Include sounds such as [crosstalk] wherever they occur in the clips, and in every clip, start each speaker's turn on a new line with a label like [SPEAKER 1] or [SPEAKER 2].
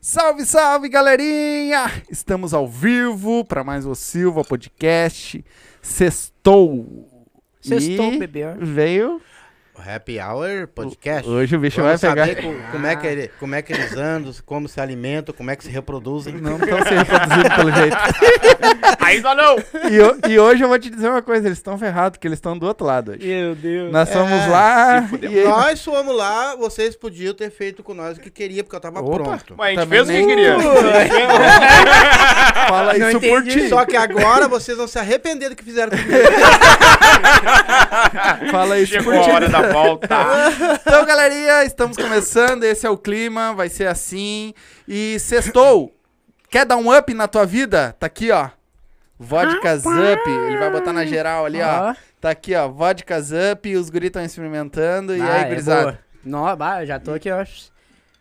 [SPEAKER 1] Salve, salve, galerinha! Estamos ao vivo para mais o Silva Podcast. Sextou.
[SPEAKER 2] Sextou,
[SPEAKER 1] E
[SPEAKER 2] bebê.
[SPEAKER 1] Veio.
[SPEAKER 3] O Happy Hour Podcast.
[SPEAKER 1] Hoje o bicho
[SPEAKER 3] Vamos
[SPEAKER 1] vai pegar.
[SPEAKER 3] saber co- como, é que ele- como é que eles andam, como se alimentam, como é que se reproduzem.
[SPEAKER 1] Não estão se reproduzindo pelo jeito.
[SPEAKER 4] Ainda não!
[SPEAKER 1] E, ho- e hoje eu vou te dizer uma coisa: eles estão ferrados, porque eles estão do outro lado hoje.
[SPEAKER 2] Meu Deus.
[SPEAKER 1] Nós somos lá.
[SPEAKER 4] se fudeu.
[SPEAKER 1] e aí-
[SPEAKER 3] Nós fomos lá, vocês podiam ter feito com nós o que queria, porque eu tava
[SPEAKER 1] Opa.
[SPEAKER 3] pronto.
[SPEAKER 4] Mas a gente
[SPEAKER 1] Também
[SPEAKER 4] fez o que
[SPEAKER 1] nem-
[SPEAKER 3] [laughs]
[SPEAKER 4] queria.
[SPEAKER 1] Fala
[SPEAKER 2] Não
[SPEAKER 1] isso por
[SPEAKER 2] entendi.
[SPEAKER 1] ti.
[SPEAKER 3] Só que agora vocês vão se arrepender do que fizeram comigo.
[SPEAKER 1] [laughs] Fala isso
[SPEAKER 4] Chegou
[SPEAKER 1] por ti.
[SPEAKER 4] a hora da volta. [laughs]
[SPEAKER 1] Então, galerinha, estamos começando. Esse é o clima, vai ser assim. E sextou. Quer dar um up na tua vida? Tá aqui, ó. Vodka Zup. Ele vai botar na geral ali, ó.
[SPEAKER 2] Ó.
[SPEAKER 1] Tá aqui, ó. Vodka Zup. Os guris estão experimentando. E
[SPEAKER 2] Ah,
[SPEAKER 1] aí,
[SPEAKER 2] é
[SPEAKER 1] gurizada?
[SPEAKER 2] boa. Não, bah, já tô aqui, ó.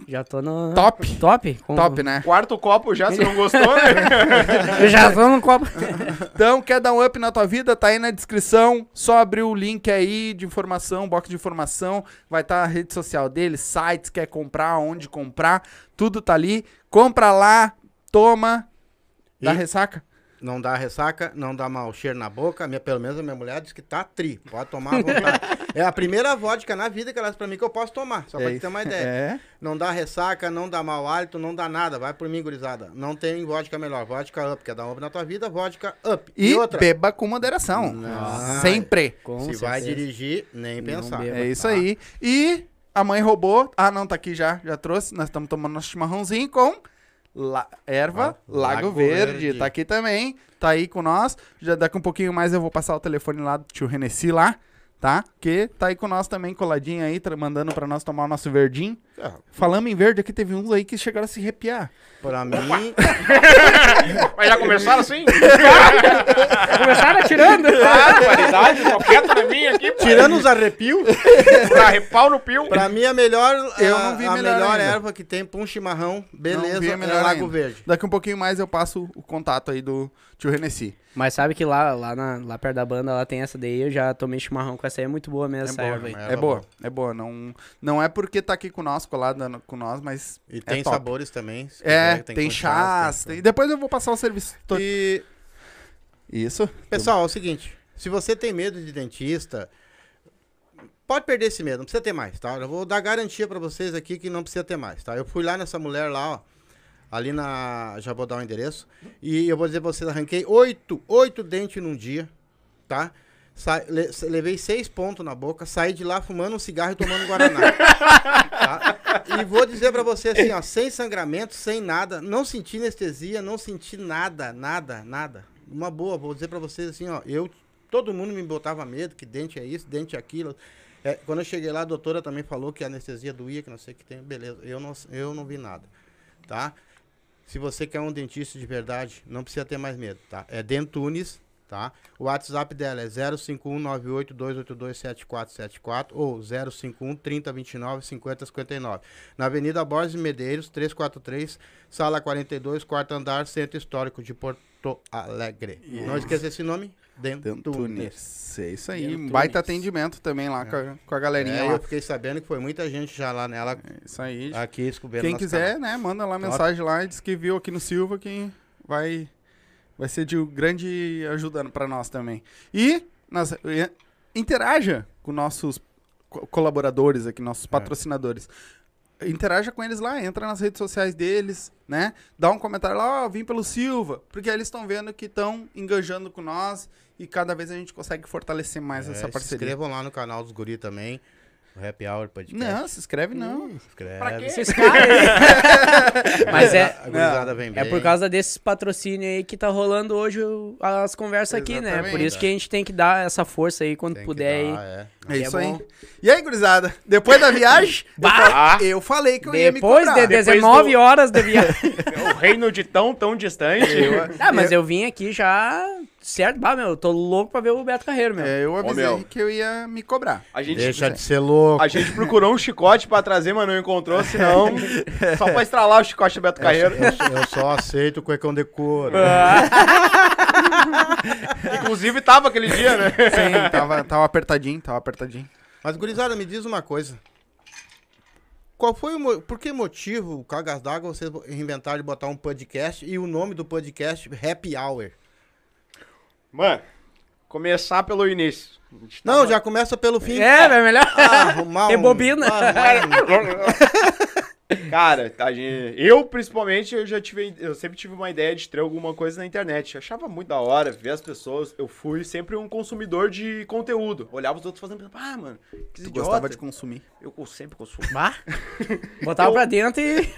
[SPEAKER 2] Já tô no.
[SPEAKER 1] Top.
[SPEAKER 2] Top? Com-
[SPEAKER 1] Top, né?
[SPEAKER 4] Quarto copo já, se não gostou, [laughs] né?
[SPEAKER 2] Eu [laughs] já tô
[SPEAKER 1] [laughs]
[SPEAKER 2] no copo.
[SPEAKER 1] Então, quer dar um up na tua vida? Tá aí na descrição. Só abrir o link aí de informação, box de informação. Vai estar a rede social dele, sites, quer comprar, onde comprar. Tudo tá ali. Compra lá, toma. Dá
[SPEAKER 3] E-
[SPEAKER 1] ressaca?
[SPEAKER 3] Não dá ressaca, não dá mau cheiro na boca. Minha, pelo menos a minha mulher diz que tá tri. Pode tomar
[SPEAKER 1] [laughs]
[SPEAKER 3] à vontade. é a primeira vodka na vida que ela disse pra mim que eu posso tomar, só pra
[SPEAKER 1] É
[SPEAKER 3] te ter uma
[SPEAKER 1] isso.
[SPEAKER 3] ideia.
[SPEAKER 1] É.
[SPEAKER 3] Não dá ressaca, não dá mau hálito, não dá nada. Vai por mim, gurizada. Não tem vodka melhor. Vodka up. Quer dar um up na tua vida? Vodka up.
[SPEAKER 1] E,
[SPEAKER 3] outra.
[SPEAKER 1] beba com moderação.
[SPEAKER 3] Nossa.
[SPEAKER 1] Sempre.
[SPEAKER 2] Com
[SPEAKER 3] Se vai
[SPEAKER 2] certeza.
[SPEAKER 3] dirigir, nem
[SPEAKER 2] Não
[SPEAKER 3] pensar.
[SPEAKER 2] beba.
[SPEAKER 1] É isso aí. E a mãe roubou. Ah, não, tá aqui já. Já trouxe. Nós estamos tomando nosso chimarrãozinho com la- erva
[SPEAKER 3] Ah,
[SPEAKER 1] Lago,
[SPEAKER 3] Lago
[SPEAKER 1] Verde.
[SPEAKER 3] Verde.
[SPEAKER 1] Tá aqui também. Tá aí com nós. Já daqui um pouquinho mais eu vou passar o telefone lá do tio Renessi lá. Tá? Que tá aí com nós também, coladinho aí, tra- mandando pra nós tomar o nosso verdinho.
[SPEAKER 3] Ah,
[SPEAKER 1] Falando em verde, aqui teve uns aí que chegaram a se arrepiar. [laughs]
[SPEAKER 3] Pra mim,
[SPEAKER 4] Mas já começaram [laughs] assim?
[SPEAKER 2] Começaram
[SPEAKER 1] [laughs]
[SPEAKER 2] atirando.
[SPEAKER 4] Ah, qualidade, só quieto na minha aqui. pô.
[SPEAKER 3] tirando os arrepios,
[SPEAKER 4] Pra repau no pio.
[SPEAKER 3] pra mim a melhor,
[SPEAKER 1] Eu
[SPEAKER 3] a,
[SPEAKER 1] não vi
[SPEAKER 3] a
[SPEAKER 1] melhor
[SPEAKER 3] melhor
[SPEAKER 1] ainda.
[SPEAKER 3] erva que tem pra um chimarrão,
[SPEAKER 1] Não
[SPEAKER 3] beleza,
[SPEAKER 1] vi a
[SPEAKER 3] é
[SPEAKER 1] melhor
[SPEAKER 3] Lago
[SPEAKER 1] ainda.
[SPEAKER 3] Verde.
[SPEAKER 1] Daqui um pouquinho mais eu passo o contato aí do tio Renessi.
[SPEAKER 2] Mas sabe que lá, lá, na, lá perto da banda, lá tem essa daí. Eu já tomei chimarrão com essa aí. É muito boa mesmo essa
[SPEAKER 1] boa,
[SPEAKER 2] erva aí.
[SPEAKER 1] É
[SPEAKER 3] Erva
[SPEAKER 1] boa,
[SPEAKER 3] boa.
[SPEAKER 1] é boa. Não, não é porque tá aqui com nós, colada no- com nós, mas.
[SPEAKER 3] E
[SPEAKER 1] é
[SPEAKER 3] tem
[SPEAKER 1] top.
[SPEAKER 3] sabores também. se
[SPEAKER 1] É,
[SPEAKER 3] quiser,
[SPEAKER 1] tem,
[SPEAKER 3] com
[SPEAKER 1] chás. tem- Depois eu vou passar o serviço todo.
[SPEAKER 3] E,
[SPEAKER 1] Isso.
[SPEAKER 3] pessoal, é o seguinte, se você tem medo de dentista, pode perder esse medo, não precisa ter mais, tá? Eu vou dar garantia pra vocês aqui que não precisa ter mais, tá? Eu fui lá nessa mulher lá, ó, ali na... já vou dar o endereço, e eu vou dizer pra vocês, arranquei oito, oito dentes num dia, tá? Sa- le- se- levei seis pontos na boca, saí de lá fumando um cigarro e tomando guaraná. tá? E vou dizer pra você assim, ó, sem sangramento, sem nada, não senti anestesia, não senti nada, nada, nada. Uma boa, vou dizer pra vocês assim, ó, eu todo mundo me botava medo, que dente é isso, dente é aquilo. É, quando eu cheguei lá, a doutora também falou que a anestesia doía, que não sei o que tem, beleza. Eu não, eu não vi nada, tá? Se você quer um dentista de verdade, não precisa ter mais medo, tá? É Dentunes, tá? O WhatsApp dela é 05198282744 ou 051 3029 5059. Na Avenida Borges Medeiros, 343, sala 42, quarto andar, Centro Histórico de Porto Alegre. Não esqueça esse nome, Dentunes.
[SPEAKER 1] Dentunes. É isso aí.
[SPEAKER 3] Dentunes.
[SPEAKER 1] Baita atendimento também lá com, a, com a galerinha.
[SPEAKER 3] É,
[SPEAKER 1] lá.
[SPEAKER 3] eu fiquei sabendo que foi muita gente já lá nela,
[SPEAKER 1] Isso aí.
[SPEAKER 3] aqui, descobrindo
[SPEAKER 1] Quem
[SPEAKER 3] nosso
[SPEAKER 1] quiser,
[SPEAKER 3] canal.
[SPEAKER 1] né, manda lá mensagem lá e diz que viu aqui no Silva que vai, vai ser de grande ajuda pra nós também. E nas- e- interaja com nossos co- colaboradores aqui,
[SPEAKER 3] É.
[SPEAKER 1] nossos patrocinadores. Interaja com eles lá, entra nas redes sociais deles, né? Dá um comentário lá, ó, vim pelo Silva, porque aí eles estão vendo que estão engajando com nós e cada vez a gente consegue fortalecer mais
[SPEAKER 3] É,
[SPEAKER 1] essa
[SPEAKER 3] se
[SPEAKER 1] parceria.
[SPEAKER 3] inscrevam lá no canal dos guri também, o Happy Hour Podcast.
[SPEAKER 1] Não, se inscreve não.
[SPEAKER 3] Se inscreve.
[SPEAKER 4] Pra quê?
[SPEAKER 2] Esses caras
[SPEAKER 1] [laughs]
[SPEAKER 2] aí. Mas é.
[SPEAKER 3] A gurizada vem
[SPEAKER 2] É
[SPEAKER 3] bem.
[SPEAKER 2] por causa desses patrocínios aí que tá rolando hoje o- as conversas aqui, né? Por
[SPEAKER 1] Exatamente.
[SPEAKER 2] isso que a gente tem que dar essa força aí quando
[SPEAKER 3] Tem que
[SPEAKER 2] puder aí.
[SPEAKER 3] dar, é.
[SPEAKER 1] É
[SPEAKER 2] É
[SPEAKER 1] isso
[SPEAKER 2] bom.
[SPEAKER 1] aí. E aí, gurizada? Depois da viagem,
[SPEAKER 4] [laughs]
[SPEAKER 1] eu,
[SPEAKER 2] Bah!
[SPEAKER 1] fa- eu
[SPEAKER 4] Ah.
[SPEAKER 1] falei que eu ia me
[SPEAKER 2] Depois de
[SPEAKER 1] cobrar.
[SPEAKER 2] 19
[SPEAKER 4] do-
[SPEAKER 2] horas da [laughs] viagem.
[SPEAKER 4] É O reino de tão, tão distante.
[SPEAKER 2] ah, mas eu vim aqui já certo. Bah, meu, eu tô louco pra ver o Beto Carreiro, meu.
[SPEAKER 1] É, eu avisei
[SPEAKER 4] meu.
[SPEAKER 1] que eu ia me
[SPEAKER 4] [laughs]
[SPEAKER 1] cobrar.
[SPEAKER 4] A gente,
[SPEAKER 1] é.
[SPEAKER 3] Deixa de ser louco.
[SPEAKER 4] a gente procurou um chicote pra trazer, mas não encontrou, [laughs] senão... Só pra estralar o chicote do Beto Carreiro.
[SPEAKER 3] Eu, só- eu só aceito é o cuecão de couro.
[SPEAKER 2] É.
[SPEAKER 4] Inclusive, tava aquele dia, né?
[SPEAKER 1] Sim, tava, tava apertadinho, tava apertadinho.
[SPEAKER 3] Mas, gurizada, me diz uma coisa. Qual foi o mo- por que motivo, cagas d'água, vocês inventaram de botar um podcast e o nome do podcast Happy Hour?
[SPEAKER 4] Mano, começar pelo início. A gente tá-
[SPEAKER 3] Não, já começa pelo fim.
[SPEAKER 2] É, velho,
[SPEAKER 4] [laughs]
[SPEAKER 2] melhor.
[SPEAKER 3] Ah, arrumar um-
[SPEAKER 2] Rebobina. [laughs]
[SPEAKER 3] arrumar um-
[SPEAKER 4] Cara, a gente- eu principalmente, eu já tive, eu sempre tive uma ideia de ter alguma coisa na internet. Eu achava muito da hora ver as pessoas. Eu fui sempre um consumidor de conteúdo. Olhava os outros fazendo, pensava, ah, mano, que
[SPEAKER 1] Tu
[SPEAKER 4] idiota.
[SPEAKER 1] gostava de consumir.
[SPEAKER 4] Eu sempre consumo. [laughs]
[SPEAKER 2] Botava
[SPEAKER 4] Eu-
[SPEAKER 2] pra dentro
[SPEAKER 4] [laughs]
[SPEAKER 2] e.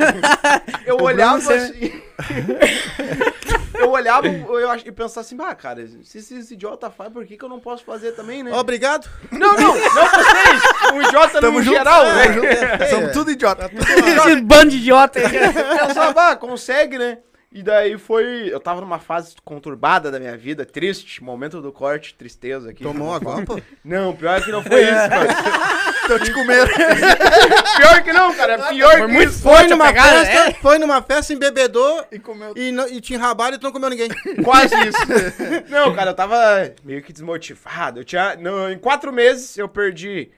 [SPEAKER 4] Eu
[SPEAKER 2] Bruno
[SPEAKER 4] olhava
[SPEAKER 2] sempre-
[SPEAKER 4] assim...
[SPEAKER 1] né?
[SPEAKER 4] [laughs] eu olhava eu ach- e pensava assim, ah, cara, se esses idiota faz, por que, que eu não posso fazer também, né?
[SPEAKER 3] Obrigado.
[SPEAKER 4] Não, não, não vocês! O idiota no geral, né?
[SPEAKER 1] Somos tudo idiota.
[SPEAKER 2] Esse bando de idiota.
[SPEAKER 4] [laughs]
[SPEAKER 2] aí.
[SPEAKER 4] Eu pensava, ah, consegue, né? E daí foi. Eu tava numa fase conturbada da minha vida, triste, momento do corte, tristeza
[SPEAKER 3] [laughs]
[SPEAKER 4] aqui.
[SPEAKER 3] Tomou a copa?
[SPEAKER 4] Não, pior que não foi
[SPEAKER 1] [laughs]
[SPEAKER 4] isso, mano.
[SPEAKER 1] Tô te comendo.
[SPEAKER 4] Pior que não, cara. é Pior que isso.
[SPEAKER 3] Foi numa
[SPEAKER 2] pegada, né? [laughs]
[SPEAKER 3] festa, foi numa festa, embebedou
[SPEAKER 1] E comeu.
[SPEAKER 3] e, não- e te enrabaram e tu não comeu ninguém.
[SPEAKER 4] Quase isso. Não, cara, eu tava meio que desmotivado. Eu tinha. não, em quatro meses eu perdi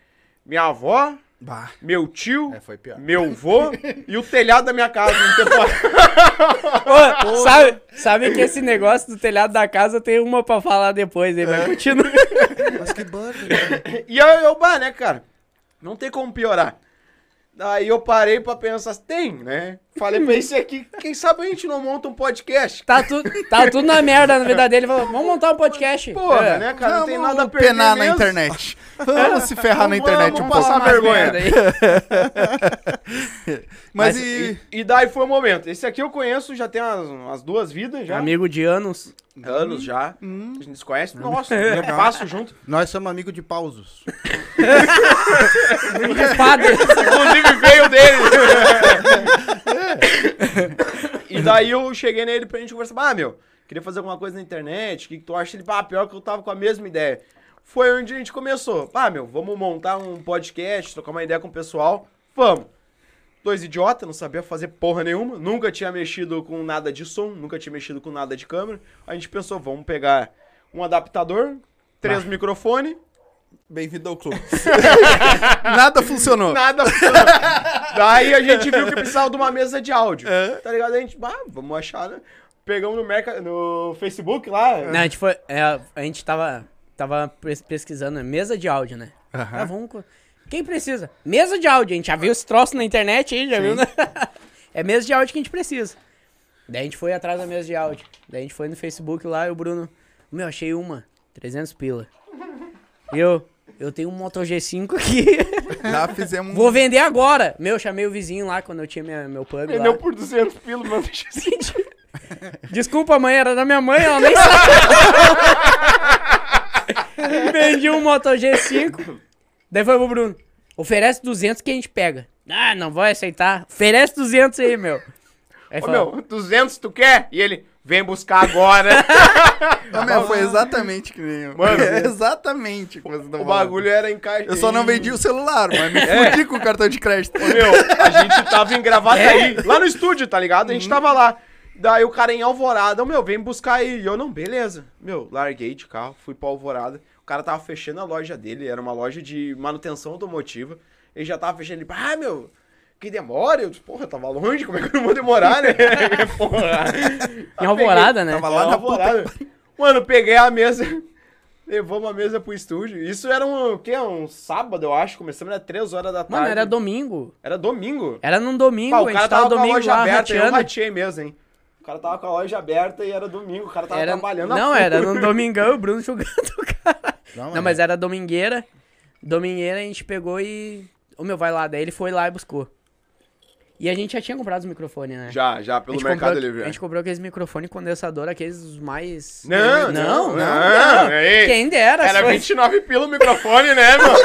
[SPEAKER 4] minha avó,
[SPEAKER 1] Bah. É,
[SPEAKER 4] meu tio.
[SPEAKER 1] foi pior. [laughs]
[SPEAKER 4] Meu vô e o telhado da minha casa. Então, em temporada.
[SPEAKER 2] Ô, sabe, sabe que esse negócio do telhado da casa tem uma pra falar depois, aí,
[SPEAKER 4] É.
[SPEAKER 2] mas
[SPEAKER 4] [laughs]
[SPEAKER 2] continua.
[SPEAKER 3] Mas que né? bando. cara.
[SPEAKER 4] E eu, eu, bah, né, cara? Não tem como piorar. Daí eu parei pra pensar, tem, né? Falei pra esse aqui, quem sabe a gente não monta um podcast?
[SPEAKER 2] Tá, tu, tá tudo na merda na vida dele. Falou, vamos montar um podcast.
[SPEAKER 4] Porra,
[SPEAKER 2] É.
[SPEAKER 4] né, cara? Não tem nada a perder
[SPEAKER 1] penar na
[SPEAKER 4] mesmo. [laughs]
[SPEAKER 1] internet. Vamos se ferrar na
[SPEAKER 4] Vamos,
[SPEAKER 1] internet
[SPEAKER 4] vamos
[SPEAKER 1] um
[SPEAKER 4] passar
[SPEAKER 1] pouco.
[SPEAKER 2] Umas
[SPEAKER 4] vergonha.
[SPEAKER 2] merda aí.
[SPEAKER 1] Mas,
[SPEAKER 4] Mas
[SPEAKER 1] e...
[SPEAKER 4] e... e daí foi o momento. Esse aqui eu conheço, já tem umas, umas duas vidas já.
[SPEAKER 2] Amigo de anos.
[SPEAKER 4] Anos já. A gente se conhece. Nossa, eu passo junto.
[SPEAKER 3] Nós somos amigos de pausos.
[SPEAKER 2] Padre.
[SPEAKER 4] [laughs] Inclusive veio dele. e daí eu cheguei nele pra gente conversar. Ah, meu, queria fazer alguma coisa na internet. O que, que tu acha? Ele, ah, pior que eu tava com a mesma ideia. Foi onde a gente começou. Ah, meu, vamos montar um podcast, trocar uma ideia com o pessoal. Vamos. Dois idiotas, não sabia fazer porra nenhuma. Nunca tinha mexido com nada de som, nunca tinha mexido com nada de câmera. A gente pensou, vamos pegar um adaptador, três microfones
[SPEAKER 1] Bem-vindo ao clube. [laughs] Nada funcionou.
[SPEAKER 4] Nada funcionou. Daí a gente viu que precisava de uma mesa de áudio.
[SPEAKER 1] É.
[SPEAKER 4] Tá ligado? A gente, bah, vamos achar, né? Pegamos no, merca, no Facebook lá.
[SPEAKER 2] Não, a gente foi. é, a gente tava, tava pes- pesquisando, né? mesa de áudio, né? Ah, vamos. co- Quem precisa? Mesa de áudio, a gente já viu esse troço na internet aí, já viu, né? [laughs] É mesa de áudio que a gente precisa. Daí a gente foi atrás da mesa de áudio. Daí a gente foi no Facebook lá e o Bruno. Meu, achei uma. 300 pila. E eu. Eu tenho um Moto G5 aqui. [laughs]
[SPEAKER 1] Já fizemos um...
[SPEAKER 2] Vou vender agora. Meu, chamei o vizinho lá quando eu tinha minha, meu pub.
[SPEAKER 4] Vendeu
[SPEAKER 2] lá.
[SPEAKER 4] por 200 pila, mano.
[SPEAKER 2] Desculpa, mãe, era da minha mãe, ela nem sabe. Vendi um Moto G5. Daí foi pro Bruno. Oferece 200 que a gente pega. Ah, não vai aceitar. Oferece 200 aí, meu. Aí
[SPEAKER 4] Ô,
[SPEAKER 2] falou,
[SPEAKER 4] meu, 200 tu quer? E ele, vem buscar agora.
[SPEAKER 1] [laughs] Ah, meu, foi exatamente que nem eu.
[SPEAKER 4] Mano.
[SPEAKER 1] [laughs] exatamente. que vocês estão
[SPEAKER 4] o
[SPEAKER 1] falando.
[SPEAKER 4] bagulho é era em caixa.
[SPEAKER 1] Eu só não vendi o celular, mas me fudi com o cartão de crédito.
[SPEAKER 4] Meu, a gente tava em
[SPEAKER 2] É.
[SPEAKER 4] Gravataí, lá no estúdio, tá ligado? A
[SPEAKER 2] Uhum.
[SPEAKER 4] gente tava lá. Daí o cara em Alvorada, "Ô, meu, vem buscar aí. E eu, não, beleza. Meu, larguei de carro, fui pra Alvorada. O cara tava fechando a loja dele, era uma loja de manutenção automotiva. Ele já tava fechando, ele, ah, meu, que demora. Eu, porra, eu tava longe, como é que eu não vou demorar,
[SPEAKER 2] [laughs]
[SPEAKER 4] né? porra.
[SPEAKER 2] Em Alvorada, né?
[SPEAKER 1] Tava lá na puta.
[SPEAKER 4] Mano, peguei a mesa, [laughs] levamos a mesa pro estúdio. Isso era um, o quê? Um sábado, eu acho. Começamos, era 3 horas da tarde.
[SPEAKER 2] Mano, era domingo.
[SPEAKER 4] Era domingo.
[SPEAKER 2] Era num É domingo,
[SPEAKER 4] Pá,
[SPEAKER 2] a gente tava, domingo lá
[SPEAKER 4] eu
[SPEAKER 2] rateando.
[SPEAKER 4] rateei mesmo, hein? O cara tava com a loja aberta e era domingo, o cara tava
[SPEAKER 2] Era...
[SPEAKER 4] trabalhando. a
[SPEAKER 2] Não,
[SPEAKER 4] full.
[SPEAKER 2] era num domingão, o Bruno [laughs] jogando o cara.
[SPEAKER 3] Não,
[SPEAKER 2] Não, mas era domingueira. Domingueira a gente pegou e. Ô meu, vai lá. Daí ele foi lá e buscou. E a gente já tinha comprado os microfones, né?
[SPEAKER 4] [laughs] Já, já,
[SPEAKER 2] A
[SPEAKER 4] pelo
[SPEAKER 2] gente
[SPEAKER 4] Mercado
[SPEAKER 2] comprou,
[SPEAKER 4] Livre. é.
[SPEAKER 2] A gente comprou aqueles microfone condensador, aqueles mais.
[SPEAKER 4] Não,
[SPEAKER 2] não, não.
[SPEAKER 4] não, não,
[SPEAKER 2] não.
[SPEAKER 4] ei.
[SPEAKER 2] Quem dera,
[SPEAKER 4] Era
[SPEAKER 2] foi-
[SPEAKER 4] 29 pila o microfone, né, mano?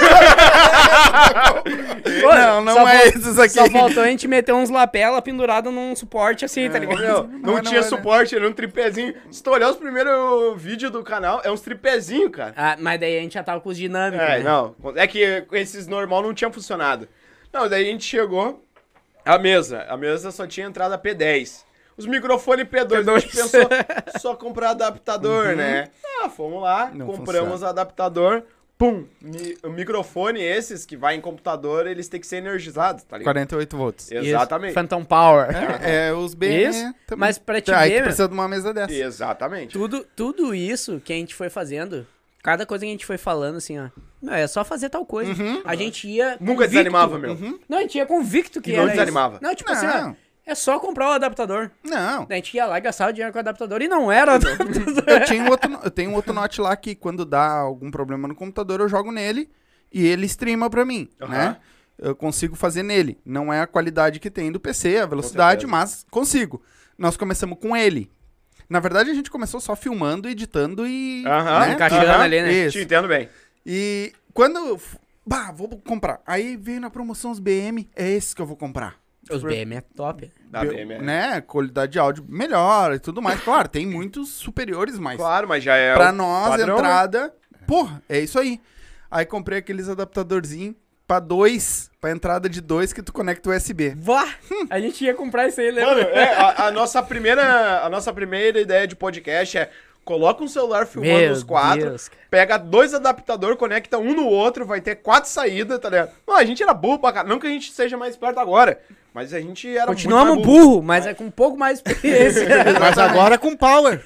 [SPEAKER 2] Pô,
[SPEAKER 1] Não, não
[SPEAKER 2] só
[SPEAKER 1] é
[SPEAKER 2] fal-
[SPEAKER 1] esses aqui.
[SPEAKER 2] Só faltou a gente meter uns lapela pendurado num suporte assim, [laughs] tá
[SPEAKER 4] Ô,
[SPEAKER 2] ligado?
[SPEAKER 4] meu, não,
[SPEAKER 1] Mas não
[SPEAKER 4] tinha
[SPEAKER 1] é, né?
[SPEAKER 4] suporte, era um tripézinho. Se tu olhar os primeiros vídeos do canal, é uns tripézinhos, cara.
[SPEAKER 2] Ah, mas daí a gente já tava com os dinâmicos.
[SPEAKER 4] É,
[SPEAKER 2] né?
[SPEAKER 4] não. É que esses normal não tinham funcionado. Não, daí a gente chegou. A mesa. A mesa só tinha entrada P10. Os microfones P2. A gente
[SPEAKER 1] [laughs]
[SPEAKER 2] P2.
[SPEAKER 4] pensou só comprar adaptador, né? Ah, fomos lá,
[SPEAKER 1] Uhum. Não
[SPEAKER 4] compramos
[SPEAKER 1] funciona.
[SPEAKER 4] adaptador. Pum! Mi- o microfone, esses que vai em computador, eles têm que ser energizados, tá ligado?
[SPEAKER 1] 48 volts.
[SPEAKER 2] Isso,
[SPEAKER 4] Exatamente.
[SPEAKER 2] Phantom Power.
[SPEAKER 1] É, é os BM
[SPEAKER 2] Isso,
[SPEAKER 1] também.
[SPEAKER 2] mas pra te
[SPEAKER 1] Tá, Aí
[SPEAKER 2] ver,
[SPEAKER 1] tu
[SPEAKER 2] meu,
[SPEAKER 1] precisa de uma mesa dessa.
[SPEAKER 4] Exatamente.
[SPEAKER 2] tudo, tudo isso que a gente foi fazendo, cada coisa que a gente foi falando, assim, ó. Não, é só fazer tal coisa. A gente ia.
[SPEAKER 4] Uhum. Nunca
[SPEAKER 2] convicto.
[SPEAKER 4] desanimava, meu.
[SPEAKER 1] Uhum.
[SPEAKER 2] Não, a gente ia convicto que
[SPEAKER 4] E não
[SPEAKER 2] era isso.
[SPEAKER 4] desanimava.
[SPEAKER 2] Não, tipo
[SPEAKER 1] Não.
[SPEAKER 2] assim, ó, é só comprar o adaptador.
[SPEAKER 1] Não,
[SPEAKER 2] A gente ia lá e gastava dinheiro com o adaptador e não era o adaptador.
[SPEAKER 1] eu, tinha um outro, eu tenho um outro note lá que quando dá algum problema no computador, eu jogo nele e ele streama pra mim,
[SPEAKER 4] Aham.
[SPEAKER 1] né? Eu consigo fazer nele. Não é a qualidade que tem do PC, a velocidade,
[SPEAKER 4] certeza.
[SPEAKER 1] mas consigo. Nós começamos com ele. Na verdade, a gente começou só filmando, editando e...
[SPEAKER 4] Aham.
[SPEAKER 1] né?
[SPEAKER 2] Encaixando
[SPEAKER 4] Aham.
[SPEAKER 2] ali, né?
[SPEAKER 1] Isso.
[SPEAKER 4] Te entendo bem.
[SPEAKER 1] E quando. eu f- Bah, vou comprar. Aí veio na promoção os BM, é esse que eu vou comprar.
[SPEAKER 2] Os BM é top.
[SPEAKER 4] Da
[SPEAKER 1] Be-
[SPEAKER 4] BM, é.
[SPEAKER 1] Né? Qualidade de áudio melhor e tudo mais. Claro, tem muitos superiores, mas
[SPEAKER 4] Claro, mas já é.
[SPEAKER 1] pra
[SPEAKER 4] o
[SPEAKER 1] nós,
[SPEAKER 4] padrão,
[SPEAKER 1] entrada. Porra, é isso aí. Aí comprei aqueles adaptadorzinhos pra dois, pra entrada de dois que tu conecta o
[SPEAKER 4] [laughs]
[SPEAKER 1] USB.
[SPEAKER 2] Vá! A gente ia comprar isso aí,
[SPEAKER 4] né?
[SPEAKER 2] lembra?
[SPEAKER 4] Mano, é, a, a nossa primeira, a nossa primeira ideia de podcast é coloca um celular filmando
[SPEAKER 2] Meu
[SPEAKER 4] os quatro,
[SPEAKER 2] Deus, cara.
[SPEAKER 4] pega dois adaptadores, conecta um no outro, vai ter quatro saídas, tá ligado? Não, a gente era burro pra caralho. Não que a gente seja mais esperto agora, mas a gente era muito É.
[SPEAKER 2] Continuamos
[SPEAKER 4] mais
[SPEAKER 2] burro, mas é com um pouco
[SPEAKER 4] [laughs]
[SPEAKER 2] mais de experiência.
[SPEAKER 3] Mas agora com power.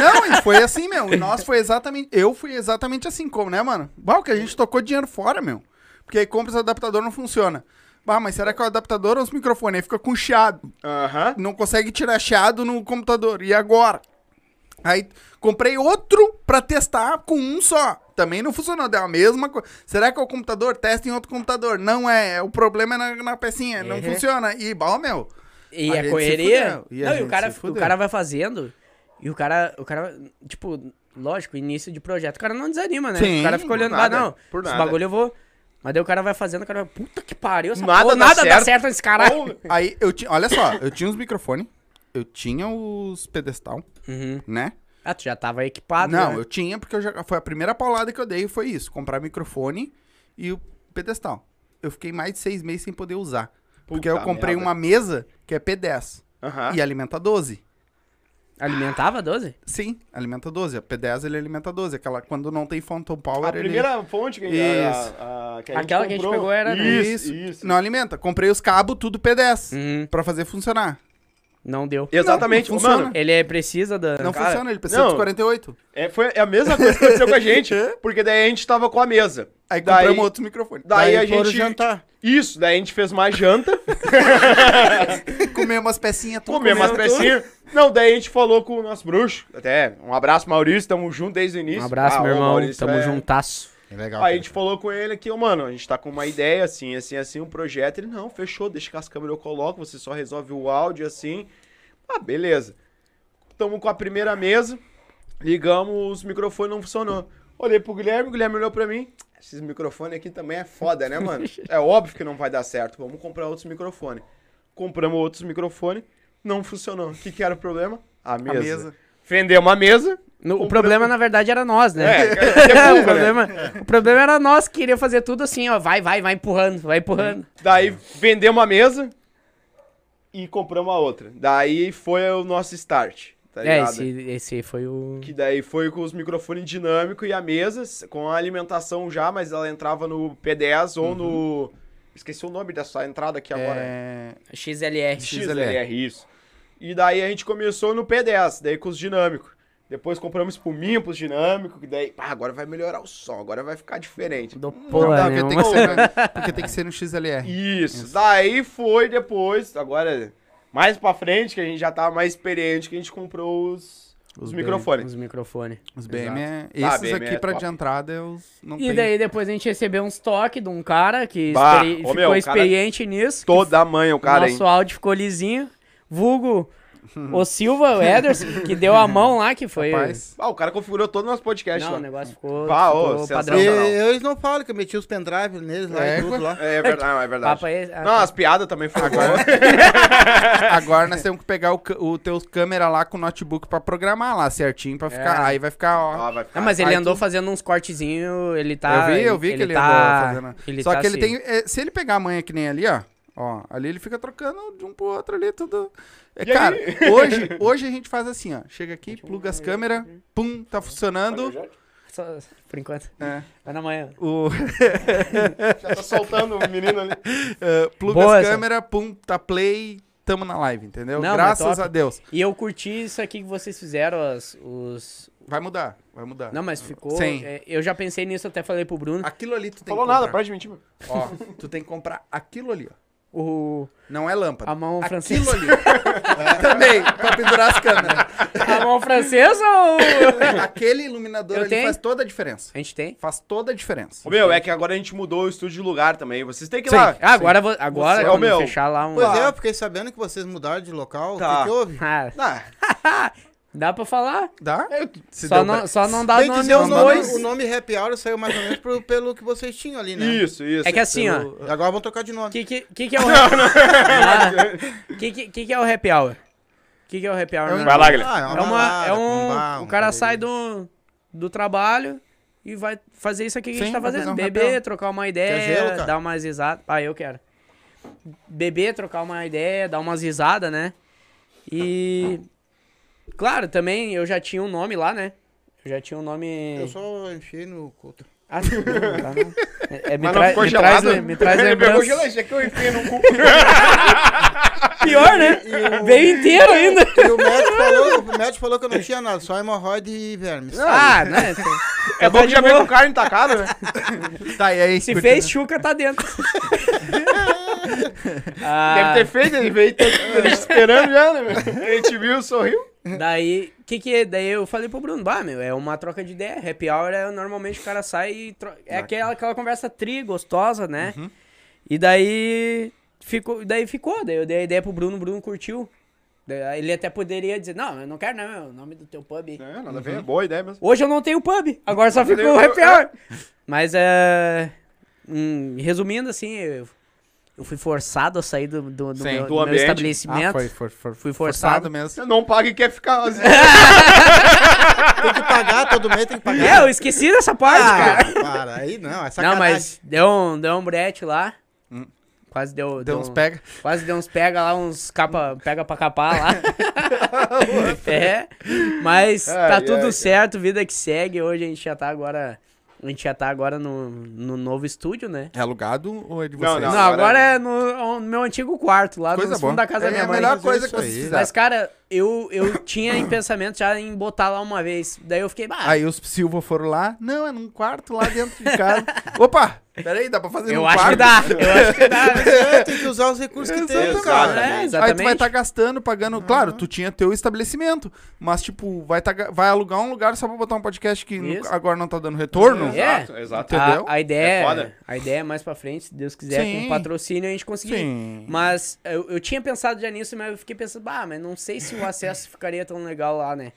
[SPEAKER 1] Não, e foi assim, meu. O nosso foi exatamente. Eu fui exatamente assim, como, né, mano? Bah, o que a gente tocou dinheiro fora, meu. Porque aí compra os adaptador não funciona. Bah, mas será que é o adaptador ou os microfones? Aí fica com chiado.
[SPEAKER 4] Aham.
[SPEAKER 1] Não consegue tirar chiado no computador. E agora? Aí comprei outro pra testar com um só. Também não funcionou, deu a mesma coisa. Será que é o computador? Testa em outro computador. Não é, é o problema é na, na pecinha, não funciona. E, bom, meu,
[SPEAKER 2] E
[SPEAKER 1] A
[SPEAKER 2] a,
[SPEAKER 1] gente se
[SPEAKER 2] correria.
[SPEAKER 1] fudeu, e a
[SPEAKER 2] não, e
[SPEAKER 1] gente
[SPEAKER 2] o cara,
[SPEAKER 1] se
[SPEAKER 2] o
[SPEAKER 1] fudeu.
[SPEAKER 2] cara vai fazendo. E o cara, o cara, tipo, lógico, início de projeto, o cara não desanima, né?
[SPEAKER 1] Sim,
[SPEAKER 2] o cara fica
[SPEAKER 1] por
[SPEAKER 2] olhando,
[SPEAKER 4] nada,
[SPEAKER 2] ah, não,
[SPEAKER 4] por
[SPEAKER 2] esse
[SPEAKER 4] nada."
[SPEAKER 2] bagulho eu vou. Mas daí o cara vai fazendo, o cara vai, puta que pariu, essa
[SPEAKER 4] Nada
[SPEAKER 2] porra,
[SPEAKER 4] dá
[SPEAKER 2] nada dá
[SPEAKER 4] certo.
[SPEAKER 2] certo nesse caralho.
[SPEAKER 1] Aí eu tinha, olha só, eu tinha os microfones, eu tinha os pedestal,
[SPEAKER 2] Uhum.
[SPEAKER 1] né?
[SPEAKER 2] Ah, tu já tava equipado.
[SPEAKER 1] Não,
[SPEAKER 2] né?
[SPEAKER 1] eu tinha porque eu já, foi a primeira paulada que eu dei foi isso, comprar microfone e o pedestal. Eu fiquei mais de seis meses sem poder usar, porque eu
[SPEAKER 4] Puta
[SPEAKER 1] comprei
[SPEAKER 4] merda.
[SPEAKER 1] uma mesa que é P10
[SPEAKER 4] Aham.
[SPEAKER 1] e alimenta 12.
[SPEAKER 2] Alimentava 12?
[SPEAKER 1] Sim, alimenta 12. A P10 ele alimenta 12, aquela quando não tem Phantom Power
[SPEAKER 4] A
[SPEAKER 1] ele
[SPEAKER 4] primeira fonte que a,
[SPEAKER 1] Isso.
[SPEAKER 4] a- a- que
[SPEAKER 2] Aquela que a gente
[SPEAKER 4] comprou-
[SPEAKER 2] pegou era, né?
[SPEAKER 4] Isso,
[SPEAKER 1] isso,
[SPEAKER 4] isso.
[SPEAKER 1] não alimenta. Comprei os cabos tudo P10
[SPEAKER 2] Uhum,
[SPEAKER 1] pra fazer funcionar.
[SPEAKER 2] não deu.
[SPEAKER 4] Exatamente,
[SPEAKER 1] Não, não
[SPEAKER 4] mano.
[SPEAKER 1] funciona.
[SPEAKER 2] Ele é- precisa da.
[SPEAKER 1] Não
[SPEAKER 4] Cara,
[SPEAKER 1] funciona, ele precisa
[SPEAKER 4] não.
[SPEAKER 1] de 48.
[SPEAKER 4] É, foi a mesma coisa que aconteceu com a gente, porque daí a gente tava com a mesa.
[SPEAKER 1] Aí
[SPEAKER 4] daí,
[SPEAKER 1] compramos outro microfone. [laughs]
[SPEAKER 4] Daí, a
[SPEAKER 3] foram
[SPEAKER 4] gente.
[SPEAKER 3] jantar.
[SPEAKER 4] Isso, daí a gente fez uma janta,
[SPEAKER 1] Comer umas pecinhas,
[SPEAKER 2] Tá
[SPEAKER 1] tudo
[SPEAKER 4] comemos umas
[SPEAKER 1] comeu.
[SPEAKER 4] pecinhas. Não, daí a gente falou com o nosso bruxo. Até um abraço, Maurício, tamo junto desde o início.
[SPEAKER 2] Um abraço,
[SPEAKER 4] Ah,
[SPEAKER 2] meu
[SPEAKER 4] ô,
[SPEAKER 2] irmão.
[SPEAKER 4] Maurício,
[SPEAKER 2] Tamo
[SPEAKER 4] é-
[SPEAKER 2] juntasso.
[SPEAKER 3] Legal.
[SPEAKER 4] Aí a gente falou com ele aqui, ô, mano, a gente tá com uma ideia assim, assim, assim, um projeto. Ele, não, fechou, deixa que as câmeras eu coloco, você só resolve o áudio assim. Ah, beleza. Tamo com a primeira mesa, ligamos, os microfones não funcionou. Olhei pro Guilherme, o Guilherme olhou pra mim. Esses microfones aqui também é foda, né, mano? É óbvio que não vai dar certo, vamos comprar outros microfones. Compramos outros microfones, não funcionou. O que que era o problema? A mesa.
[SPEAKER 1] mesa.
[SPEAKER 4] Vendemos a mesa.
[SPEAKER 2] No- o problema, na verdade, era nós, né?
[SPEAKER 4] É,
[SPEAKER 2] [laughs]
[SPEAKER 4] que é
[SPEAKER 2] o,
[SPEAKER 4] burro, né?
[SPEAKER 2] problema, o problema era nós que queria fazer tudo assim, ó. Vai, vai, vai empurrando, vai empurrando.
[SPEAKER 4] Daí vendemos uma mesa e compramos a outra. Daí foi o nosso start, tá
[SPEAKER 2] é,
[SPEAKER 4] ligado?
[SPEAKER 2] esse, esse foi o.
[SPEAKER 4] Que daí foi com os microfones dinâmicos e a mesa, s- com a alimentação já, mas ela entrava no P10 ou no. Esqueci o nome dessa entrada aqui agora. É...
[SPEAKER 1] É...
[SPEAKER 2] XLR. é.
[SPEAKER 4] XLR, isso. E daí a gente começou no P10, daí com os dinâmicos. Depois compramos espuminha pros dinâmicos, que daí, pá, agora vai melhorar o som, agora vai ficar diferente.
[SPEAKER 2] Do
[SPEAKER 1] Não
[SPEAKER 2] porra né? Um
[SPEAKER 1] dá, porque tem,
[SPEAKER 2] nenhuma.
[SPEAKER 1] que ser,
[SPEAKER 4] [laughs]
[SPEAKER 1] né? porque tem que ser no XLR.
[SPEAKER 4] Isso. Daí foi depois, agora mais pra frente, que a gente já tava mais experiente, que a gente comprou os, os,
[SPEAKER 1] Os
[SPEAKER 4] microfones.
[SPEAKER 2] Os microfones.
[SPEAKER 1] Os BM é...
[SPEAKER 4] Ah,
[SPEAKER 1] Esses
[SPEAKER 4] BM
[SPEAKER 1] aqui
[SPEAKER 4] é
[SPEAKER 1] pra
[SPEAKER 4] top.
[SPEAKER 1] de entrada, eu não
[SPEAKER 2] E
[SPEAKER 1] tem-
[SPEAKER 2] daí depois a gente recebeu uns toques de um cara que
[SPEAKER 4] Bah,
[SPEAKER 2] experi-
[SPEAKER 4] ô,
[SPEAKER 2] ficou
[SPEAKER 4] meu, o cara-
[SPEAKER 2] experiente nisso. que
[SPEAKER 4] Toda manhã o cara, hein?
[SPEAKER 2] Nosso áudio ficou lisinho. Vulgo,
[SPEAKER 1] [laughs]
[SPEAKER 2] o Silva, o Ederson, que deu a mão lá, que foi.
[SPEAKER 1] Rapaz,
[SPEAKER 4] Ah, o cara configurou todo o nosso podcast
[SPEAKER 2] Não, né? o
[SPEAKER 4] lá.
[SPEAKER 2] negócio ficou,
[SPEAKER 4] Bah, ô,
[SPEAKER 2] ficou padrão.
[SPEAKER 4] sensacional.
[SPEAKER 3] E
[SPEAKER 4] Não, não.
[SPEAKER 3] eu- eles não falam que eu meti os pendrive neles lá
[SPEAKER 1] É,
[SPEAKER 3] e tudo lá.
[SPEAKER 4] É verdade, não, é verdade.
[SPEAKER 2] Papo é- ah,
[SPEAKER 4] não,
[SPEAKER 2] tá.
[SPEAKER 4] as piadas também foram boas.
[SPEAKER 1] [laughs] Agora nós temos que pegar o, ca- o teu câmera lá com o notebook pra programar lá certinho, pra ficar. Aí vai ficar, ó.
[SPEAKER 4] Ah, vai ficar.
[SPEAKER 2] Não, mas ele
[SPEAKER 1] Aí
[SPEAKER 2] andou
[SPEAKER 1] tu-
[SPEAKER 2] fazendo uns cortezinhos, ele tá.
[SPEAKER 1] eu vi, eu vi que ele
[SPEAKER 2] tá-
[SPEAKER 1] andou fazendo.
[SPEAKER 2] ele
[SPEAKER 1] Só
[SPEAKER 2] tá
[SPEAKER 1] que ele
[SPEAKER 2] se-
[SPEAKER 1] tem. é, se ele pegar a manha que nem ali, ó. Ó, ali ele fica trocando de um pro outro ali, tudo. É,
[SPEAKER 4] aí?
[SPEAKER 1] cara, [laughs]
[SPEAKER 2] [laughs]
[SPEAKER 1] hoje, hoje a gente faz assim, ó. Chega aqui, pluga as câmeras, pum, tá funcionando.
[SPEAKER 2] Só, por enquanto.
[SPEAKER 1] É.
[SPEAKER 2] Vai na manhã.
[SPEAKER 1] O
[SPEAKER 4] Já tá soltando o menino ali.
[SPEAKER 1] eh, pluga
[SPEAKER 2] Boa
[SPEAKER 1] as
[SPEAKER 2] essa.
[SPEAKER 1] câmeras, pum, tá play, tamo na live, entendeu?
[SPEAKER 2] Não, mas
[SPEAKER 1] Graças
[SPEAKER 2] top.
[SPEAKER 1] a Deus.
[SPEAKER 2] E eu curti isso aqui que vocês fizeram, as- os.
[SPEAKER 1] Vai mudar, vai mudar.
[SPEAKER 2] Não, mas ficou.
[SPEAKER 1] Sim.
[SPEAKER 2] é, eu já pensei nisso, até falei pro Bruno.
[SPEAKER 1] Aquilo ali tu tem
[SPEAKER 4] Falou
[SPEAKER 1] que comprar.
[SPEAKER 4] nada, para de mentir. meu.
[SPEAKER 1] Ó, tu tem que comprar aquilo ali, ó.
[SPEAKER 2] O,
[SPEAKER 1] Não é lâmpada.
[SPEAKER 2] A mão
[SPEAKER 1] aquilo
[SPEAKER 2] francesa. [laughs]
[SPEAKER 1] ali. É, Também, pra pendurar as câmeras.
[SPEAKER 2] [laughs] a mão francesa ou.
[SPEAKER 1] Aquele iluminador
[SPEAKER 2] Eu
[SPEAKER 1] ali
[SPEAKER 2] tenho.
[SPEAKER 1] faz toda a diferença.
[SPEAKER 2] A gente tem?
[SPEAKER 1] Faz toda a diferença.
[SPEAKER 4] Ô, meu, é que agora a gente mudou o estúdio de lugar também. Vocês têm que ir
[SPEAKER 1] Sim.
[SPEAKER 4] lá.
[SPEAKER 2] Ah, agora, vou- agora
[SPEAKER 4] Você-
[SPEAKER 2] quando
[SPEAKER 4] Ô, meu,
[SPEAKER 2] fechar lá um.
[SPEAKER 3] é Pois é,
[SPEAKER 4] Ah.
[SPEAKER 3] eu fiquei sabendo que vocês mudaram de local. O
[SPEAKER 4] Tá.
[SPEAKER 3] que, que houve?
[SPEAKER 2] [laughs] Ah,
[SPEAKER 4] Ah,
[SPEAKER 2] dá pra falar?
[SPEAKER 1] Dá? Se
[SPEAKER 2] É, Só
[SPEAKER 1] deu
[SPEAKER 2] não,
[SPEAKER 1] pra-
[SPEAKER 2] só não dá
[SPEAKER 3] Tem que
[SPEAKER 2] nome
[SPEAKER 3] dizer o
[SPEAKER 2] dos
[SPEAKER 3] Tá nome,
[SPEAKER 2] dois.
[SPEAKER 3] o nome Happy Hour saiu mais ou menos pro- pelo que vocês tinham ali, né?
[SPEAKER 4] Isso, isso.
[SPEAKER 2] É que assim, ó.
[SPEAKER 3] E Agora vão trocar de nome.
[SPEAKER 2] Que que, que que é o happy Ah, que, que, que que é o happy hour? Que que é o happy hour?
[SPEAKER 4] Vai lá, Guilherme.
[SPEAKER 3] Ah, é
[SPEAKER 2] É
[SPEAKER 3] uma
[SPEAKER 2] uma,
[SPEAKER 3] balada,
[SPEAKER 2] é
[SPEAKER 3] com
[SPEAKER 2] um,
[SPEAKER 3] bar,
[SPEAKER 2] o cara
[SPEAKER 3] uma
[SPEAKER 2] sai
[SPEAKER 3] coisa.
[SPEAKER 2] do, do trabalho e vai fazer isso aqui que a
[SPEAKER 1] Sim,
[SPEAKER 2] gente tá
[SPEAKER 1] vai fazer
[SPEAKER 2] fazendo.
[SPEAKER 1] um
[SPEAKER 2] Beber,
[SPEAKER 1] happy hour.
[SPEAKER 2] trocar uma
[SPEAKER 3] gelo,
[SPEAKER 2] ideia,
[SPEAKER 3] cara?
[SPEAKER 2] dar umas risadas. Ah, eu quero. Beber, trocar uma ideia, dar umas risadas, né? E... Claro, também eu já tinha um nome lá, né? Eu já tinha um nome...
[SPEAKER 3] Eu só enfiei no culto.
[SPEAKER 2] Ah, não, tá, não. É, é, me,
[SPEAKER 4] Mas
[SPEAKER 2] trai-
[SPEAKER 4] não ficou
[SPEAKER 2] me
[SPEAKER 4] gelado?
[SPEAKER 2] traz, me traz
[SPEAKER 4] [laughs] Ele pegou
[SPEAKER 2] lembranças.
[SPEAKER 4] gelante, é que eu enfiei
[SPEAKER 2] [laughs]
[SPEAKER 4] no cu.
[SPEAKER 2] Pior, né? Veio inteiro ainda.
[SPEAKER 3] [laughs] E o médico, falou, o médico falou que eu não tinha nada, só hemorroide e vermes.
[SPEAKER 2] Ah, né? Tá-
[SPEAKER 4] É bom
[SPEAKER 2] tá
[SPEAKER 4] que
[SPEAKER 2] de
[SPEAKER 4] já veio
[SPEAKER 2] boa.
[SPEAKER 4] com carne tacada, né?
[SPEAKER 1] Tá, e aí?
[SPEAKER 2] Se
[SPEAKER 1] curtiu?
[SPEAKER 2] fez chuca, tá dentro. Ah,
[SPEAKER 4] Deve ter feito, ele veio te- ele te esperando já, né? meu? Ele te viu, sorriu.
[SPEAKER 2] daí, que que é? Daí eu falei pro Bruno, bah, meu, é uma troca de ideia. Happy hour é normalmente o cara sai e tro- é aquela aquela conversa tri gostosa, né? E daí ficou, daí ficou, daí eu dei a ideia pro Bruno, o Bruno curtiu. Daí Ele até poderia dizer, não, eu não quero não, é o nome do teu pub. aí.
[SPEAKER 4] É, nada a ver, é boa ideia mesmo.
[SPEAKER 2] Hoje eu não tenho pub, agora só fico
[SPEAKER 4] Eu-
[SPEAKER 2] o happy
[SPEAKER 4] eu-
[SPEAKER 2] hour. Mas é. hum, resumindo, assim, eu, eu fui forçado a sair do, do, do
[SPEAKER 1] Sim,
[SPEAKER 2] meu,
[SPEAKER 1] do
[SPEAKER 2] do meu
[SPEAKER 4] ambiente.
[SPEAKER 2] estabelecimento.
[SPEAKER 1] Ah, foi, for- for-
[SPEAKER 2] Fui forçado.
[SPEAKER 4] Você
[SPEAKER 1] mesmo.
[SPEAKER 4] não paga e quer ficar. assim.
[SPEAKER 3] Tem que pagar, todo mês tem que pagar.
[SPEAKER 2] É, eu esqueci dessa parte, cara.
[SPEAKER 3] Ah, para, aí não, é sacanagem.
[SPEAKER 2] Não, mas deu um, deu um brete lá.
[SPEAKER 1] Hum.
[SPEAKER 2] Quase deu,
[SPEAKER 1] Deu
[SPEAKER 2] deu
[SPEAKER 1] uns
[SPEAKER 2] um-
[SPEAKER 1] pega.
[SPEAKER 2] Quase deu uns pega lá, uns capa, pega pra capar
[SPEAKER 4] [laughs]
[SPEAKER 2] lá. [laughs] é, mas tá
[SPEAKER 4] Ai, ai,
[SPEAKER 2] tudo
[SPEAKER 4] cara.
[SPEAKER 2] certo, vida que segue. Hoje a gente já tá agora, a gente já tá agora no, no novo estúdio, né?
[SPEAKER 1] É alugado ou é de
[SPEAKER 4] Não,
[SPEAKER 1] vocês?
[SPEAKER 2] Não, agora, é no, no meu antigo quarto, lá
[SPEAKER 1] Coisa
[SPEAKER 2] no
[SPEAKER 1] boa.
[SPEAKER 2] fundo da
[SPEAKER 1] é
[SPEAKER 2] casa da minha
[SPEAKER 1] a
[SPEAKER 2] mãe.
[SPEAKER 1] melhor
[SPEAKER 3] Mas
[SPEAKER 1] coisa
[SPEAKER 3] isso
[SPEAKER 1] que vocês
[SPEAKER 3] aí.
[SPEAKER 1] fizeram.
[SPEAKER 2] Mas, cara, eu, eu tinha em pensamento já em botar lá uma vez. Daí eu fiquei, bah,
[SPEAKER 1] Aí os Silva foram lá. Não, é num quarto lá dentro de
[SPEAKER 2] [laughs]
[SPEAKER 1] casa. Opa, peraí, dá pra fazer
[SPEAKER 2] eu
[SPEAKER 1] num
[SPEAKER 2] acho que
[SPEAKER 1] quarto?
[SPEAKER 2] dá, eu acho que dá. [laughs]
[SPEAKER 3] É, tem que usar os recursos que tem,
[SPEAKER 4] Exatamente.
[SPEAKER 3] cara.
[SPEAKER 2] É,
[SPEAKER 1] Aí tu vai
[SPEAKER 2] exatamente. Uhum.
[SPEAKER 1] estar gastando, pagando. Claro, tu tinha teu estabelecimento. Mas, tipo, vai, tá, ga- vai alugar um lugar só pra botar um podcast que nu-
[SPEAKER 2] Isso.
[SPEAKER 1] agora não tá dando retorno.
[SPEAKER 2] É.
[SPEAKER 4] Exato, exato.
[SPEAKER 1] Entendeu?
[SPEAKER 2] A, a
[SPEAKER 4] É
[SPEAKER 2] ideia
[SPEAKER 4] foda.
[SPEAKER 2] a ideia é mais pra frente, se Deus quiser,
[SPEAKER 1] Sim.
[SPEAKER 2] com patrocínio a gente conseguir.
[SPEAKER 1] Sim.
[SPEAKER 2] Mas eu, eu tinha pensado já nisso, mas eu fiquei pensando, bah, mas não sei se o acesso ficaria tão legal lá, né?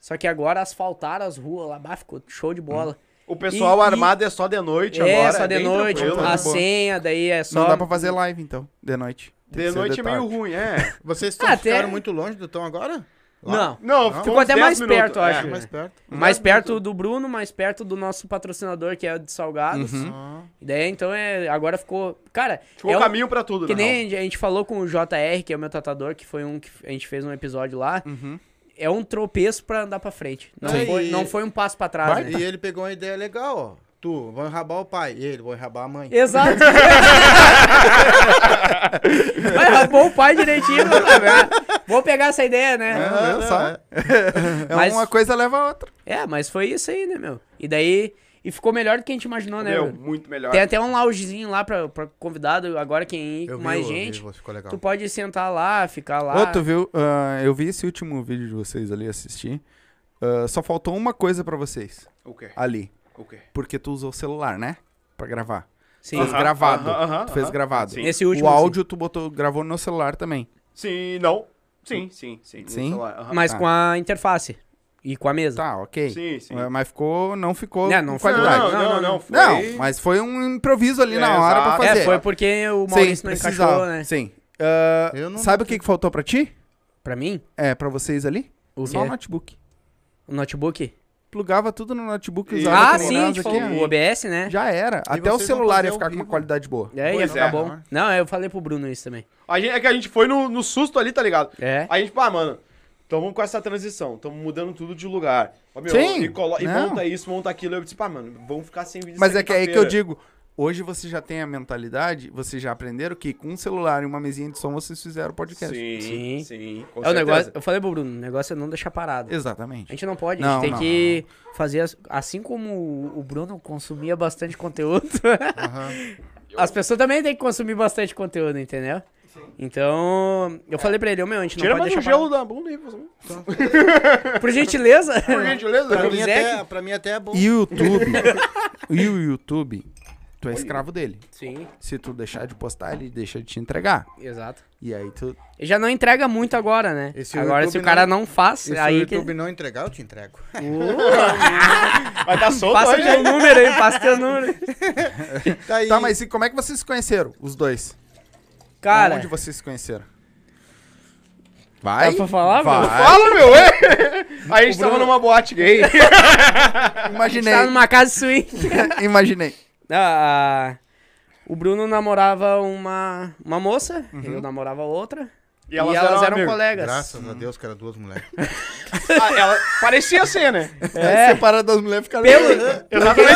[SPEAKER 2] Só que agora asfaltaram as ruas lá, bah, ficou show de bola.
[SPEAKER 4] O pessoal
[SPEAKER 2] E-
[SPEAKER 4] armado é só de noite
[SPEAKER 2] é,
[SPEAKER 4] agora.
[SPEAKER 2] só de
[SPEAKER 4] bem
[SPEAKER 2] noite,
[SPEAKER 4] tranquilo, né?
[SPEAKER 2] a
[SPEAKER 1] de boa.
[SPEAKER 2] senha, daí é só.
[SPEAKER 1] Não dá pra fazer live, então, de noite. Tem
[SPEAKER 4] De
[SPEAKER 1] que ser
[SPEAKER 4] noite é meio
[SPEAKER 1] tarde.
[SPEAKER 4] ruim, [laughs] é.
[SPEAKER 3] Vocês estão
[SPEAKER 2] Até-
[SPEAKER 3] ficaram muito longe do Tom agora? Lá?
[SPEAKER 2] Não.
[SPEAKER 4] Não,
[SPEAKER 3] Não?
[SPEAKER 4] ficou,
[SPEAKER 2] Ficou
[SPEAKER 4] uns
[SPEAKER 2] até
[SPEAKER 4] 10
[SPEAKER 2] mais
[SPEAKER 4] minutos.
[SPEAKER 2] perto, eu acho.
[SPEAKER 4] É,
[SPEAKER 3] Mais perto.
[SPEAKER 2] Mais perto do Bruno, mais perto do nosso patrocinador, que é o de Salgados.
[SPEAKER 3] Ah.
[SPEAKER 2] E daí, então, é, agora ficou. Cara,
[SPEAKER 4] Uhum. Ficou
[SPEAKER 2] é um-
[SPEAKER 4] caminho pra tudo, né?
[SPEAKER 2] que
[SPEAKER 4] na real.
[SPEAKER 2] nem a gente falou com o JR, que é o meu tratador, que foi um que a gente fez um episódio lá.
[SPEAKER 4] Uhum.
[SPEAKER 2] É um tropeço pra andar pra frente. Não,
[SPEAKER 3] Sim.
[SPEAKER 2] foi, não foi um passo pra trás. né?
[SPEAKER 3] E ele pegou uma ideia legal, ó. Tu, vou enrabar o pai. E ele, vou enrabar a mãe.
[SPEAKER 4] [laughs]
[SPEAKER 2] Exato. Vai, rapou o pai direitinho. né, velho? Vou pegar essa ideia, né?
[SPEAKER 1] É, é, só. É
[SPEAKER 2] Mas-
[SPEAKER 1] uma coisa leva a outra.
[SPEAKER 2] É, mas foi isso aí, né, meu? E daí. E ficou melhor do que a gente imaginou, né?
[SPEAKER 4] Meu,
[SPEAKER 2] meu?
[SPEAKER 4] muito melhor.
[SPEAKER 2] Tem até um loungezinho lá pra, pra convidado. Agora quem ir
[SPEAKER 3] Eu
[SPEAKER 2] com
[SPEAKER 3] vi,
[SPEAKER 2] mais
[SPEAKER 3] eu vi, um.
[SPEAKER 2] gente.
[SPEAKER 3] ficou legal.
[SPEAKER 2] tu pode sentar lá, ficar lá.
[SPEAKER 1] Ô, tu viu? ah, eu vi esse último vídeo de vocês ali, assisti. Ah, só faltou uma coisa pra vocês
[SPEAKER 4] O quê?
[SPEAKER 1] ali.
[SPEAKER 4] O quê?
[SPEAKER 1] Porque tu usou o celular, né? Pra gravar.
[SPEAKER 2] Sim.
[SPEAKER 1] Tu fez gravado.
[SPEAKER 4] aham, aham,
[SPEAKER 1] tu fez
[SPEAKER 4] aham.
[SPEAKER 1] gravado.
[SPEAKER 4] Sim.
[SPEAKER 2] Nesse último.
[SPEAKER 1] o
[SPEAKER 2] sim.
[SPEAKER 1] áudio tu botou, gravou no celular também.
[SPEAKER 4] Sim, não. Sim, sim, sim. no
[SPEAKER 1] Sim?
[SPEAKER 4] celular, aham.
[SPEAKER 2] Mas
[SPEAKER 1] Tá.
[SPEAKER 2] com a interface. E com a mesa.
[SPEAKER 1] Tá, ok.
[SPEAKER 4] Sim, sim.
[SPEAKER 1] Ah, Mas ficou, não ficou
[SPEAKER 2] Não, não
[SPEAKER 1] com
[SPEAKER 2] foi-
[SPEAKER 4] Não,
[SPEAKER 1] qualidade.
[SPEAKER 4] não, não, não, não. Foi...
[SPEAKER 1] Não, mas foi um improviso ali
[SPEAKER 4] É,
[SPEAKER 1] na hora
[SPEAKER 4] exato.
[SPEAKER 1] pra fazer.
[SPEAKER 2] É, foi porque o Maurício não encaixou,
[SPEAKER 1] precisava.
[SPEAKER 2] né?
[SPEAKER 1] Sim. Ah,
[SPEAKER 3] Eu não-
[SPEAKER 1] sabe o que, que faltou pra ti?
[SPEAKER 2] Pra mim,
[SPEAKER 1] É, pra vocês ali?
[SPEAKER 2] o,
[SPEAKER 1] Só o
[SPEAKER 2] quê?
[SPEAKER 1] notebook.
[SPEAKER 2] o notebook.
[SPEAKER 1] Plugava tudo no notebook
[SPEAKER 4] E-
[SPEAKER 1] usava
[SPEAKER 2] Ah,
[SPEAKER 1] como
[SPEAKER 2] sim,
[SPEAKER 1] base
[SPEAKER 2] tipo,
[SPEAKER 1] aqui.
[SPEAKER 2] o OBS, né?
[SPEAKER 1] Já era. Até o
[SPEAKER 3] vocês vão
[SPEAKER 1] celular
[SPEAKER 3] fazer
[SPEAKER 1] ia
[SPEAKER 3] ao
[SPEAKER 1] ficar com uma
[SPEAKER 3] vivo.
[SPEAKER 1] qualidade boa.
[SPEAKER 2] É, ia
[SPEAKER 4] Pois
[SPEAKER 2] ficar
[SPEAKER 4] é.
[SPEAKER 2] bom. Não, eu falei pro Bruno isso também.
[SPEAKER 1] Ah,
[SPEAKER 4] A gente, é que a gente foi no, no susto ali, tá ligado?
[SPEAKER 2] É.
[SPEAKER 4] A gente, pá, mano, Então vamos com essa transição, estamos mudando tudo de lugar. Ó, meu,
[SPEAKER 1] Sim,
[SPEAKER 4] E, colo- e
[SPEAKER 1] não.
[SPEAKER 4] monta isso, monta aquilo. Eu disse, pá, mano, vamos ficar sem vídeo.
[SPEAKER 1] Mas
[SPEAKER 4] essa
[SPEAKER 1] é que é aí que eu
[SPEAKER 4] quinta-feira."
[SPEAKER 1] digo. Hoje você já tem a mentalidade, vocês já aprenderam que com um celular e uma mesinha de som vocês fizeram podcast.
[SPEAKER 4] Sim,
[SPEAKER 2] Sim.
[SPEAKER 4] sim. com
[SPEAKER 2] É o
[SPEAKER 4] certeza.
[SPEAKER 2] negócio, eu falei pro Bruno, o negócio é não deixar parado. A
[SPEAKER 1] Exatamente.
[SPEAKER 2] gente não pode, a
[SPEAKER 1] Não,
[SPEAKER 2] gente tem
[SPEAKER 1] não,
[SPEAKER 2] que fazer. as- assim como o- o Bruno consumia bastante conteúdo,
[SPEAKER 1] Aham.
[SPEAKER 2] [laughs] as pessoas também têm que consumir bastante conteúdo, entendeu? Então, eu falei pra ele, ô, meu, a gente não
[SPEAKER 4] É. Tira
[SPEAKER 2] pode
[SPEAKER 4] mais um
[SPEAKER 2] deixar
[SPEAKER 4] gelo da bunda aí, por favor.
[SPEAKER 2] parado. Por gentileza.
[SPEAKER 4] [laughs] Por gentileza.
[SPEAKER 3] Pra
[SPEAKER 2] Não,
[SPEAKER 3] mim,
[SPEAKER 2] o
[SPEAKER 3] até,
[SPEAKER 2] Zeke-
[SPEAKER 3] pra mim até é
[SPEAKER 2] Então-
[SPEAKER 3] bom.
[SPEAKER 1] E o YouTube. e o YouTube, tu é escravo dele.
[SPEAKER 2] [laughs] Sim,
[SPEAKER 1] Se tu deixar de postar, ele deixa de te entregar.
[SPEAKER 2] exato.
[SPEAKER 1] E aí tu.
[SPEAKER 2] E já não entrega muito agora, né?
[SPEAKER 3] Esse
[SPEAKER 2] agora, se
[SPEAKER 3] YouTube
[SPEAKER 2] o cara
[SPEAKER 3] não-
[SPEAKER 2] não, faz,
[SPEAKER 3] Se o
[SPEAKER 2] aí que. [laughs]
[SPEAKER 3] YouTube não entregar, eu te entrego.
[SPEAKER 4] Vai tá solto
[SPEAKER 2] Passa
[SPEAKER 4] hoje,
[SPEAKER 2] teu
[SPEAKER 4] hein?
[SPEAKER 2] número aí, passa teu número.
[SPEAKER 3] Daí,
[SPEAKER 1] Tá, mas e como é que vocês se conheceram, os dois?
[SPEAKER 2] Cara,
[SPEAKER 1] Onde vocês se conheceram? Vai.
[SPEAKER 2] Dá pra falar, mano?
[SPEAKER 1] Vai.
[SPEAKER 4] Fala, meu! é. A gente tava numa boate gay.
[SPEAKER 1] Imaginei.
[SPEAKER 2] tá numa casa de swing.
[SPEAKER 1] [laughs] Imaginei.
[SPEAKER 2] Ah, o Bruno namorava uma, uma moça, eu namorava outra. E elas, eram,
[SPEAKER 4] amigas.
[SPEAKER 2] colegas.
[SPEAKER 3] graças a Deus, cara, duas mulheres.
[SPEAKER 4] Ah, ela... Parecia ser, né?
[SPEAKER 1] É. Separado das mulheres ficaram. [laughs]
[SPEAKER 2] Pelo, [laughs]
[SPEAKER 4] Exatamente.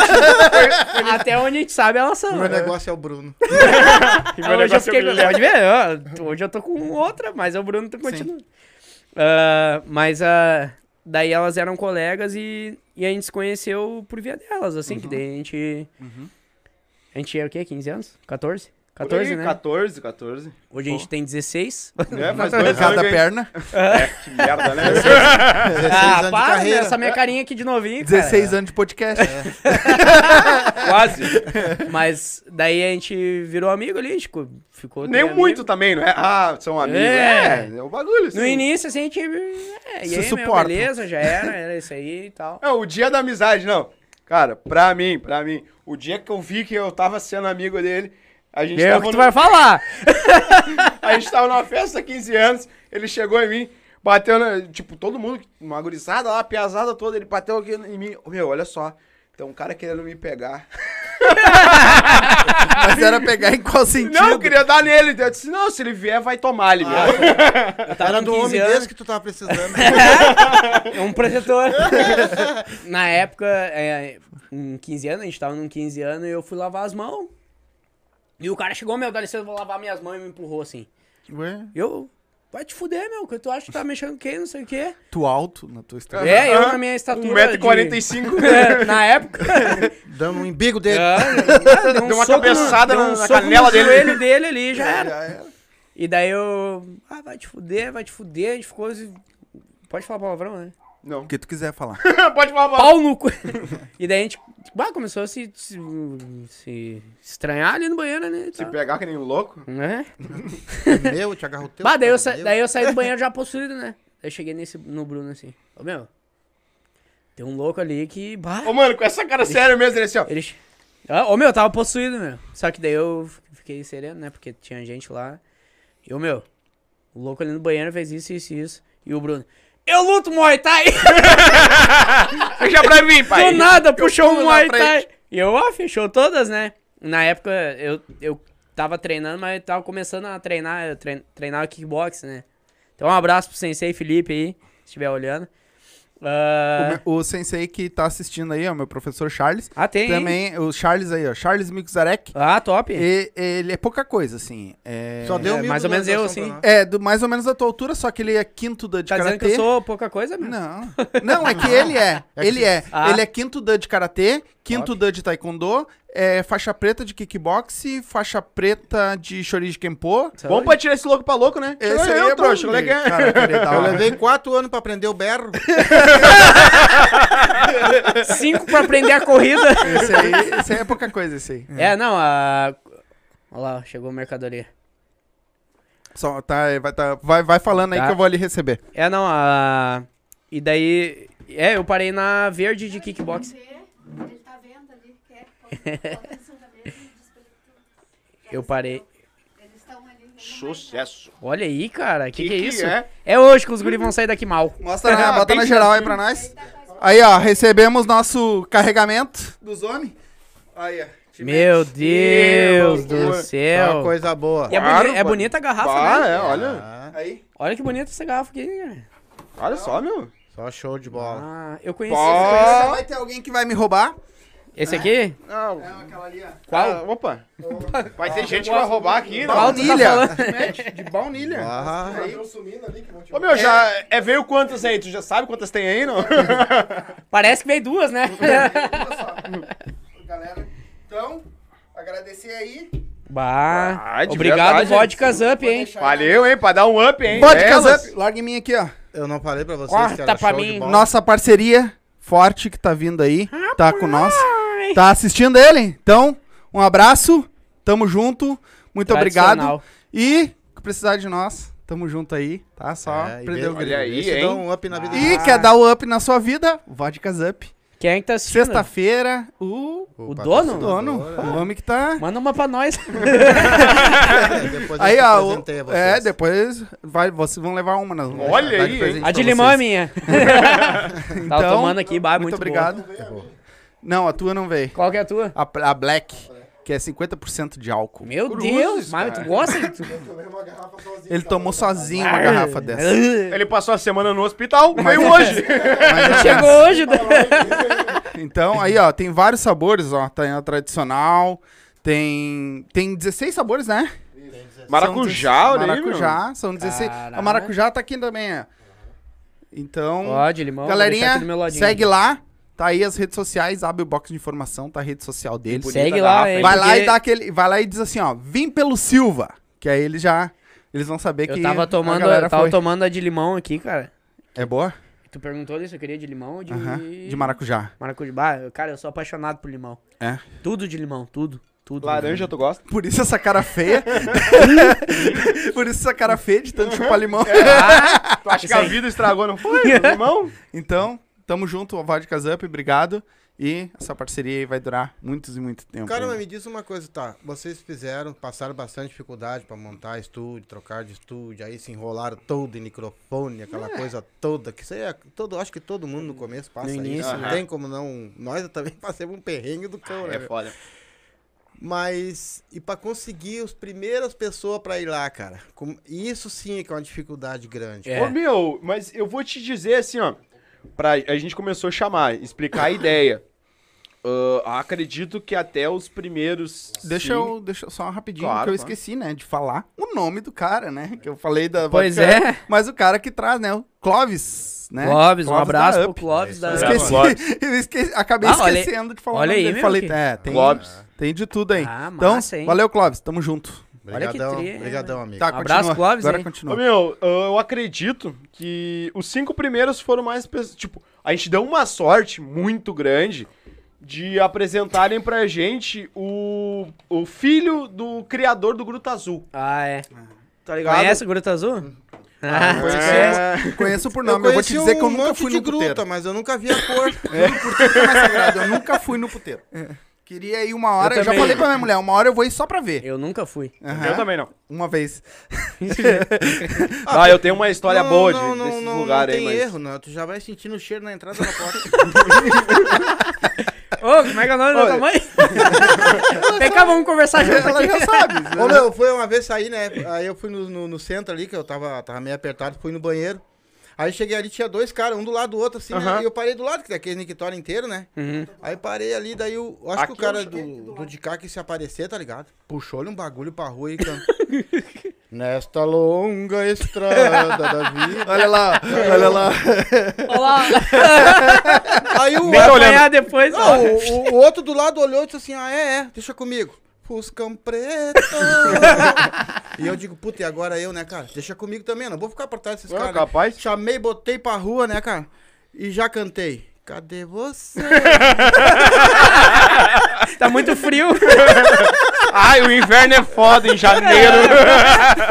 [SPEAKER 2] até onde a gente sabe, elas são.
[SPEAKER 3] Meu negócio é
[SPEAKER 2] [laughs]
[SPEAKER 3] o Bruno.
[SPEAKER 4] Que
[SPEAKER 2] Ah,
[SPEAKER 4] meu
[SPEAKER 2] hoje eu
[SPEAKER 4] negócio é
[SPEAKER 2] fiquei com...
[SPEAKER 4] brilhante.
[SPEAKER 2] Pode ver, ó, hoje eu tô com outra, mas o Bruno tá continuando. Ah, mas ah, daí elas eram colegas e, e a gente se conheceu por via delas, assim, que daí a gente. A gente tinha o quê? 15 anos? 14?
[SPEAKER 4] Por aí,
[SPEAKER 2] 14, né?
[SPEAKER 4] 14, 14.
[SPEAKER 2] Hoje a gente tem 16.
[SPEAKER 4] É, faz dois
[SPEAKER 1] Cada
[SPEAKER 4] anos que-
[SPEAKER 1] perna.
[SPEAKER 4] É, que merda, né?
[SPEAKER 3] 16 anos de
[SPEAKER 2] para, né?
[SPEAKER 3] carreira.
[SPEAKER 2] essa minha carinha aqui de
[SPEAKER 1] [laughs]
[SPEAKER 2] novinho, cara.
[SPEAKER 1] 16 anos de podcast.
[SPEAKER 2] É.
[SPEAKER 4] Quase.
[SPEAKER 2] Mas daí a gente virou amigo ali, tipo, ficou...
[SPEAKER 4] Nem
[SPEAKER 2] amigo.
[SPEAKER 4] muito também, não é? Ah, são amigos.
[SPEAKER 2] É.
[SPEAKER 4] É, é o bagulho. assim.
[SPEAKER 2] No início, assim, a gente... É,
[SPEAKER 1] Se
[SPEAKER 2] e aí, meu,
[SPEAKER 1] suporta.
[SPEAKER 2] beleza, já era, era isso aí e
[SPEAKER 4] [laughs]
[SPEAKER 2] tal.
[SPEAKER 4] É, o dia da amizade, não. Cara, pra mim, pra mim, o dia que eu vi que eu tava sendo amigo dele, a gente,
[SPEAKER 2] É o
[SPEAKER 4] tava,
[SPEAKER 2] que tu
[SPEAKER 4] no-
[SPEAKER 2] vai falar.
[SPEAKER 4] [laughs] a gente tava numa festa há 15 anos, ele chegou em mim, bateu, na, tipo, todo mundo, uma gurizada lá, a piazada toda, ele bateu aqui em mim. Ô, Meu, olha só, tem um cara querendo me pegar.
[SPEAKER 1] Mas era pegar em qual sentido?
[SPEAKER 4] [laughs] Não, eu queria dar nele. Eu disse, não, se ele vier, vai tomar ele, mesmo.
[SPEAKER 2] Eu tava
[SPEAKER 3] Era
[SPEAKER 2] com
[SPEAKER 3] do
[SPEAKER 2] 15
[SPEAKER 3] homem
[SPEAKER 2] anos,
[SPEAKER 3] desse que tu tava
[SPEAKER 2] [laughs]
[SPEAKER 3] precisando.
[SPEAKER 2] é um protetor. Na época, é, em 15 anos, a gente tava num 15 anos e eu fui lavar as mãos. E o cara chegou, meu, dá licença, eu vou lavar minhas mãos e me empurrou, assim.
[SPEAKER 1] Ué,
[SPEAKER 2] E Eu, vai te fuder, meu, que tu acha que tá mexendo com quem, não sei o quê.
[SPEAKER 1] tu alto na tua história.
[SPEAKER 2] É, eu
[SPEAKER 4] Aham.
[SPEAKER 2] na minha estatura
[SPEAKER 4] 1,45m.
[SPEAKER 2] de- [laughs] É, na
[SPEAKER 4] [laughs]
[SPEAKER 2] época.
[SPEAKER 3] Dando um embigo dele.
[SPEAKER 2] Ah,
[SPEAKER 4] Deu uma
[SPEAKER 2] soco no-
[SPEAKER 4] cabeçada
[SPEAKER 2] deu um
[SPEAKER 4] na- na
[SPEAKER 2] soco
[SPEAKER 4] canela
[SPEAKER 2] no
[SPEAKER 4] dele. É.
[SPEAKER 2] joelho dele ali, já
[SPEAKER 4] Ah,
[SPEAKER 2] era. E daí eu. Ah, vai te fuder, vai te fuder. A gente ficou. Pode falar palavrão, né?
[SPEAKER 4] Não.
[SPEAKER 1] O que tu quiser falar.
[SPEAKER 4] [laughs] Pode falar,
[SPEAKER 2] Pau no cu. [laughs] e daí a gente. Bah, começou a se, se, se estranhar ali no banheiro, né? e
[SPEAKER 4] Se
[SPEAKER 2] tal.
[SPEAKER 4] pegar que nem um louco.
[SPEAKER 2] Né?
[SPEAKER 3] Meu, te agarro o teu.
[SPEAKER 2] Bah, daí eu, sa-
[SPEAKER 3] meu.
[SPEAKER 2] daí eu saí do
[SPEAKER 4] [laughs]
[SPEAKER 2] banheiro já possuído, né? Daí Eu cheguei nesse, no Bruno assim. Ô meu, tem um louco ali que. Bah,
[SPEAKER 4] Ô, mano, com essa cara séria mesmo, ele assim, ó.
[SPEAKER 2] Eles. Ah, Ô, meu, eu tava possuído, meu. Só que daí eu f- fiquei sereno, né? Porque tinha gente lá. E o meu, o louco ali no banheiro fez isso, isso e isso. E o Bruno, eu luto Muay Thai! [laughs]
[SPEAKER 4] Deixa pra mim, pai. [laughs]
[SPEAKER 2] Do nada, puxou
[SPEAKER 1] pulo
[SPEAKER 2] um
[SPEAKER 1] na
[SPEAKER 2] Muay
[SPEAKER 1] frente.
[SPEAKER 2] Thai. E eu, ó, fechou todas, né? Na época, eu, eu tava treinando, mas eu tava começando a treinar. Eu trein, treinava kickbox, né? Então, um abraço pro Sensei Felipe aí, se estiver olhando.
[SPEAKER 1] O
[SPEAKER 2] Ah,
[SPEAKER 1] me- O, sensei que tá assistindo aí, ó, meu professor Charles.
[SPEAKER 2] ah, tem. hein?
[SPEAKER 1] Também, o Charles aí, ó. Charles Mikuzarek.
[SPEAKER 2] Ah, top.
[SPEAKER 1] E- Ele é pouca coisa, assim. É,
[SPEAKER 3] Só deu
[SPEAKER 2] É,
[SPEAKER 3] mil
[SPEAKER 2] mais ou menos eu,
[SPEAKER 3] visualizações
[SPEAKER 2] assim.
[SPEAKER 3] pra nós.
[SPEAKER 1] é do, mais ou menos da tua altura, só que ele é quinto da de
[SPEAKER 2] Tá dizendo
[SPEAKER 1] karatê.
[SPEAKER 2] que eu sou pouca coisa, meu?
[SPEAKER 1] Não. Não, é que ele [laughs] é.
[SPEAKER 3] que
[SPEAKER 1] Ele é.
[SPEAKER 2] Ah.
[SPEAKER 1] Ele é quinto dan de karatê, quinto dan de taekwondo, é faixa preta de kickboxe, faixa preta de shorin de kenpo.
[SPEAKER 4] Bom pra tirar esse louco pra louco, né?
[SPEAKER 1] Esse aí
[SPEAKER 4] eu,
[SPEAKER 1] é
[SPEAKER 4] trouxa,
[SPEAKER 1] bom,
[SPEAKER 4] como é que é?
[SPEAKER 1] cara, cara, ele tá
[SPEAKER 3] Eu
[SPEAKER 1] lá.
[SPEAKER 3] levei quatro anos pra aprender o berro.
[SPEAKER 2] Cinco pra aprender a corrida.
[SPEAKER 1] Esse aí, esse aí é pouca coisa, esse aí.
[SPEAKER 2] é, não, a. Olha lá, chegou a mercadoria.
[SPEAKER 1] Só, tá, vai, tá- vai, vai falando aí
[SPEAKER 2] Tá.
[SPEAKER 1] que eu vou ali receber.
[SPEAKER 2] É, não, a. E daí. É, eu parei na verde de kickbox.
[SPEAKER 5] Ele tá vendo ali, quer. Bota em cima da mesa e diz pra ele que-
[SPEAKER 2] Eu parei.
[SPEAKER 5] Eles estão ali. né? ele não vai
[SPEAKER 4] Sucesso.
[SPEAKER 2] Olha aí, cara, que que, é
[SPEAKER 4] que
[SPEAKER 2] isso?
[SPEAKER 4] é?
[SPEAKER 2] É? hoje que os guris vão sair daqui mal.
[SPEAKER 1] Mostra, na,
[SPEAKER 4] Ah,
[SPEAKER 1] Tá, bota
[SPEAKER 4] bem
[SPEAKER 1] na geral aí pra nós. Aí, ó, recebemos nosso carregamento.
[SPEAKER 4] Dos homens? Aí, ó.
[SPEAKER 2] Meu Deus
[SPEAKER 4] Deus
[SPEAKER 2] do
[SPEAKER 4] do
[SPEAKER 3] É uma
[SPEAKER 2] céu.
[SPEAKER 3] coisa boa.
[SPEAKER 2] E é, boni-
[SPEAKER 4] Claro,
[SPEAKER 2] é
[SPEAKER 4] mano.
[SPEAKER 2] bonita a garrafa,
[SPEAKER 4] Ah,
[SPEAKER 2] né?
[SPEAKER 4] é, olha.
[SPEAKER 3] Ah,
[SPEAKER 4] Aí.
[SPEAKER 2] Olha que bonita essa garrafa aqui, cara.
[SPEAKER 4] Olha só, meu.
[SPEAKER 3] Só show de bola.
[SPEAKER 2] Ah, eu conheci.
[SPEAKER 1] Essa vai ter alguém que vai me roubar.
[SPEAKER 2] Esse aqui?
[SPEAKER 4] Não,
[SPEAKER 1] É Aquela ali, ó.
[SPEAKER 2] Qual?
[SPEAKER 4] ah, [laughs] opa. Vai ter gente que vai roubar aqui, né?
[SPEAKER 2] Qual tu tá
[SPEAKER 1] [laughs]
[SPEAKER 2] falando?
[SPEAKER 1] De baunilha.
[SPEAKER 3] Ah,
[SPEAKER 1] Tá
[SPEAKER 4] Ô, meu, já é, veio quantas aí? Tu já sabe quantas tem aí, não?
[SPEAKER 2] Parece que veio duas,
[SPEAKER 4] [laughs]
[SPEAKER 2] né?
[SPEAKER 1] [laughs] Galera, então, agradecer aí.
[SPEAKER 2] Bah.
[SPEAKER 4] Ah, de
[SPEAKER 2] Obrigado,
[SPEAKER 4] verdade.
[SPEAKER 2] Vodka Zup, hein?
[SPEAKER 4] [laughs] Valeu, hein? Pra dar um up, hein?
[SPEAKER 1] Pode
[SPEAKER 4] Elas.
[SPEAKER 1] casar. Larga em mim aqui, ó.
[SPEAKER 3] eu não falei pra vocês que
[SPEAKER 2] Corta
[SPEAKER 3] era
[SPEAKER 2] pra
[SPEAKER 3] show de
[SPEAKER 2] mim.
[SPEAKER 3] bola.
[SPEAKER 1] Nossa parceria forte que tá vindo aí, tá com nós. Tá assistindo ele? Então, um abraço, tamo junto, muito
[SPEAKER 2] Tradicional.
[SPEAKER 1] obrigado. E, que precisar de nós, tamo junto aí, tá? Só
[SPEAKER 3] É, e
[SPEAKER 1] prender
[SPEAKER 3] vê-
[SPEAKER 1] o
[SPEAKER 4] olha
[SPEAKER 1] grito.
[SPEAKER 4] aí,
[SPEAKER 3] Vê se
[SPEAKER 4] hein?
[SPEAKER 3] dá um up na vida.
[SPEAKER 1] E
[SPEAKER 3] Ah,
[SPEAKER 1] quer dar o up na sua vida? Vodka Up.
[SPEAKER 2] Quem é que tá assistindo?
[SPEAKER 1] Sexta-feira, o
[SPEAKER 2] O
[SPEAKER 1] tá
[SPEAKER 3] patrocinador,
[SPEAKER 2] dono?
[SPEAKER 1] dono, o homem que tá.
[SPEAKER 2] Manda uma
[SPEAKER 1] [laughs]
[SPEAKER 2] pra nós.
[SPEAKER 3] é, depois eu
[SPEAKER 1] Aí, ó, o-
[SPEAKER 3] apresentei a vocês.
[SPEAKER 1] é, depois vai, vocês vão levar uma. Nós vamos
[SPEAKER 4] Olha
[SPEAKER 1] deixar, dar de
[SPEAKER 4] aí,
[SPEAKER 1] presente
[SPEAKER 4] hein?
[SPEAKER 2] A de
[SPEAKER 1] pra
[SPEAKER 2] limão é
[SPEAKER 1] vocês.
[SPEAKER 2] minha.
[SPEAKER 1] Então,
[SPEAKER 2] Tava tomando aqui, bah,
[SPEAKER 1] muito
[SPEAKER 2] muito boa.
[SPEAKER 1] obrigado. Não, a tua não veio.
[SPEAKER 2] Qual que é a tua?
[SPEAKER 1] A, a Black, que é 50% de álcool.
[SPEAKER 2] Meu
[SPEAKER 4] Cruzes,
[SPEAKER 2] Deus, mas
[SPEAKER 4] cara.
[SPEAKER 2] tu
[SPEAKER 1] [laughs]
[SPEAKER 2] gosta de tu?
[SPEAKER 1] Ele tomou sozinho uma garrafa
[SPEAKER 2] [laughs]
[SPEAKER 1] dessa.
[SPEAKER 4] Ele passou a semana no hospital, veio hoje.
[SPEAKER 1] Mas é
[SPEAKER 2] Chegou hoje. né?
[SPEAKER 1] essa. Então, aí, ó, tem vários sabores, ó. Tem a tradicional, tem. Tem 16 sabores, né?
[SPEAKER 4] [laughs] Maracujá,
[SPEAKER 1] São
[SPEAKER 4] olha
[SPEAKER 1] 16
[SPEAKER 4] aí, meu.
[SPEAKER 1] Maracujá, são 16.
[SPEAKER 2] Caraca.
[SPEAKER 1] A maracujá tá aqui também, ó. Então,
[SPEAKER 2] Ó, de limão. vou deixar
[SPEAKER 1] galerinha,
[SPEAKER 2] aqui do meu ladinho.
[SPEAKER 1] segue lá. Tá aí as redes sociais, abre o box de informação, tá a rede social dele.
[SPEAKER 2] Segue
[SPEAKER 4] Bonita
[SPEAKER 2] lá,
[SPEAKER 4] garrafa,
[SPEAKER 2] hein?
[SPEAKER 4] hein?
[SPEAKER 1] Vai lá
[SPEAKER 2] porque
[SPEAKER 1] e dá aquele. Vai lá e diz assim, ó, vim pelo Silva. Que aí eles já. Eles vão saber que.
[SPEAKER 2] Eu tava tomando,
[SPEAKER 1] a galera
[SPEAKER 2] eu tava
[SPEAKER 1] foi.
[SPEAKER 2] tomando a de limão aqui, cara.
[SPEAKER 1] É boa?
[SPEAKER 2] Tu perguntou se eu queria de limão ou de...
[SPEAKER 1] Aham. De maracujá.
[SPEAKER 2] Maracujá. Bah, Cara, eu sou apaixonado por limão.
[SPEAKER 1] É.
[SPEAKER 2] Tudo de limão, tudo. Tudo.
[SPEAKER 4] Laranja,
[SPEAKER 1] [laughs]
[SPEAKER 4] tu gosta?
[SPEAKER 1] Por isso essa cara
[SPEAKER 4] [laughs]
[SPEAKER 1] feia. Por isso essa cara feia de tanto chupar limão.
[SPEAKER 4] É. Tu acha que a vida estragou, não foi, meu irmão?
[SPEAKER 1] Então, tamo junto, ó, Vodka Zup, obrigado. E essa parceria aí vai durar muitos e muito tempo.
[SPEAKER 3] Cara, mas
[SPEAKER 1] ainda.
[SPEAKER 3] me diz uma coisa, tá? Vocês fizeram, passaram bastante dificuldade pra montar estúdio, trocar de estúdio, aí se enrolaram todo em microfone, aquela
[SPEAKER 2] É.
[SPEAKER 3] coisa toda, que isso aí é todo, acho que todo mundo no começo passa
[SPEAKER 2] No início, Ah,
[SPEAKER 3] isso, não
[SPEAKER 4] né?
[SPEAKER 3] tem como não. Nós também [laughs] passamos um perrengue do cão, né?
[SPEAKER 4] É foda.
[SPEAKER 3] Mas e pra conseguir as primeiras pessoas pra ir lá, cara? Como- isso sim é que é uma dificuldade grande.
[SPEAKER 2] É.
[SPEAKER 3] É.
[SPEAKER 4] Ô, meu, mas eu vou te dizer assim, ó. Pra, a gente começou a chamar, explicar a [laughs] ideia. Ah, acredito que até os primeiros.
[SPEAKER 1] Deixa
[SPEAKER 4] cinco-
[SPEAKER 1] eu, deixa eu só rapidinho,
[SPEAKER 4] Claro,
[SPEAKER 1] que eu
[SPEAKER 4] claro.
[SPEAKER 1] esqueci, né, de falar o nome do cara, né? Que eu falei da.
[SPEAKER 2] Pois
[SPEAKER 1] vodka
[SPEAKER 2] é.
[SPEAKER 1] Up, Mas o cara que traz, né? O Clóvis, né?
[SPEAKER 2] Clóvis, um
[SPEAKER 1] da
[SPEAKER 2] abraço pro
[SPEAKER 1] Up.
[SPEAKER 2] Clóvis da...
[SPEAKER 1] É Esqueci, [laughs]
[SPEAKER 4] Clóvis.
[SPEAKER 1] eu esqueci, acabei
[SPEAKER 2] Ah, olha-
[SPEAKER 1] esquecendo de falar o
[SPEAKER 2] olha
[SPEAKER 1] nome
[SPEAKER 2] aí,
[SPEAKER 1] dele.
[SPEAKER 2] meu,
[SPEAKER 1] Falei,
[SPEAKER 2] que-
[SPEAKER 1] é, tem,
[SPEAKER 4] Clóvis.
[SPEAKER 1] tem de tudo aí.
[SPEAKER 2] Ah,
[SPEAKER 1] então,
[SPEAKER 2] massa, hein?
[SPEAKER 1] valeu, Clóvis, tamo junto.
[SPEAKER 3] Obrigadão,
[SPEAKER 2] Olha que tri,
[SPEAKER 3] obrigadão, amigo.
[SPEAKER 1] Tá,
[SPEAKER 2] Um abraço,
[SPEAKER 1] continua.
[SPEAKER 2] Clóvis,
[SPEAKER 1] Agora
[SPEAKER 2] aí.
[SPEAKER 4] Ô,
[SPEAKER 1] continua.
[SPEAKER 4] meu, ah, eu acredito que os cinco primeiros foram mais. pes- Tipo, a gente deu uma sorte muito grande de apresentarem pra gente o, o filho do criador do Gruta Azul.
[SPEAKER 2] Ah, é.
[SPEAKER 4] Tá ligado?
[SPEAKER 2] Conhece o Gruta Azul? Ah,
[SPEAKER 4] É.
[SPEAKER 1] Conheço por nome, eu vou te
[SPEAKER 3] conheci
[SPEAKER 1] dizer que eu
[SPEAKER 3] um
[SPEAKER 1] nunca
[SPEAKER 3] monte
[SPEAKER 1] fui
[SPEAKER 3] de
[SPEAKER 1] no
[SPEAKER 3] gruta,
[SPEAKER 1] puteiro.
[SPEAKER 3] mas eu nunca vi
[SPEAKER 2] [laughs]
[SPEAKER 3] a cor.
[SPEAKER 1] é Eu nunca fui no [laughs] puteiro. É. Queria ir uma hora,
[SPEAKER 2] Eu
[SPEAKER 1] eu já
[SPEAKER 2] também.
[SPEAKER 1] falei pra minha mulher, uma hora eu vou ir só pra ver.
[SPEAKER 2] Eu nunca fui.
[SPEAKER 1] Aham,
[SPEAKER 4] Eu também não.
[SPEAKER 1] Uma vez.
[SPEAKER 4] Ah, eu tenho uma história
[SPEAKER 3] Não,
[SPEAKER 4] boa de,
[SPEAKER 3] não, não,
[SPEAKER 4] desses
[SPEAKER 3] não,
[SPEAKER 4] lugares aí,
[SPEAKER 3] Não
[SPEAKER 4] mas.
[SPEAKER 3] tem erro, não. Tu já vai sentindo o cheiro na entrada da
[SPEAKER 4] [laughs]
[SPEAKER 3] porta.
[SPEAKER 2] Ô, como é que é o nome da
[SPEAKER 4] Olha.
[SPEAKER 2] tua mãe? Vem cá, vamos conversar junto
[SPEAKER 1] Ela
[SPEAKER 2] aqui.
[SPEAKER 1] já sabe.
[SPEAKER 3] Ô, meu, foi uma vez sair, né? Aí eu fui no, no- no centro ali, que eu tava, tava meio apertado, fui no banheiro. Aí cheguei ali, tinha dois caras, um do lado do outro, assim, né?
[SPEAKER 4] Aham. Uhum.
[SPEAKER 3] E eu parei do lado, que daquele nictório inteiro, né? Aí parei ali, daí eu eu acho
[SPEAKER 4] Aqui é um
[SPEAKER 3] que o cara
[SPEAKER 4] eu
[SPEAKER 3] do, do de cá que se aparecer, tá ligado? Puxou-lhe um bagulho pra rua e
[SPEAKER 4] [laughs]
[SPEAKER 3] cantou. Nesta longa estrada da vida.
[SPEAKER 1] [laughs] Olha lá, olha lá.
[SPEAKER 2] Olha lá,
[SPEAKER 3] Aí o,
[SPEAKER 2] vai
[SPEAKER 3] outro-
[SPEAKER 2] apanhar depois. ó.
[SPEAKER 3] Não, [laughs] o, o- o outro do lado olhou e disse assim: Ah, é, é, deixa comigo. Fuscão preto. [laughs] e eu digo, puta, e agora eu, né, cara? Deixa comigo também, não vou ficar por trás desses
[SPEAKER 4] Ah,
[SPEAKER 3] caras.
[SPEAKER 4] capaz.
[SPEAKER 3] Chamei, botei pra rua, né, cara? E já cantei. Cadê você?
[SPEAKER 2] Tá muito frio.
[SPEAKER 4] Ai, o inverno é foda em janeiro.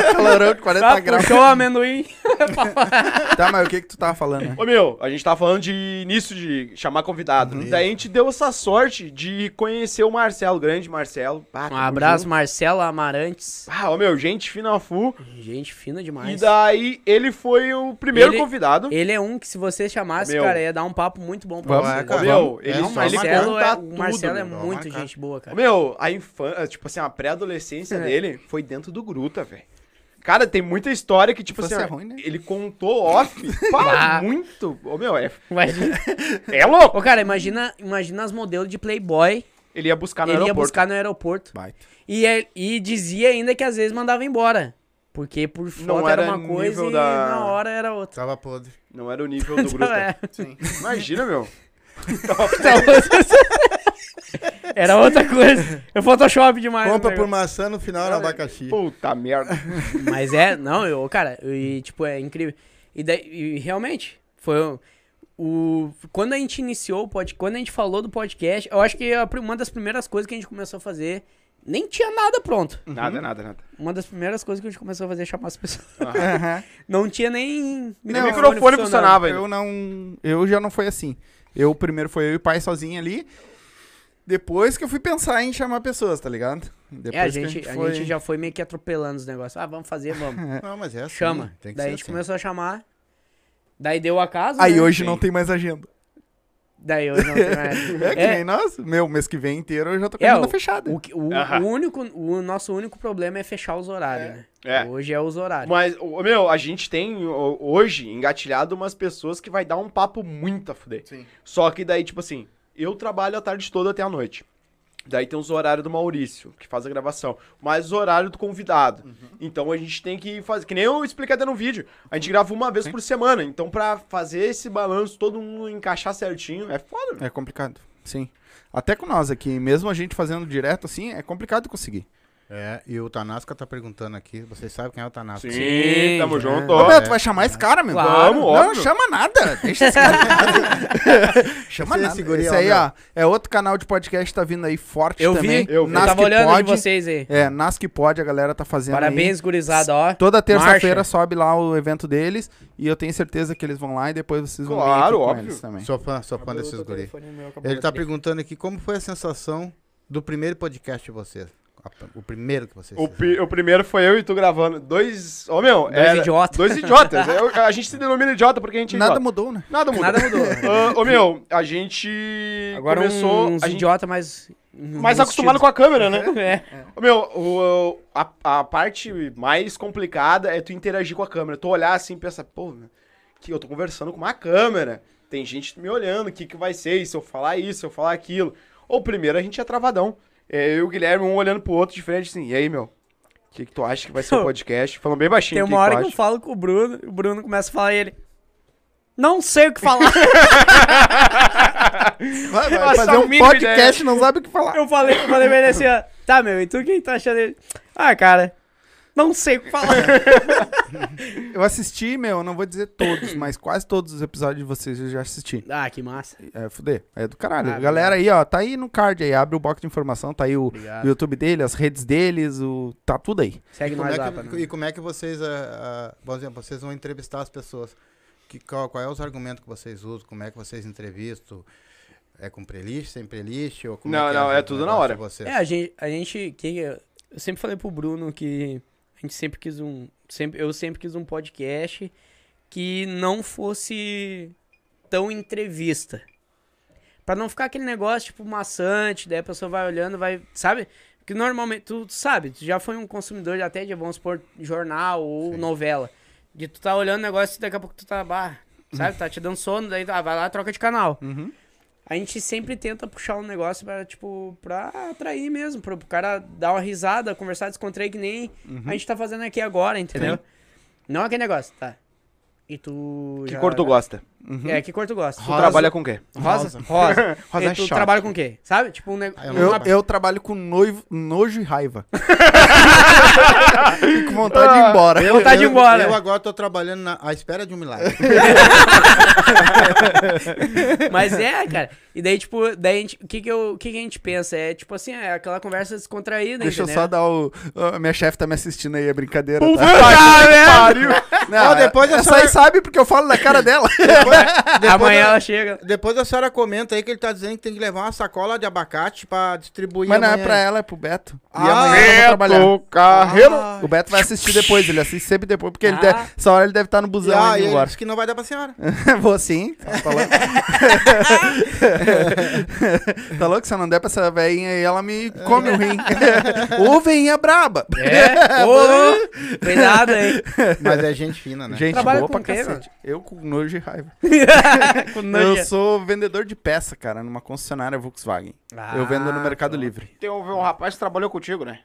[SPEAKER 2] [laughs] É.
[SPEAKER 1] Calorão de 40
[SPEAKER 2] Tá,
[SPEAKER 1] graus.
[SPEAKER 2] puxou o amendoim.
[SPEAKER 1] Tá, mas o que que tu tava falando? né?
[SPEAKER 4] Ô meu, a gente tava falando de início de chamar convidado.
[SPEAKER 2] Uhum.
[SPEAKER 4] Daí a gente deu essa sorte de conhecer o Marcelo, grande Marcelo. Ah,
[SPEAKER 2] Um
[SPEAKER 4] tamo
[SPEAKER 2] abraço,
[SPEAKER 4] junto.
[SPEAKER 2] Marcela Amarantes.
[SPEAKER 4] Ah, ô meu, gente fina fu.
[SPEAKER 2] Gente fina
[SPEAKER 4] E
[SPEAKER 2] demais.
[SPEAKER 4] daí ele foi o primeiro
[SPEAKER 2] Ele-
[SPEAKER 4] convidado.
[SPEAKER 2] Ele é um que se você chamasse,
[SPEAKER 4] Meu.
[SPEAKER 2] cara, ia dar um papo muito bom pra
[SPEAKER 1] Vamos,
[SPEAKER 2] você.
[SPEAKER 4] Ô
[SPEAKER 3] cara.
[SPEAKER 4] meu,
[SPEAKER 3] vamos.
[SPEAKER 4] ele,
[SPEAKER 3] É,
[SPEAKER 2] Não,
[SPEAKER 3] só
[SPEAKER 2] o
[SPEAKER 4] ele
[SPEAKER 2] um Marcelo,
[SPEAKER 4] conta
[SPEAKER 2] é,
[SPEAKER 4] tudo.
[SPEAKER 2] o Marcelo é
[SPEAKER 4] meu.
[SPEAKER 3] meu.
[SPEAKER 2] muito
[SPEAKER 3] Marca.
[SPEAKER 2] gente boa,
[SPEAKER 4] Ô,
[SPEAKER 2] cara.
[SPEAKER 4] ah,
[SPEAKER 2] É.
[SPEAKER 4] meu, a infância, tipo assim, a pré-adolescência dele foi dentro do Gruta, velho. Cara, tem muita história que, tipo assim,
[SPEAKER 1] Infância
[SPEAKER 4] ó,
[SPEAKER 1] é ruim, né?
[SPEAKER 4] ele contou off. Pá,
[SPEAKER 2] Ah.
[SPEAKER 4] muito. Ô, meu, é,
[SPEAKER 2] Imagina-
[SPEAKER 4] é louco.
[SPEAKER 2] Ô, cara, imagina, imagina as modelos de Playboy.
[SPEAKER 4] Ele ia buscar no
[SPEAKER 2] Ele ia
[SPEAKER 4] aeroporto.
[SPEAKER 2] buscar no aeroporto.
[SPEAKER 1] Baita.
[SPEAKER 2] E, ele- e dizia ainda que às vezes mandava embora. Porque por foto era,
[SPEAKER 4] era
[SPEAKER 2] uma coisa
[SPEAKER 4] nível
[SPEAKER 2] e
[SPEAKER 4] da-
[SPEAKER 2] na hora era outra.
[SPEAKER 3] [laughs] Tava podre.
[SPEAKER 4] Não era o
[SPEAKER 2] [laughs]
[SPEAKER 4] nível do grupo.
[SPEAKER 2] É. Então,
[SPEAKER 4] Imagina, meu.
[SPEAKER 2] [laughs] Era outra coisa. Eu Photoshop demais.
[SPEAKER 3] Compra
[SPEAKER 2] né,
[SPEAKER 3] por maçã, no final era abacaxi.
[SPEAKER 4] Puta merda.
[SPEAKER 2] Mas é, não, eu, cara, e tipo, é incrível. E, daí, e realmente, foi o, o- Quando a gente iniciou o podcast, quando a gente falou do podcast, eu acho que a pri- uma das primeiras coisas que a gente começou a fazer, nem tinha nada pronto.
[SPEAKER 4] [laughs] Nada, nada, nada.
[SPEAKER 2] Uma das primeiras coisas que a gente começou a fazer é chamar as pessoas.
[SPEAKER 1] Aham.
[SPEAKER 2] [laughs] Não tinha nem.
[SPEAKER 1] Não,
[SPEAKER 4] o microfone
[SPEAKER 2] funcionando.
[SPEAKER 4] funcionava ainda.
[SPEAKER 1] Eu não. Eu já não foi assim. Eu primeiro foi eu e o pai sozinho ali. Depois que eu fui pensar em chamar pessoas, tá ligado? Depois
[SPEAKER 2] É, a
[SPEAKER 1] que
[SPEAKER 2] gente, a gente, já foi meio que atropelando os negócios. Ah, vamos fazer,
[SPEAKER 1] [laughs]
[SPEAKER 2] vamos.
[SPEAKER 3] Não, mas é assim.
[SPEAKER 2] Chama.
[SPEAKER 3] Tem
[SPEAKER 2] Daí
[SPEAKER 3] que
[SPEAKER 2] a
[SPEAKER 3] ser
[SPEAKER 2] gente
[SPEAKER 3] assim.
[SPEAKER 2] começou a chamar. Daí deu a casa.
[SPEAKER 1] Aí
[SPEAKER 2] né?
[SPEAKER 1] hoje não tem mais agenda.
[SPEAKER 2] Daí hoje não tem mais.
[SPEAKER 1] [laughs] É que
[SPEAKER 2] É.
[SPEAKER 1] nem nós. Meu, mês que vem inteiro eu já tô com a
[SPEAKER 2] É,
[SPEAKER 1] agenda
[SPEAKER 2] o-
[SPEAKER 1] fechada.
[SPEAKER 2] O, que- o-
[SPEAKER 4] Aham.
[SPEAKER 2] o único, o nosso único problema é fechar os horários, né?
[SPEAKER 4] É.
[SPEAKER 2] Hoje é os horários.
[SPEAKER 4] Mas, ô, meu, a gente tem ô, hoje engatilhado umas pessoas que vai dar um papo muito a fuder.
[SPEAKER 3] Sim.
[SPEAKER 4] Só que daí, tipo assim, eu trabalho a tarde toda até a noite. Daí tem os horários do Maurício, que faz a gravação, mais o horário do convidado. Então a gente tem que fazer, que nem eu expliquei até no vídeo, a gente grava uma vez por semana. Então pra fazer esse balanço, todo mundo encaixar certinho, é foda, meu.
[SPEAKER 1] É complicado, sim. Até com nós aqui, mesmo a gente fazendo direto assim, é complicado conseguir.
[SPEAKER 3] É, e o Tanasca tá perguntando aqui. Vocês sabem quem é o Tanasca?
[SPEAKER 4] Sim,
[SPEAKER 2] Sim, é.
[SPEAKER 4] tamo
[SPEAKER 2] já.
[SPEAKER 4] junto.
[SPEAKER 1] Ô,
[SPEAKER 4] ó. é.
[SPEAKER 1] meu, tu vai chamar esse cara, meu?
[SPEAKER 2] Claro.
[SPEAKER 1] não,
[SPEAKER 4] Óbvio.
[SPEAKER 1] não chama nada. Deixa esse cara.
[SPEAKER 4] [laughs]
[SPEAKER 1] chama
[SPEAKER 3] Esse é
[SPEAKER 1] nada.
[SPEAKER 3] esse guri
[SPEAKER 1] esse
[SPEAKER 3] lá,
[SPEAKER 1] aí,
[SPEAKER 3] meu.
[SPEAKER 1] ó, é outro canal de podcast tá vindo aí forte
[SPEAKER 2] eu
[SPEAKER 1] também.
[SPEAKER 2] vi,
[SPEAKER 4] eu
[SPEAKER 2] eu,
[SPEAKER 4] vi.
[SPEAKER 1] Nas
[SPEAKER 2] tava
[SPEAKER 1] que
[SPEAKER 2] olhando
[SPEAKER 1] pode,
[SPEAKER 2] de vocês aí.
[SPEAKER 1] É, nas que pode, a galera tá fazendo aí.
[SPEAKER 2] Parabéns, gurizada, ó.
[SPEAKER 1] Toda terça-feira
[SPEAKER 2] Marcha.
[SPEAKER 1] sobe lá o evento deles e eu tenho certeza que eles vão lá e depois vocês vão vir
[SPEAKER 4] Claro,
[SPEAKER 1] aqui com
[SPEAKER 4] óbvio.
[SPEAKER 1] eles também.
[SPEAKER 3] Sou fã, sou fã desses guris. Ele tá perguntando aqui como foi a sensação do primeiro podcast de vocês. A- O primeiro que vocês
[SPEAKER 4] O,
[SPEAKER 3] fizeram.
[SPEAKER 4] pi- o primeiro foi eu e tu gravando. Dois. Ô, meu.
[SPEAKER 2] Dois idiotas. [laughs]
[SPEAKER 4] Dois idiotas. Eu- a gente se denomina idiota porque a gente. é
[SPEAKER 1] Nada
[SPEAKER 4] idiota.
[SPEAKER 1] mudou, né?
[SPEAKER 4] Nada mudou.
[SPEAKER 2] Nada mudou.
[SPEAKER 4] Ah, ô, meu, a gente.
[SPEAKER 2] Agora
[SPEAKER 4] começou.
[SPEAKER 2] uns
[SPEAKER 4] a gente
[SPEAKER 2] idiota mais.
[SPEAKER 4] mais acostumado com a câmera, né?
[SPEAKER 2] [laughs] É.
[SPEAKER 4] Ô, Meu, o, o- a, a parte mais complicada é tu interagir com a câmera. Tu olhar assim e pensar, pô, meu, que eu tô conversando com uma câmera. Tem gente me olhando, o que, que vai ser? E se eu falar isso, se eu falar aquilo. Ou primeiro a gente é travadão. É, eu e o Guilherme, um olhando pro outro de frente, assim, e aí, meu? O que, que tu acha que vai
[SPEAKER 2] [laughs]
[SPEAKER 4] ser o podcast? Falando bem baixinho.
[SPEAKER 2] Tem
[SPEAKER 4] o que
[SPEAKER 2] uma
[SPEAKER 4] que
[SPEAKER 2] hora
[SPEAKER 4] tu
[SPEAKER 2] que eu
[SPEAKER 4] acha?
[SPEAKER 2] falo com o Bruno, o Bruno começa a falar e ele. Não sei o que falar. [laughs]
[SPEAKER 1] Vai, vai
[SPEAKER 4] Nossa,
[SPEAKER 1] fazer
[SPEAKER 4] a
[SPEAKER 1] um
[SPEAKER 4] mínima
[SPEAKER 1] podcast, não sabe o que falar.
[SPEAKER 2] eu falei, eu falei pra ele assim, ó. Tá, meu, e tu quem tá achando ele? Ah, cara, não sei o que falar.
[SPEAKER 1] Eu assisti, meu, não vou dizer
[SPEAKER 3] [clears throat]
[SPEAKER 1] todos, mas quase todos os episódios de vocês eu já assisti.
[SPEAKER 2] [laughs] ah, que massa.
[SPEAKER 1] É, fuder. É do caralho.
[SPEAKER 2] Ah,
[SPEAKER 1] Galera aí, ó, tá aí no card aí, abre o box de informação, tá aí o,
[SPEAKER 2] Obrigado.
[SPEAKER 1] o YouTube dele, as redes deles, o tá tudo aí.
[SPEAKER 2] Segue
[SPEAKER 3] Como
[SPEAKER 2] nós
[SPEAKER 3] é
[SPEAKER 2] lá,
[SPEAKER 3] que-
[SPEAKER 2] pra
[SPEAKER 3] e como é que vocês, ah, ah, por exemplo, vocês vão entrevistar as pessoas? Que, qual, qual é os argumentos que vocês usam? Como é que vocês entrevistam? É com playlist, sem playlist? Ou como
[SPEAKER 4] Não,
[SPEAKER 3] é que
[SPEAKER 4] não,
[SPEAKER 3] é,
[SPEAKER 4] é
[SPEAKER 3] o
[SPEAKER 4] tudo na
[SPEAKER 3] negócio
[SPEAKER 4] hora.
[SPEAKER 3] de vocês?
[SPEAKER 2] É, a gente, a gente que eu sempre falei pro Bruno que a gente sempre quis um, sempre, eu sempre quis um podcast que não fosse tão entrevista. Pra não ficar aquele negócio tipo maçante, daí a pessoa vai olhando, vai, sabe? Que normalmente tu sabe, tu já foi um consumidor de até de vamos supor jornal ou novela. De tu tá olhando o negócio e daqui a pouco tu tá, bah, sabe, tá te dando sono, daí ah, vai lá, troca de canal. A gente sempre tenta puxar um negócio pra, tipo, pra atrair mesmo, pro pro cara dar uma risada, conversar, descontrair, que nem a gente tá fazendo aqui agora, entendeu? Não aquele negócio, tá. E tu.
[SPEAKER 4] Que
[SPEAKER 2] já-
[SPEAKER 4] cor tu gosta?
[SPEAKER 2] É, que cor tu gosta? Tu
[SPEAKER 4] Tu trabalha com o quê?
[SPEAKER 2] Rosa? Rosa.
[SPEAKER 4] Rosa é
[SPEAKER 2] e tu
[SPEAKER 4] chato.
[SPEAKER 2] trabalha com o quê? Sabe? Tipo, um
[SPEAKER 3] Ah,
[SPEAKER 2] negócio.
[SPEAKER 3] eu não
[SPEAKER 1] Eu,
[SPEAKER 3] Opa.
[SPEAKER 1] eu trabalho com noivo, nojo e
[SPEAKER 3] [laughs]
[SPEAKER 1] raiva. Fico com vontade tá de ir embora.
[SPEAKER 3] Ah, Eu,
[SPEAKER 2] Vontade tá de né? ir
[SPEAKER 3] eu-
[SPEAKER 2] embora.
[SPEAKER 3] Eu agora tô trabalhando na à espera de um milagre. [laughs]
[SPEAKER 2] Mas é, cara. E daí, tipo, daí a gente, o, que que eu, o que que a gente pensa? É, tipo assim, é aquela conversa descontraída,
[SPEAKER 1] Deixa eu
[SPEAKER 2] entendeu?
[SPEAKER 1] só
[SPEAKER 3] né?
[SPEAKER 1] dar o. a minha chefe tá me assistindo aí, é brincadeira.
[SPEAKER 4] Puta
[SPEAKER 1] Tá?
[SPEAKER 4] que pariu!
[SPEAKER 1] [laughs] Não, é,
[SPEAKER 3] Ó, depois
[SPEAKER 1] essa
[SPEAKER 3] essa-
[SPEAKER 1] aí sabe porque eu falo na cara dela.
[SPEAKER 3] Depois
[SPEAKER 2] Amanhã
[SPEAKER 3] eu-
[SPEAKER 2] ela chega.
[SPEAKER 3] Depois a senhora comenta aí que ele tá dizendo que tem que levar uma sacola de abacate pra distribuir
[SPEAKER 1] [laughs] Mas não é
[SPEAKER 3] amanhã.
[SPEAKER 1] pra ela, é pro Beto. E
[SPEAKER 3] Ah,
[SPEAKER 1] amanhã eu vou trabalhar.
[SPEAKER 4] Carreiro.
[SPEAKER 1] O Beto vai assistir depois, ele assiste sempre depois, porque ele
[SPEAKER 2] Ah.
[SPEAKER 1] deve, essa hora ele deve estar no
[SPEAKER 3] E
[SPEAKER 1] busão
[SPEAKER 3] ah,
[SPEAKER 1] ainda
[SPEAKER 3] ele
[SPEAKER 1] embora.
[SPEAKER 2] [laughs]
[SPEAKER 3] disse que não vai dar
[SPEAKER 1] [laughs]
[SPEAKER 3] pra senhora.
[SPEAKER 1] Vou sim. Tá falando. [laughs] tá louco? Se eu não der pra essa veinha aí, ela me come o
[SPEAKER 2] [laughs]
[SPEAKER 1] rim. Ô, veinha braba.
[SPEAKER 2] É? Ô, cuidado
[SPEAKER 1] [laughs]
[SPEAKER 2] aí.
[SPEAKER 3] Mas é gente fina, né?
[SPEAKER 1] Gente,
[SPEAKER 2] Trabalha
[SPEAKER 1] boa
[SPEAKER 2] com
[SPEAKER 1] pra
[SPEAKER 2] quê,
[SPEAKER 1] cacete. Eu com nojo e raiva.
[SPEAKER 2] Com
[SPEAKER 1] Eu
[SPEAKER 2] nojo.
[SPEAKER 1] sou vendedor de peça, cara, numa concessionária Volkswagen. eu vendo no
[SPEAKER 2] Ah,
[SPEAKER 1] Mercado
[SPEAKER 2] top.
[SPEAKER 1] Livre.
[SPEAKER 4] Tem um, um rapaz que trabalhou contigo, né?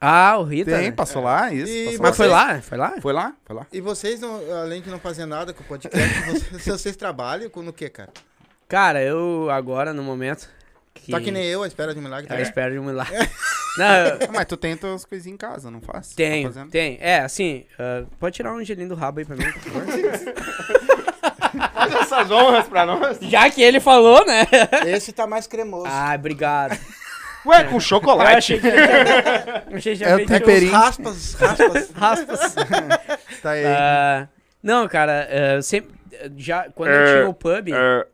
[SPEAKER 2] Ah, o Rita.
[SPEAKER 1] Tem,
[SPEAKER 2] né?
[SPEAKER 1] passou lá, isso.
[SPEAKER 3] E-
[SPEAKER 1] passou
[SPEAKER 2] Mas foi
[SPEAKER 1] lá.
[SPEAKER 2] lá? Foi lá?
[SPEAKER 1] Foi lá? Foi lá.
[SPEAKER 3] E vocês, não, além de não fazer nada com o podcast, vocês, [laughs] vocês trabalham com o quê, cara?
[SPEAKER 2] Cara, eu agora, no momento. Que...
[SPEAKER 3] Tá que nem eu, à espera de um milagre.
[SPEAKER 1] tá
[SPEAKER 2] Eu
[SPEAKER 3] também.
[SPEAKER 2] espero de
[SPEAKER 1] [laughs]
[SPEAKER 2] um milagre. não, eu...
[SPEAKER 1] Ah, Mas tu tem tuas coisinhas em casa, não faz? Tá
[SPEAKER 2] Tenho,
[SPEAKER 1] fazendo?
[SPEAKER 2] tem. É, assim, ah, pode tirar um gelinho do rabo aí pra mim, por favor?
[SPEAKER 4] Faz essas honras pra nós.
[SPEAKER 2] Já que ele falou, né?
[SPEAKER 3] Esse tá mais cremoso.
[SPEAKER 2] ah, obrigado.
[SPEAKER 4] Ué, com
[SPEAKER 2] Eu
[SPEAKER 4] chocolate.
[SPEAKER 1] [laughs]
[SPEAKER 2] achei que já tinha- achei que já
[SPEAKER 1] É o
[SPEAKER 2] veio de-
[SPEAKER 1] tempero. Perim.
[SPEAKER 3] Raspas, raspas.
[SPEAKER 2] raspas.
[SPEAKER 1] Tá aí.
[SPEAKER 2] Ah, não, cara, ah, eu sempre. Já, quando eu tinha o pub,
[SPEAKER 4] É,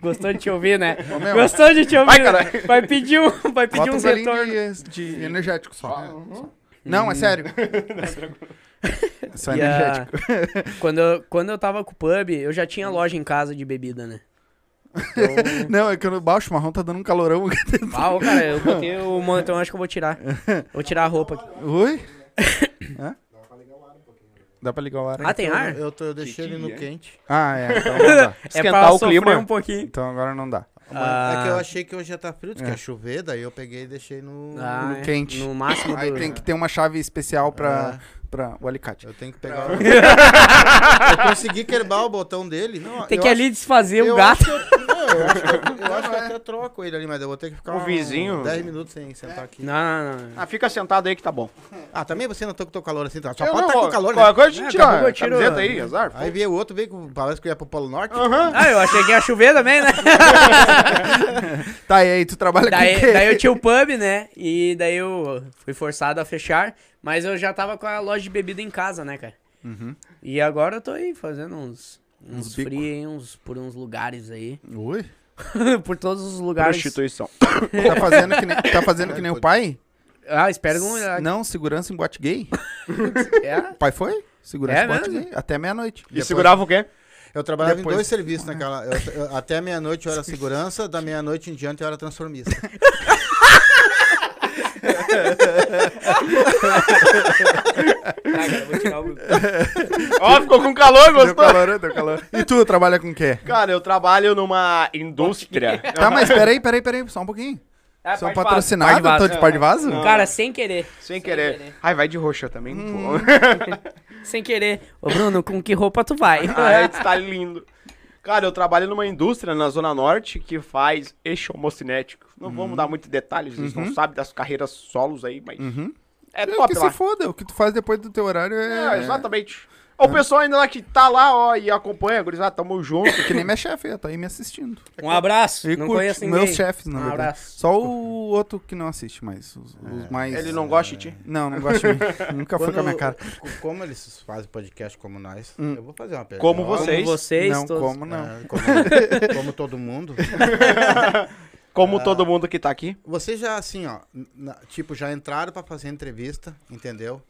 [SPEAKER 2] gostou de te ouvir, né?
[SPEAKER 1] meu.
[SPEAKER 2] Gostou de te ouvir?
[SPEAKER 4] Vai,
[SPEAKER 2] né?
[SPEAKER 4] caralho.
[SPEAKER 2] vai pedir um, vai pedir
[SPEAKER 1] Bota um
[SPEAKER 2] uns
[SPEAKER 1] golinho
[SPEAKER 2] retornos.
[SPEAKER 1] de, de energético só. [laughs] Não, é sério. É só
[SPEAKER 2] E, ah,
[SPEAKER 1] energético. [laughs]
[SPEAKER 2] quando, eu, quando eu tava com o pub, eu já tinha loja em casa de bebida, né?
[SPEAKER 1] Não, é que eu baixo, o marrom tá dando um [laughs] calorão.
[SPEAKER 2] Ah, ô, cara, eu botei o montão, acho que eu vou tirar. Vou tirar a roupa aqui.
[SPEAKER 1] Oi? Hã? um Dá pra ligar o ar
[SPEAKER 2] Ah,
[SPEAKER 1] aí?
[SPEAKER 2] [laughs] tem ar?
[SPEAKER 3] Eu, tô, eu deixei ele no
[SPEAKER 4] dia,
[SPEAKER 3] quente.
[SPEAKER 1] Ah, é. Então não
[SPEAKER 2] [laughs]
[SPEAKER 1] dá.
[SPEAKER 2] é pra
[SPEAKER 4] Esquentar o
[SPEAKER 2] sofrer
[SPEAKER 4] clima.
[SPEAKER 2] um pouquinho.
[SPEAKER 1] Então agora não dá.
[SPEAKER 2] Ah. É.
[SPEAKER 3] É que eu achei que hoje ia tá frio, disse que ia chover, daí eu peguei e deixei no...
[SPEAKER 2] Ah,
[SPEAKER 1] No
[SPEAKER 2] é.
[SPEAKER 1] quente.
[SPEAKER 2] No máximo
[SPEAKER 1] Aí
[SPEAKER 2] do...
[SPEAKER 1] tem que ter uma chave especial
[SPEAKER 2] Ah.
[SPEAKER 1] pra, pra o alicate.
[SPEAKER 3] Eu tenho que pegar o... eu consegui quebrar o botão dele. Não,
[SPEAKER 2] Tem
[SPEAKER 3] eu
[SPEAKER 2] que
[SPEAKER 3] acho-
[SPEAKER 2] ali desfazer o
[SPEAKER 3] eu
[SPEAKER 2] gato.
[SPEAKER 3] acho que eu- não, eu acho
[SPEAKER 4] [laughs]
[SPEAKER 3] que eu, eu acho que eu até troco ele ali, mas eu vou ter que ficar
[SPEAKER 4] é. O
[SPEAKER 3] uns
[SPEAKER 4] vizinho- É.
[SPEAKER 3] 10 minutos sem sentar aqui.
[SPEAKER 2] Não, não, não.
[SPEAKER 4] Ah, fica sentado aí que tá bom.
[SPEAKER 3] Ah, também você não tá com teu calor assim, tá? Só
[SPEAKER 4] Eu
[SPEAKER 3] pode
[SPEAKER 4] não
[SPEAKER 3] tá com
[SPEAKER 4] vou-
[SPEAKER 3] calor, né?
[SPEAKER 4] Qualquer coisa a gente
[SPEAKER 2] É,
[SPEAKER 4] tira
[SPEAKER 2] acabou que eu
[SPEAKER 4] a
[SPEAKER 2] tiro-
[SPEAKER 4] camiseta aí, azar.
[SPEAKER 3] Aí veio o outro, veio com parece que ia pro Polo Norte.
[SPEAKER 4] Aham.
[SPEAKER 2] Ah, eu achei que ia chover também, né?
[SPEAKER 1] Tá, e aí tu trabalha com o
[SPEAKER 2] daí,
[SPEAKER 1] quê?
[SPEAKER 2] daí eu tinha o pub, né? E daí eu fui forçado a fechar. Mas eu já tava com a loja de bebida em casa, né, cara? E agora eu tô aí fazendo uns... Uns,
[SPEAKER 1] Uhum. Uns bico.
[SPEAKER 2] free aí, uns por uns lugares aí. [laughs]
[SPEAKER 1] Oi?
[SPEAKER 2] por todos os lugares.
[SPEAKER 4] Prostituição.
[SPEAKER 1] Tá fazendo que nem, tá fazendo que nem o pai?
[SPEAKER 2] Ah,
[SPEAKER 1] [laughs]
[SPEAKER 2] espero que... um-
[SPEAKER 1] Não, segurança em boate gay.
[SPEAKER 2] É?
[SPEAKER 1] O pai foi? Segurança
[SPEAKER 2] É
[SPEAKER 1] em boate
[SPEAKER 2] mesmo?
[SPEAKER 1] gay. Até meia-noite.
[SPEAKER 4] E segurava o quê?
[SPEAKER 3] Eu trabalhava
[SPEAKER 1] Depois- né?
[SPEAKER 3] em dois serviços naquela. eu- eu- até meia-noite eu era segurança, da meia-noite em diante eu era transformista.
[SPEAKER 2] Ah, cara, vou tirar
[SPEAKER 1] [laughs]
[SPEAKER 2] o...
[SPEAKER 4] Ó, ficou com calor,
[SPEAKER 1] Deu
[SPEAKER 4] gostou?
[SPEAKER 1] calor, deu calor. E tu trabalha com o quê?
[SPEAKER 4] Cara, eu trabalho numa indústria.
[SPEAKER 1] Tá, mas peraí, peraí, peraí, só um pouquinho.
[SPEAKER 2] Ah,
[SPEAKER 1] Sou um
[SPEAKER 2] pode falar.
[SPEAKER 1] patrocinado,
[SPEAKER 2] Pode
[SPEAKER 1] tô
[SPEAKER 2] falar.
[SPEAKER 1] de par de vaso?
[SPEAKER 2] Cara, sem querer.
[SPEAKER 4] Sem querer. Ai, vai de roxa também. pô.
[SPEAKER 2] Sem querer. Ô, Bruno, com que roupa
[SPEAKER 1] [laughs]
[SPEAKER 2] tu vai?
[SPEAKER 4] [laughs] Ai, tu tá lindo. Cara, eu trabalho numa indústria na Zona Norte que faz eixo homocinético. Não vamos dar muitos detalhes, eles não sabem das carreiras solos aí, mas. É
[SPEAKER 1] É
[SPEAKER 4] top
[SPEAKER 1] que
[SPEAKER 4] lá.
[SPEAKER 1] se foda, o que tu faz depois do teu horário
[SPEAKER 4] É,
[SPEAKER 1] é...
[SPEAKER 4] exatamente. O pessoal ainda lá que tá lá, ó, e acompanha, gurizada, tamo junto.
[SPEAKER 1] Que nem minha chefe, ela tá aí me assistindo.
[SPEAKER 2] [laughs] Um abraço.
[SPEAKER 1] E
[SPEAKER 2] não
[SPEAKER 1] curte
[SPEAKER 2] conheço ninguém.
[SPEAKER 1] meus chefes, na
[SPEAKER 2] Um
[SPEAKER 1] verdade.
[SPEAKER 2] abraço.
[SPEAKER 1] Só o outro que não assiste mais. Os, os mais...
[SPEAKER 4] [laughs] Ele não gosta de ti.
[SPEAKER 1] Não, não gosta de mim. Nunca foi com a minha cara. Hum.
[SPEAKER 3] co- Como eles fazem podcast como nós, eu vou fazer uma pergunta.
[SPEAKER 4] Como
[SPEAKER 2] Como
[SPEAKER 4] vocês,
[SPEAKER 2] vocês
[SPEAKER 1] não,
[SPEAKER 2] todos.
[SPEAKER 1] como não.
[SPEAKER 3] É,
[SPEAKER 1] [laughs]
[SPEAKER 3] como, como todo mundo.
[SPEAKER 4] como todo mundo que tá aqui.
[SPEAKER 3] Vocês já, assim, ó, na- tipo, já entraram pra fazer entrevista, entendeu?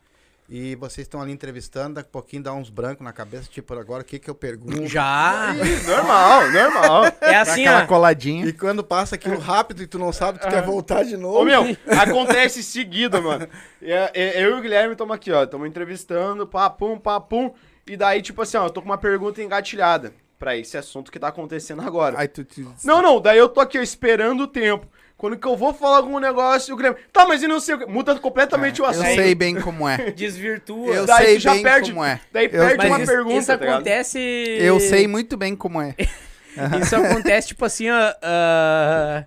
[SPEAKER 3] E vocês estão ali entrevistando, daqui a pouquinho dá uns brancos na cabeça, tipo, agora o que que eu pergunto?
[SPEAKER 1] Um
[SPEAKER 2] Já.
[SPEAKER 4] Normal, [laughs] normal.
[SPEAKER 2] É
[SPEAKER 1] Dá
[SPEAKER 2] assim,
[SPEAKER 1] aquela
[SPEAKER 2] ó.
[SPEAKER 1] coladinha.
[SPEAKER 3] E quando
[SPEAKER 1] É.
[SPEAKER 3] passa aquilo rápido e tu não sabe, tu quer voltar de novo.
[SPEAKER 4] Ô, meu, acontece seguido, mano. É, é, Eu e o Guilherme estamos aqui, ó. Estamos entrevistando, papum, papum. E daí, tipo assim, ó, eu tô com uma pergunta engatilhada pra esse assunto que tá acontecendo agora.
[SPEAKER 1] Aí tu te...
[SPEAKER 4] Não, não, daí eu tô aqui ó, esperando o tempo. Quando que eu vou falar algum negócio, o Guilherme. Tá, mas e não sei o quê. Muda completamente o
[SPEAKER 1] Eu
[SPEAKER 4] assunto.
[SPEAKER 1] sei bem como
[SPEAKER 2] [laughs]
[SPEAKER 1] é.
[SPEAKER 2] Desvirtua.
[SPEAKER 1] Eu
[SPEAKER 4] assim, Daí
[SPEAKER 1] sei
[SPEAKER 4] tu já
[SPEAKER 1] bem
[SPEAKER 4] perde-
[SPEAKER 1] como é.
[SPEAKER 4] Daí
[SPEAKER 1] Eu-
[SPEAKER 4] perde
[SPEAKER 2] Mas
[SPEAKER 4] uma
[SPEAKER 2] isso,
[SPEAKER 4] pergunta,
[SPEAKER 2] isso
[SPEAKER 4] tá ligado?
[SPEAKER 2] acontece...
[SPEAKER 1] Eu sei muito bem como é.
[SPEAKER 2] [laughs] Isso acontece, tipo assim, ó... ah,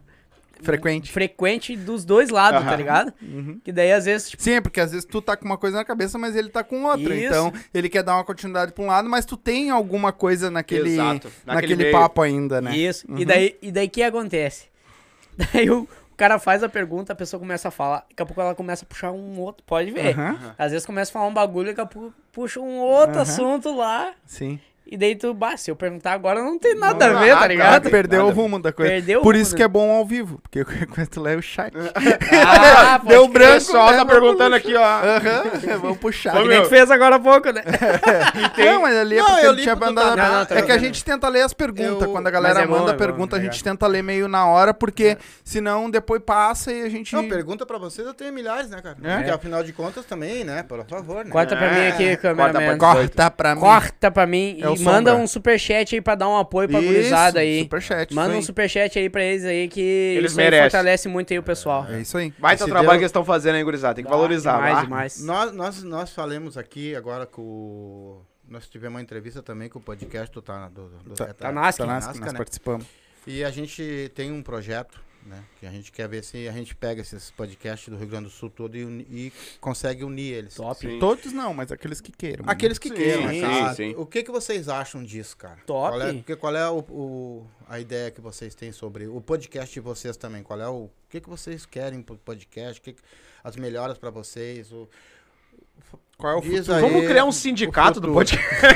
[SPEAKER 1] Frequente.
[SPEAKER 2] frequente dos dois lados, tá
[SPEAKER 4] Aham. Uhum.
[SPEAKER 2] ligado? Que daí, às vezes, tipo...
[SPEAKER 1] Sim, porque às vezes tu tá com uma coisa na cabeça, mas ele tá com outra.
[SPEAKER 2] Isso.
[SPEAKER 1] Então, ele quer dar uma continuidade pra um lado, mas tu tem alguma coisa naquele,
[SPEAKER 4] Exato, naquele
[SPEAKER 1] naquele,
[SPEAKER 4] meio.
[SPEAKER 1] papo ainda, né?
[SPEAKER 2] Isso.
[SPEAKER 4] Uhum.
[SPEAKER 2] E daí, e daí, o que acontece? [laughs] Daí o o cara faz a pergunta, a pessoa começa a falar, daqui a pouco ela começa a puxar um outro, pode ver.
[SPEAKER 1] Aham.
[SPEAKER 2] Às vezes começa a falar um bagulho, daqui a pouco puxa um outro assunto lá.
[SPEAKER 1] Sim.
[SPEAKER 2] E daí tu, bah, se eu perguntar agora não tem nada a ver,
[SPEAKER 4] nada,
[SPEAKER 2] tá ligado?
[SPEAKER 4] cara.
[SPEAKER 1] Ah, Perdeu
[SPEAKER 4] Nada.
[SPEAKER 1] o rumo da coisa.
[SPEAKER 2] Perdeu o
[SPEAKER 1] Por
[SPEAKER 2] rumo,
[SPEAKER 1] isso
[SPEAKER 2] né?
[SPEAKER 1] que é bom ao vivo, porque [laughs] quando tu lê o chat.
[SPEAKER 2] [laughs] Ah,
[SPEAKER 1] [laughs]
[SPEAKER 2] pode
[SPEAKER 1] Deu
[SPEAKER 2] crer.
[SPEAKER 1] branco,
[SPEAKER 4] O [laughs] pessoal
[SPEAKER 1] né?
[SPEAKER 4] tá perguntando aqui,
[SPEAKER 1] [laughs]
[SPEAKER 4] ó.
[SPEAKER 1] Aham, Vamos puxar.
[SPEAKER 2] Que nem tu fez agora há pouco, né?
[SPEAKER 1] Não, mas ali é
[SPEAKER 3] Não,
[SPEAKER 1] porque
[SPEAKER 3] eu
[SPEAKER 1] ele
[SPEAKER 3] li
[SPEAKER 1] tinha
[SPEAKER 3] pro
[SPEAKER 1] mandado.
[SPEAKER 2] Tatá. Não, não, tá
[SPEAKER 1] é que a
[SPEAKER 2] vendo.
[SPEAKER 1] gente tenta ler as perguntas.
[SPEAKER 3] Eu-
[SPEAKER 1] Quando a galera
[SPEAKER 2] Mas é bom,
[SPEAKER 1] manda
[SPEAKER 2] é bom,
[SPEAKER 1] pergunta, a
[SPEAKER 2] legal. É.
[SPEAKER 1] gente tenta ler meio na hora, porque senão depois passa e a gente.
[SPEAKER 3] Não, pergunta pra vocês, eu tenho milhares, né, cara?
[SPEAKER 1] É.
[SPEAKER 3] Porque afinal de contas também, né? Por favor, né?
[SPEAKER 2] Corta pra mim aqui,
[SPEAKER 4] É,
[SPEAKER 2] câmera.
[SPEAKER 1] Corta
[SPEAKER 4] corta pra-
[SPEAKER 1] pra mim.
[SPEAKER 2] Corta pra mim
[SPEAKER 1] É o
[SPEAKER 2] e manda
[SPEAKER 1] Sombra.
[SPEAKER 2] um superchat aí pra dar um apoio pra gurizada aí.
[SPEAKER 1] Superchat.
[SPEAKER 2] Manda um
[SPEAKER 1] isso
[SPEAKER 2] superchat aí pra eles aí que
[SPEAKER 4] Eles
[SPEAKER 2] isso aí
[SPEAKER 4] merecem.
[SPEAKER 2] fortalece muito aí o pessoal.
[SPEAKER 1] aí. É isso aí.
[SPEAKER 4] Baita
[SPEAKER 3] Esse
[SPEAKER 4] trabalho
[SPEAKER 3] deu-
[SPEAKER 4] que eles estão fazendo aí, gurizada. Tem que valorizar,
[SPEAKER 2] Mais,
[SPEAKER 4] tá?
[SPEAKER 2] Ah, demais.
[SPEAKER 3] Nós, nós, nós falamos aqui agora com. o- Nós tivemos uma entrevista também com o podcast do, tá, do, do, do
[SPEAKER 1] Tá-
[SPEAKER 3] Teta-
[SPEAKER 2] Tanasca.
[SPEAKER 3] Tanasca,
[SPEAKER 1] Tanasca, nós
[SPEAKER 3] né?
[SPEAKER 1] participamos.
[SPEAKER 3] E a gente tem um projeto, né? Que a gente quer ver se a gente pega esses podcasts do Rio Grande do Sul todo e, uni- e consegue unir eles.
[SPEAKER 2] Top.
[SPEAKER 4] Sim.
[SPEAKER 1] Todos não, mas aqueles que queiram. né?
[SPEAKER 3] Aqueles que
[SPEAKER 4] Sim,
[SPEAKER 3] queiram,
[SPEAKER 4] sim,
[SPEAKER 3] tá?
[SPEAKER 4] sim.
[SPEAKER 3] O que, que vocês acham disso, cara?
[SPEAKER 2] Top.
[SPEAKER 3] Qual é, porque qual é o, o- a ideia que vocês têm sobre o podcast de vocês também? Qual é o, o que, que vocês querem pro podcast? O que que- as melhoras pra vocês? O,
[SPEAKER 1] Qual é o
[SPEAKER 3] Diz
[SPEAKER 1] futuro?
[SPEAKER 3] aí.
[SPEAKER 4] Vamos criar um
[SPEAKER 3] O
[SPEAKER 4] sindicato
[SPEAKER 3] futuro.
[SPEAKER 4] do podcast.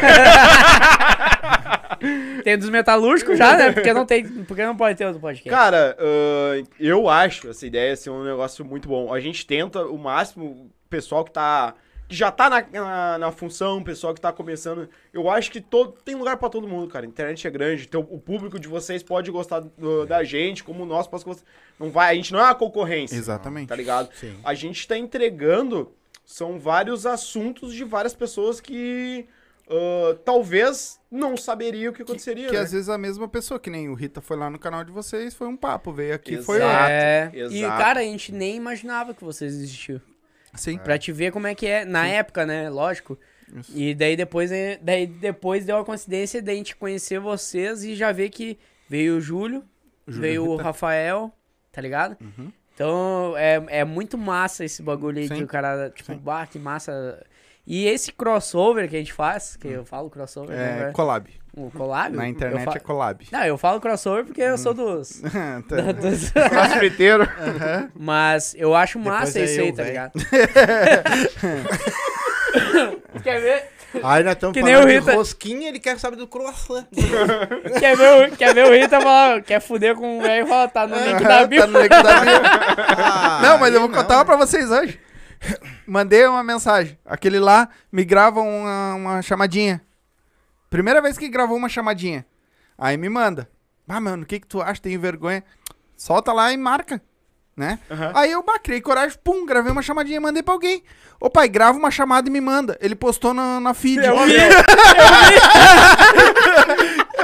[SPEAKER 2] Tem dos metalúrgicos já, né? Porque não tem. Porque não pode ter outro podcast.
[SPEAKER 4] Cara, ahn, eu acho essa ideia ser um negócio muito bom. A gente tenta o máximo, o pessoal que tá. Que já tá na, na, na função, o pessoal que tá começando. Eu acho que todo, tem lugar pra todo mundo, cara. A internet é grande, então o público de vocês pode gostar do- da gente, como o nosso pode gostar. Não vai, a gente não é uma concorrência.
[SPEAKER 1] Exatamente.
[SPEAKER 4] Tá ligado?
[SPEAKER 1] [laughs]
[SPEAKER 3] Sim.
[SPEAKER 4] A gente tá entregando. São vários assuntos de várias pessoas que ahn, talvez não saberia o que aconteceria.
[SPEAKER 1] Que
[SPEAKER 4] né?
[SPEAKER 1] às vezes a mesma pessoa, que nem o Rita foi lá no canal de vocês, foi um papo, veio aqui, foi
[SPEAKER 4] Exato.
[SPEAKER 1] lá.
[SPEAKER 2] É.
[SPEAKER 4] exato.
[SPEAKER 2] E, cara, a gente nem imaginava que vocês existiam.
[SPEAKER 1] um- Sim.
[SPEAKER 2] Pra te ver como é que é, na época, né? Lógico.
[SPEAKER 1] Isso.
[SPEAKER 2] E daí depois, eh, daí depois deu a coincidência da gente conhecer vocês e já ver que veio o Júlio,
[SPEAKER 1] Júlio
[SPEAKER 2] veio o
[SPEAKER 1] Rita. Uhum.
[SPEAKER 2] Rafael, tá ligado? Então é, é muito massa esse bagulho aí
[SPEAKER 1] Sim.
[SPEAKER 2] que o cara, tipo, bah, que massa. E esse crossover que a gente faz, que eu falo crossover,
[SPEAKER 1] É,
[SPEAKER 2] né?
[SPEAKER 1] collab.
[SPEAKER 2] o collab.
[SPEAKER 1] Na
[SPEAKER 2] eu
[SPEAKER 1] internet
[SPEAKER 2] fa-
[SPEAKER 1] é Hum.
[SPEAKER 2] [laughs]
[SPEAKER 1] collab. [laughs]
[SPEAKER 2] Não, eu falo crossover porque eu sou dos...
[SPEAKER 1] Tá.
[SPEAKER 2] dos-
[SPEAKER 4] Nosso friteiro.
[SPEAKER 2] Mas eu acho
[SPEAKER 3] Depois
[SPEAKER 2] massa
[SPEAKER 3] é
[SPEAKER 2] isso
[SPEAKER 3] eu,
[SPEAKER 2] aí, tá
[SPEAKER 3] véi.
[SPEAKER 1] [laughs]
[SPEAKER 2] ligado? quer ver?
[SPEAKER 3] Aí nós estamos
[SPEAKER 2] Que nem
[SPEAKER 3] falando
[SPEAKER 2] o
[SPEAKER 3] de
[SPEAKER 2] Rita.
[SPEAKER 3] rosquinha, ele quer saber do croissant.
[SPEAKER 1] [laughs]
[SPEAKER 2] Quer ver, o- quer ver o Rita falar, quer fuder com o velho e falar, tá no link da
[SPEAKER 1] Tá
[SPEAKER 2] bio.
[SPEAKER 1] no link da bio.
[SPEAKER 3] Ah,
[SPEAKER 1] Não, mas eu vou
[SPEAKER 3] aí
[SPEAKER 1] contar uma pra vocês hoje. Mandei uma mensagem. Aquele lá me grava uma, uma chamadinha. Primeira vez que gravou uma chamadinha. Aí me manda. Ah, mano, o que que tu acha? Tenho vergonha. Solta lá e marca. Né? Aí eu bah, criei coragem, pum, gravei uma chamadinha e mandei pra alguém. Ô pai, grava uma chamada e me manda. Ele postou na, na feed.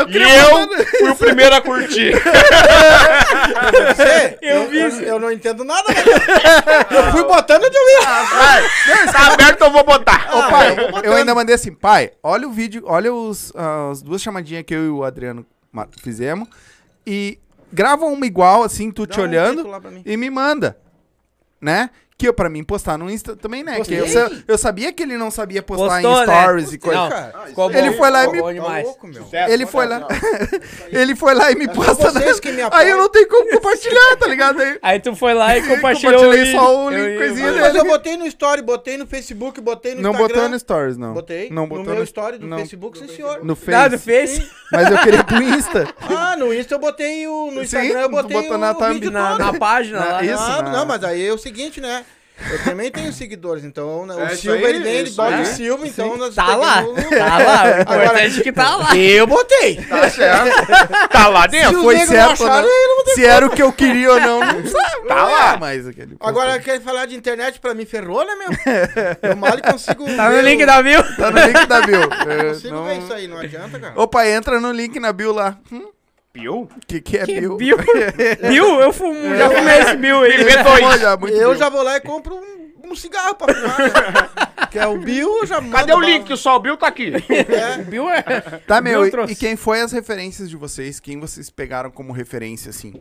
[SPEAKER 4] E eu fui o primeiro a curtir.
[SPEAKER 3] Você?
[SPEAKER 2] Eu vi isso.
[SPEAKER 3] Eu, não entendo nada.
[SPEAKER 1] Tá
[SPEAKER 3] né? eu fui botando de ouvir.
[SPEAKER 4] Ah, tá aberto, eu vou botar.
[SPEAKER 1] Ô pai,
[SPEAKER 3] eu vou
[SPEAKER 1] eu
[SPEAKER 3] botando.
[SPEAKER 1] ainda mandei assim, pai, olha o vídeo, olha os, ah, as duas chamadinhas que eu e o Adriano ma- fizemos. E grava uma igual, assim, tu
[SPEAKER 3] um
[SPEAKER 1] te olhando. e me manda, né? Que eu, pra mim, postar no Insta também, né? Que eu,
[SPEAKER 2] Postei.
[SPEAKER 1] sa- eu sabia que ele não sabia postar
[SPEAKER 2] Postou,
[SPEAKER 1] em
[SPEAKER 2] né?
[SPEAKER 1] stories e coisa.
[SPEAKER 2] Não,
[SPEAKER 3] cara.
[SPEAKER 2] ficou
[SPEAKER 1] Ele
[SPEAKER 2] bom,
[SPEAKER 1] foi lá e
[SPEAKER 2] ficou
[SPEAKER 1] me-
[SPEAKER 2] Bom demais.
[SPEAKER 3] louco, meu.
[SPEAKER 4] É,
[SPEAKER 1] Ele foi lá. [laughs] ele foi lá e me
[SPEAKER 3] É só
[SPEAKER 1] posta.
[SPEAKER 3] vocês
[SPEAKER 1] na-
[SPEAKER 3] que
[SPEAKER 1] Aí
[SPEAKER 3] me
[SPEAKER 1] eu
[SPEAKER 3] apoiam.
[SPEAKER 1] não tenho como compartilhar, tá
[SPEAKER 3] [laughs]
[SPEAKER 1] ligado? Aí
[SPEAKER 2] Aí tu foi lá e compartilhou o
[SPEAKER 1] [laughs] compartilhei
[SPEAKER 2] vídeo.
[SPEAKER 1] só o
[SPEAKER 2] Eu
[SPEAKER 1] link,
[SPEAKER 2] ia-
[SPEAKER 1] coisinha
[SPEAKER 3] Mas
[SPEAKER 1] dele.
[SPEAKER 3] eu botei no story, botei no Facebook, botei no
[SPEAKER 1] Não
[SPEAKER 3] Instagram.
[SPEAKER 1] botou no stories, não.
[SPEAKER 3] Botei.
[SPEAKER 1] Não
[SPEAKER 3] no
[SPEAKER 1] botou
[SPEAKER 3] meu story do
[SPEAKER 1] não.
[SPEAKER 3] Facebook, sim senhor.
[SPEAKER 1] No
[SPEAKER 2] Ah, do
[SPEAKER 1] Face.
[SPEAKER 2] Face?
[SPEAKER 1] Mas eu queria pro Insta.
[SPEAKER 3] Ah, no Insta eu botei o... No
[SPEAKER 1] Sim,
[SPEAKER 3] Instagram eu
[SPEAKER 1] tu
[SPEAKER 3] botei
[SPEAKER 1] botou
[SPEAKER 3] o,
[SPEAKER 1] na thumb-
[SPEAKER 3] vídeo
[SPEAKER 2] Na,
[SPEAKER 3] todo.
[SPEAKER 2] na página
[SPEAKER 1] Na-
[SPEAKER 2] lá. né?
[SPEAKER 1] isso.
[SPEAKER 3] Ah,
[SPEAKER 1] na-
[SPEAKER 3] não, mas aí é o seguinte, né? Eu também tenho seguidores, então né, o
[SPEAKER 4] É, isso
[SPEAKER 3] Silva,
[SPEAKER 4] aí,
[SPEAKER 3] ele vem, ele
[SPEAKER 4] isso
[SPEAKER 3] bota
[SPEAKER 4] aí.
[SPEAKER 3] o Silva, então nós
[SPEAKER 2] Tá
[SPEAKER 3] pegamos
[SPEAKER 2] lá.
[SPEAKER 3] o-
[SPEAKER 2] Tá lá.
[SPEAKER 1] [laughs]
[SPEAKER 2] O importante é que tá lá.
[SPEAKER 3] Eu botei.
[SPEAKER 4] Tá certo. Tá lá
[SPEAKER 1] Se
[SPEAKER 4] dentro.
[SPEAKER 1] foi
[SPEAKER 3] nego não
[SPEAKER 1] certo ou
[SPEAKER 3] achar,
[SPEAKER 1] não. Se era o que eu queria ou não, não sabe.
[SPEAKER 4] Tá lá.
[SPEAKER 1] Mas aquele
[SPEAKER 3] Agora, quer falar de internet pra mim,
[SPEAKER 1] [laughs]
[SPEAKER 3] ferrou, né, meu? Eu mal consigo
[SPEAKER 2] Tá no
[SPEAKER 3] ver
[SPEAKER 2] link
[SPEAKER 3] o-
[SPEAKER 2] da bio.
[SPEAKER 1] Tá no link da
[SPEAKER 3] [laughs]
[SPEAKER 1] Bill. É,
[SPEAKER 3] consigo
[SPEAKER 1] não-
[SPEAKER 3] ver isso aí, não adianta, cara.
[SPEAKER 1] Opa, entra no link na Bill lá. [laughs] Hum,
[SPEAKER 4] Piu?
[SPEAKER 1] que que é
[SPEAKER 2] Que
[SPEAKER 1] Bill? [laughs]
[SPEAKER 2] bio? Bio? Eu fumo, já fumei esse bio aí. [laughs]
[SPEAKER 1] Olha, muito
[SPEAKER 3] eu
[SPEAKER 1] Bill.
[SPEAKER 3] já vou lá e compro um, um cigarro pra fumar.
[SPEAKER 1] [laughs]
[SPEAKER 3] né? que é o Bill, eu já mando
[SPEAKER 4] Cadê o
[SPEAKER 3] bala.
[SPEAKER 4] link que só o Bill tá aqui?
[SPEAKER 3] É,
[SPEAKER 2] Bio é...
[SPEAKER 1] Tá, meu,
[SPEAKER 2] Bill
[SPEAKER 1] e-
[SPEAKER 2] trouxe.
[SPEAKER 1] e quem foi as referências de vocês? Quem vocês pegaram como referência, assim?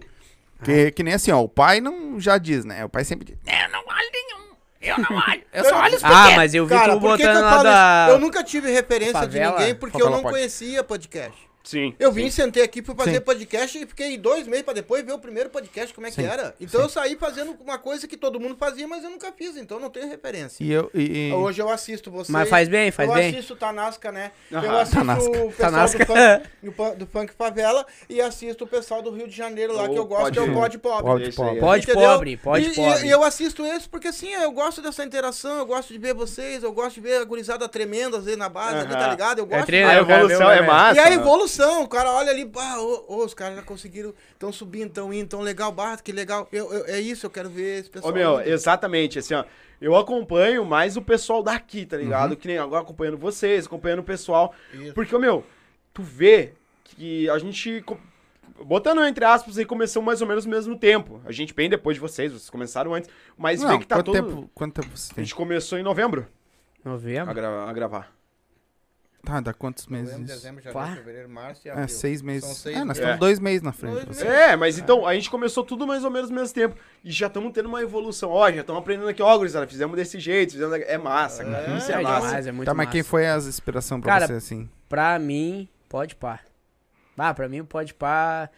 [SPEAKER 1] Que, que nem assim, ó, o pai não já diz, né? O pai sempre diz, "É, eu não olho nenhum, eu não olho, eu só olho os
[SPEAKER 3] Tipo,
[SPEAKER 2] Ah, mas eu vi
[SPEAKER 3] cara,
[SPEAKER 2] tu
[SPEAKER 3] por que que
[SPEAKER 2] botando
[SPEAKER 3] eu
[SPEAKER 2] lá
[SPEAKER 3] falo
[SPEAKER 2] da...
[SPEAKER 3] isso? Eu nunca tive referência
[SPEAKER 2] Favela?
[SPEAKER 3] de ninguém porque
[SPEAKER 1] Favela
[SPEAKER 3] eu não
[SPEAKER 1] pode.
[SPEAKER 3] conhecia podcast.
[SPEAKER 4] Sim.
[SPEAKER 3] Eu vim, sentei aqui, fui fazer
[SPEAKER 1] Sim.
[SPEAKER 3] podcast e fiquei dois meses pra depois ver o primeiro podcast, como é
[SPEAKER 1] Sim.
[SPEAKER 3] que era. Então eu saí fazendo uma coisa que todo mundo fazia, mas eu nunca fiz, então não tenho referência.
[SPEAKER 1] E eu. E, e-
[SPEAKER 3] Hoje eu assisto vocês.
[SPEAKER 2] Mas faz bem, faz
[SPEAKER 3] eu
[SPEAKER 2] bem. Ah,
[SPEAKER 3] assisto o Tanasca, né? Eu
[SPEAKER 4] Aham.
[SPEAKER 3] assisto
[SPEAKER 1] Tanasca.
[SPEAKER 3] o pessoal
[SPEAKER 2] Tanasca.
[SPEAKER 3] Do, funk, do pan- do Funk Favela e assisto o pessoal do Rio de Janeiro lá,
[SPEAKER 4] Ô,
[SPEAKER 3] que eu gosto,
[SPEAKER 4] pode
[SPEAKER 3] que é o
[SPEAKER 4] ir.
[SPEAKER 3] Pode Pobre.
[SPEAKER 1] Pode
[SPEAKER 4] Esse aí
[SPEAKER 1] pobre.
[SPEAKER 4] é-
[SPEAKER 2] Pode
[SPEAKER 3] Entendeu?
[SPEAKER 2] pobre, pode
[SPEAKER 3] E- e-
[SPEAKER 2] pobre.
[SPEAKER 3] E eu assisto esse porque assim, eu gosto dessa interação, eu gosto de ver vocês, eu gosto de ver a gurizada tremenda às vezes na base, ali, tá
[SPEAKER 4] Aham.
[SPEAKER 3] ligado? Eu gosto.
[SPEAKER 2] tre-
[SPEAKER 3] de-
[SPEAKER 4] A
[SPEAKER 2] Eu quero
[SPEAKER 4] evolução
[SPEAKER 2] ver o
[SPEAKER 4] é
[SPEAKER 2] meu,
[SPEAKER 4] massa.
[SPEAKER 3] E a
[SPEAKER 4] né?
[SPEAKER 3] evolução, o cara olha ali, bah, ô, ô, os caras já conseguiram, estão subindo, estão indo, tão legal, bah, que legal. Eu, eu- é isso, eu quero ver esse
[SPEAKER 4] Ô,
[SPEAKER 3] pessoal.
[SPEAKER 4] meu,
[SPEAKER 3] indo.
[SPEAKER 4] exatamente, assim, ó. Eu acompanho mais o pessoal daqui, tá ligado? Que nem agora acompanhando vocês, acompanhando o pessoal.
[SPEAKER 3] Isso.
[SPEAKER 4] Porque, ô, meu, tu vê que a gente. co- Botando entre aspas aí, começou mais ou menos no mesmo tempo. A gente bem depois de vocês, vocês começaram antes. Mas
[SPEAKER 1] Não,
[SPEAKER 4] vê que tá
[SPEAKER 1] quanto,
[SPEAKER 4] todo.
[SPEAKER 1] tempo, quanto tempo você
[SPEAKER 4] A
[SPEAKER 1] tem?
[SPEAKER 4] gente começou em novembro a,
[SPEAKER 1] Ah,
[SPEAKER 2] Novembro.
[SPEAKER 4] gra- a gravar.
[SPEAKER 1] Tá, dá quantos meses?
[SPEAKER 3] Novembro,
[SPEAKER 1] isso?
[SPEAKER 3] dezembro, janeiro,
[SPEAKER 2] Pá.
[SPEAKER 3] fevereiro, março e abril.
[SPEAKER 1] É, seis meses.
[SPEAKER 3] São seis
[SPEAKER 1] é, nós
[SPEAKER 4] meses.
[SPEAKER 1] estamos
[SPEAKER 4] É.
[SPEAKER 1] dois meses na frente.
[SPEAKER 3] Dois
[SPEAKER 1] Você- Tá,
[SPEAKER 3] meses.
[SPEAKER 4] É, mas então, a gente começou tudo mais ou menos no mesmo tempo. E já estamos tendo uma evolução. Ó, já estamos aprendendo aqui, ó, gurizada, fizemos desse jeito, fizemos. É massa, cara. Isso é,
[SPEAKER 2] É
[SPEAKER 4] massa.
[SPEAKER 2] demais, é muito
[SPEAKER 1] Tá, mas quem
[SPEAKER 2] massa.
[SPEAKER 1] foi as inspiração pra
[SPEAKER 2] Cara,
[SPEAKER 1] você, assim?
[SPEAKER 2] Pra mim, pode pá. Ah, pra mim, o pode pá.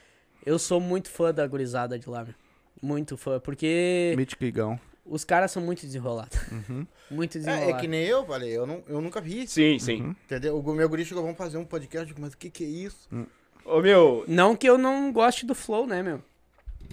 [SPEAKER 2] Eu sou muito fã da gurizada de lá, meu. Muito fã, porque
[SPEAKER 1] Mítico Igão.
[SPEAKER 2] os caras são muito desenrolados.
[SPEAKER 1] Uhum.
[SPEAKER 2] [laughs] Muito
[SPEAKER 3] É, é
[SPEAKER 2] desenrolados.
[SPEAKER 3] que nem eu falei, eu, não, eu nunca vi isso,
[SPEAKER 4] Sim, sim.
[SPEAKER 3] entendeu? O meu guri chegou, vamos fazer um podcast, eu digo, mas o que que é isso?
[SPEAKER 1] Hum.
[SPEAKER 4] Ô, meu,
[SPEAKER 2] Não que eu não goste do flow, né, meu?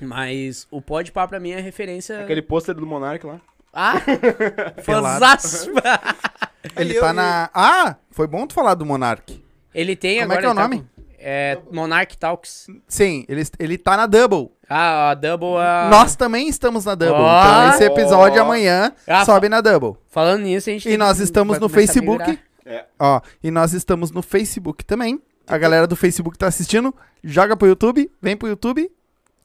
[SPEAKER 2] Mas o pode pá pra mim é referência.
[SPEAKER 4] aquele pôster do Monark lá.
[SPEAKER 2] Ah!
[SPEAKER 1] [laughs] Pelado.
[SPEAKER 2] fãzaço! [laughs]
[SPEAKER 1] Ele
[SPEAKER 3] Aí eu-
[SPEAKER 1] tá na. Ah! Foi bom tu falar do Monark.
[SPEAKER 2] Ele tem
[SPEAKER 1] Como é
[SPEAKER 2] agora.
[SPEAKER 1] que é o
[SPEAKER 2] ele tá
[SPEAKER 1] nome?
[SPEAKER 2] com- É Monarch Talks.
[SPEAKER 1] Sim, ele, ele tá na Double.
[SPEAKER 2] Ah, a Double. A...
[SPEAKER 1] Nós também estamos na Double.
[SPEAKER 2] Ó.
[SPEAKER 1] Então esse episódio
[SPEAKER 4] Ó.
[SPEAKER 1] amanhã
[SPEAKER 2] Ah,
[SPEAKER 1] sobe na Double.
[SPEAKER 2] Falando nisso, a gente.
[SPEAKER 1] E
[SPEAKER 2] tem
[SPEAKER 1] nós
[SPEAKER 2] que-
[SPEAKER 1] estamos
[SPEAKER 2] vai
[SPEAKER 1] no
[SPEAKER 2] começar a
[SPEAKER 1] Facebook.
[SPEAKER 2] migrar.
[SPEAKER 4] É.
[SPEAKER 1] Ó, e nós estamos no Facebook também. A galera do Facebook tá assistindo, joga pro YouTube, vem pro YouTube,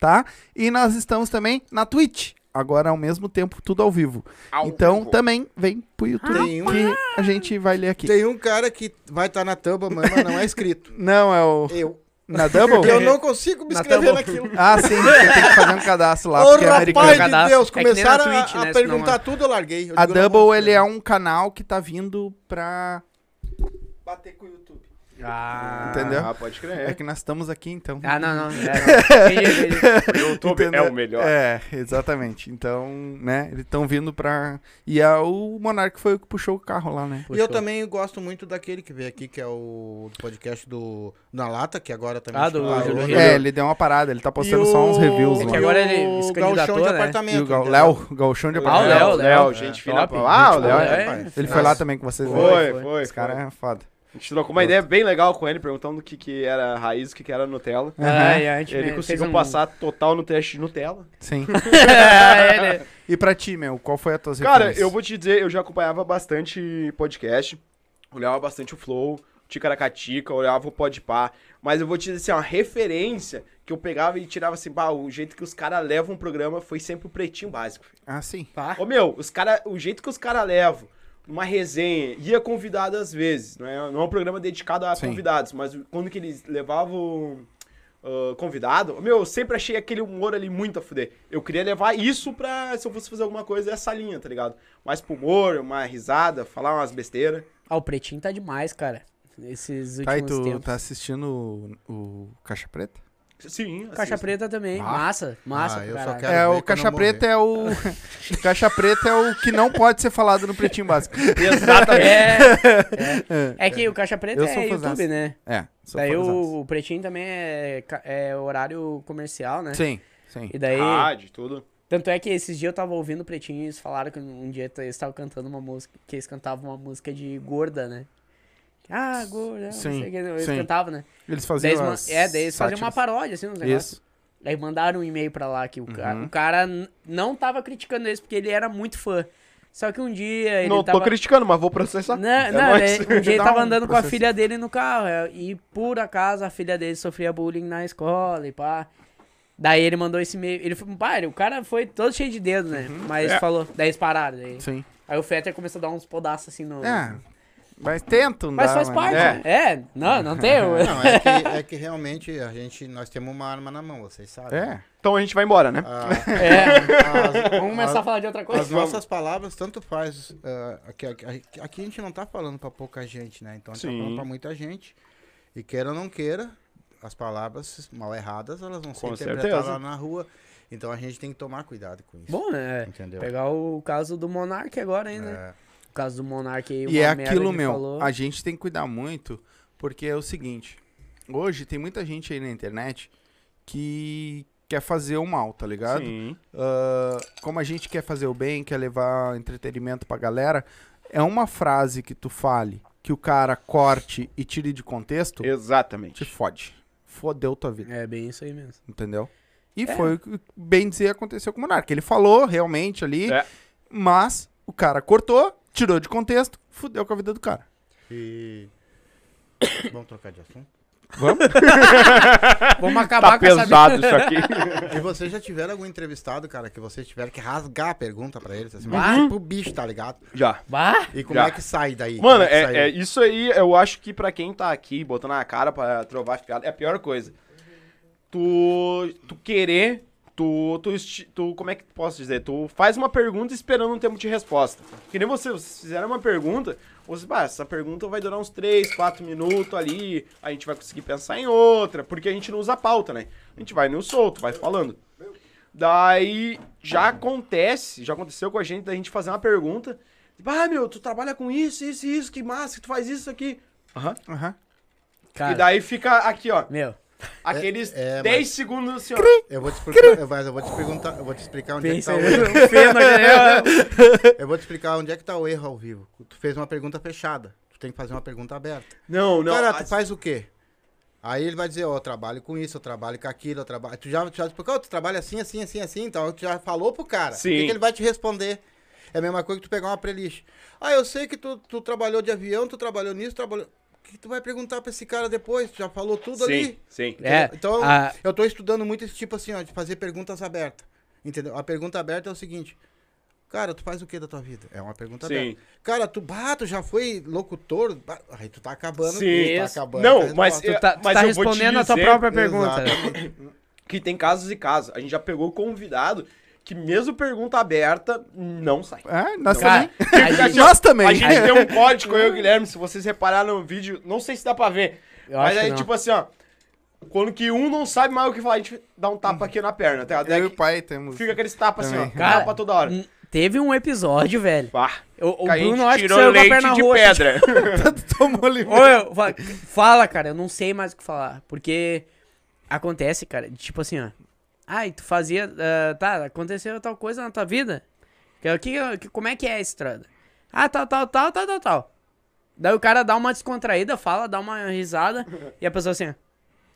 [SPEAKER 1] tá? E nós estamos também na Twitch. Agora ao mesmo tempo, tudo ao vivo. então também vem pro YouTube
[SPEAKER 3] Tem um-
[SPEAKER 1] que a gente vai ler aqui.
[SPEAKER 3] Tem um cara que vai estar na tampa, mas mas não
[SPEAKER 1] [laughs]
[SPEAKER 3] é inscrito.
[SPEAKER 1] Não, é o.
[SPEAKER 3] Eu. [laughs]
[SPEAKER 1] Na Double?
[SPEAKER 3] Eu não consigo me
[SPEAKER 2] Na
[SPEAKER 3] inscrever
[SPEAKER 2] tampa. [laughs]
[SPEAKER 3] naquilo.
[SPEAKER 1] Ah, sim, você tem que fazer um cadastro lá,
[SPEAKER 3] Ô,
[SPEAKER 1] porque é
[SPEAKER 3] rapaz
[SPEAKER 1] americano.
[SPEAKER 3] de
[SPEAKER 2] Cadastro.
[SPEAKER 3] Deus,
[SPEAKER 2] É que nem na
[SPEAKER 3] começaram a-
[SPEAKER 2] Twitch,
[SPEAKER 3] a,
[SPEAKER 2] né,
[SPEAKER 3] perguntar
[SPEAKER 2] senão-
[SPEAKER 3] tudo, eu larguei. Eu
[SPEAKER 1] A
[SPEAKER 3] digo, eu não vou
[SPEAKER 1] Double, ele é
[SPEAKER 3] fazer.
[SPEAKER 1] um canal que tá vindo pra...
[SPEAKER 4] bater com o YouTube.
[SPEAKER 2] Ah,
[SPEAKER 1] Entendeu?
[SPEAKER 4] Ah, pode
[SPEAKER 1] É,
[SPEAKER 4] crer.
[SPEAKER 1] que nós estamos aqui, então.
[SPEAKER 2] Ah, não,
[SPEAKER 1] [laughs]
[SPEAKER 2] não. É, não. Entendi, entendi.
[SPEAKER 4] o YouTube
[SPEAKER 1] Entendeu?
[SPEAKER 4] é o melhor.
[SPEAKER 1] É, exatamente. Então, né, eles estão vindo pra... E a, o Monark foi o que puxou o carro lá, né?
[SPEAKER 3] E eu
[SPEAKER 2] Puxou.
[SPEAKER 3] também gosto muito daquele que veio aqui, que é o podcast do Na Lata, que agora também...
[SPEAKER 2] Ah,
[SPEAKER 3] acho que
[SPEAKER 2] do
[SPEAKER 3] tá
[SPEAKER 2] Júlio
[SPEAKER 3] hoje.
[SPEAKER 2] Rio.
[SPEAKER 1] É, ele deu uma parada, ele tá postando só uns reviews
[SPEAKER 2] É que
[SPEAKER 1] lá.
[SPEAKER 2] agora ele
[SPEAKER 3] e o
[SPEAKER 2] se
[SPEAKER 3] Gauchão
[SPEAKER 2] candidatou,
[SPEAKER 3] de
[SPEAKER 2] né?
[SPEAKER 1] E
[SPEAKER 3] apartamento.
[SPEAKER 1] o Gal-
[SPEAKER 3] entendeu?
[SPEAKER 1] Léo, o Galchão de
[SPEAKER 2] Ah, o Léo,
[SPEAKER 1] Apartamento.
[SPEAKER 2] Léo.
[SPEAKER 4] Léo, é gente fina.
[SPEAKER 2] Top.
[SPEAKER 4] pra- Ah, o
[SPEAKER 2] Gente
[SPEAKER 4] Léo.
[SPEAKER 2] boa,
[SPEAKER 4] é-
[SPEAKER 2] é.
[SPEAKER 1] Ele
[SPEAKER 3] Nossa.
[SPEAKER 1] foi lá também com vocês, né?
[SPEAKER 4] Foi, foi, foi.
[SPEAKER 1] Esse cara é foda.
[SPEAKER 4] A gente trocou uma ideia bem legal com ele, perguntando o que, que era a raiz, o que, que era a Nutella.
[SPEAKER 2] Ah, e a gente
[SPEAKER 4] Ele
[SPEAKER 2] fez
[SPEAKER 4] conseguiu
[SPEAKER 2] um-
[SPEAKER 4] passar total no teste de Nutella.
[SPEAKER 1] Sim.
[SPEAKER 2] [laughs] É, ele-
[SPEAKER 1] E pra ti, meu, qual foi a tua
[SPEAKER 4] Cara, eu vou te dizer, eu já acompanhava bastante podcast, olhava bastante o Flow, Ticaracatica, olhava o Podpah, mas eu vou te dizer assim, uma referência que eu pegava e tirava assim, bah, o jeito que os caras levam um programa foi sempre o Pretinho Básico. filho.
[SPEAKER 1] Ah, sim.
[SPEAKER 2] Pá.
[SPEAKER 4] Ô, meu, os cara, o jeito que os caras levam, uma resenha, ia convidado às vezes, não é, não é um programa dedicado a
[SPEAKER 1] Sim.
[SPEAKER 4] convidados, mas quando que eles levavam ah, convidado, ô, meu, eu sempre achei aquele humor ali muito a fuder. Eu queria levar isso pra, se eu fosse fazer alguma coisa, essa linha, tá ligado? Mais pro humor, uma risada, falar umas besteiras.
[SPEAKER 2] Ah, o Pretinho tá demais, cara. Esses
[SPEAKER 1] Tá, e
[SPEAKER 2] últimos
[SPEAKER 1] tu
[SPEAKER 2] tempos.
[SPEAKER 1] tá assistindo o, o Caixa Preta?
[SPEAKER 4] Sim, assim,
[SPEAKER 2] Caixa
[SPEAKER 4] assisto.
[SPEAKER 2] Preta também.
[SPEAKER 1] Ah.
[SPEAKER 2] Massa, massa.
[SPEAKER 3] Ah,
[SPEAKER 2] pro
[SPEAKER 3] eu só
[SPEAKER 2] caralho.
[SPEAKER 3] quero-
[SPEAKER 1] É,
[SPEAKER 3] ver
[SPEAKER 1] o
[SPEAKER 3] quando
[SPEAKER 1] Caixa
[SPEAKER 3] eu morrer.
[SPEAKER 4] né?
[SPEAKER 1] Preta é o... [laughs] Caixa Preta é o que não pode ser falado no Pretinho Básico.
[SPEAKER 4] Exatamente.
[SPEAKER 1] [laughs]
[SPEAKER 2] É, é. É que o Caixa Preta
[SPEAKER 1] Eu sou
[SPEAKER 2] é
[SPEAKER 1] fãzaço.
[SPEAKER 2] YouTube, né?
[SPEAKER 1] É, sou
[SPEAKER 2] daí
[SPEAKER 1] fãzaço.
[SPEAKER 2] o, o Pretinho também é, ca- é horário comercial, né?
[SPEAKER 1] Sim, sim.
[SPEAKER 2] E daí.
[SPEAKER 4] Rádio, tudo.
[SPEAKER 2] Tanto é que esses dias eu tava ouvindo o Pretinho e eles falaram que um dia t- eles estavam cantando uma música, que eles cantavam uma música de gorda, né? Ah, gorda, não
[SPEAKER 1] Sim,
[SPEAKER 2] sei o que, eles
[SPEAKER 1] sim.
[SPEAKER 2] cantavam, né?
[SPEAKER 1] Eles
[SPEAKER 2] Daí
[SPEAKER 1] faziam
[SPEAKER 2] eles, ma-
[SPEAKER 1] as
[SPEAKER 2] é, daí eles faziam uma
[SPEAKER 1] sátiras.
[SPEAKER 2] paródia, assim, uns negócios.
[SPEAKER 1] Isso.
[SPEAKER 2] Aí mandaram um e-mail pra lá que o, ca-
[SPEAKER 1] Uhum.
[SPEAKER 2] o cara n- não tava criticando eles porque ele era muito fã. Só que um dia ele
[SPEAKER 4] não
[SPEAKER 2] tava...
[SPEAKER 4] tô criticando, mas vou processar.
[SPEAKER 2] Não,
[SPEAKER 4] É
[SPEAKER 2] não,
[SPEAKER 4] nóis.
[SPEAKER 2] ele- um dia ele
[SPEAKER 1] Dá
[SPEAKER 2] tava
[SPEAKER 1] um
[SPEAKER 2] andando com a
[SPEAKER 1] processo.
[SPEAKER 2] filha dele no carro. é, E por acaso a filha dele sofria bullying na escola e pá. Daí ele mandou esse e-mail. Ele falou, pá, o cara foi todo cheio de dedo, né? Mas
[SPEAKER 4] É.
[SPEAKER 2] falou, daí eles pararam. Daí.
[SPEAKER 1] Sim.
[SPEAKER 2] Aí o Fetter começou a dar uns podaços assim no.
[SPEAKER 1] É, mas tentam
[SPEAKER 2] Mas
[SPEAKER 1] dar,
[SPEAKER 2] faz
[SPEAKER 1] mano.
[SPEAKER 2] parte. né? É. não, não tem.
[SPEAKER 3] Não, é que, é que realmente a gente, nós temos uma arma na mão, vocês sabem.
[SPEAKER 1] É.
[SPEAKER 4] Então a gente vai embora, né?
[SPEAKER 1] [laughs]
[SPEAKER 3] Ah,
[SPEAKER 2] [laughs] É,
[SPEAKER 3] as-
[SPEAKER 2] vamos começar a falar de outra coisa.
[SPEAKER 4] é.
[SPEAKER 3] As nossas palavras, tanto faz. eh, ah, aqui, aqui- aqui a gente não tá falando pra pouca gente, né? Então a gente tá
[SPEAKER 4] Sim.
[SPEAKER 3] falando pra muita gente. E queira ou não queira, as palavras mal erradas, elas vão ser
[SPEAKER 4] Com
[SPEAKER 3] interpretadas
[SPEAKER 4] certeza.
[SPEAKER 3] lá na rua. Então a gente tem que tomar cuidado com isso.
[SPEAKER 2] Bom, né?
[SPEAKER 3] Entendeu?
[SPEAKER 2] Pegar o caso do Monark agora, hein, né?
[SPEAKER 3] É,
[SPEAKER 2] O caso do Monark aí,
[SPEAKER 1] E é
[SPEAKER 2] merda
[SPEAKER 1] aquilo,
[SPEAKER 2] que
[SPEAKER 1] meu.
[SPEAKER 2] falou.
[SPEAKER 1] A gente tem que cuidar muito, porque é o seguinte. Hoje tem muita gente aí na internet que quer fazer o mal, tá ligado?
[SPEAKER 4] Sim.
[SPEAKER 1] Ah, como a gente quer fazer o bem, quer levar entretenimento pra galera, é uma frase que tu fale, que o cara corte e tire de contexto, te
[SPEAKER 4] Exatamente.
[SPEAKER 1] fode. Fodeu tua vida,
[SPEAKER 2] É bem isso aí mesmo.
[SPEAKER 1] entendeu? E foi o que, bem dizer, aconteceu com o Monark. Ele falou realmente ali,
[SPEAKER 4] É.
[SPEAKER 1] mas o cara cortou, tirou de contexto, fudeu com a vida do cara.
[SPEAKER 3] e... [coughs] Vamos trocar de assunto?
[SPEAKER 2] Vamos acabar
[SPEAKER 4] Tá
[SPEAKER 2] com essa
[SPEAKER 4] pesado isso aqui. [laughs]
[SPEAKER 3] E vocês já tiveram algum entrevistado, cara, que vocês tiveram que rasgar a pergunta pra eles? Assim,
[SPEAKER 2] Bah.
[SPEAKER 3] tipo bicho, tá ligado?
[SPEAKER 4] Já.
[SPEAKER 2] Bah!
[SPEAKER 3] E como
[SPEAKER 4] Uhum. Já.
[SPEAKER 3] é que sai daí?
[SPEAKER 4] Mano,
[SPEAKER 3] Como que
[SPEAKER 4] é,
[SPEAKER 3] saiu?
[SPEAKER 4] é isso aí, eu acho que pra quem tá aqui botando a cara pra trovar as piadas, é a pior coisa. Tu, tu querer, tu, tu, esti- tu, como é que posso dizer? Tu faz uma pergunta esperando um tempo de resposta. Que nem você, vocês fizeram uma pergunta, você, bah, essa pergunta vai durar uns 3, 4 minutos ali, a gente vai conseguir pensar em outra, porque a gente não usa pauta, né? A gente vai no solto, vai falando. Daí já acontece, já aconteceu com a gente, da gente fazer uma pergunta. Tipo, ah, meu, tu trabalha com isso, isso e isso, que massa, que tu faz isso aqui. Aham.
[SPEAKER 1] Aham.
[SPEAKER 2] Cara,
[SPEAKER 4] E daí fica aqui, ó,
[SPEAKER 2] meu,
[SPEAKER 4] aqueles
[SPEAKER 3] é,
[SPEAKER 4] 10 segundos assim, ó.
[SPEAKER 3] Eu vou te explicar, eu, mas eu vou te perguntar, eu vou te explicar onde é que
[SPEAKER 2] pensa
[SPEAKER 3] tá
[SPEAKER 2] aí.
[SPEAKER 3] o erro.
[SPEAKER 2] o feno aqui,
[SPEAKER 4] [laughs]
[SPEAKER 2] né?
[SPEAKER 3] Eu vou te explicar onde é que tá o erro ao vivo. Tu fez uma pergunta fechada. Tu tem que fazer uma pergunta aberta.
[SPEAKER 4] Não, não.
[SPEAKER 3] cara,
[SPEAKER 4] a-
[SPEAKER 3] tu tá faz o quê? Aí ele vai dizer, ó, eu trabalho com isso, eu trabalho com aquilo, eu trabalho. Tu já, tu já explicou, tu trabalha assim, assim, assim, assim, então tu já falou pro cara.
[SPEAKER 4] Sim.
[SPEAKER 3] O que, que ele vai te responder? É a mesma coisa que tu pegar uma playlist. Ah, eu sei que tu, tu trabalhou de avião, tu trabalhou nisso, trabalhou. O que que tu vai perguntar pra esse cara depois? Tu já falou tudo ali.
[SPEAKER 4] Sim, sim.
[SPEAKER 2] É,
[SPEAKER 3] Então,
[SPEAKER 2] a-
[SPEAKER 3] eu tô estudando muito esse tipo assim, ó, de fazer perguntas abertas. Entendeu? A pergunta aberta é o seguinte. Cara, tu faz o que da tua vida? É uma pergunta
[SPEAKER 4] Sim.
[SPEAKER 3] aberta. Cara, tu, bah, tu já foi locutor? Bah, aí tu tá acabando.
[SPEAKER 4] Sim.
[SPEAKER 3] Tu tá
[SPEAKER 2] Isso.
[SPEAKER 3] acabando. com a
[SPEAKER 4] Não, mas,
[SPEAKER 3] resposta.
[SPEAKER 2] tu tá, tu
[SPEAKER 4] mas
[SPEAKER 2] tá
[SPEAKER 4] eu vou te
[SPEAKER 2] respondendo a tua
[SPEAKER 4] dizer-
[SPEAKER 2] própria pergunta.
[SPEAKER 3] Exatamente.
[SPEAKER 4] Que tem casos e casos. A gente já pegou convidado que mesmo pergunta aberta, não sai.
[SPEAKER 2] Ah,
[SPEAKER 1] É, nós
[SPEAKER 4] Ah,
[SPEAKER 2] Cara,
[SPEAKER 4] tipo
[SPEAKER 2] a
[SPEAKER 4] assim,
[SPEAKER 1] também.
[SPEAKER 2] gente-
[SPEAKER 1] nós também.
[SPEAKER 4] A gente deu um código, eu e o Guilherme, se vocês repararam no vídeo, não sei se dá pra ver.
[SPEAKER 2] Eu
[SPEAKER 4] mas
[SPEAKER 2] acho que
[SPEAKER 4] aí,
[SPEAKER 2] não.
[SPEAKER 4] tipo assim, ó. Quando que um não sabe mais o que falar, a gente dá um
[SPEAKER 2] Uhum.
[SPEAKER 4] tapa aqui na perna, tá? ligado?
[SPEAKER 1] [laughs] Eu e
[SPEAKER 4] Daí
[SPEAKER 1] o pai temos. [laughs]
[SPEAKER 4] fica aqueles tapas assim, ó.
[SPEAKER 1] Também.
[SPEAKER 2] Cara,
[SPEAKER 4] tapa toda hora.
[SPEAKER 2] N- Teve um episódio, velho.
[SPEAKER 4] Pá.
[SPEAKER 2] O, o
[SPEAKER 4] que a gente
[SPEAKER 2] Bruno acho que
[SPEAKER 4] tirou
[SPEAKER 2] saiu com a
[SPEAKER 4] leite
[SPEAKER 2] perna
[SPEAKER 4] de
[SPEAKER 2] roxa.
[SPEAKER 4] pedra.
[SPEAKER 2] [laughs]
[SPEAKER 1] Tomou ali.
[SPEAKER 2] Ô, eu, fa- fala, cara, eu não sei mais o que falar. Porque acontece, cara, de tipo assim, ó. Ai, tu fazia. ah, tá, aconteceu tal coisa na tua vida. Que, que, que- como é que é esse troço? Ah, tal, tal, tal, tal, tal, tal. Daí o cara dá uma descontraída, fala, dá uma risada. e a pessoa assim, ó.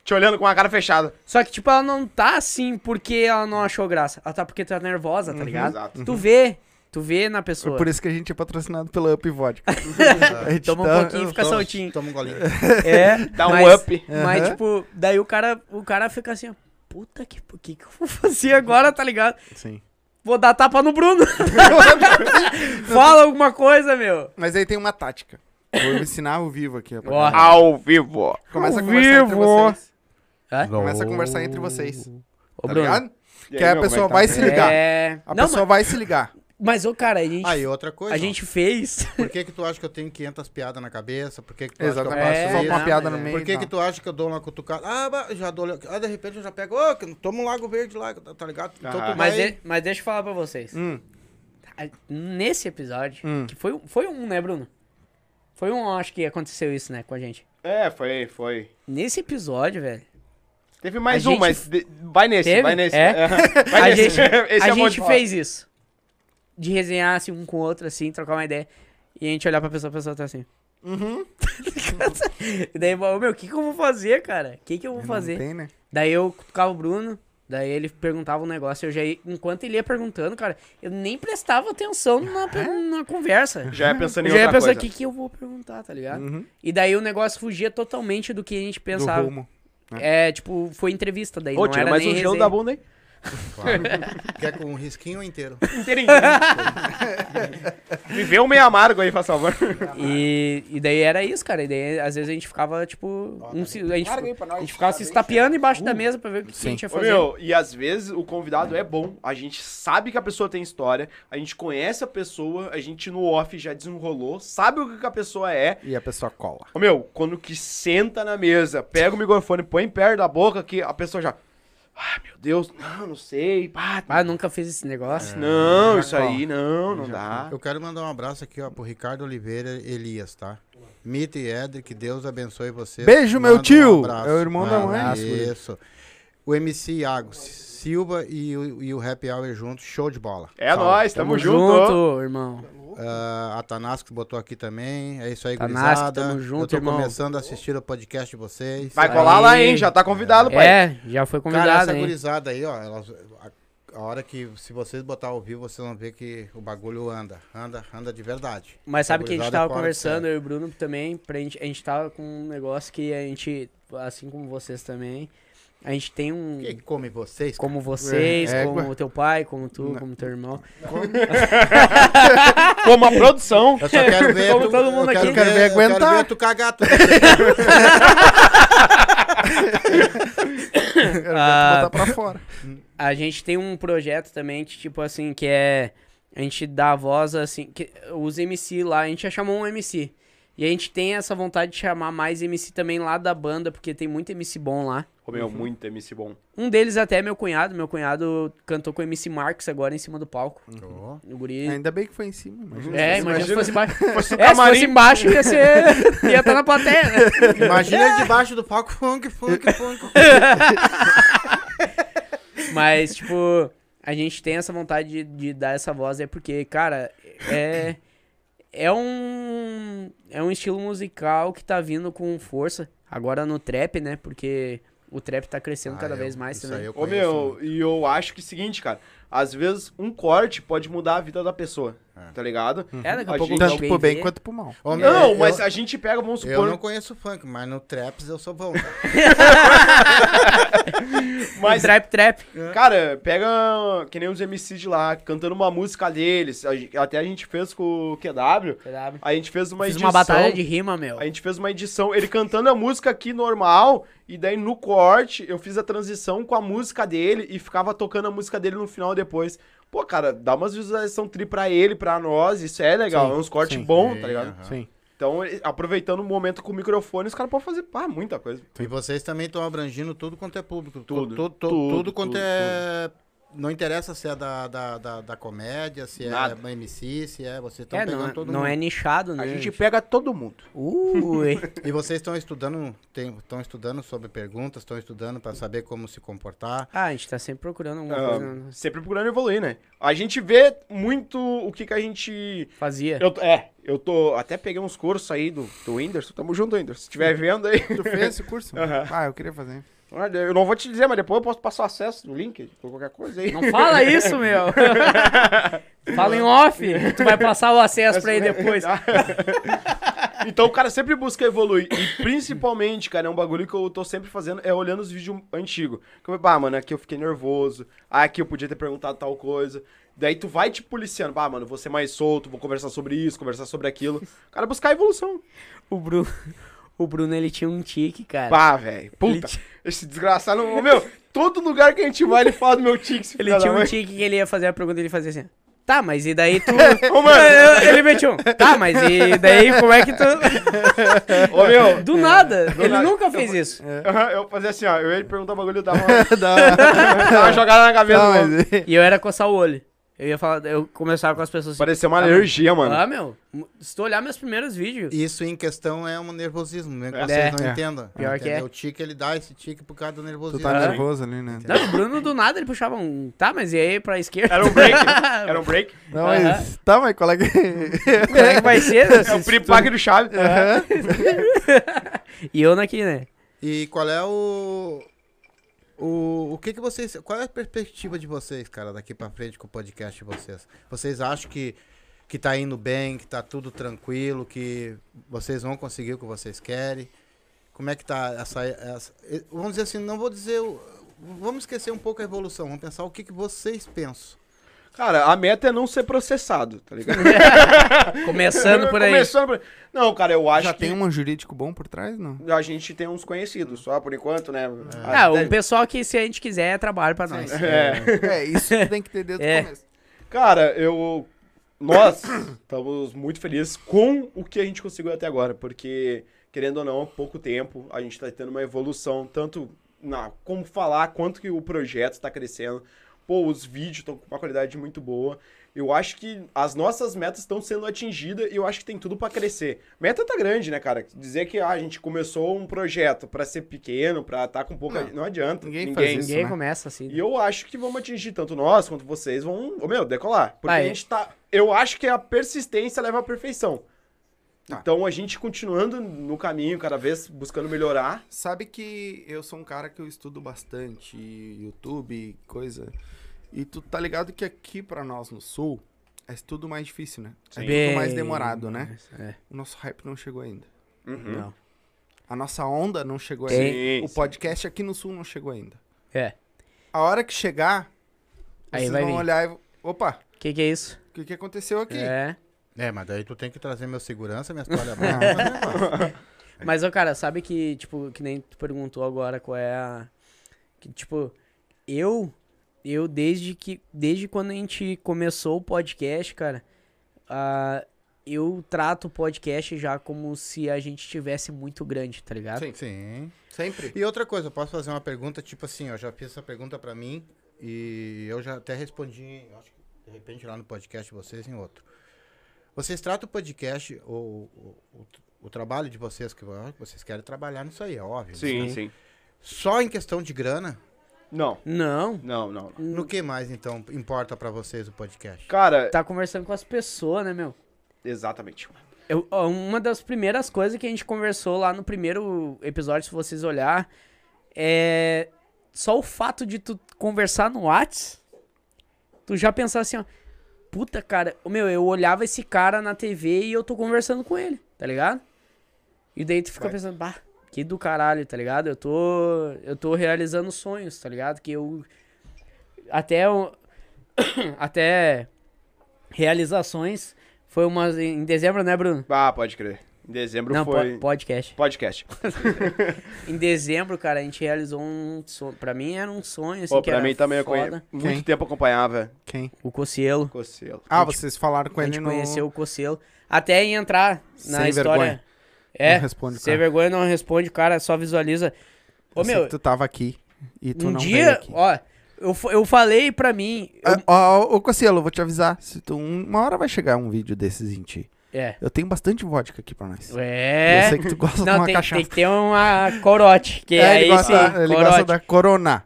[SPEAKER 4] Te olhando com a cara fechada.
[SPEAKER 2] Só que, tipo, ela não tá assim porque ela não achou graça. Ela tá porque tá nervosa, tá ligado?
[SPEAKER 4] exato.
[SPEAKER 2] Tu vê. Tu vê na pessoa.
[SPEAKER 1] Uhum. Por isso que a gente é patrocinado pela Up Vodka. A gente
[SPEAKER 2] Toma um
[SPEAKER 1] tá-
[SPEAKER 2] pouquinho, fica
[SPEAKER 3] Toma-
[SPEAKER 1] [laughs]
[SPEAKER 2] soltinho.
[SPEAKER 3] Toma um golinho.
[SPEAKER 2] É,
[SPEAKER 4] Dá um
[SPEAKER 2] mas-
[SPEAKER 4] up.
[SPEAKER 2] Mas,
[SPEAKER 1] Aham.
[SPEAKER 2] tipo, daí o cara, o cara fica assim, ó, puta que, o que que eu vou fazer agora, tá ligado?
[SPEAKER 1] Sim.
[SPEAKER 2] Vou dar tapa
[SPEAKER 1] [laughs]
[SPEAKER 2] no Bruno. Fala alguma coisa, meu.
[SPEAKER 1] Mas aí tem uma tática. Vou ensinar ao vivo aqui. ó, pra
[SPEAKER 2] Ó.
[SPEAKER 1] galera.
[SPEAKER 4] Ao vivo.
[SPEAKER 1] Começa a
[SPEAKER 2] ao
[SPEAKER 1] conversar entre
[SPEAKER 2] vivo.
[SPEAKER 1] vocês.
[SPEAKER 2] Hã?
[SPEAKER 1] Começa a conversar entre vocês.
[SPEAKER 2] Ô,
[SPEAKER 1] Tá
[SPEAKER 2] Bruno.
[SPEAKER 1] ligado?
[SPEAKER 4] E aí,
[SPEAKER 1] Que aí a
[SPEAKER 4] meu,
[SPEAKER 1] pessoa
[SPEAKER 4] como é
[SPEAKER 1] vai
[SPEAKER 4] que tá?
[SPEAKER 1] se ligar.
[SPEAKER 2] É...
[SPEAKER 1] A
[SPEAKER 2] Não,
[SPEAKER 1] pessoa vai se ligar.
[SPEAKER 2] mas, ô, cara, a gente,
[SPEAKER 3] Aí outra coisa.
[SPEAKER 2] a gente fez...
[SPEAKER 3] Por que que tu acha que eu tenho 500 piadas na cabeça? Por que que tu acha que eu
[SPEAKER 1] Exatamente.
[SPEAKER 3] faço
[SPEAKER 2] É,
[SPEAKER 1] Só
[SPEAKER 3] isso?
[SPEAKER 1] uma
[SPEAKER 2] não,
[SPEAKER 1] piada
[SPEAKER 2] mas
[SPEAKER 1] no
[SPEAKER 2] é.
[SPEAKER 1] meio.
[SPEAKER 3] Por que que
[SPEAKER 1] não.
[SPEAKER 3] tu acha que eu dou uma cutucada? Ah, bah, já dou... Ah, de repente eu já pego... Ô, que- toma um lago verde lá, tá ligado? Então
[SPEAKER 4] Aham.
[SPEAKER 3] tu
[SPEAKER 2] Mas, é
[SPEAKER 3] vai... [laughs]
[SPEAKER 2] de- mas deixa eu falar pra vocês.
[SPEAKER 1] Hum.
[SPEAKER 2] A- Nesse episódio,
[SPEAKER 1] Hum.
[SPEAKER 2] que foi, um- foi um, né, Bruno? Foi um, acho que aconteceu isso, né, com a gente.
[SPEAKER 4] É, foi, foi.
[SPEAKER 2] Nesse episódio, velho,
[SPEAKER 4] Teve mais
[SPEAKER 2] A
[SPEAKER 4] um,
[SPEAKER 2] gente-
[SPEAKER 4] mas de- vai nesse,
[SPEAKER 2] Teve?
[SPEAKER 4] vai nesse.
[SPEAKER 2] É.
[SPEAKER 4] Aham, [laughs] vai
[SPEAKER 2] a
[SPEAKER 4] nesse.
[SPEAKER 2] gente,
[SPEAKER 4] [laughs]
[SPEAKER 2] a
[SPEAKER 4] é bom de
[SPEAKER 2] gente
[SPEAKER 4] falar.
[SPEAKER 2] fez isso. De resenhar assim, um com o outro, assim, trocar uma ideia. E a gente olhar pra pessoa, a pessoa tá assim. Uhum. [laughs] e daí, ô, meu, o que, que eu vou fazer, cara? O que, que eu vou
[SPEAKER 1] Não
[SPEAKER 2] fazer?
[SPEAKER 1] Tem, né?
[SPEAKER 2] Daí eu cutucava o Bruno, daí ele perguntava um negócio, eu já ia, enquanto ele ia perguntando, cara, eu nem prestava atenção na, per- na conversa.
[SPEAKER 4] Já ia pensando em
[SPEAKER 2] Eu já ia
[SPEAKER 4] outra
[SPEAKER 2] pensar
[SPEAKER 4] coisa.
[SPEAKER 2] o que, que eu vou perguntar, tá ligado?
[SPEAKER 1] Uhum.
[SPEAKER 2] E daí o negócio fugia totalmente do que a gente
[SPEAKER 1] Do
[SPEAKER 2] pensava.
[SPEAKER 1] rumo.
[SPEAKER 2] É, tipo, foi entrevista daí,
[SPEAKER 4] Ô,
[SPEAKER 2] não
[SPEAKER 4] tira
[SPEAKER 2] era
[SPEAKER 4] mais
[SPEAKER 2] nem
[SPEAKER 4] um gelo
[SPEAKER 2] resenha.
[SPEAKER 4] da bunda, hein?
[SPEAKER 3] Claro. Quer com um risquinho ou inteiro?
[SPEAKER 4] Inteirinho. [laughs] Me vê um meio amargo aí, faz favor.
[SPEAKER 2] E, e daí era isso, cara. E daí, às vezes, a gente ficava, tipo. um se- a, gente,
[SPEAKER 1] Larga aí pra nós.
[SPEAKER 2] a gente ficava se estapeando embaixo da mesa pra ver o que, que a gente ia
[SPEAKER 4] Ô,
[SPEAKER 2] fazer.
[SPEAKER 4] meu, e às vezes o convidado é bom, a gente sabe que a pessoa tem história, a gente conhece a pessoa, a gente no off já desenrolou, sabe o que que a pessoa é.
[SPEAKER 1] E a pessoa cola.
[SPEAKER 4] Ô, meu, quando que senta na mesa, pega o microfone, põe perto da boca, que a pessoa já. Ah, meu Deus, não, não sei. pá,
[SPEAKER 2] Ah, nunca fiz esse negócio.
[SPEAKER 4] É. não,
[SPEAKER 1] já
[SPEAKER 4] isso aí não, não
[SPEAKER 1] Já
[SPEAKER 4] dá.
[SPEAKER 3] Eu quero mandar um abraço aqui, ó, pro Ricardo Oliveira Elias, tá? Mito e Éder, que Deus abençoe vocês.
[SPEAKER 1] Beijo, meu
[SPEAKER 3] Manda um
[SPEAKER 1] tio!
[SPEAKER 3] abraço. Um
[SPEAKER 1] É o irmão da mãe.
[SPEAKER 3] Abraço, Isso. O MC Iago Silva e o, e o Happy Hour juntos, show de bola.
[SPEAKER 4] É nóis, tamo, junto.
[SPEAKER 2] irmão.
[SPEAKER 3] Ah, a Tanasco que botou aqui também. É isso aí,
[SPEAKER 2] Tanasco,
[SPEAKER 3] gurizada.
[SPEAKER 2] tamo junto,
[SPEAKER 3] Eu tô
[SPEAKER 2] irmão.
[SPEAKER 3] começando a assistir o podcast de vocês.
[SPEAKER 4] Vai colar
[SPEAKER 2] Aí.
[SPEAKER 4] lá, hein? Já tá convidado, pai.
[SPEAKER 2] É, já foi
[SPEAKER 3] Cara,
[SPEAKER 2] convidado,
[SPEAKER 3] essa
[SPEAKER 2] hein?
[SPEAKER 3] gurizada aí, ó, elas- a, a hora que, se vocês botar ao vivo, vocês vão ver que o bagulho anda, anda, anda de verdade.
[SPEAKER 2] Mas sabe
[SPEAKER 3] Essa
[SPEAKER 2] que a gente
[SPEAKER 3] gurizada é
[SPEAKER 2] tava
[SPEAKER 3] fora de
[SPEAKER 2] conversando,
[SPEAKER 3] série.
[SPEAKER 2] eu e o Bruno também, pra gente, a gente tava com um negócio que a gente, assim como vocês também, a gente tem um...
[SPEAKER 3] Quem come vocês?
[SPEAKER 2] Como vocês,
[SPEAKER 1] É,
[SPEAKER 2] como
[SPEAKER 1] ué.
[SPEAKER 2] o teu pai, como tu, como teu irmão.
[SPEAKER 4] Como a produção.
[SPEAKER 3] Eu só quero ver.
[SPEAKER 2] Como
[SPEAKER 3] tu-
[SPEAKER 2] todo mundo
[SPEAKER 3] eu
[SPEAKER 2] aqui.
[SPEAKER 3] quero
[SPEAKER 1] Eu quero ver
[SPEAKER 3] ver, eu quero
[SPEAKER 1] aguentar.
[SPEAKER 3] ver tu cagar tu.
[SPEAKER 1] Quero
[SPEAKER 2] Ah.
[SPEAKER 1] botar pra fora.
[SPEAKER 2] A gente tem um projeto também que, tipo assim, que é. A gente dá a voz, assim. Que, os MC lá, a gente já chamou um MC. E a gente tem essa vontade de chamar mais MC também lá da banda, porque tem muito MC bom lá.
[SPEAKER 4] Ô, meu, muito MC bom.
[SPEAKER 2] Um deles até é meu cunhado. Meu cunhado cantou com o MC Marx agora em cima do palco.
[SPEAKER 3] Ó,
[SPEAKER 2] O guri.
[SPEAKER 1] Ainda bem que foi em cima. imagina.
[SPEAKER 2] É,
[SPEAKER 4] Imagina-
[SPEAKER 2] imagina se fosse embaixo.
[SPEAKER 1] [laughs]
[SPEAKER 4] Fosse um
[SPEAKER 2] É, se fosse
[SPEAKER 4] camarim.
[SPEAKER 2] embaixo, ia ser. [laughs] ia estar na plateia, né?
[SPEAKER 3] [laughs] Imagina ele debaixo do palco, funk,
[SPEAKER 2] [laughs]
[SPEAKER 3] funk, funk.
[SPEAKER 2] Mas, tipo, a gente tem essa vontade de, de dar essa voz é porque, cara, é. É um. É um estilo musical que tá vindo com força. Agora no trap, né? Porque o trap tá crescendo cada
[SPEAKER 3] Ah, eu-
[SPEAKER 2] vez mais
[SPEAKER 3] isso
[SPEAKER 2] também.
[SPEAKER 3] aí eu
[SPEAKER 4] Ô,
[SPEAKER 3] conheço
[SPEAKER 4] meu,
[SPEAKER 3] muito.
[SPEAKER 4] e eu acho que é o seguinte, cara. Às vezes um corte pode mudar a vida da pessoa, tá ligado?
[SPEAKER 3] um
[SPEAKER 2] É, daqui a
[SPEAKER 4] A
[SPEAKER 2] pouco
[SPEAKER 4] gente-
[SPEAKER 2] alguém
[SPEAKER 1] Tanto pro tipo, bem
[SPEAKER 2] vê.
[SPEAKER 1] quanto pro mal.
[SPEAKER 3] Ô, meu,
[SPEAKER 4] Não,
[SPEAKER 3] eu-
[SPEAKER 4] mas a gente pega, vamos
[SPEAKER 3] Eu
[SPEAKER 4] supor.
[SPEAKER 3] não conheço funk, mas no traps eu sou bom.
[SPEAKER 4] Mas,
[SPEAKER 2] Trap, trap. tá
[SPEAKER 3] né?
[SPEAKER 4] cara, pega que nem os MCs de lá, cantando uma música deles. A gente- Até a gente fez com o QW.
[SPEAKER 2] Fiz
[SPEAKER 4] A gente fez uma edição.
[SPEAKER 2] uma batalha de rima, meu.
[SPEAKER 4] A gente fez uma edição, ele cantando a música aqui normal, e daí no corte eu fiz a transição com a música dele e ficava tocando a música dele no final depois. Pô, cara, dá umas visualizações tri pra ele, pra nós, isso é legal,
[SPEAKER 1] Sim,
[SPEAKER 4] é uns cortes
[SPEAKER 1] sim.
[SPEAKER 4] bons,
[SPEAKER 3] Sim,
[SPEAKER 4] tá ligado?
[SPEAKER 3] aham.
[SPEAKER 1] Sim.
[SPEAKER 4] Então, e- aproveitando o momento com o microfone, os caras podem fazer pá, muita coisa.
[SPEAKER 3] E vocês também estão abrangindo tudo quanto é público. tu-
[SPEAKER 4] Tudo,
[SPEAKER 3] tu- tu- Tudo,
[SPEAKER 4] tudo,
[SPEAKER 3] quanto
[SPEAKER 4] tudo,
[SPEAKER 3] é. Não interessa se é da, da, da, da comédia, se
[SPEAKER 4] Nada.
[SPEAKER 3] é uma MC, se é. Vocês estão
[SPEAKER 2] É,
[SPEAKER 3] pegando
[SPEAKER 2] não, é-
[SPEAKER 3] todo
[SPEAKER 2] não
[SPEAKER 3] mundo.
[SPEAKER 2] é nichado, né?
[SPEAKER 4] A gente pega todo mundo.
[SPEAKER 2] Ui.
[SPEAKER 3] E vocês estão estudando, estão estudando sobre perguntas, estão estudando para saber como se comportar.
[SPEAKER 2] Ah, a gente tá sempre procurando alguma
[SPEAKER 4] Ah,
[SPEAKER 2] coisa. né?
[SPEAKER 4] sempre procurando evoluir, né? A gente vê muito o que que a gente
[SPEAKER 2] Fazia.
[SPEAKER 4] Eu, tô- é, eu tô. Até peguei uns cursos aí do, do Whindersson. Tamo junto, Whindersson. Se tiver vendo aí.
[SPEAKER 1] Tu fez esse curso?
[SPEAKER 4] Aham.
[SPEAKER 1] Ah, eu queria fazer.
[SPEAKER 4] Olha, eu não vou te dizer, mas depois eu posso passar o acesso do link, ou qualquer coisa aí.
[SPEAKER 2] Não fala isso, meu. fala em off. Tu vai passar o acesso pra
[SPEAKER 4] é
[SPEAKER 2] ele depois.
[SPEAKER 4] [laughs] então o cara sempre busca evoluir. E principalmente, cara, é um bagulho que eu tô sempre fazendo, é olhando os vídeos antigos. Que eu, bah, mano, aqui eu fiquei nervoso. Ah, aqui eu podia ter perguntado tal coisa. Daí tu vai te policiando. Bah, mano, vou ser mais solto, vou conversar sobre isso, conversar sobre aquilo.
[SPEAKER 2] [laughs]
[SPEAKER 4] O cara buscar evolução.
[SPEAKER 2] O Bruno, o Bruno, ele tinha um tique, cara.
[SPEAKER 4] Bah, velho. Puta.
[SPEAKER 2] Ele-
[SPEAKER 4] Esse desgraçado. ô, Meu, todo lugar que a gente vai, ele fala do meu tique. esse filho
[SPEAKER 2] ele
[SPEAKER 4] da
[SPEAKER 2] tinha um
[SPEAKER 4] mãe.
[SPEAKER 2] tique que ele ia fazer a pergunta e ele fazia assim. Tá, mas e daí tu.
[SPEAKER 4] [laughs] Ô, mano.
[SPEAKER 2] ele metiu um. Tá, mas e daí como é que tu.
[SPEAKER 4] Ô, meu.
[SPEAKER 2] Do nada. ele
[SPEAKER 4] nada.
[SPEAKER 2] nunca fez isso.
[SPEAKER 4] Aham, Eu fazia assim, ó. Eu ia perguntar o bagulho e dava uma, [laughs] dava uma jogada na cabeça.
[SPEAKER 1] Não,
[SPEAKER 4] mano.
[SPEAKER 1] Tá, mas- é.
[SPEAKER 2] E eu era coçar o olho. Eu ia falar, eu começava com as pessoas assim.
[SPEAKER 4] Parecia uma
[SPEAKER 2] "Ah,
[SPEAKER 4] alergia, mano.
[SPEAKER 2] Ah, meu, se tu olhar meus primeiros vídeos.
[SPEAKER 3] Isso em questão é um nervosismo, mesmo que
[SPEAKER 4] É.
[SPEAKER 3] vocês não
[SPEAKER 1] É.
[SPEAKER 3] entendam.
[SPEAKER 2] Pior que
[SPEAKER 3] entendeu?
[SPEAKER 2] é.
[SPEAKER 3] O tique, ele dá esse tique por causa do
[SPEAKER 1] Tu
[SPEAKER 3] nervosismo.
[SPEAKER 1] tá
[SPEAKER 2] Ah.
[SPEAKER 1] nervoso ali, né?
[SPEAKER 2] Não, o Bruno do nada ele puxava um. Tá, mas e aí pra esquerda?
[SPEAKER 4] Era
[SPEAKER 2] [laughs]
[SPEAKER 4] um break. Era um break.
[SPEAKER 1] Não, mas. Tá, mas qual é que.
[SPEAKER 2] Como é que vai ser?
[SPEAKER 4] É o Pripac do Chaves.
[SPEAKER 2] E eu naqui, né?
[SPEAKER 3] E qual é o. O, o que que vocês. Qual é a perspectiva de vocês, cara, daqui pra frente com o podcast de vocês? Vocês acham que, que tá indo bem, que tá tudo tranquilo, que vocês vão conseguir o que vocês querem? Como é que tá essa. essa- eh, vamos dizer assim, não vou dizer o- Vamos esquecer um pouco a evolução, vamos pensar o que, que vocês pensam.
[SPEAKER 4] Cara, a meta é não ser processado, tá ligado? [laughs]
[SPEAKER 2] Começando por aí.
[SPEAKER 4] Começando por aí. Não, cara, eu acho
[SPEAKER 1] Já
[SPEAKER 4] que
[SPEAKER 1] tem um jurídico bom por trás, não?
[SPEAKER 4] a gente tem uns conhecidos só, por enquanto, né?
[SPEAKER 2] Ah,
[SPEAKER 4] Até-
[SPEAKER 2] o pessoal que, se a gente quiser, trabalha pra nós.
[SPEAKER 4] [laughs] É.
[SPEAKER 1] É, isso tem que ter desde
[SPEAKER 2] É.
[SPEAKER 1] o começo.
[SPEAKER 4] Cara, eu. Nós estamos muito felizes com o que a gente conseguiu até agora, porque, querendo ou não, há pouco tempo a gente está tendo uma evolução, tanto na como falar, quanto que o projeto está crescendo. Pô, os vídeos estão com uma qualidade muito boa. Eu acho que as nossas metas estão sendo atingidas e eu acho que tem tudo para crescer. Meta tá grande, né, cara? Dizer que ah, a gente começou um projeto para ser pequeno, para estar com pouca. Não,
[SPEAKER 1] Não.
[SPEAKER 4] adianta.
[SPEAKER 1] Ninguém faz isso.
[SPEAKER 2] Ninguém
[SPEAKER 1] né?
[SPEAKER 2] começa assim.
[SPEAKER 4] E eu acho que vamos atingir tanto nós quanto vocês vão, ô, meu, decolar. Porque
[SPEAKER 2] Vai.
[SPEAKER 4] a gente tá. Eu acho que a persistência leva à perfeição.
[SPEAKER 1] Tá.
[SPEAKER 4] Então a gente continuando no caminho, cada vez buscando melhorar.
[SPEAKER 1] Sabe que eu sou um cara que eu estudo bastante YouTube, coisa. E tu tá ligado que aqui pra nós no sul é tudo mais difícil, né? É
[SPEAKER 2] Tá Bem-
[SPEAKER 1] tudo mais demorado, né?
[SPEAKER 2] É.
[SPEAKER 1] O nosso hype não chegou ainda.
[SPEAKER 4] Uhum.
[SPEAKER 2] Não.
[SPEAKER 1] A nossa onda não chegou
[SPEAKER 2] Sim,
[SPEAKER 1] ainda.
[SPEAKER 4] sim.
[SPEAKER 1] O podcast aqui no sul não chegou ainda.
[SPEAKER 2] É.
[SPEAKER 1] A hora que chegar,
[SPEAKER 2] Aí
[SPEAKER 1] vocês
[SPEAKER 2] vai
[SPEAKER 1] vão
[SPEAKER 2] vir.
[SPEAKER 1] olhar e. vão- Opa,
[SPEAKER 2] Que que é isso?
[SPEAKER 1] o que, que aconteceu aqui?
[SPEAKER 2] É.
[SPEAKER 3] É, mas daí tu tem que trazer meu segurança, [laughs] minha história boa.
[SPEAKER 2] Mas, ô, cara, sabe que, tipo, que nem tu perguntou agora qual é a. Que, tipo, eu. Eu, desde que. Desde quando a gente começou o podcast, cara. ah, eu trato o podcast já como se a gente tivesse muito grande, tá ligado?
[SPEAKER 1] Sim.
[SPEAKER 3] Sim.
[SPEAKER 1] Sempre.
[SPEAKER 3] E outra coisa, eu posso fazer uma pergunta, tipo assim, eu já fiz essa pergunta pra mim e eu já até respondi, eu acho que de repente lá no podcast de vocês em outro. Vocês tratam o podcast, ou o, o- o trabalho de vocês, que vocês querem trabalhar nisso aí, é óbvio. né?
[SPEAKER 4] sim.
[SPEAKER 3] Só em questão de grana,
[SPEAKER 4] Não,
[SPEAKER 2] Não.
[SPEAKER 4] não, não. não.
[SPEAKER 3] no que mais então importa pra vocês o podcast?
[SPEAKER 4] Cara,
[SPEAKER 2] Tá conversando com as pessoas, né, meu?
[SPEAKER 4] exatamente.
[SPEAKER 2] Eu- ó, uma das primeiras coisas que a gente conversou lá no primeiro episódio, se vocês olhar, é só o fato de tu conversar no Whats, tu já pensar assim, ó, puta cara, ô, meu, eu olhava esse cara na TV e eu tô conversando com ele, tá ligado? E daí tu fica pensando, bah, que do caralho, tá ligado? Eu tô, eu tô realizando sonhos, tá ligado? Que eu até o- [coughs] até realizações foi uma em dezembro, né, Bruno?
[SPEAKER 4] Ah, pode crer. Em dezembro
[SPEAKER 2] Não, po-
[SPEAKER 4] foi.
[SPEAKER 2] podcast.
[SPEAKER 4] Podcast.
[SPEAKER 2] Em dezembro, cara, a gente realizou um sonho. Pra mim era um sonho, assim,
[SPEAKER 4] Pô,
[SPEAKER 2] que
[SPEAKER 4] pra
[SPEAKER 2] era
[SPEAKER 4] mim também eu
[SPEAKER 2] foda.
[SPEAKER 4] conheço. Muito
[SPEAKER 1] Quem?
[SPEAKER 4] tempo acompanhava
[SPEAKER 1] Quem?
[SPEAKER 2] O Cocielo.
[SPEAKER 4] Cocelo.
[SPEAKER 1] Ah, vocês falaram com
[SPEAKER 2] A
[SPEAKER 1] ele
[SPEAKER 2] gente
[SPEAKER 1] no...
[SPEAKER 2] conheceu o Cocielo. Até em entrar na
[SPEAKER 1] Sem
[SPEAKER 2] história.
[SPEAKER 1] vergonha.
[SPEAKER 2] É,
[SPEAKER 1] Não responde o
[SPEAKER 2] sem
[SPEAKER 1] cara.
[SPEAKER 2] vergonha não responde, o cara só visualiza. Ô,
[SPEAKER 1] Eu sei
[SPEAKER 2] meu,
[SPEAKER 1] que tu tava aqui e tu
[SPEAKER 2] um
[SPEAKER 1] não veio
[SPEAKER 2] dia,
[SPEAKER 1] aqui.
[SPEAKER 2] ó, eu, fa- eu falei pra mim... eu-
[SPEAKER 1] Ah, Ó, ô Cocielo, vou te avisar. Se tu, um- uma hora vai chegar um vídeo desses em ti.
[SPEAKER 2] é,
[SPEAKER 1] Eu tenho bastante vodka aqui pra nós.
[SPEAKER 2] é...
[SPEAKER 1] Eu sei que tu gosta de
[SPEAKER 2] Não,
[SPEAKER 1] uma
[SPEAKER 2] tem,
[SPEAKER 1] cachaça.
[SPEAKER 2] tem que ter uma corote, que
[SPEAKER 1] É,
[SPEAKER 2] aí
[SPEAKER 1] ele
[SPEAKER 2] sim,
[SPEAKER 1] gosta, ele gosta
[SPEAKER 2] corote.
[SPEAKER 1] da Corona.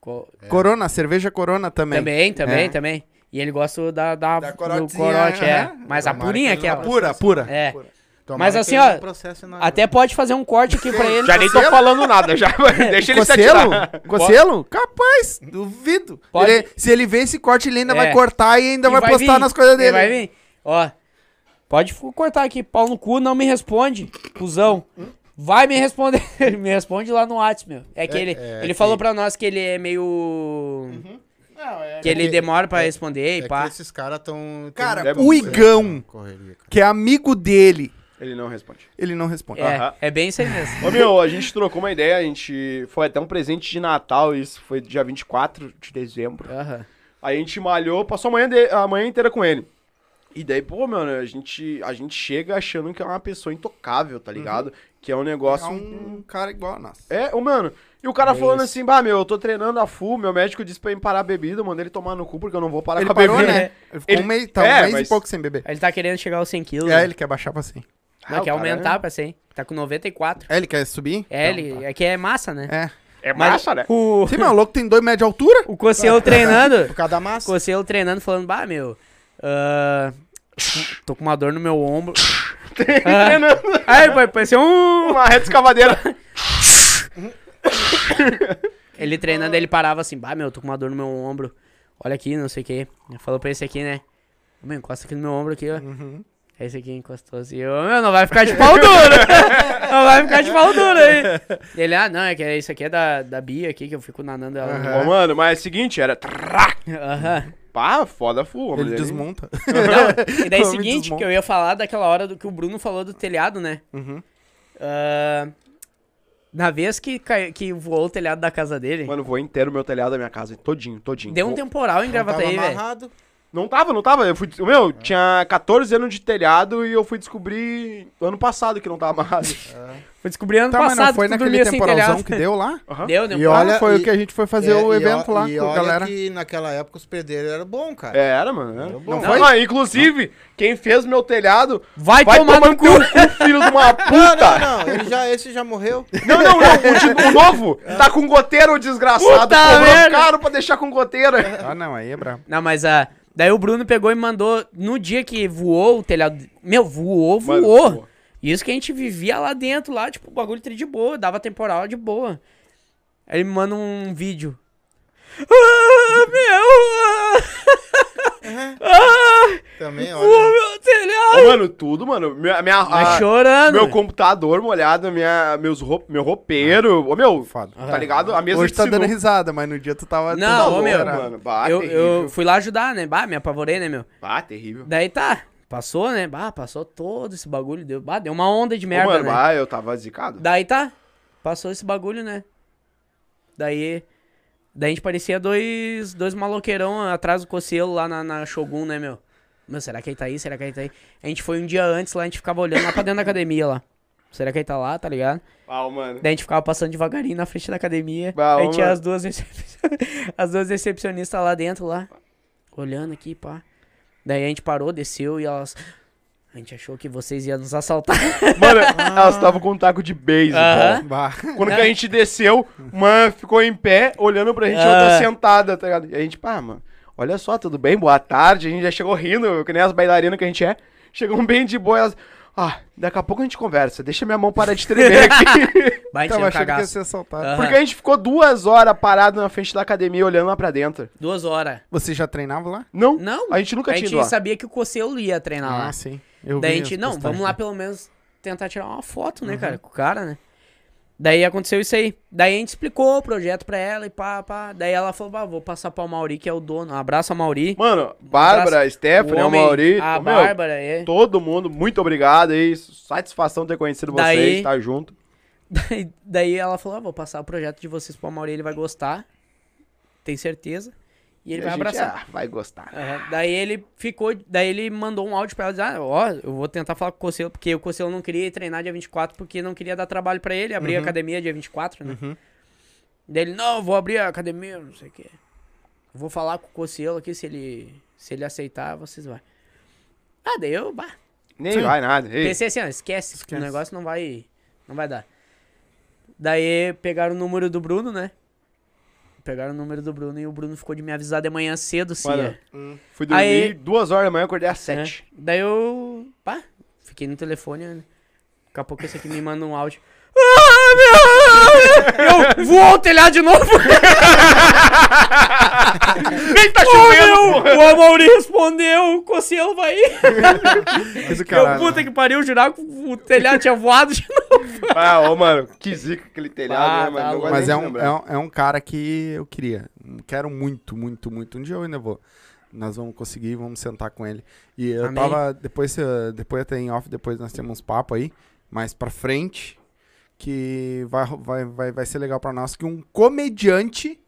[SPEAKER 2] Co-
[SPEAKER 1] Corona, cerveja Corona também.
[SPEAKER 2] Também, também,
[SPEAKER 1] É.
[SPEAKER 2] também. E ele gosta da, da,
[SPEAKER 1] Da
[SPEAKER 2] do
[SPEAKER 1] corotezinha, né?
[SPEAKER 2] corote, é.
[SPEAKER 1] aham.
[SPEAKER 2] Mas a
[SPEAKER 3] Tomara
[SPEAKER 2] purinha
[SPEAKER 3] que
[SPEAKER 2] que é.
[SPEAKER 3] não
[SPEAKER 1] A Pura, pura.
[SPEAKER 2] É.
[SPEAKER 3] Tomara
[SPEAKER 2] Mas
[SPEAKER 3] que
[SPEAKER 2] assim,
[SPEAKER 3] ele
[SPEAKER 2] ó,
[SPEAKER 3] não processe nada.
[SPEAKER 2] Até pode fazer um corte aqui pra ele.
[SPEAKER 4] Já nem tô falando nada, já. [laughs] Deixa ele se
[SPEAKER 1] Cocielo?
[SPEAKER 4] atirar.
[SPEAKER 1] Cocielo? Capaz, duvido.
[SPEAKER 2] Pode.
[SPEAKER 1] Ele- se ele vê esse corte, ele ainda
[SPEAKER 2] É.
[SPEAKER 1] vai cortar e ainda
[SPEAKER 2] E
[SPEAKER 1] vai, postar
[SPEAKER 2] vir,
[SPEAKER 1] nas coisas
[SPEAKER 2] e
[SPEAKER 1] dele.
[SPEAKER 2] Vai vir. Ó, pode f- cortar aqui. Pau no cu, não me responde, cuzão. Vai me responder. [laughs] me responde lá no WhatsApp, meu. É que ele,
[SPEAKER 3] é
[SPEAKER 2] ele
[SPEAKER 3] que-
[SPEAKER 2] falou pra nós que ele é meio... que ele
[SPEAKER 3] que-
[SPEAKER 2] demora pra responder e
[SPEAKER 3] é
[SPEAKER 2] pá.
[SPEAKER 3] que esses caras tão tão-
[SPEAKER 1] Cara,
[SPEAKER 4] Deve-
[SPEAKER 1] o Igão,
[SPEAKER 3] correria, cara.
[SPEAKER 1] que é amigo dele,
[SPEAKER 4] Ele não responde.
[SPEAKER 1] ele não responde. Ah,
[SPEAKER 2] É,
[SPEAKER 4] Aham.
[SPEAKER 2] é bem isso aí mesmo.
[SPEAKER 4] Ô meu, a gente trocou uma ideia, a gente. Foi até um presente de Natal, isso foi dia 24 de dezembro.
[SPEAKER 2] Aham.
[SPEAKER 4] Aí a gente malhou, passou a manhã, de- a manhã inteira com ele. E daí, pô, mano, a gente, a gente chega achando que é uma pessoa intocável, tá ligado? Que é um negócio.
[SPEAKER 1] É um cara igual a nós.
[SPEAKER 4] É, ô, mano. E o cara
[SPEAKER 2] É
[SPEAKER 4] falando
[SPEAKER 2] isso.
[SPEAKER 4] assim, bah, meu, eu tô treinando a full, meu médico disse pra eu parar a bebida, eu mandei ele tomar no cu porque eu não vou parar
[SPEAKER 1] Ele
[SPEAKER 4] com a
[SPEAKER 1] parou,
[SPEAKER 4] bebida.
[SPEAKER 2] É.
[SPEAKER 1] né? Ele ficou
[SPEAKER 4] Ele-
[SPEAKER 1] um mês, tá um
[SPEAKER 4] É,
[SPEAKER 1] mês
[SPEAKER 4] mas-
[SPEAKER 1] e pouco sem beber.
[SPEAKER 2] Ele tá querendo chegar aos 100 quilos.
[SPEAKER 1] É,
[SPEAKER 2] né?
[SPEAKER 1] ele quer baixar pra 100.
[SPEAKER 4] Ah,
[SPEAKER 2] Não,
[SPEAKER 4] o
[SPEAKER 2] quer
[SPEAKER 4] cara
[SPEAKER 2] aumentar pra 100. Tá com 94.
[SPEAKER 1] É, ele quer subir?
[SPEAKER 2] É,
[SPEAKER 1] Então,
[SPEAKER 2] ele, é que é massa, né?
[SPEAKER 1] É.
[SPEAKER 4] tá. É, é massa, né?
[SPEAKER 2] O,
[SPEAKER 1] [laughs] Sim, mas o louco tem dois metros de altura?
[SPEAKER 2] o
[SPEAKER 4] [laughs]
[SPEAKER 2] Cossielo treinando...
[SPEAKER 3] Por causa da massa.
[SPEAKER 2] Coceiro treinando, falando, bah, meu, ah, tô com uma dor no meu ombro.
[SPEAKER 4] [laughs]
[SPEAKER 2] [laughs]
[SPEAKER 4] Treinando
[SPEAKER 2] Ai, pai, parecia um...
[SPEAKER 4] uma reta escavadeira.
[SPEAKER 2] Ele treinando, ele parava assim, bah, meu, tô com uma dor no meu
[SPEAKER 4] Uhum.
[SPEAKER 2] ombro. Olha aqui, não sei o que. Falou pra esse aqui, né? Meu, encosta aqui no meu ombro aqui, ó. Esse aqui encostou assim, eu, meu, não vai ficar de pau duro. [laughs] não vai ficar de pau duro aí. Ele, ah, não, é que isso aqui é da, da Bia aqui, que eu fico nanando ela.
[SPEAKER 4] Ô, mano, mas é o seguinte, era. trá,
[SPEAKER 2] Aham.
[SPEAKER 4] Pá, foda full.
[SPEAKER 1] Ele desmonta.
[SPEAKER 2] [laughs] Não, e daí é
[SPEAKER 1] Eu me
[SPEAKER 2] seguinte,
[SPEAKER 1] desmonto.
[SPEAKER 2] que eu ia falar daquela hora do que o Bruno falou do telhado, né?
[SPEAKER 1] Uhum.
[SPEAKER 2] Ah, na vez que, cai- que voou o telhado da casa dele,
[SPEAKER 4] Mano, voou inteiro o meu telhado da minha casa, todinho, todinho.
[SPEAKER 2] deu um
[SPEAKER 4] Vo-
[SPEAKER 2] temporal em
[SPEAKER 3] Não tava
[SPEAKER 2] Gravataí, velho.
[SPEAKER 3] amarrado.
[SPEAKER 4] Não tava, não tava. Eu fui, o meu, tinha 14 anos de telhado e eu fui descobrir ano passado que não tava amarrado.
[SPEAKER 2] [laughs] Foi descobrir ano
[SPEAKER 1] Tá, mas
[SPEAKER 2] passado
[SPEAKER 1] não foi
[SPEAKER 2] que tu
[SPEAKER 1] naquele
[SPEAKER 2] dormia sem
[SPEAKER 1] temporalzão
[SPEAKER 2] telhado.
[SPEAKER 1] que deu lá?
[SPEAKER 4] Aham.
[SPEAKER 2] [laughs] Deu, deu.
[SPEAKER 3] E
[SPEAKER 2] um-
[SPEAKER 3] olha-
[SPEAKER 1] ah, foi
[SPEAKER 3] e-
[SPEAKER 1] o que a gente foi fazer
[SPEAKER 3] É,
[SPEAKER 1] o
[SPEAKER 3] e ó-
[SPEAKER 1] evento lá
[SPEAKER 3] e
[SPEAKER 1] com a
[SPEAKER 3] olha
[SPEAKER 1] galera.
[SPEAKER 3] que naquela época os pedreiros eram bons, cara.
[SPEAKER 4] É, Era, mano. Era.
[SPEAKER 3] bom.
[SPEAKER 4] Não, não, inclusive, quem fez meu telhado
[SPEAKER 2] Vai,
[SPEAKER 4] vai
[SPEAKER 2] tomar no cu.
[SPEAKER 4] teu filho
[SPEAKER 2] [laughs]
[SPEAKER 4] de
[SPEAKER 3] Não,
[SPEAKER 4] uma
[SPEAKER 3] não,
[SPEAKER 4] puta!
[SPEAKER 3] não. Ele já, esse já morreu.
[SPEAKER 4] Não, não, não. O, de- o
[SPEAKER 2] [laughs]
[SPEAKER 4] novo tá com goteiro, o desgraçado.
[SPEAKER 2] É. Puta
[SPEAKER 4] Cobrou
[SPEAKER 2] merda.
[SPEAKER 4] caro pra deixar
[SPEAKER 2] [laughs]
[SPEAKER 4] com goteira.
[SPEAKER 1] Ah, não, aí é brabo.
[SPEAKER 2] Não, mas a. Daí o Bruno pegou e mandou no dia que voou o telhado. Meu, voou, voou.
[SPEAKER 4] Mano, voou.
[SPEAKER 2] Isso que a gente vivia lá dentro, lá, tipo, o bagulho tri de boa, dava temporal de boa. Aí ele me manda um vídeo. Ah, meu! ah, ah,
[SPEAKER 3] Também,
[SPEAKER 2] voou
[SPEAKER 3] olha.
[SPEAKER 2] meu um telhado!
[SPEAKER 4] Ô, mano, tudo, mano. Minha, minha,
[SPEAKER 2] Mas
[SPEAKER 4] a-
[SPEAKER 2] chorando.
[SPEAKER 4] Ah, Meu computador molhado, minha, meus roup, meu roupeiro.
[SPEAKER 2] Ah.
[SPEAKER 4] Ô, meu,
[SPEAKER 1] Foda.
[SPEAKER 4] tá ligado? A mesa
[SPEAKER 1] Hoje
[SPEAKER 4] de
[SPEAKER 1] tá dando
[SPEAKER 4] sinuca.
[SPEAKER 1] risada, mas no dia tu tava.
[SPEAKER 2] Não,
[SPEAKER 1] tu
[SPEAKER 2] ô,
[SPEAKER 1] tava
[SPEAKER 2] meu.
[SPEAKER 1] louco,
[SPEAKER 4] mano. Bah,
[SPEAKER 2] eu,
[SPEAKER 4] Ah, terrível.
[SPEAKER 2] eu fui lá ajudar, né? Bah, me apavorei, né, meu?
[SPEAKER 4] Bah, terrível.
[SPEAKER 2] Daí tá, passou, né? Bah, passou todo esse bagulho. Deu, bah, deu uma onda de
[SPEAKER 4] Ô,
[SPEAKER 2] merda,
[SPEAKER 4] mano,
[SPEAKER 2] né?
[SPEAKER 4] ah, bah, eu tava zicado.
[SPEAKER 2] [laughs] Daí tá. Passou esse bagulho, né? Daí. Daí a gente parecia dois, dois maloqueirão atrás do Cocielo lá na, na Shogun, né, meu? Meu, será que ele tá aí? Será que ele tá aí? A gente foi um dia antes lá, a gente ficava olhando lá pra dentro da academia lá. Será que ele tá lá, tá ligado?
[SPEAKER 4] Pau, mano.
[SPEAKER 2] Daí a gente ficava passando devagarinho na frente da academia.
[SPEAKER 4] Bah,
[SPEAKER 2] aí tinha
[SPEAKER 4] mano.
[SPEAKER 2] as duas, recep- [laughs] as duas recepcionistas lá dentro, lá. Olhando aqui, pá. Daí a gente parou, desceu e elas. A gente achou que vocês iam nos assaltar. [laughs]
[SPEAKER 4] Mano, elas estavam com um taco de beisebol.
[SPEAKER 2] Aham.
[SPEAKER 1] Bah.
[SPEAKER 4] Quando que a gente desceu, uma ficou em pé, olhando pra gente, a
[SPEAKER 2] Ah.
[SPEAKER 4] outra sentada, tá ligado? E a gente, pá, mano, olha só, tudo bem? Boa tarde. A gente já chegou rindo, que nem as bailarinas que a gente é. Chegou bem de boa, elas... Ah, daqui a pouco a gente conversa, deixa minha mão parar de tremer
[SPEAKER 2] [laughs]
[SPEAKER 4] aqui.
[SPEAKER 2] Bah, a
[SPEAKER 1] Tava
[SPEAKER 2] gente Ah. deu um
[SPEAKER 1] achando que ia
[SPEAKER 2] cagaço.
[SPEAKER 1] ser assaltado.
[SPEAKER 2] Aham.
[SPEAKER 4] Porque a gente ficou duas horas parado na frente da academia, olhando lá pra dentro.
[SPEAKER 2] Duas horas.
[SPEAKER 1] Você já treinava lá?
[SPEAKER 4] Não,
[SPEAKER 2] Não.
[SPEAKER 4] a gente nunca
[SPEAKER 2] a
[SPEAKER 4] tinha
[SPEAKER 2] gente
[SPEAKER 4] ido lá.
[SPEAKER 2] sabia que o Cocelo ia treinar lá.
[SPEAKER 1] Ah, sim. Eu
[SPEAKER 2] Daí a
[SPEAKER 1] vi
[SPEAKER 2] gente,
[SPEAKER 1] as
[SPEAKER 2] não,
[SPEAKER 1] postagens.
[SPEAKER 2] vamos
[SPEAKER 4] né?
[SPEAKER 2] lá pelo menos tentar tirar uma foto,
[SPEAKER 4] Uhum.
[SPEAKER 2] né, cara, com o cara, né? Daí aconteceu isso aí. Daí a gente explicou o projeto pra ela e pá, pá. Daí ela falou, bah, vou passar pra Mauri, que é o dono. Um abraço a Mauri.
[SPEAKER 4] Mano, Bárbara, Stephanie,
[SPEAKER 2] O
[SPEAKER 4] né, o
[SPEAKER 2] homem,
[SPEAKER 4] Mauri,
[SPEAKER 2] A
[SPEAKER 4] meu,
[SPEAKER 2] Bárbara, é. [laughs]
[SPEAKER 4] todo mundo, muito obrigado aí. Satisfação ter conhecido
[SPEAKER 2] Daí-
[SPEAKER 4] vocês, tá junto.
[SPEAKER 2] Daí, daí ela falou, ah, vou passar o projeto de vocês pro Mauri, ele vai gostar. Tem certeza. E ele
[SPEAKER 4] E a
[SPEAKER 2] vai
[SPEAKER 4] gente,
[SPEAKER 2] abraçar.
[SPEAKER 4] ah, vai gostar.
[SPEAKER 2] Aham. É, Daí ele ficou, daí ele mandou um áudio pra ela dizendo, ah, ó, eu vou tentar falar com o Cocelo, porque o Cocelo não queria ir treinar dia 24, porque não queria dar trabalho pra ele, abrir a academia dia 24, né? Daí ele, não, eu vou abrir a academia, não sei o quê. Vou falar com o Cocelo aqui, se ele, se ele aceitar, vocês vão. Ah, daí eu, bah,
[SPEAKER 4] Nem
[SPEAKER 1] Sim.
[SPEAKER 4] vai nada. Ei,
[SPEAKER 2] pensei assim, ó, esquece,
[SPEAKER 1] Esquece.
[SPEAKER 2] o negócio não vai, não vai dar. Daí pegaram o número do Bruno, né? Pegaram o número do Bruno e o Bruno ficou de me avisar de manhã cedo, assim, se
[SPEAKER 4] Mano,
[SPEAKER 2] ia.
[SPEAKER 4] Fui dormir
[SPEAKER 2] Aí-
[SPEAKER 4] duas horas da manhã, acordei às
[SPEAKER 2] né?
[SPEAKER 4] sete.
[SPEAKER 2] Daí eu. pá, fiquei no telefone. Né? Daqui a pouco esse aqui me manda um áudio. Ah, meu! Eu voou o telhado de
[SPEAKER 4] [laughs]
[SPEAKER 2] novo!
[SPEAKER 4] Nem tá
[SPEAKER 2] Ô, meu, o Amauri respondeu, o Cocielo vai ir.
[SPEAKER 1] Mas o
[SPEAKER 2] É. Eu,
[SPEAKER 1] caralho.
[SPEAKER 2] puta que pariu, jurar que o telhado tinha voado de novo.
[SPEAKER 4] Ah, ô, mano, que zica aquele telhado,
[SPEAKER 2] Ah,
[SPEAKER 4] né, mano?
[SPEAKER 2] tá
[SPEAKER 4] Não
[SPEAKER 2] louco.
[SPEAKER 4] gosto
[SPEAKER 1] Mas
[SPEAKER 4] nem
[SPEAKER 1] é
[SPEAKER 4] de
[SPEAKER 1] um,
[SPEAKER 4] lembrar.
[SPEAKER 1] é, um, é um cara que eu queria. Quero muito, muito, muito. Um dia eu ainda vou. Nós vamos conseguir, vamos sentar com ele. E eu
[SPEAKER 2] Amém.
[SPEAKER 1] tava. Depois, eh, depois até em off, depois nós temos uns papo aí, mais pra frente. Que vai, ro- vai, vai, vai ser legal pra nós. Que um comediante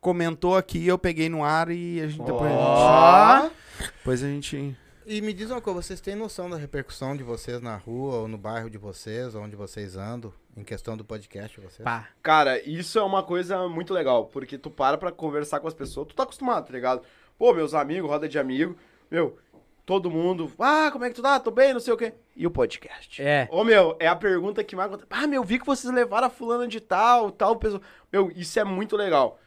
[SPEAKER 1] comentou aqui, eu peguei no ar e a gente depois a
[SPEAKER 4] Ó.
[SPEAKER 1] gente. Depois a gente.
[SPEAKER 3] E me diz uma coisa, vocês têm noção da repercussão de vocês na rua ou no bairro de vocês, onde vocês andam, em questão do podcast de vocês?
[SPEAKER 2] Pá,
[SPEAKER 4] Cara, isso é uma coisa muito legal, porque tu para pra conversar com as pessoas, tu tá acostumado, tá ligado? Pô, meus amigos, roda de amigo, meu, todo mundo, ah, como é que tu tá? Tô bem, não sei o quê. E o podcast?
[SPEAKER 2] É.
[SPEAKER 4] Ô, meu, é a pergunta que mais acontece. Ah, meu, vi que vocês levaram a fulana de tal, tal pessoa. Meu, isso é muito legal,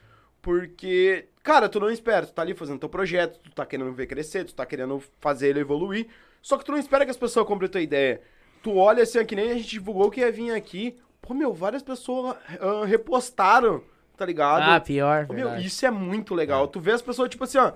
[SPEAKER 4] porque, cara, tu não espera, tu tá ali fazendo teu projeto, tu tá querendo ver crescer, tu tá querendo fazer ele evoluir, só que tu não espera que as pessoas comprem tua ideia. Tu olha assim, ó, que nem a gente divulgou que ia vir aqui. Pô, meu, várias pessoas ah, repostaram, tá ligado?
[SPEAKER 2] ah pior.
[SPEAKER 4] Ô, meu, é
[SPEAKER 2] verdade.
[SPEAKER 4] isso é muito legal. Tu vê as pessoas, tipo assim, ó.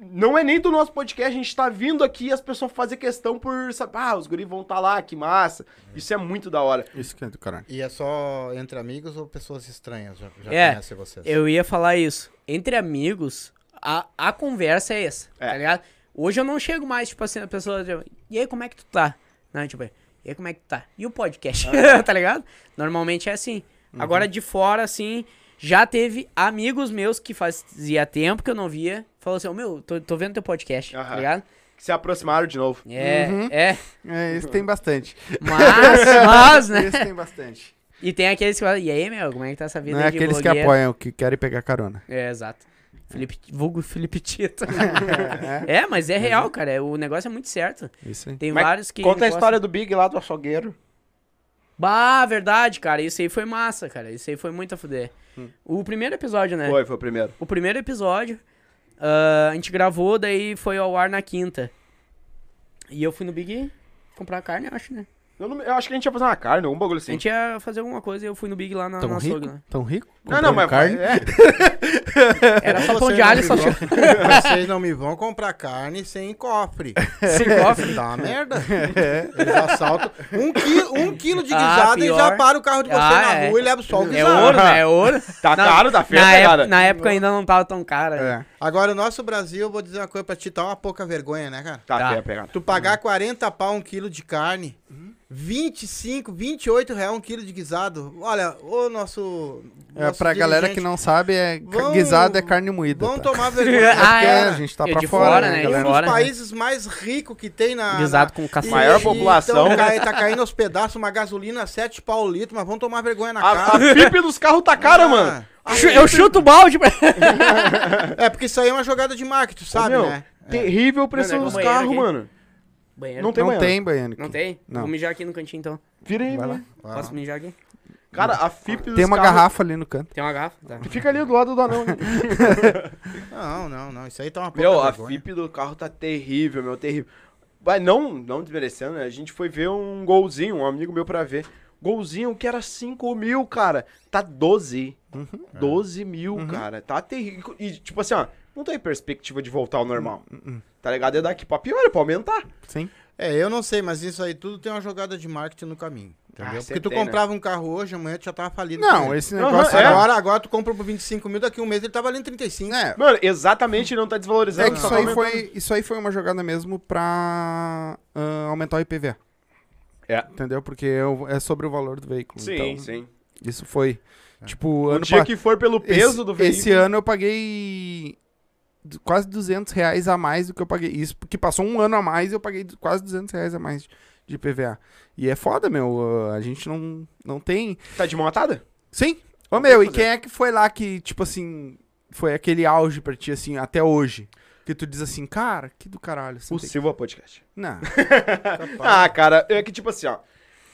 [SPEAKER 4] Não é nem do nosso podcast, a gente tá vindo aqui e as pessoas fazem questão por. sabe, Ah, os guris vão estar lá, que massa. Isso é muito da hora.
[SPEAKER 1] Isso que é do caralho.
[SPEAKER 3] E é só entre amigos ou pessoas estranhas já, já
[SPEAKER 2] É,
[SPEAKER 3] conhecem vocês?
[SPEAKER 1] Assim.
[SPEAKER 2] Eu ia falar isso. Entre amigos, a, a conversa é essa,
[SPEAKER 4] É.
[SPEAKER 2] tá ligado? Hoje eu não chego mais, tipo assim, a pessoa... tipo, E aí, como é que tu tá? Não, tipo... E aí, como é que tu tá? E o podcast,
[SPEAKER 1] Ah,
[SPEAKER 2] [laughs] tá ligado? Normalmente é assim.
[SPEAKER 1] Uhum.
[SPEAKER 2] Agora, de fora, assim, já teve amigos meus que fazia tempo que eu não via. Falou assim, ô, meu, tô, tô vendo teu podcast, tá
[SPEAKER 4] Aham.
[SPEAKER 2] ligado?
[SPEAKER 4] Se aproximaram de novo.
[SPEAKER 2] É, é.
[SPEAKER 1] [laughs] É, isso tem bastante.
[SPEAKER 2] Mas,
[SPEAKER 1] [laughs]
[SPEAKER 2] mas, né?
[SPEAKER 1] Isso tem bastante.
[SPEAKER 2] E tem aqueles que falam, e aí, meu, como é que tá essa vida
[SPEAKER 1] Não é
[SPEAKER 2] aí de
[SPEAKER 1] aqueles que
[SPEAKER 2] blogueiro?"
[SPEAKER 1] apoiam, que querem pegar carona.
[SPEAKER 2] É, exato. Felipe, vulgo Felipe
[SPEAKER 4] [laughs]
[SPEAKER 2] Tito. é, mas é real, cara. é- O negócio é muito certo.
[SPEAKER 1] Isso aí.
[SPEAKER 2] Tem
[SPEAKER 4] Mas
[SPEAKER 2] vários que.
[SPEAKER 4] Conta a
[SPEAKER 2] encostam-
[SPEAKER 4] história do Big lá do açougueiro.
[SPEAKER 2] Bah, verdade, cara. Isso aí foi massa, cara. Isso aí foi muito a fuder. O primeiro episódio, né?
[SPEAKER 4] Hum. Foi, foi o primeiro.
[SPEAKER 2] O primeiro episódio. ah, a gente gravou, daí foi ao ar na quinta. E eu fui no Big comprar carne, eu acho, né?
[SPEAKER 4] Eu, não- eu acho que a gente ia fazer uma carne, algum
[SPEAKER 2] A
[SPEAKER 4] bagulho assim.
[SPEAKER 2] gente ia fazer alguma coisa e eu fui no Big lá na,
[SPEAKER 1] Tão
[SPEAKER 2] na açougue,
[SPEAKER 1] rico? [laughs]
[SPEAKER 2] né?
[SPEAKER 1] Tão rico?
[SPEAKER 4] Não, não,
[SPEAKER 1] Comprando
[SPEAKER 4] mas.
[SPEAKER 1] carne?
[SPEAKER 4] é.
[SPEAKER 2] Era só
[SPEAKER 3] Vocês
[SPEAKER 2] pão
[SPEAKER 1] é
[SPEAKER 2] de
[SPEAKER 3] não
[SPEAKER 2] alho e
[SPEAKER 3] me
[SPEAKER 2] só
[SPEAKER 3] vão- [laughs] Vocês não me vão comprar carne sem cofre.
[SPEAKER 2] cofre.
[SPEAKER 3] Tá uma
[SPEAKER 2] [laughs]
[SPEAKER 3] merda. Eles assaltam. Um quilo, um quilo de
[SPEAKER 2] Ah,
[SPEAKER 3] guisada e já
[SPEAKER 2] pior.
[SPEAKER 3] para o carro de você
[SPEAKER 2] Ah,
[SPEAKER 3] na
[SPEAKER 2] é.
[SPEAKER 3] rua e leva só o
[SPEAKER 2] É
[SPEAKER 3] guisado.
[SPEAKER 2] ouro, né? É ouro.
[SPEAKER 4] Tá caro da festa,
[SPEAKER 2] na época-
[SPEAKER 4] cara.
[SPEAKER 2] Na época ainda não tava tão cara. né?
[SPEAKER 1] É.
[SPEAKER 3] Agora, o nosso Brasil, eu vou dizer uma coisa pra ti, tá uma pouca vergonha, né, cara?
[SPEAKER 4] Tá,
[SPEAKER 2] Tá. [laughs]
[SPEAKER 4] tá. pegada.
[SPEAKER 3] Tu pagar 40 pau um quilo de carne, 25, 28 reais um quilo de guisado. Olha, o nosso.
[SPEAKER 1] É,
[SPEAKER 3] nosso
[SPEAKER 1] pra galera
[SPEAKER 3] dirigente,
[SPEAKER 1] que não sabe, é
[SPEAKER 3] Vão-
[SPEAKER 1] guisado é carne moída.
[SPEAKER 3] Vão
[SPEAKER 1] tá? [laughs]
[SPEAKER 3] tomar vergonha.
[SPEAKER 2] Ah,
[SPEAKER 1] Porque
[SPEAKER 2] é.
[SPEAKER 1] a gente tá
[SPEAKER 2] Eu
[SPEAKER 1] pra
[SPEAKER 2] de
[SPEAKER 1] fora,
[SPEAKER 2] fora,
[SPEAKER 1] né,
[SPEAKER 2] né?
[SPEAKER 1] galera?
[SPEAKER 3] um dos
[SPEAKER 2] Fora, né?
[SPEAKER 3] países mais ricos que tem na.
[SPEAKER 2] Guisado com
[SPEAKER 3] na...
[SPEAKER 2] cacete.
[SPEAKER 4] Maior
[SPEAKER 3] E-
[SPEAKER 4] população.
[SPEAKER 3] Então, cai- tá caindo aos pedaços, uma gasolina 7 pau o litro, mas vão tomar vergonha
[SPEAKER 2] Ah,
[SPEAKER 3] na
[SPEAKER 4] A,
[SPEAKER 3] cara.
[SPEAKER 4] a FIP dos carros tá Ah, cara,
[SPEAKER 3] Ah,
[SPEAKER 4] mano.
[SPEAKER 2] Chu- Eu chuto o balde. pra-
[SPEAKER 3] É, porque isso aí é uma jogada de marketing,
[SPEAKER 4] Ô,
[SPEAKER 3] sabe,
[SPEAKER 4] meu,
[SPEAKER 3] né?
[SPEAKER 4] Terrível o preço
[SPEAKER 2] Mano, é
[SPEAKER 4] dos
[SPEAKER 2] como banheiro
[SPEAKER 4] carros,
[SPEAKER 2] aqui.
[SPEAKER 4] mano.
[SPEAKER 2] Banheiro.
[SPEAKER 4] Não é tem
[SPEAKER 1] Não
[SPEAKER 4] banheiro.
[SPEAKER 1] tem banheiro.
[SPEAKER 2] Não
[SPEAKER 1] aqui.
[SPEAKER 2] tem?
[SPEAKER 1] Não.
[SPEAKER 2] Vou mijar aqui no cantinho então.
[SPEAKER 4] Vira aí,
[SPEAKER 1] Vai lá.
[SPEAKER 4] mano.
[SPEAKER 2] Posso mijar aqui?
[SPEAKER 4] Cara, a FIP dos
[SPEAKER 1] Tem uma
[SPEAKER 4] carros-
[SPEAKER 1] garrafa ali no canto.
[SPEAKER 2] Tem uma garrafa? Tá.
[SPEAKER 4] Fica ali do lado do anão. né?
[SPEAKER 3] Não, não, não. Isso aí tá uma pouca
[SPEAKER 4] [laughs] Meu, a
[SPEAKER 3] vergonha.
[SPEAKER 4] FIP do carro tá terrível, meu, terrível. Mas não, não desmerecendo, né? A gente foi ver um golzinho, um amigo meu pra ver. Golzinho que era 5 mil, cara. Tá 12. 12 mil, cara. Tá terrível. E, tipo assim, ó, não tem perspectiva de voltar ao normal. Tá ligado? É daqui pra pior, é pra aumentar.
[SPEAKER 1] Sim.
[SPEAKER 3] É, eu não sei, mas isso aí tudo tem uma jogada de marketing no caminho. Entendeu?
[SPEAKER 4] Ah,
[SPEAKER 3] Porque tu
[SPEAKER 4] sempre tem,
[SPEAKER 3] comprava um carro hoje, amanhã tu já tava falido.
[SPEAKER 1] Não,
[SPEAKER 3] com ele.
[SPEAKER 1] esse
[SPEAKER 4] Aham,
[SPEAKER 1] negócio
[SPEAKER 4] é.
[SPEAKER 1] agora.
[SPEAKER 3] Agora, agora tu compra por 25 mil, daqui um mês ele tá valendo 35.
[SPEAKER 1] É,
[SPEAKER 4] Mano, exatamente não tá desvalorizando.
[SPEAKER 1] é que
[SPEAKER 4] só
[SPEAKER 1] isso
[SPEAKER 4] tá
[SPEAKER 1] aí,
[SPEAKER 4] aumentando.
[SPEAKER 1] foi, isso aí foi uma jogada mesmo pra ah, aumentar o IPVA.
[SPEAKER 4] É.
[SPEAKER 1] Entendeu? Porque eu- é sobre o valor do veículo.
[SPEAKER 4] Sim,
[SPEAKER 1] então,
[SPEAKER 4] sim. É.
[SPEAKER 1] Isso foi. Tipo,
[SPEAKER 4] O
[SPEAKER 1] ano
[SPEAKER 4] dia
[SPEAKER 1] pa-
[SPEAKER 4] que for pelo peso
[SPEAKER 1] esse,
[SPEAKER 4] do veículo.
[SPEAKER 1] Esse ano eu paguei du- quase 200 reais a mais do que eu paguei. Isso porque passou um ano a mais e eu paguei du- quase 200 reais a mais de- de IPVA. E é foda, meu. ah, A gente não, não tem.
[SPEAKER 4] Tá de mão atada?
[SPEAKER 1] Sim. Ô,
[SPEAKER 4] Não tem o
[SPEAKER 1] meu,
[SPEAKER 4] que
[SPEAKER 1] e
[SPEAKER 4] fazer.
[SPEAKER 1] quem é que foi lá que, tipo assim, foi aquele auge pra ti, assim, até hoje? Que tu diz assim, cara, que do caralho.
[SPEAKER 4] O
[SPEAKER 1] sentei.
[SPEAKER 4] Silva Podcast.
[SPEAKER 1] Não.
[SPEAKER 4] Ah, cara, é que tipo assim, ó.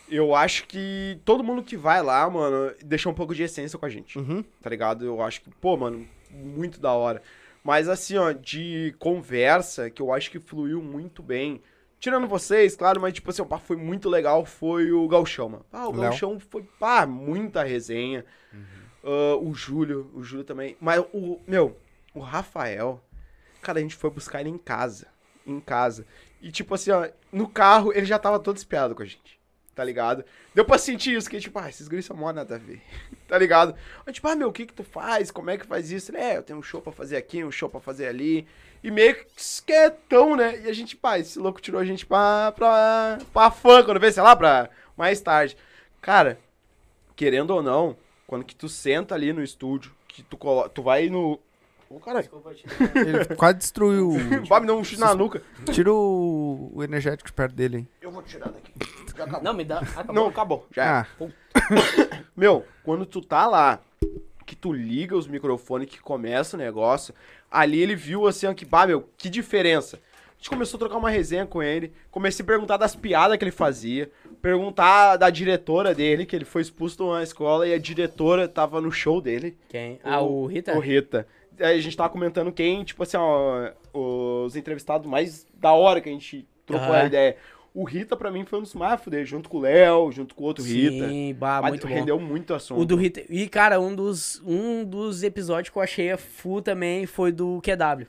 [SPEAKER 4] Eu acho que todo mundo que vai lá, mano, deixa um pouco de essência com a gente.
[SPEAKER 1] Uhum.
[SPEAKER 4] Tá ligado? Eu acho que, pô, mano, muito da hora. Mas assim, ó, de conversa, que eu acho que fluiu muito bem. Tirando vocês, claro, mas tipo assim, ó, pá, foi muito legal, foi o Galchão, mano. Ah, o
[SPEAKER 1] Léo. Uhum.
[SPEAKER 4] Galchão foi, pá, muita resenha. Ah, o Júlio, o Júlio também. Mas o, meu, o Rafael, cara, a gente foi buscar ele em casa. Em casa. E tipo assim, ó, no carro ele já tava todo espiado com a gente. Tá ligado? Deu pra sentir isso, que tipo, ah, esses guris são mó nada a ver. [laughs] tá ligado? Eu, tipo, ah, meu, o que que tu faz? Como é que faz isso? Ele, é, eu tenho um show pra fazer aqui, um show pra fazer ali. E meio que quietão, né? E a gente, pá, esse louco tirou a gente pra, pra, pra fã, quando vê, sei lá, pra mais tarde. Cara, querendo ou não, quando que tu senta ali no estúdio, que tu, colo... tu vai no... [laughs] Ô, caralho,
[SPEAKER 1] Ele [laughs] quase destruiu.
[SPEAKER 4] [laughs] vai me dar um chute na nuca.
[SPEAKER 1] Tira o, o energético de perto dele, hein?
[SPEAKER 4] Eu vou tirar daqui.
[SPEAKER 2] [laughs]
[SPEAKER 4] Já acabou.
[SPEAKER 2] Não, me dá.
[SPEAKER 4] Não, acabou. Já é.
[SPEAKER 1] Ah,
[SPEAKER 4] Meu, quando tu tá lá, que tu liga os microfones, que começa o negócio, ali ele viu assim, ó, que, bah, meu, que diferença. A gente começou a trocar uma resenha com ele, comecei a perguntar das piadas que ele fazia, perguntar da diretora dele, que ele foi expulso de uma escola e a diretora tava no show dele.
[SPEAKER 2] Quem? Ah, o Rita?
[SPEAKER 4] O Rita. Aí a gente tava comentando quem, tipo assim, ó, os entrevistados mais da hora que a gente trocou a
[SPEAKER 2] Aham.
[SPEAKER 4] ideia. O Rita, pra mim, foi um dos mais fudeiros, junto com o Léo, junto com o outro Rita.
[SPEAKER 2] Sim, bah,
[SPEAKER 4] Mas
[SPEAKER 2] muito bom.
[SPEAKER 4] rendeu muito assunto.
[SPEAKER 1] né?
[SPEAKER 2] O do Rita. E, cara, um dos, um dos episódios que eu achei a full também foi do QW.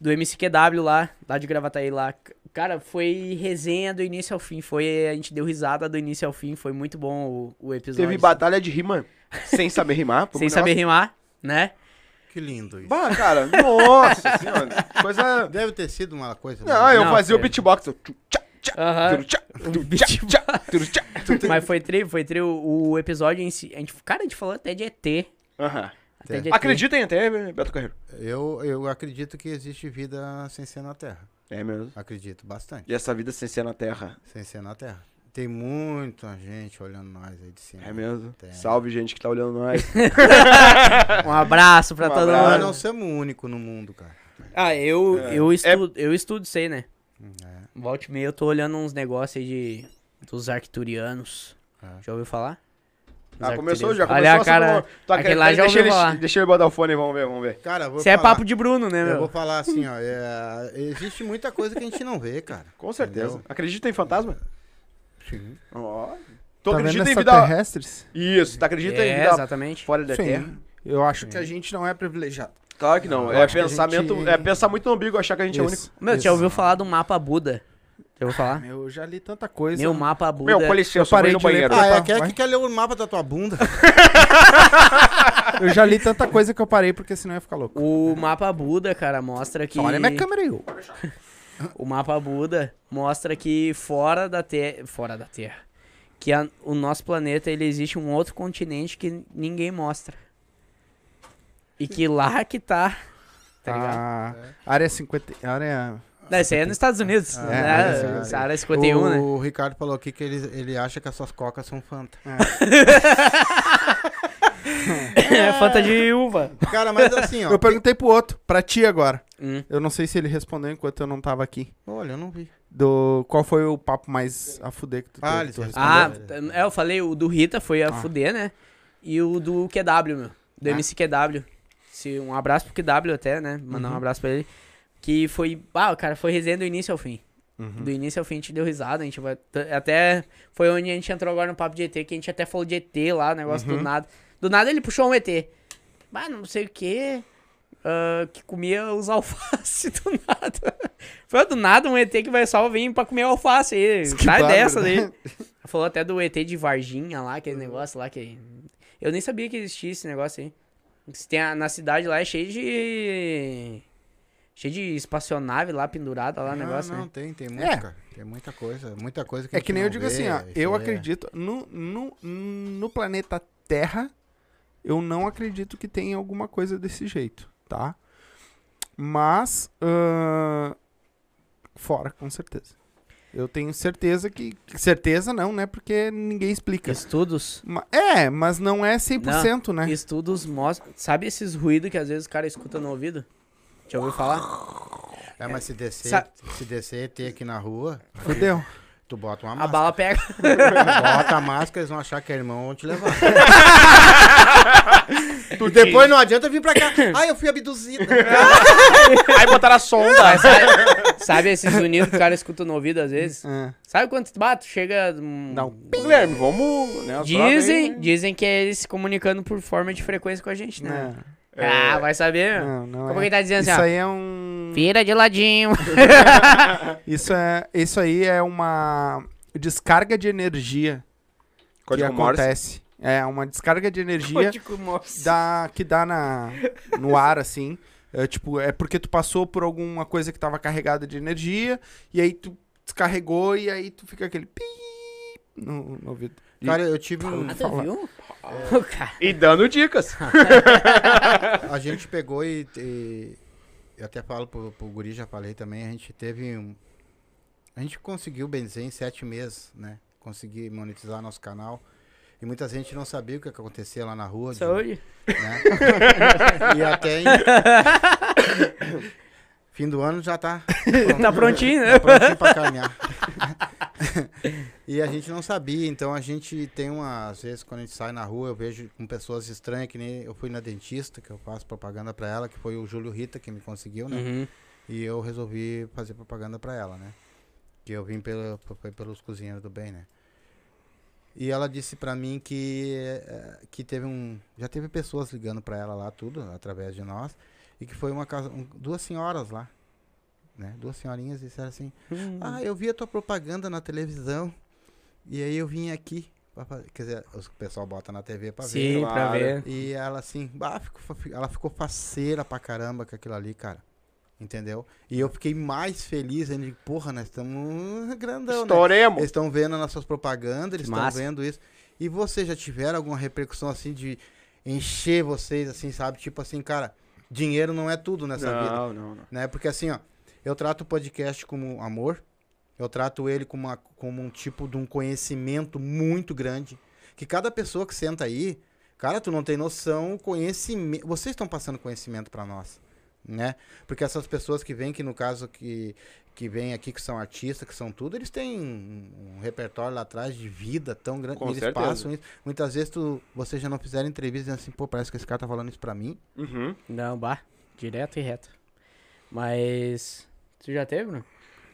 [SPEAKER 2] do MCQW lá, lá de Gravataí lá. C- Cara, foi resenha do início ao fim. Foi, a gente deu risada do início ao fim. Foi muito bom o, o episódio.
[SPEAKER 4] Teve batalha de rima sem saber rimar. foi um
[SPEAKER 2] [laughs] Sem saber
[SPEAKER 4] negócio-
[SPEAKER 2] rimar, né?
[SPEAKER 3] Que lindo isso.
[SPEAKER 4] Bah, cara,
[SPEAKER 2] [laughs]
[SPEAKER 4] nossa senhora. Coisa.
[SPEAKER 3] Deve ter sido uma coisa.
[SPEAKER 4] Não, eu
[SPEAKER 2] Não,
[SPEAKER 4] fazia
[SPEAKER 2] sério.
[SPEAKER 4] o
[SPEAKER 2] Ah.
[SPEAKER 4] beatbox. eu tchu, tchá, tchá,
[SPEAKER 2] Aham.
[SPEAKER 4] turu, tchá,
[SPEAKER 2] [laughs]
[SPEAKER 4] turu, tchá, tchá, turu, tchá, turu, tchá.
[SPEAKER 2] Mas foi tri, foi tri o, o episódio em si. A gente, cara, a gente falou até de ET.
[SPEAKER 4] Aham.
[SPEAKER 2] Até de ET.
[SPEAKER 4] Acreditem até, Beto Carreiro.
[SPEAKER 3] Eu, eu acredito que existe vida sem ser na Terra.
[SPEAKER 4] É mesmo.
[SPEAKER 3] Acredito bastante.
[SPEAKER 4] E essa vida sem ser na terra.
[SPEAKER 3] Sem ser na Terra. Tem muita gente olhando nós aí de cima.
[SPEAKER 4] É mesmo.
[SPEAKER 3] Tem.
[SPEAKER 4] Salve, gente que tá olhando
[SPEAKER 2] [laughs]
[SPEAKER 4] nós.
[SPEAKER 2] Um abraço pra
[SPEAKER 4] Um
[SPEAKER 2] todo
[SPEAKER 4] abraço.
[SPEAKER 3] Nós
[SPEAKER 2] mundo.
[SPEAKER 3] não somos o único no mundo, cara.
[SPEAKER 2] Ah, eu,
[SPEAKER 4] É.
[SPEAKER 2] eu, estudo, eu estudo isso aí, né? Volte e meia, eu tô olhando uns negócios aí de, dos arcturianos.
[SPEAKER 3] É.
[SPEAKER 2] Já ouviu falar? Os
[SPEAKER 4] Ah, começou,
[SPEAKER 2] arcturianos.
[SPEAKER 4] já começou. assim,
[SPEAKER 2] Olha a
[SPEAKER 4] essa
[SPEAKER 2] cara.
[SPEAKER 4] bola. Tu
[SPEAKER 2] aquele
[SPEAKER 4] acredita-
[SPEAKER 2] lá já
[SPEAKER 4] deixa,
[SPEAKER 2] ouviu
[SPEAKER 4] ele,
[SPEAKER 2] falar.
[SPEAKER 4] deixa ele botar o fone e vamos ver, vamos ver.
[SPEAKER 3] Cara, eu vou
[SPEAKER 2] Isso é
[SPEAKER 3] falar-
[SPEAKER 2] papo de Bruno, né,
[SPEAKER 3] Eu
[SPEAKER 2] meu?
[SPEAKER 3] vou falar assim, ó. é, existe muita coisa que a gente não vê, cara.
[SPEAKER 4] Com certeza.
[SPEAKER 3] Entendeu?
[SPEAKER 4] Acredita em fantasma? Sim. Ó. Tu
[SPEAKER 1] tá vendo
[SPEAKER 4] acredita em vida.
[SPEAKER 1] extraterrestres?
[SPEAKER 4] Isso, tu acredita
[SPEAKER 2] É,
[SPEAKER 4] em vida
[SPEAKER 2] exatamente.
[SPEAKER 4] fora da Terra?
[SPEAKER 1] Eu acho que a gente não é privilegiado.
[SPEAKER 4] Claro que não.
[SPEAKER 1] Eu
[SPEAKER 4] É
[SPEAKER 1] acho que a
[SPEAKER 4] pensamento.
[SPEAKER 1] gente-
[SPEAKER 4] É pensar muito no umbigo, achar que a gente é único.
[SPEAKER 2] Meu, já ouviu falar do mapa Buda? Já ouviu falar?
[SPEAKER 1] Meu, eu já li tanta coisa.
[SPEAKER 2] Meu mapa Buda.
[SPEAKER 4] Meu, com licença, eu
[SPEAKER 1] É, parei
[SPEAKER 4] parei no
[SPEAKER 1] de ler
[SPEAKER 4] banheiro.
[SPEAKER 1] pra-
[SPEAKER 3] Ah, é
[SPEAKER 1] Opa,
[SPEAKER 3] aquela
[SPEAKER 1] vai.
[SPEAKER 3] que quer ler o mapa da tua bunda.
[SPEAKER 2] [laughs]
[SPEAKER 1] Eu já li tanta coisa que eu parei, porque senão ia ficar louco.
[SPEAKER 2] O mapa Buda, cara, mostra que.
[SPEAKER 1] Olha minha câmera aí. ô.
[SPEAKER 2] O mapa Buda mostra que fora da Terra. Fora da Terra. Que a- o nosso planeta ele existe um outro continente que ninguém mostra. E que lá que tá. Tá ligado?
[SPEAKER 1] Tá. Área 50. Área.
[SPEAKER 2] Não, isso aí é nos Estados Unidos. né?
[SPEAKER 1] área 51.
[SPEAKER 2] Essa área 51,
[SPEAKER 3] o,
[SPEAKER 2] né?
[SPEAKER 3] O Ricardo falou aqui que ele, ele acha que essas cocas são fanta.
[SPEAKER 2] [laughs] É fanta de uva.
[SPEAKER 3] Cara, mas assim,
[SPEAKER 1] [laughs]
[SPEAKER 3] ó.
[SPEAKER 1] Eu perguntei pro outro, pra ti agora.
[SPEAKER 2] Hum.
[SPEAKER 1] Eu não sei se ele respondeu enquanto eu não tava aqui.
[SPEAKER 3] Olha, eu não vi.
[SPEAKER 1] Do qual foi o papo mais a fuder que tu
[SPEAKER 3] Ah,
[SPEAKER 1] teve?
[SPEAKER 3] ele
[SPEAKER 1] tu respondeu? Ah.
[SPEAKER 2] Ah,
[SPEAKER 3] Entendeu?
[SPEAKER 2] t- é, eu falei, o do Rita foi a fuder, né? E o do QW, meu. Do MC QW. Se, um abraço pro QW até, né? Mandar um
[SPEAKER 1] Uhum.
[SPEAKER 2] abraço pra ele. Que foi. Ah, cara, foi resenha do início ao fim.
[SPEAKER 1] Uhum.
[SPEAKER 2] Do início ao fim a gente deu risada, a gente vai. t- Até. Foi onde a gente entrou agora no papo de ET, que a gente até falou de ET lá, negócio
[SPEAKER 1] Uhum.
[SPEAKER 2] do nada. Do nada ele puxou um ET. Ah, não sei o quê. ah, que comia os [laughs] alface do nada. Foi do nada um ET que vai só vir pra comer alface aí.
[SPEAKER 1] [laughs] Que
[SPEAKER 2] Ah, Sai
[SPEAKER 1] bárbaro,
[SPEAKER 2] dessa daí.
[SPEAKER 1] né?
[SPEAKER 2] Falou até do ET de Varginha lá,
[SPEAKER 4] Uhum.
[SPEAKER 2] aquele negócio lá que. Eu nem sabia que existia esse negócio aí. Se tem a- na cidade lá é cheio de. Cheio de espaçonave lá pendurada lá,
[SPEAKER 4] Ah,
[SPEAKER 3] não,
[SPEAKER 2] negócio,
[SPEAKER 3] Ah, não,
[SPEAKER 2] né?
[SPEAKER 3] tem, tem muito,
[SPEAKER 1] É.
[SPEAKER 3] cara. Tem muita coisa, muita coisa que a
[SPEAKER 1] É
[SPEAKER 3] gente
[SPEAKER 1] que nem eu
[SPEAKER 3] não
[SPEAKER 1] digo
[SPEAKER 3] vê,
[SPEAKER 1] assim, ó.
[SPEAKER 3] isso
[SPEAKER 1] Eu
[SPEAKER 3] aí é-
[SPEAKER 1] acredito. No, no, no planeta Terra, eu não acredito que tenha alguma coisa desse jeito, tá? Mas. ahn, fora, com certeza. Eu tenho certeza que. Certeza não, né? Porque ninguém explica.
[SPEAKER 2] Estudos.
[SPEAKER 1] Ma- É, mas não é 100%, né?
[SPEAKER 2] Estudos mostram. Sabe esses ruídos que às vezes o cara escuta no ouvido? Já ouviu falar?
[SPEAKER 3] É, mas se descer,
[SPEAKER 2] Sa-
[SPEAKER 3] se descer ter aqui na rua,
[SPEAKER 1] [laughs] Fudeu.
[SPEAKER 3] tu bota uma
[SPEAKER 2] A
[SPEAKER 3] máscara.
[SPEAKER 2] bala pega.
[SPEAKER 3] Bota a máscara, eles vão achar que é irmão, vão
[SPEAKER 2] [laughs]
[SPEAKER 3] te levar. tu depois não adianta vir
[SPEAKER 2] [laughs]
[SPEAKER 3] pra cá. Ah, eu fui abduzida.
[SPEAKER 4] [laughs] Aí botaram a sonda.
[SPEAKER 2] Mas sabe, sabe esses unidos que o cara escuta no ouvido às vezes?
[SPEAKER 1] É.
[SPEAKER 2] Sabe quando tu bate? Chega. hum,
[SPEAKER 1] Não.
[SPEAKER 4] Guilherme, vamos. né, as
[SPEAKER 2] Dizem,
[SPEAKER 4] drogas aí.
[SPEAKER 2] dizem que é eles se comunicando por forma de frequência com a gente,
[SPEAKER 4] É.
[SPEAKER 2] né?
[SPEAKER 1] Não,
[SPEAKER 2] Ah, vai saber.
[SPEAKER 1] é, não, não
[SPEAKER 2] Como
[SPEAKER 1] é.
[SPEAKER 2] que tá dizendo
[SPEAKER 1] Isso
[SPEAKER 2] assim, ó?
[SPEAKER 1] aí é um.
[SPEAKER 2] Vira de ladinho.
[SPEAKER 1] Isso, é, isso aí é uma descarga de energia
[SPEAKER 4] Código
[SPEAKER 1] que
[SPEAKER 4] Morse.
[SPEAKER 1] acontece. É uma descarga de [laughs] energia da, que dá na, no ar, assim. É, tipo, é porque tu passou por alguma coisa que tava carregada de energia, e aí tu descarregou, e aí tu fica aquele pi no, no ouvido.
[SPEAKER 3] Cara, eu tive um.
[SPEAKER 2] Ah, tu
[SPEAKER 1] Fala.
[SPEAKER 2] viu? Ô, [laughs] cara.
[SPEAKER 4] E dando dicas.
[SPEAKER 3] A gente pegou e. e- eu até falo pro, pro Guri, já falei também, a gente teve um. A gente conseguiu benzer em sete meses, né? Consegui monetizar nosso canal. E muita gente não sabia o que acontecia lá na rua. de-
[SPEAKER 2] Saúde.
[SPEAKER 3] né? [laughs] e até em... Fim do ano já tá.
[SPEAKER 2] Tá prontinho, né?
[SPEAKER 3] Tá prontinho pra caminhar. [laughs] e a gente não sabia, então a gente tem uma. Às vezes, quando a gente sai na rua, eu vejo com pessoas estranhas, que nem eu fui na dentista, que eu faço propaganda pra ela, que foi o Júlio Rita que me conseguiu, né? E eu resolvi fazer propaganda pra ela, né? Que eu vim pela, foi pelos cozinheiros do bem, né? E ela disse pra mim que eh, que teve um, já teve pessoas ligando pra ela lá tudo através de nós E que foi uma casa. um- duas senhoras lá. Né? Duas senhorinhas disseram assim: Ah, eu vi a tua propaganda na televisão. E aí eu vim aqui. pra fazer-" Quer dizer, os- o pessoal bota na TV pra ver.
[SPEAKER 2] Sim, pra
[SPEAKER 4] claro.
[SPEAKER 2] ver.
[SPEAKER 3] E ela assim, bah, ficou fa- fi- ela ficou faceira pra caramba com aquilo ali, cara. Entendeu? E eu fiquei mais feliz ainda de, porra, nós estamos grandão, né?
[SPEAKER 4] Estouremos.
[SPEAKER 3] Eles estão vendo as nossas propagandas, eles
[SPEAKER 2] Que
[SPEAKER 3] estão
[SPEAKER 2] massa.
[SPEAKER 3] vendo isso. E vocês já tiveram alguma repercussão assim de encher vocês, assim, sabe? Tipo assim, cara, dinheiro não é tudo nessa vida.
[SPEAKER 4] Não, não, não.
[SPEAKER 3] Né? Porque assim, ó, eu trato o podcast como amor, eu trato ele como, uma- como um tipo de um conhecimento muito grande. Que cada pessoa que senta aí, cara, tu não tem noção, o conhecimento. Vocês estão passando conhecimento pra nós. Né? Porque essas pessoas que vêm, que no caso que, que vêm aqui, que são artistas, que são tudo, eles têm um, um repertório lá atrás de vida tão grande.
[SPEAKER 4] Com
[SPEAKER 3] eles
[SPEAKER 4] certeza.
[SPEAKER 3] passam isso. Muitas vezes tu, vocês já não fizeram entrevista dizendo assim, pô, parece que esse cara tá falando isso pra mim.
[SPEAKER 4] Uhum.
[SPEAKER 2] Não, bah. Direto e reto. Mas. Tu já teve, Bruno?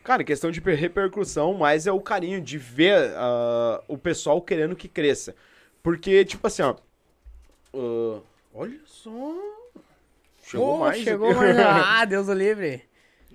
[SPEAKER 4] Cara, em questão de per- repercussão, mas é o carinho de ver ah, o pessoal querendo que cresça. Porque, tipo assim, ó. ah, olha só. Chegou
[SPEAKER 2] Ô,
[SPEAKER 4] mais.
[SPEAKER 2] Chegou
[SPEAKER 4] [laughs] aqui.
[SPEAKER 2] mais. [laughs] Ah, Deus o livre.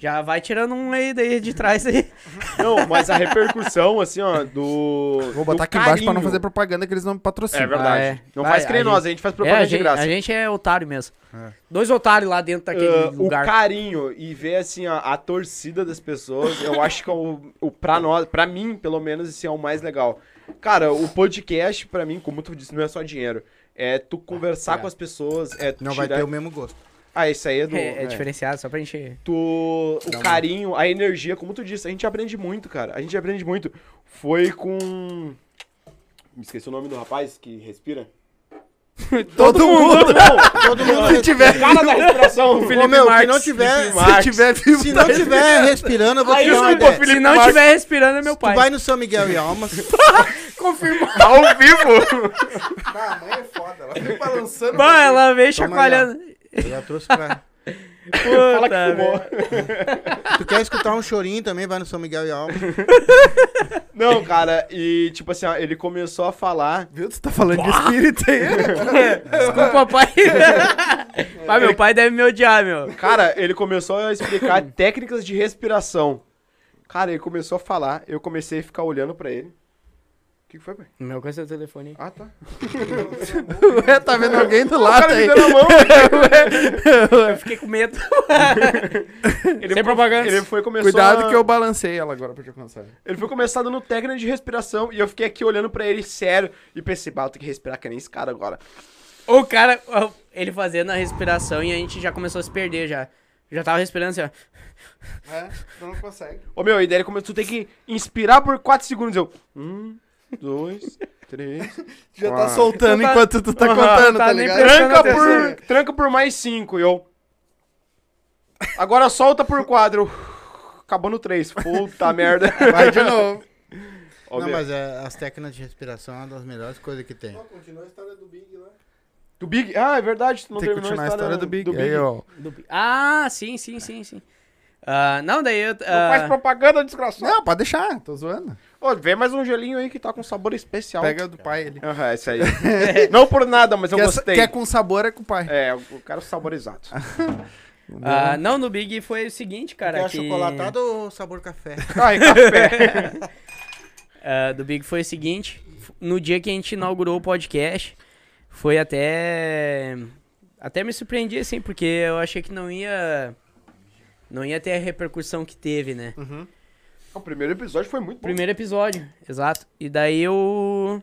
[SPEAKER 2] Já vai tirando um aí daí de trás aí.
[SPEAKER 4] Não, mas a repercussão, assim, ó, do.
[SPEAKER 1] Vou botar
[SPEAKER 4] do
[SPEAKER 1] aqui embaixo pra não
[SPEAKER 4] carinho.
[SPEAKER 1] fazer propaganda que eles não me patrocinam.
[SPEAKER 4] É verdade.
[SPEAKER 2] Ah, é.
[SPEAKER 4] Não
[SPEAKER 2] Vai,
[SPEAKER 4] faz que nem
[SPEAKER 2] a
[SPEAKER 4] nós, a gente faz
[SPEAKER 2] É,
[SPEAKER 4] [laughs] propaganda
[SPEAKER 2] a,
[SPEAKER 4] de
[SPEAKER 2] gente,
[SPEAKER 4] graça.
[SPEAKER 2] a gente é otário mesmo.
[SPEAKER 3] É.
[SPEAKER 2] Dois otários lá dentro daquele
[SPEAKER 4] Ah, o
[SPEAKER 2] lugar.
[SPEAKER 4] carinho e ver assim a, a torcida das pessoas, eu acho que é o, o pra nós, para mim, pelo menos, assim, é o mais legal. Cara, o podcast pra mim, como tu disse, não é só dinheiro. É tu conversar com as pessoas, é tu
[SPEAKER 3] Não vai
[SPEAKER 4] tirar...
[SPEAKER 3] ter o mesmo gosto.
[SPEAKER 4] Ah, isso aí é do
[SPEAKER 2] É, é
[SPEAKER 4] é.
[SPEAKER 2] diferenciado, só pra gente.
[SPEAKER 4] Tu, o carinho, a energia, como tu disse, a gente aprende muito, cara. A gente aprende muito. Foi com me esqueci o nome do rapaz que respira.
[SPEAKER 1] Todo mundo!
[SPEAKER 4] Não,
[SPEAKER 3] Todo mundo
[SPEAKER 1] Se tiver,
[SPEAKER 4] o [laughs] cara da respiração.
[SPEAKER 3] Ô, meu,
[SPEAKER 2] Marques,
[SPEAKER 3] se não tiver,
[SPEAKER 4] Felipe Marques.
[SPEAKER 1] se tiver vivo,
[SPEAKER 3] se não tiver respirando, eu vou te dar uma
[SPEAKER 4] Desculpa,
[SPEAKER 3] ideia.
[SPEAKER 4] Felipe
[SPEAKER 2] Se não
[SPEAKER 4] Marques.
[SPEAKER 2] tiver respirando, é meu
[SPEAKER 3] Tu
[SPEAKER 2] pai.
[SPEAKER 3] vai no São Miguel e Almas,
[SPEAKER 2] confirmar.
[SPEAKER 4] Ao
[SPEAKER 1] tá
[SPEAKER 4] [laughs] vivo!
[SPEAKER 1] Ah, a mãe é foda. Ela fica balançando.
[SPEAKER 2] Bah, ela veio
[SPEAKER 3] Toma
[SPEAKER 2] chacoalhando.
[SPEAKER 3] eu já trouxe pra...
[SPEAKER 4] Fala que
[SPEAKER 2] Puta,
[SPEAKER 4] fumou.
[SPEAKER 2] velho.
[SPEAKER 3] Tu quer escutar um chorinho também, vai no São Miguel e Almas.
[SPEAKER 4] Não, cara, e tipo assim, ó, ele começou a falar.
[SPEAKER 1] Viu? Tu tá falando de espírito
[SPEAKER 4] [laughs]
[SPEAKER 1] aí.
[SPEAKER 2] Desculpa, pai. Mas meu pai deve me odiar, meu.
[SPEAKER 4] Cara, ele começou a explicar técnicas de respiração. Cara, ele começou a falar, eu comecei a ficar olhando pra ele. O que, que foi, pai?
[SPEAKER 2] Meu, com seu telefone
[SPEAKER 4] Ah, tá.
[SPEAKER 1] Ué, tá vendo alguém do
[SPEAKER 4] o
[SPEAKER 1] lado
[SPEAKER 4] cara me
[SPEAKER 1] aí.
[SPEAKER 4] deu na mão.
[SPEAKER 2] Eu fiquei com medo.
[SPEAKER 4] Ele
[SPEAKER 2] Sem
[SPEAKER 4] foi-
[SPEAKER 2] propaganda.
[SPEAKER 4] Ele foi começou
[SPEAKER 1] Cuidado
[SPEAKER 4] a-
[SPEAKER 1] que eu balancei ela agora pra te alcançar.
[SPEAKER 4] Ele foi começar dando técnica de respiração e eu fiquei aqui olhando pra ele sério e pensei, bah, eu tenho que respirar que nem esse cara agora.
[SPEAKER 2] O cara, ó, ele fazendo a respiração e a gente já começou a se perder já. Já tava respirando assim, ó.
[SPEAKER 1] É, não consegue.
[SPEAKER 4] Ô meu, e daí ele começou, tu tem que inspirar por 4 segundos. Eu, um,
[SPEAKER 1] [laughs]
[SPEAKER 4] dois, três.
[SPEAKER 1] Já tá
[SPEAKER 4] quatro.
[SPEAKER 1] soltando
[SPEAKER 2] Tu tá-
[SPEAKER 1] enquanto tu tá
[SPEAKER 2] Aham,
[SPEAKER 1] contando,
[SPEAKER 2] tá
[SPEAKER 1] tá
[SPEAKER 2] nem
[SPEAKER 1] ligado?
[SPEAKER 2] prestando
[SPEAKER 4] Tranca
[SPEAKER 2] atenção.
[SPEAKER 4] por, tranca por mais cinco, e eu. Agora solta por quadro. Acabou no três.
[SPEAKER 1] [laughs]
[SPEAKER 4] Puta merda.
[SPEAKER 1] Vai de novo.
[SPEAKER 4] Ó,
[SPEAKER 3] não,
[SPEAKER 4] meu.
[SPEAKER 3] mas é, as técnicas de respiração é uma das melhores coisas que tem.
[SPEAKER 1] Continua a história do Big lá.
[SPEAKER 4] Do Big. Ah, é verdade. Tu não
[SPEAKER 1] Tem que
[SPEAKER 4] terminou
[SPEAKER 1] continuar a história do Big. Aí, ó.
[SPEAKER 2] Do bi- Ah, sim, sim, sim, sim. Ah, não, daí eu.
[SPEAKER 4] Não faz
[SPEAKER 2] ah,
[SPEAKER 4] propaganda, desgraçado.
[SPEAKER 1] Não, pode deixar, tô zoando.
[SPEAKER 4] Ô, vê mais um gelinho aí que tá com sabor especial.
[SPEAKER 1] Pega do pai ele.
[SPEAKER 4] Aham, esse [laughs] aí. não por nada, mas eu
[SPEAKER 1] Quer,
[SPEAKER 4] gostei.
[SPEAKER 1] quer com sabor é com o pai.
[SPEAKER 4] É, eu quero saborizado.
[SPEAKER 2] ah, não, no Big foi o seguinte, cara.
[SPEAKER 3] Quer
[SPEAKER 2] que...
[SPEAKER 3] achocolatado ou sabor café?
[SPEAKER 4] [laughs] Ai, é? café.
[SPEAKER 2] Ah, do Big foi o seguinte: f- no dia que a gente inaugurou o podcast, foi até. Até me surpreendi, assim, porque eu achei que não ia. Não ia ter a repercussão que teve, né?
[SPEAKER 4] Uhum. o primeiro episódio foi muito bom.
[SPEAKER 2] Primeiro episódio, exato. E daí eu.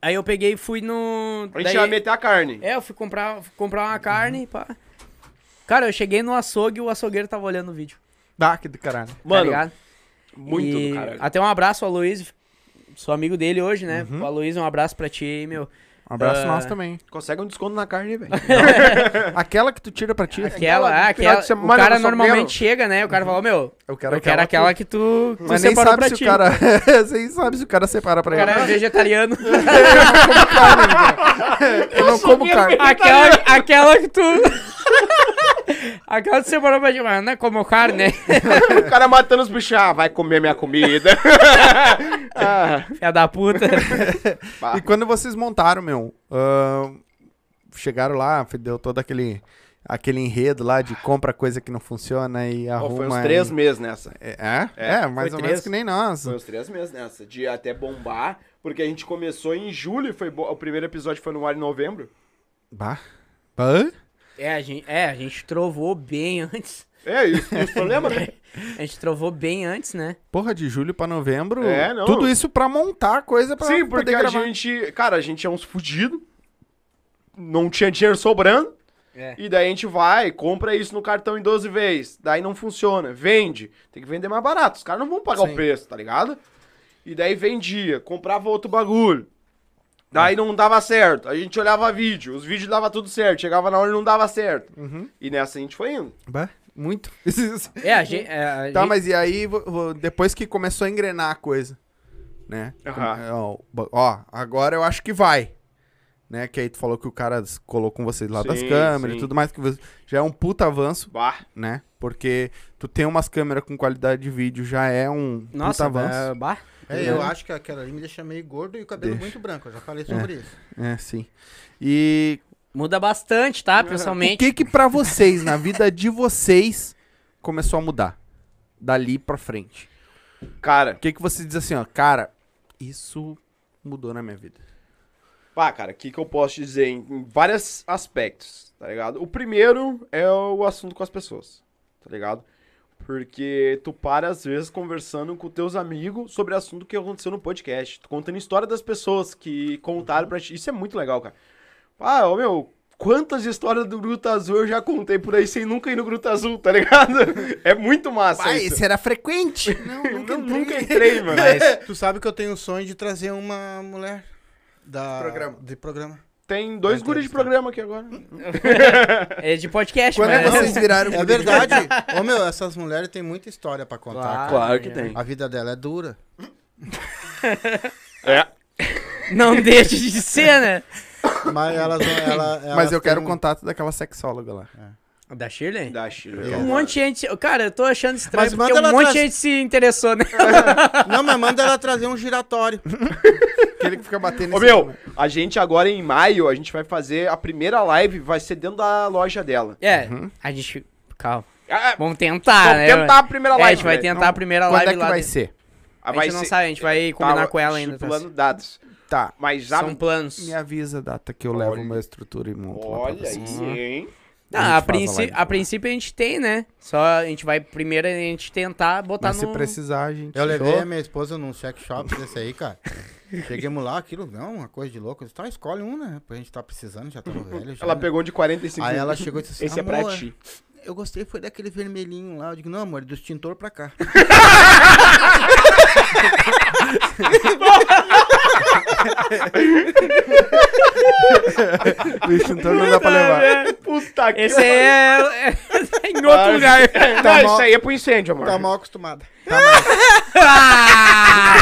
[SPEAKER 2] Aí eu peguei e fui no.
[SPEAKER 4] A gente
[SPEAKER 2] daí-
[SPEAKER 4] ia meter a carne.
[SPEAKER 2] É, eu fui comprar, fui comprar uma carne, pá. Cara, eu cheguei no açougue e o açougueiro tava olhando o vídeo.
[SPEAKER 1] Dá que do caralho.
[SPEAKER 2] Mano, tá
[SPEAKER 4] Mano,
[SPEAKER 2] ligado?
[SPEAKER 4] muito
[SPEAKER 2] E
[SPEAKER 4] do caralho.
[SPEAKER 2] Até um abraço ao Luiz, sou amigo dele hoje, né?
[SPEAKER 1] Uhum.
[SPEAKER 2] O Luiz, um abraço pra ti aí, meu.
[SPEAKER 1] Um abraço
[SPEAKER 2] Ah.
[SPEAKER 1] nosso também.
[SPEAKER 4] Consegue um desconto na carne, velho.
[SPEAKER 1] Aquela que tu tira pra ti.
[SPEAKER 2] Aquela,
[SPEAKER 4] Aquela do
[SPEAKER 2] ah,
[SPEAKER 4] final
[SPEAKER 2] aquela.
[SPEAKER 4] de
[SPEAKER 2] O
[SPEAKER 4] semana
[SPEAKER 2] cara
[SPEAKER 4] no São
[SPEAKER 2] normalmente chega, né? O cara fala, meu,
[SPEAKER 1] Eu quero
[SPEAKER 2] eu quero aquela que tu, tu
[SPEAKER 1] Mas nem
[SPEAKER 2] separou
[SPEAKER 1] sabe
[SPEAKER 2] pra
[SPEAKER 1] se
[SPEAKER 2] ti.
[SPEAKER 1] o cara. [laughs] nem sabe se o cara separa pra
[SPEAKER 2] O
[SPEAKER 1] ele.
[SPEAKER 2] cara é
[SPEAKER 1] [laughs]
[SPEAKER 2] vegetariano.
[SPEAKER 1] Eu não como carne.
[SPEAKER 2] aquela, aquela que tu. aquela que tu [laughs] separou pra ti, mas não é como carne, né?
[SPEAKER 4] [laughs]
[SPEAKER 2] [laughs]
[SPEAKER 4] O cara matando os bichos, ah, vai comer minha comida. [laughs] Ah,
[SPEAKER 2] Filha da puta.
[SPEAKER 4] pá.
[SPEAKER 1] E quando vocês montaram, meu, ahn, chegaram lá, deu todo aquele aquele enredo lá de compra coisa que não funciona e
[SPEAKER 4] Ó,
[SPEAKER 1] arruma.
[SPEAKER 4] foi uns
[SPEAKER 1] e-
[SPEAKER 4] três meses nessa.
[SPEAKER 1] É? É,
[SPEAKER 4] É,
[SPEAKER 1] mais
[SPEAKER 2] foi
[SPEAKER 1] ou
[SPEAKER 2] três.
[SPEAKER 1] menos que nem nós.
[SPEAKER 4] Foi uns três meses nessa, de até bombar, porque a gente começou em julho, e foi bo- o primeiro episódio foi no ar em novembro.
[SPEAKER 1] Bah. Bah?
[SPEAKER 2] [laughs] É, a gente, é, a gente trovou bem antes.
[SPEAKER 4] É, isso, os problemas, né?
[SPEAKER 2] A gente trovou bem antes, né?
[SPEAKER 1] Porra, de julho pra novembro.
[SPEAKER 4] É, não.
[SPEAKER 1] Tudo isso pra montar coisa pra
[SPEAKER 4] Sim,
[SPEAKER 1] poder
[SPEAKER 4] porque a
[SPEAKER 1] gravar.
[SPEAKER 4] gente, cara, a gente é uns fudidos, não tinha dinheiro sobrando,
[SPEAKER 2] É.
[SPEAKER 4] e daí a gente vai, compra isso no cartão em 12 vezes, daí não funciona, vende, tem que vender mais barato, os caras não vão pagar o
[SPEAKER 1] Sim.
[SPEAKER 4] preço, tá ligado? E daí vendia, comprava outro bagulho, daí não dava certo, a gente olhava vídeo, os vídeos dava tudo certo, chegava na hora e não dava certo,
[SPEAKER 1] Uhum.
[SPEAKER 4] e nessa a gente foi indo.
[SPEAKER 1] Bah, muito. [laughs]
[SPEAKER 2] É, a gente. é, a
[SPEAKER 1] tá,
[SPEAKER 2] gente-
[SPEAKER 1] mas e aí, vo- vo- depois que começou a engrenar a coisa, né?
[SPEAKER 4] Aham.
[SPEAKER 1] Ó, ba- Ó, agora eu acho que vai. Né? Que aí tu falou que o cara s- colou com vocês lá das
[SPEAKER 4] Sim,
[SPEAKER 1] câmeras
[SPEAKER 4] sim.
[SPEAKER 1] e tudo mais, que você- já é um puta avanço,
[SPEAKER 4] Bah.
[SPEAKER 1] né? Porque tu tem umas câmeras com qualidade de vídeo, já é um
[SPEAKER 2] Nossa,
[SPEAKER 1] puta avanço.
[SPEAKER 2] bah, bah.
[SPEAKER 3] É, eu acho que aquela ali me deixa meio gordo e o cabelo muito branco. Eu já falei sobre isso.
[SPEAKER 1] É, sim. E
[SPEAKER 2] muda
[SPEAKER 1] [laughs]
[SPEAKER 2] bastante, tá?
[SPEAKER 1] o
[SPEAKER 2] Pessoalmente.
[SPEAKER 1] que que pra vocês, na vida de vocês, começou a mudar? Dali pra frente.
[SPEAKER 4] Cara,
[SPEAKER 1] O que que você diz assim, ó, cara, isso mudou na minha vida.
[SPEAKER 4] pá, cara, o que, que eu posso te dizer em, em vários aspectos, tá ligado? O primeiro é o assunto com as pessoas, tá ligado? Porque tu para, às vezes, conversando com teus amigos sobre assunto que aconteceu no podcast. Tu contando história das pessoas que contaram pra ti. Isso é muito legal, cara. Ah, ô meu, quantas histórias do Gruta Azul eu já contei por aí sem nunca ir no Gruta Azul, tá ligado? [laughs] É muito massa
[SPEAKER 1] Pai,
[SPEAKER 4] isso.
[SPEAKER 1] isso era frequente? Não,
[SPEAKER 3] é
[SPEAKER 4] Não, nunca
[SPEAKER 2] [laughs]
[SPEAKER 4] entrei, mano.
[SPEAKER 2] Mas-
[SPEAKER 3] Tu sabe que eu tenho um sonho de trazer uma mulher da,
[SPEAKER 1] programa.
[SPEAKER 3] de programa.
[SPEAKER 4] Tem dois
[SPEAKER 3] Vai
[SPEAKER 4] guris de
[SPEAKER 3] entrevistar.
[SPEAKER 4] programa aqui agora.
[SPEAKER 2] É de podcast,
[SPEAKER 1] Quando
[SPEAKER 2] mas.
[SPEAKER 1] Tipo, né, vocês viraram...
[SPEAKER 3] É verdade. Ô, meu, essas mulheres têm muita história pra contar.
[SPEAKER 2] Claro.
[SPEAKER 3] cara.
[SPEAKER 2] Claro que tem.
[SPEAKER 3] A vida dela é dura.
[SPEAKER 4] É.
[SPEAKER 2] Não deixe de ser, né?
[SPEAKER 3] Mas elas... Ela,
[SPEAKER 1] Mas eu quero o
[SPEAKER 3] têm- um
[SPEAKER 1] contato daquela sexóloga lá.
[SPEAKER 2] Da Shirley?
[SPEAKER 4] Da Chile.
[SPEAKER 2] Um monte de gente. Cara, eu tô achando estranho
[SPEAKER 3] Mas
[SPEAKER 2] porque
[SPEAKER 3] manda
[SPEAKER 2] um
[SPEAKER 3] ela
[SPEAKER 2] monte de
[SPEAKER 3] atrás.
[SPEAKER 2] gente se interessou, né?
[SPEAKER 3] Não, mas manda ela trazer um giratório.
[SPEAKER 1] Aquele que fica batendo...
[SPEAKER 4] Ô
[SPEAKER 1] em
[SPEAKER 4] meu,
[SPEAKER 1] cima.
[SPEAKER 4] a gente agora em maio, a gente vai fazer a primeira live, vai ser dentro da loja dela.
[SPEAKER 2] É, a gente. Calma.
[SPEAKER 4] Ah,
[SPEAKER 2] Vamos tentar,
[SPEAKER 4] Vamos
[SPEAKER 2] né?
[SPEAKER 4] tentar a primeira
[SPEAKER 2] É,
[SPEAKER 4] live.
[SPEAKER 2] a gente vai
[SPEAKER 4] velho.
[SPEAKER 2] tentar a primeira
[SPEAKER 1] Quando
[SPEAKER 2] live
[SPEAKER 1] é que
[SPEAKER 2] lá.
[SPEAKER 1] vai
[SPEAKER 2] dentro.
[SPEAKER 1] ser?
[SPEAKER 4] Ah,
[SPEAKER 2] A gente
[SPEAKER 4] vai
[SPEAKER 2] não
[SPEAKER 4] ser-
[SPEAKER 2] sabe, a gente vai combinar
[SPEAKER 4] Tava
[SPEAKER 2] com ela ainda. tá
[SPEAKER 4] estipulando dados.
[SPEAKER 1] Tá.
[SPEAKER 4] Mas já
[SPEAKER 2] São um planos.
[SPEAKER 1] Me avisa a data que eu levo
[SPEAKER 4] Olha.
[SPEAKER 1] minha estrutura e monto lá pra
[SPEAKER 4] Olha
[SPEAKER 1] vocês.
[SPEAKER 4] aí, hein?
[SPEAKER 2] Não,
[SPEAKER 1] gente
[SPEAKER 2] a,
[SPEAKER 1] faz a
[SPEAKER 2] princi-
[SPEAKER 1] live.
[SPEAKER 2] a princípio a gente tem, né? Só a gente vai primeiro a gente tentar botar
[SPEAKER 1] Mas
[SPEAKER 2] Tá no.
[SPEAKER 1] se precisar, a gente...
[SPEAKER 3] Eu levei a
[SPEAKER 1] Ô,
[SPEAKER 3] minha esposa num sex shop desse aí, cara. Chegamos lá, aquilo não, uma coisa de louco. Eu disse, Tá, escolhe um, né? Porque a gente tá precisando, já tava velho. Já,
[SPEAKER 4] Ela
[SPEAKER 3] né?
[SPEAKER 4] pegou de 45
[SPEAKER 3] Aí ela chegou e disse assim,
[SPEAKER 4] Esse é
[SPEAKER 3] "Amor,
[SPEAKER 4] pra ti.
[SPEAKER 3] Eu gostei, foi daquele vermelhinho lá. Eu digo, não, amor, é do extintor pra cá.
[SPEAKER 1] O extintor então não dá pra levar.
[SPEAKER 2] [laughs]
[SPEAKER 4] Puta que
[SPEAKER 2] Esse aí é. [laughs] é em outro
[SPEAKER 4] Mas-
[SPEAKER 2] lugar.
[SPEAKER 4] [laughs] Não,
[SPEAKER 1] Tá
[SPEAKER 4] isso
[SPEAKER 1] mal-
[SPEAKER 4] aí é pro incêndio, amor.
[SPEAKER 3] Tá mal acostumada.
[SPEAKER 1] [laughs]
[SPEAKER 2] Ah!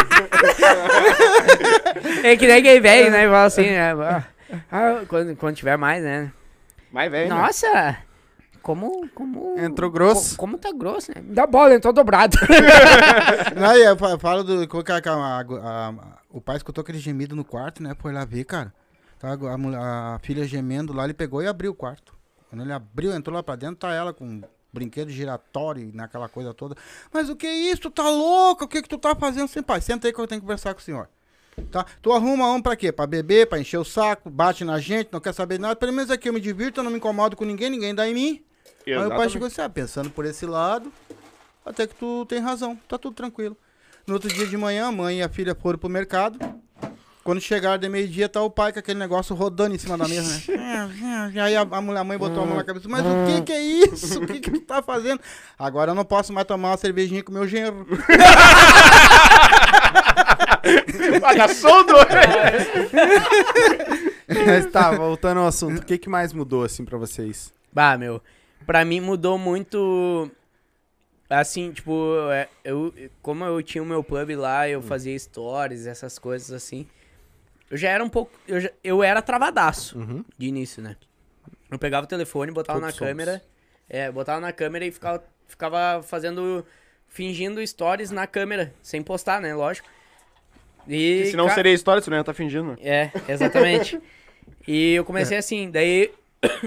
[SPEAKER 2] é que nem quem velho, né? Igual assim, né? Ah, quando, quando tiver mais, né?
[SPEAKER 4] Mas, velho.
[SPEAKER 2] Nossa! Como. como
[SPEAKER 1] Entrou grosso.
[SPEAKER 2] co- Como tá grosso, né? Me dá bola, entrou dobrado.
[SPEAKER 3] Não, e eu fa- falo do. é co- ca- ca- a- a- o pai escutou aquele gemido no quarto, né? Foi lá ver, cara. Tá, a, mulher- a filha gemendo lá, ele pegou e abriu o quarto. Quando ele abriu, entrou lá pra dentro, tá ela com brinquedo giratório e naquela coisa toda. Mas o que é isso? Tu tá louco? O que que tu tá fazendo sem pai? Senta aí que eu tenho que conversar com o senhor. Tá? Tu arruma homem pra quê? Pra beber, pra encher o saco, bate na gente, não quer saber de nada. Pelo menos aqui eu me divirto, eu não me incomodo com ninguém, ninguém dá em mim. Aí o pai
[SPEAKER 4] Exatamente.
[SPEAKER 3] chegou assim, ah, pensando por esse lado, até que tu tem razão, tá tudo tranquilo. No outro dia de manhã, a mãe e a filha foram pro mercado. Quando chegaram de meio-dia, tá o pai com aquele negócio rodando em cima da mesa,
[SPEAKER 1] [laughs]
[SPEAKER 3] né? E aí a, a mulher- a mãe botou a
[SPEAKER 1] Ah,
[SPEAKER 3] mão na cabeça, mas o que que é isso? O que que tu tá fazendo? Agora eu não posso mais tomar uma cervejinha com meu genro.
[SPEAKER 4] Olha, soldo!
[SPEAKER 1] [laughs] Mas tá, voltando ao assunto. O que, que mais mudou, assim, pra vocês?
[SPEAKER 2] Bah, meu. Pra mim mudou muito. Assim, tipo, é, eu, como eu tinha o meu pub lá,
[SPEAKER 1] Hum.
[SPEAKER 2] eu fazia stories, essas coisas assim. Eu já era um pouco. Eu, já- eu era travadaço de início, né? Eu pegava o telefone, botava
[SPEAKER 1] Uhum. Todos
[SPEAKER 2] na
[SPEAKER 1] somos.
[SPEAKER 2] câmera. É, botava na câmera e ficava, ficava fazendo. fingindo stories na câmera, sem postar, né? Lógico. E.
[SPEAKER 4] Se não
[SPEAKER 2] ca-
[SPEAKER 4] seria história, se não ia tá
[SPEAKER 2] [laughs]
[SPEAKER 4] fingindo.
[SPEAKER 1] É.
[SPEAKER 2] é, exatamente. e eu comecei assim, daí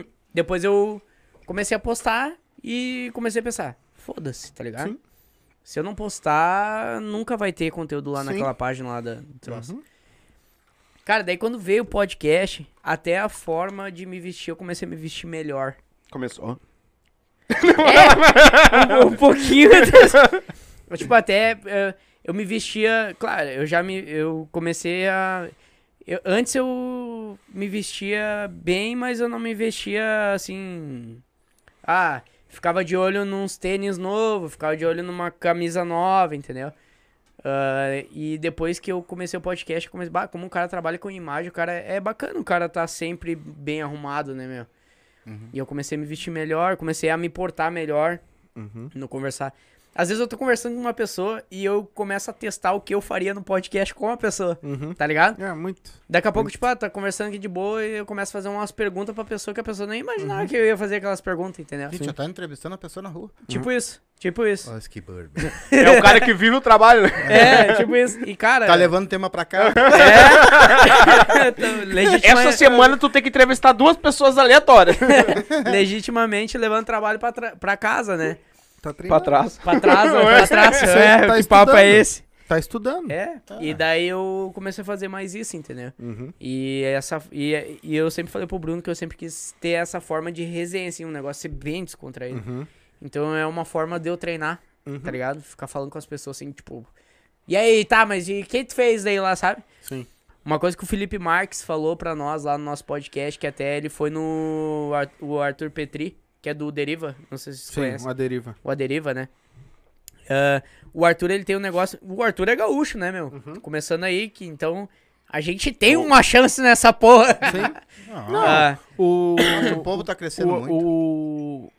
[SPEAKER 2] [coughs] depois eu comecei a postar e comecei a pensar, foda-se, tá ligado?
[SPEAKER 1] Sim.
[SPEAKER 2] Se eu não postar, nunca vai ter conteúdo lá
[SPEAKER 1] Sim.
[SPEAKER 2] naquela página lá da do troço. Cara, daí quando veio o podcast, até a forma de me vestir, eu comecei a me vestir melhor.
[SPEAKER 4] Começou.
[SPEAKER 2] um,
[SPEAKER 1] [laughs]
[SPEAKER 2] um pouquinho. Eu, tipo, até eh, eu me vestia. Claro, eu já me. Eu comecei a. eu- antes eu me vestia bem, mas eu não me vestia assim. Ah, ficava de olho nos tênis novos, ficava de olho numa camisa nova, entendeu? Ah, e depois que eu comecei o podcast, eu comecei, bah, como o cara trabalha com imagem, o cara é bacana, o cara tá sempre bem arrumado, né, meu? E eu comecei a me vestir melhor, comecei a me portar melhor
[SPEAKER 1] Uhum.
[SPEAKER 2] no conversar. Às vezes eu tô conversando com uma pessoa e eu começo a testar o que eu faria no podcast com a pessoa, tá ligado?
[SPEAKER 1] É, muito.
[SPEAKER 2] Daqui a pouco, tipo, ah, tá conversando aqui de boa e eu começo a fazer umas perguntas pra pessoa que a pessoa nem imaginava que eu ia fazer aquelas perguntas,
[SPEAKER 1] Ah,
[SPEAKER 2] entendeu? Assim,
[SPEAKER 3] A gente já tá entrevistando a pessoa na rua.
[SPEAKER 2] Tipo isso, tipo isso.
[SPEAKER 3] Olha que bird.
[SPEAKER 4] É o cara que vive o trabalho, né?
[SPEAKER 2] É, tipo isso. E, cara...
[SPEAKER 1] É.
[SPEAKER 3] [laughs] Tá levando tema pra cá.
[SPEAKER 2] [laughs] tô legitima-
[SPEAKER 4] Essa semana tu tem que entrevistar duas pessoas aleatórias.
[SPEAKER 2] legitimamente levando trabalho pra, tra- pra casa, né?
[SPEAKER 1] Tá treinando.
[SPEAKER 4] pra trás.
[SPEAKER 2] Pra trás, pra trás.
[SPEAKER 1] Isso aí
[SPEAKER 2] É,
[SPEAKER 1] tá
[SPEAKER 2] que
[SPEAKER 1] estudando.
[SPEAKER 2] papo é esse?
[SPEAKER 1] Tá estudando.
[SPEAKER 2] É, e daí eu comecei a fazer mais isso, entendeu?
[SPEAKER 1] Uhum.
[SPEAKER 2] E, essa, e, e eu sempre falei pro Bruno que eu sempre quis ter essa forma de resenha, assim, um negócio ser bem descontraído.
[SPEAKER 1] Uhum.
[SPEAKER 2] Então é uma forma de eu treinar, tá ligado? Ficar falando com as pessoas assim, tipo. E aí, tá, mas e o que tu fez daí lá, sabe?
[SPEAKER 1] Sim.
[SPEAKER 2] Uma coisa que o Felipe Marques falou pra nós lá no nosso podcast, que até ele foi no Ar- o Arthur Petri, que é do Deriva, não sei se vocês
[SPEAKER 1] Sim,
[SPEAKER 2] conhecem
[SPEAKER 1] uma deriva.
[SPEAKER 2] o A Deriva, né? Ah, o Arthur, ele tem um negócio. O Arthur é gaúcho, né, meu? Começando aí, que então a gente tem uma chance nessa porra. [laughs]
[SPEAKER 3] Não,
[SPEAKER 2] Ah,
[SPEAKER 1] [coughs] O.
[SPEAKER 3] o povo tá crescendo
[SPEAKER 1] o-
[SPEAKER 3] muito.
[SPEAKER 1] o-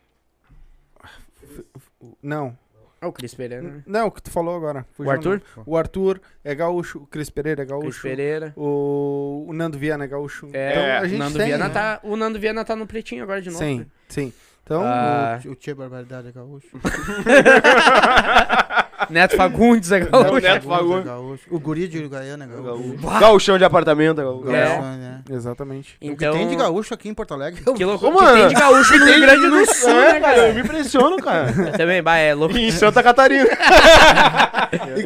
[SPEAKER 1] Não.
[SPEAKER 2] é o Cris Pereira, né?
[SPEAKER 1] Não, o que tu falou agora. Fugiu
[SPEAKER 2] O Arthur?
[SPEAKER 1] nome. O Arthur é gaúcho, o Cris Pereira é
[SPEAKER 2] Cris
[SPEAKER 1] gaúcho.
[SPEAKER 2] Pereira.
[SPEAKER 1] O... o Nando Viana é gaúcho.
[SPEAKER 2] É,
[SPEAKER 1] então, a gente
[SPEAKER 2] o, Nando
[SPEAKER 1] tem,
[SPEAKER 2] Viana
[SPEAKER 1] né?
[SPEAKER 2] tá, o Nando Viana tá no pretinho agora de novo. né?
[SPEAKER 1] Sim, sim. Então,
[SPEAKER 2] Ah,
[SPEAKER 3] O Tia Barbaridade é gaúcho.
[SPEAKER 2] Neto Fagundes é
[SPEAKER 4] Não,
[SPEAKER 2] gaúcho.
[SPEAKER 4] Neto
[SPEAKER 3] Gaúcho é
[SPEAKER 4] Fagundes.
[SPEAKER 3] gaúcho. O guri de Gaiana é gaúcho.
[SPEAKER 4] Galchão de apartamento. gaúcho.
[SPEAKER 2] É.
[SPEAKER 3] Gaúcho, né?
[SPEAKER 1] exatamente.
[SPEAKER 2] Então,
[SPEAKER 3] O que tem de gaúcho aqui em Porto Alegre? [laughs]
[SPEAKER 2] Que louco,
[SPEAKER 4] Ô,
[SPEAKER 2] que tem
[SPEAKER 4] mano,
[SPEAKER 2] de gaúcho no Rio Grande do Sul, né,
[SPEAKER 4] Eu
[SPEAKER 2] cara?
[SPEAKER 4] me impressiono, cara.
[SPEAKER 2] [laughs] Também, bah, é louco.
[SPEAKER 4] [laughs] em Santa Catarina.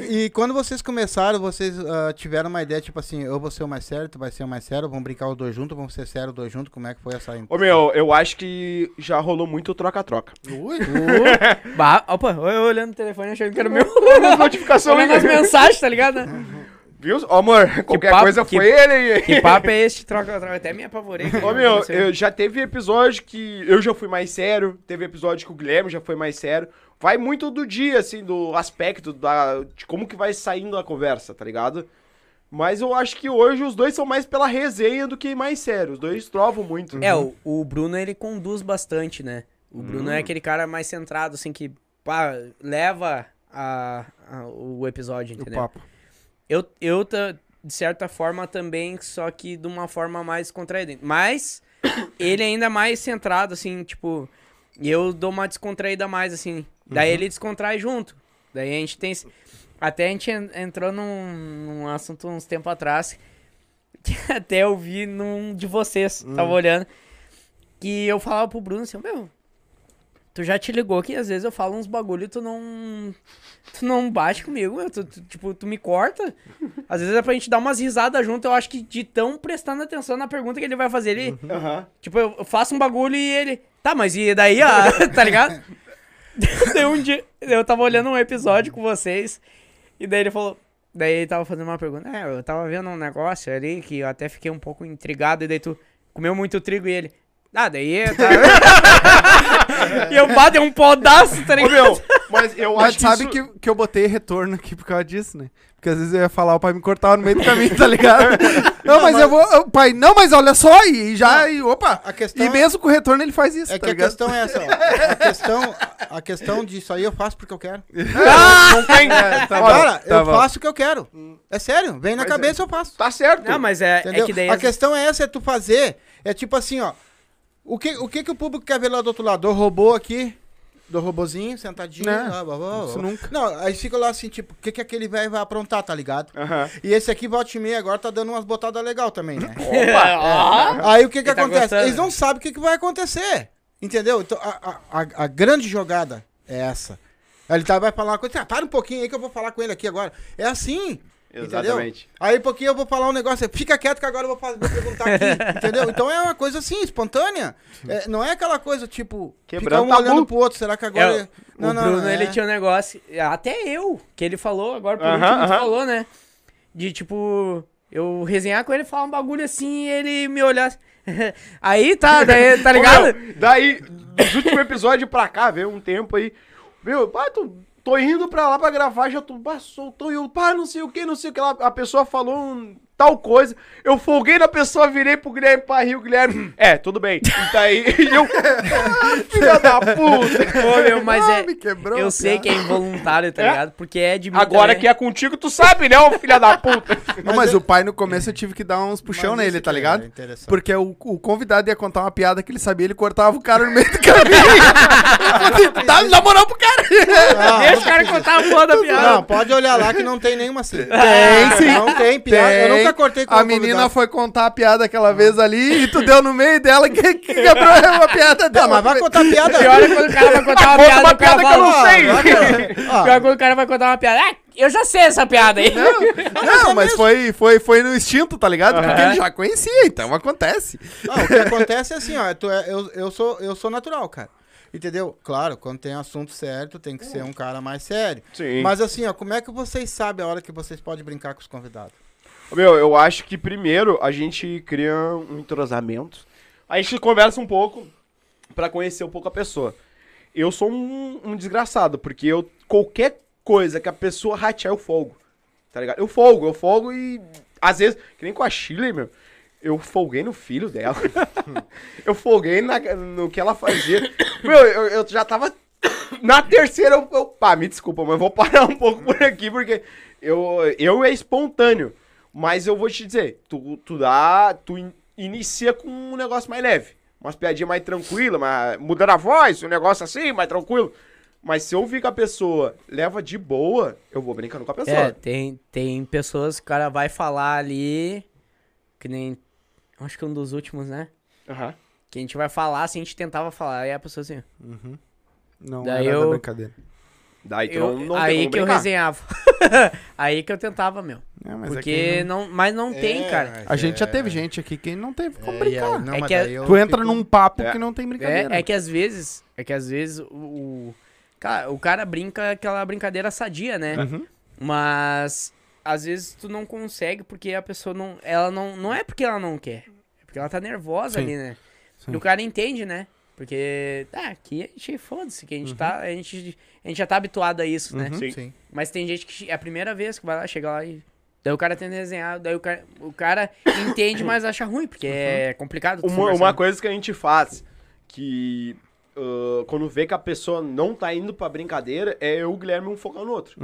[SPEAKER 3] E, e quando vocês começaram, vocês ah, tiveram uma ideia, tipo assim, eu vou ser o mais sério, tu vai ser o mais sério, vamos brincar os dois juntos, vamos ser sérios os dois juntos, como é que foi essa...
[SPEAKER 4] Ô, meu, eu acho que já rolou
[SPEAKER 2] [laughs]
[SPEAKER 4] muito troca-troca.
[SPEAKER 1] Ui,
[SPEAKER 2] Uh, bah, opa, eu olhando o telefone achando que era o meu.
[SPEAKER 4] Notificação
[SPEAKER 2] Olhando as mensagens, tá ligado?
[SPEAKER 4] Viu? Ô, amor, qualquer
[SPEAKER 2] papo-
[SPEAKER 4] coisa
[SPEAKER 2] que-
[SPEAKER 4] foi ele aí.
[SPEAKER 2] Que papo é este? Troca, troca. Até me apavorei.
[SPEAKER 4] Ô, meu, eu já teve episódio que eu já fui mais sério, teve episódio que o Guilherme já foi mais sério. Vai muito do dia, assim, do aspecto, da, de como que vai saindo a conversa, tá ligado? Mas eu acho que hoje os dois são mais pela resenha do que mais sério. Os dois trovam muito.
[SPEAKER 2] É, o, o Bruno, ele conduz bastante, né? O Bruno
[SPEAKER 4] Hum.
[SPEAKER 2] é aquele cara mais centrado, assim, que pá, leva a, a- o episódio,
[SPEAKER 1] o
[SPEAKER 2] entendeu?
[SPEAKER 1] papo.
[SPEAKER 2] Eu, eu ta- de certa forma, também, só que de uma forma mais contraída. Mas [coughs] ele é ainda mais centrado, assim, tipo... E eu dou uma descontraída mais, assim. Daí ele descontrai junto. Daí a gente tem... esse- Até a gente en- entrou num, num assunto uns tempo atrás, [laughs] que até eu vi num de vocês, tava olhando, que eu falava pro Bruno assim, meu, tu já te ligou que às vezes eu falo uns bagulho e tu não... Tu não bate comigo, meu, tu, tu- tipo, tu me corta. Às vezes é pra gente dar umas risadas junto, eu acho que de tão prestando atenção na pergunta que ele vai fazer, ele...
[SPEAKER 4] Aham.
[SPEAKER 2] Tipo, eu eu faço um bagulho e ele. Tá, mas e daí, ah, [laughs] tá ligado? Daí um dia. Eu tava olhando um episódio com vocês. E daí ele falou. Daí ele tava fazendo uma pergunta. É, eu tava vendo um negócio ali que eu até fiquei um pouco intrigado. E daí tu comeu muito trigo e ele. Ah, daí. eu Tá... [laughs] e eu bato um podaço, tá
[SPEAKER 4] Ô,
[SPEAKER 2] ligado?
[SPEAKER 4] meu, mas eu
[SPEAKER 1] Mas
[SPEAKER 4] acho que
[SPEAKER 1] sabe
[SPEAKER 4] isso-
[SPEAKER 1] que, que eu botei retorno aqui por causa disso, né? Porque às vezes eu ia falar, o pai me cortava no meio do caminho, tá ligado?
[SPEAKER 3] [laughs]
[SPEAKER 1] [laughs] Não, mas eu vou. eu- Pai, não, mas olha só, e já. E, opa!
[SPEAKER 3] A questão
[SPEAKER 1] E mesmo com o retorno ele faz isso,
[SPEAKER 3] é
[SPEAKER 1] tá
[SPEAKER 3] que a
[SPEAKER 1] ligado?
[SPEAKER 3] questão é essa, ó. A questão, a questão disso aí eu faço porque eu quero.
[SPEAKER 4] não tem...
[SPEAKER 1] tá bom.
[SPEAKER 3] Cara, é eu
[SPEAKER 1] bom.
[SPEAKER 3] faço o que eu quero. É sério, vem na cabeça eu faço.
[SPEAKER 4] Tá certo.
[SPEAKER 2] Não, mas é, é
[SPEAKER 3] Entendeu?
[SPEAKER 2] que daí.
[SPEAKER 3] a
[SPEAKER 2] as-
[SPEAKER 3] questão é essa, é tu fazer. É tipo assim, ó. O que o, que que o público quer ver lá do outro lado? Do robô aqui? Do robozinho, sentadinho.
[SPEAKER 1] Né?
[SPEAKER 3] lá, blá, blá, blá.
[SPEAKER 1] Isso nunca.
[SPEAKER 3] Não, aí fica lá assim, tipo, o que, que aquele velho vai aprontar, tá ligado?
[SPEAKER 4] Aham.
[SPEAKER 3] E esse aqui, volta e meia, agora tá dando umas botadas legal também, né?
[SPEAKER 2] Opa! [laughs]
[SPEAKER 3] Aí o que que
[SPEAKER 2] Ele tá
[SPEAKER 3] acontece?
[SPEAKER 2] gostando.
[SPEAKER 3] Eles não sabem o que, que vai acontecer. Entendeu? Então, a, a- a- a grande jogada é essa. Aí Ele tá, vai falar uma coisa, ah, para um pouquinho aí que eu vou falar com ele aqui agora. É assim. Entendeu?
[SPEAKER 4] Exatamente.
[SPEAKER 3] Aí um pouquinho eu vou falar um negócio, fica quieto que agora eu vou, fazer, vou perguntar
[SPEAKER 4] [laughs]
[SPEAKER 3] aqui, entendeu? Então é uma coisa assim, espontânea. É, não é aquela coisa, tipo, ficar
[SPEAKER 4] Quebrando
[SPEAKER 3] um
[SPEAKER 4] tabu.
[SPEAKER 3] olhando pro outro, será que agora...
[SPEAKER 2] É, o Bruno, ele tinha um negócio, até eu, que ele falou, agora por
[SPEAKER 4] Aham,
[SPEAKER 2] último, tu
[SPEAKER 4] aham.
[SPEAKER 2] falou, né? De, tipo, eu resenhar com ele, falar um bagulho assim, [laughs] e ele me olhar... aí, tá, daí, tá
[SPEAKER 4] [laughs] Ô,
[SPEAKER 2] ligado?
[SPEAKER 4] meu, daí, dos últimos episódios pra cá, veio um tempo aí. Meu, pá, tô, tô indo pra lá pra gravar, já tô, pá, soltou e eu, pá, não sei o que, não sei o que lá. A pessoa falou um tal coisa. Eu folguei na pessoa, virei pro Guilherme Parril, o Guilherme. É, tudo bem. E daí, [laughs] e eu. Ah, filha da puta!
[SPEAKER 2] Pô, meu, mas
[SPEAKER 1] Ah,
[SPEAKER 2] é...
[SPEAKER 1] me quebrou,
[SPEAKER 2] eu sei que é involuntário, tá
[SPEAKER 4] É?
[SPEAKER 2] ligado? Porque é de mim
[SPEAKER 4] Agora
[SPEAKER 2] também.
[SPEAKER 4] que é contigo, tu sabe, né, ô filha da puta?
[SPEAKER 1] Não, mas o pai no começo eu tive que dar uns puxão
[SPEAKER 3] é Mas isso
[SPEAKER 1] nele, tá
[SPEAKER 3] que é
[SPEAKER 1] ligado?
[SPEAKER 3] interessante.
[SPEAKER 1] Porque o, o convidado ia contar uma piada que ele sabia, ele cortava o cara no
[SPEAKER 3] [laughs]
[SPEAKER 1] meio do [laughs] caminho. Eu falei, Dá na moral pro cara.
[SPEAKER 2] Deixa o cara contar a porra da piada.
[SPEAKER 3] Não, pode olhar lá que não tem nenhuma
[SPEAKER 1] [laughs]
[SPEAKER 3] assim.
[SPEAKER 1] Tem sim.
[SPEAKER 3] Não tem piada. Eu
[SPEAKER 1] Tem.
[SPEAKER 3] nunca cortei com
[SPEAKER 1] A
[SPEAKER 3] uma
[SPEAKER 1] menina
[SPEAKER 3] convidada.
[SPEAKER 1] foi contar a piada aquela vez ali e tu deu no meio dela que, que quebrou a piada dela.
[SPEAKER 3] Não, mas vai contar piada.
[SPEAKER 2] E olha é quando o cara vai contar uma
[SPEAKER 4] Conta
[SPEAKER 2] piada,
[SPEAKER 4] uma
[SPEAKER 2] o cara
[SPEAKER 4] piada que eu não
[SPEAKER 2] fala...
[SPEAKER 4] sei.
[SPEAKER 3] Ó,
[SPEAKER 2] Pior é quando o cara vai contar uma piada. Ah, eu já sei essa piada aí.
[SPEAKER 1] Não, mas foi, foi, foi no instinto, tá ligado? Porque ele já conhecia, então acontece.
[SPEAKER 3] Ah, o que acontece é assim, ó. tu é- eu, eu sou, eu sou natural, cara. Entendeu? Claro, quando tem assunto sério, tu
[SPEAKER 4] É.
[SPEAKER 3] tem que ser um cara mais sério.
[SPEAKER 4] Sim.
[SPEAKER 3] Mas assim, ó, como é que vocês sabem a hora que vocês podem brincar com os convidados?
[SPEAKER 4] Meu, eu acho que primeiro a gente cria um entrosamento. A gente conversa um pouco pra conhecer um pouco a pessoa. Eu sou um, um desgraçado, porque eu qualquer coisa que a pessoa ratear, eu folgo. Tá ligado? Eu folgo, eu folgo e às vezes, que nem com a Chile, meu. Eu folguei no filho dela. [laughs] eu folguei na- no que ela fazia. meu, eu, eu já tava. Na terceira, eu, eu. Pá, me desculpa, mas eu vou parar um pouco por aqui, porque eu, eu é espontâneo. Mas eu vou te dizer, tu, tu dá. Tu in- inicia com um negócio mais leve. Umas piadinhas mais tranquila, mas mudando a voz, um negócio assim, mais tranquilo. Mas se eu vi que a pessoa leva de boa, eu vou brincando com a pessoa.
[SPEAKER 2] É, tem, tem pessoas que o cara vai falar ali, que nem, acho que um dos últimos, né?
[SPEAKER 4] Aham.
[SPEAKER 2] Que a gente vai falar, assim, a gente tentava falar, aí a pessoa assim,
[SPEAKER 1] Não, é
[SPEAKER 2] Daí era da eu-
[SPEAKER 1] brincadeira.
[SPEAKER 4] Daí
[SPEAKER 2] eu,
[SPEAKER 4] então não tem
[SPEAKER 2] aí
[SPEAKER 4] como
[SPEAKER 2] que eu
[SPEAKER 4] brincar.
[SPEAKER 2] resenhava. [laughs] aí que eu tentava, meu.
[SPEAKER 1] mas
[SPEAKER 2] Porque
[SPEAKER 1] é que
[SPEAKER 2] não, mas não tem,
[SPEAKER 4] É,
[SPEAKER 2] cara.
[SPEAKER 1] não- A gente já
[SPEAKER 3] É.
[SPEAKER 1] teve gente aqui que não teve como brincar.
[SPEAKER 2] É que é-
[SPEAKER 1] Tu entra num papo
[SPEAKER 4] É.
[SPEAKER 1] que não tem brincadeira.
[SPEAKER 2] É, é que às vezes, é que às vezes o, o, cara, o cara brinca aquela brincadeira sadia, né?
[SPEAKER 1] Uhum.
[SPEAKER 2] Mas às vezes tu não consegue porque a pessoa não, ela não, não é porque ela não quer, é porque ela tá nervosa
[SPEAKER 1] Sim.
[SPEAKER 2] ali, né?
[SPEAKER 1] Sim.
[SPEAKER 2] E o cara entende, né? Porque, tá, aqui a gente foda-se, que a gente
[SPEAKER 1] Uhum.
[SPEAKER 2] tá, a gente, a gente já tá habituado a isso, né?
[SPEAKER 4] Sim.
[SPEAKER 3] Sim.
[SPEAKER 2] Mas tem gente que che- é a primeira vez que vai lá, chega lá e Daí o cara tenta desenhar, daí o cara, o cara entende, mas acha ruim, porque
[SPEAKER 1] Uhum.
[SPEAKER 2] é complicado. tu
[SPEAKER 4] Uma,
[SPEAKER 2] conversar.
[SPEAKER 4] uma coisa que a gente faz, que ah, quando vê que a pessoa não tá indo pra brincadeira, é eu e o Guilherme um focar no outro.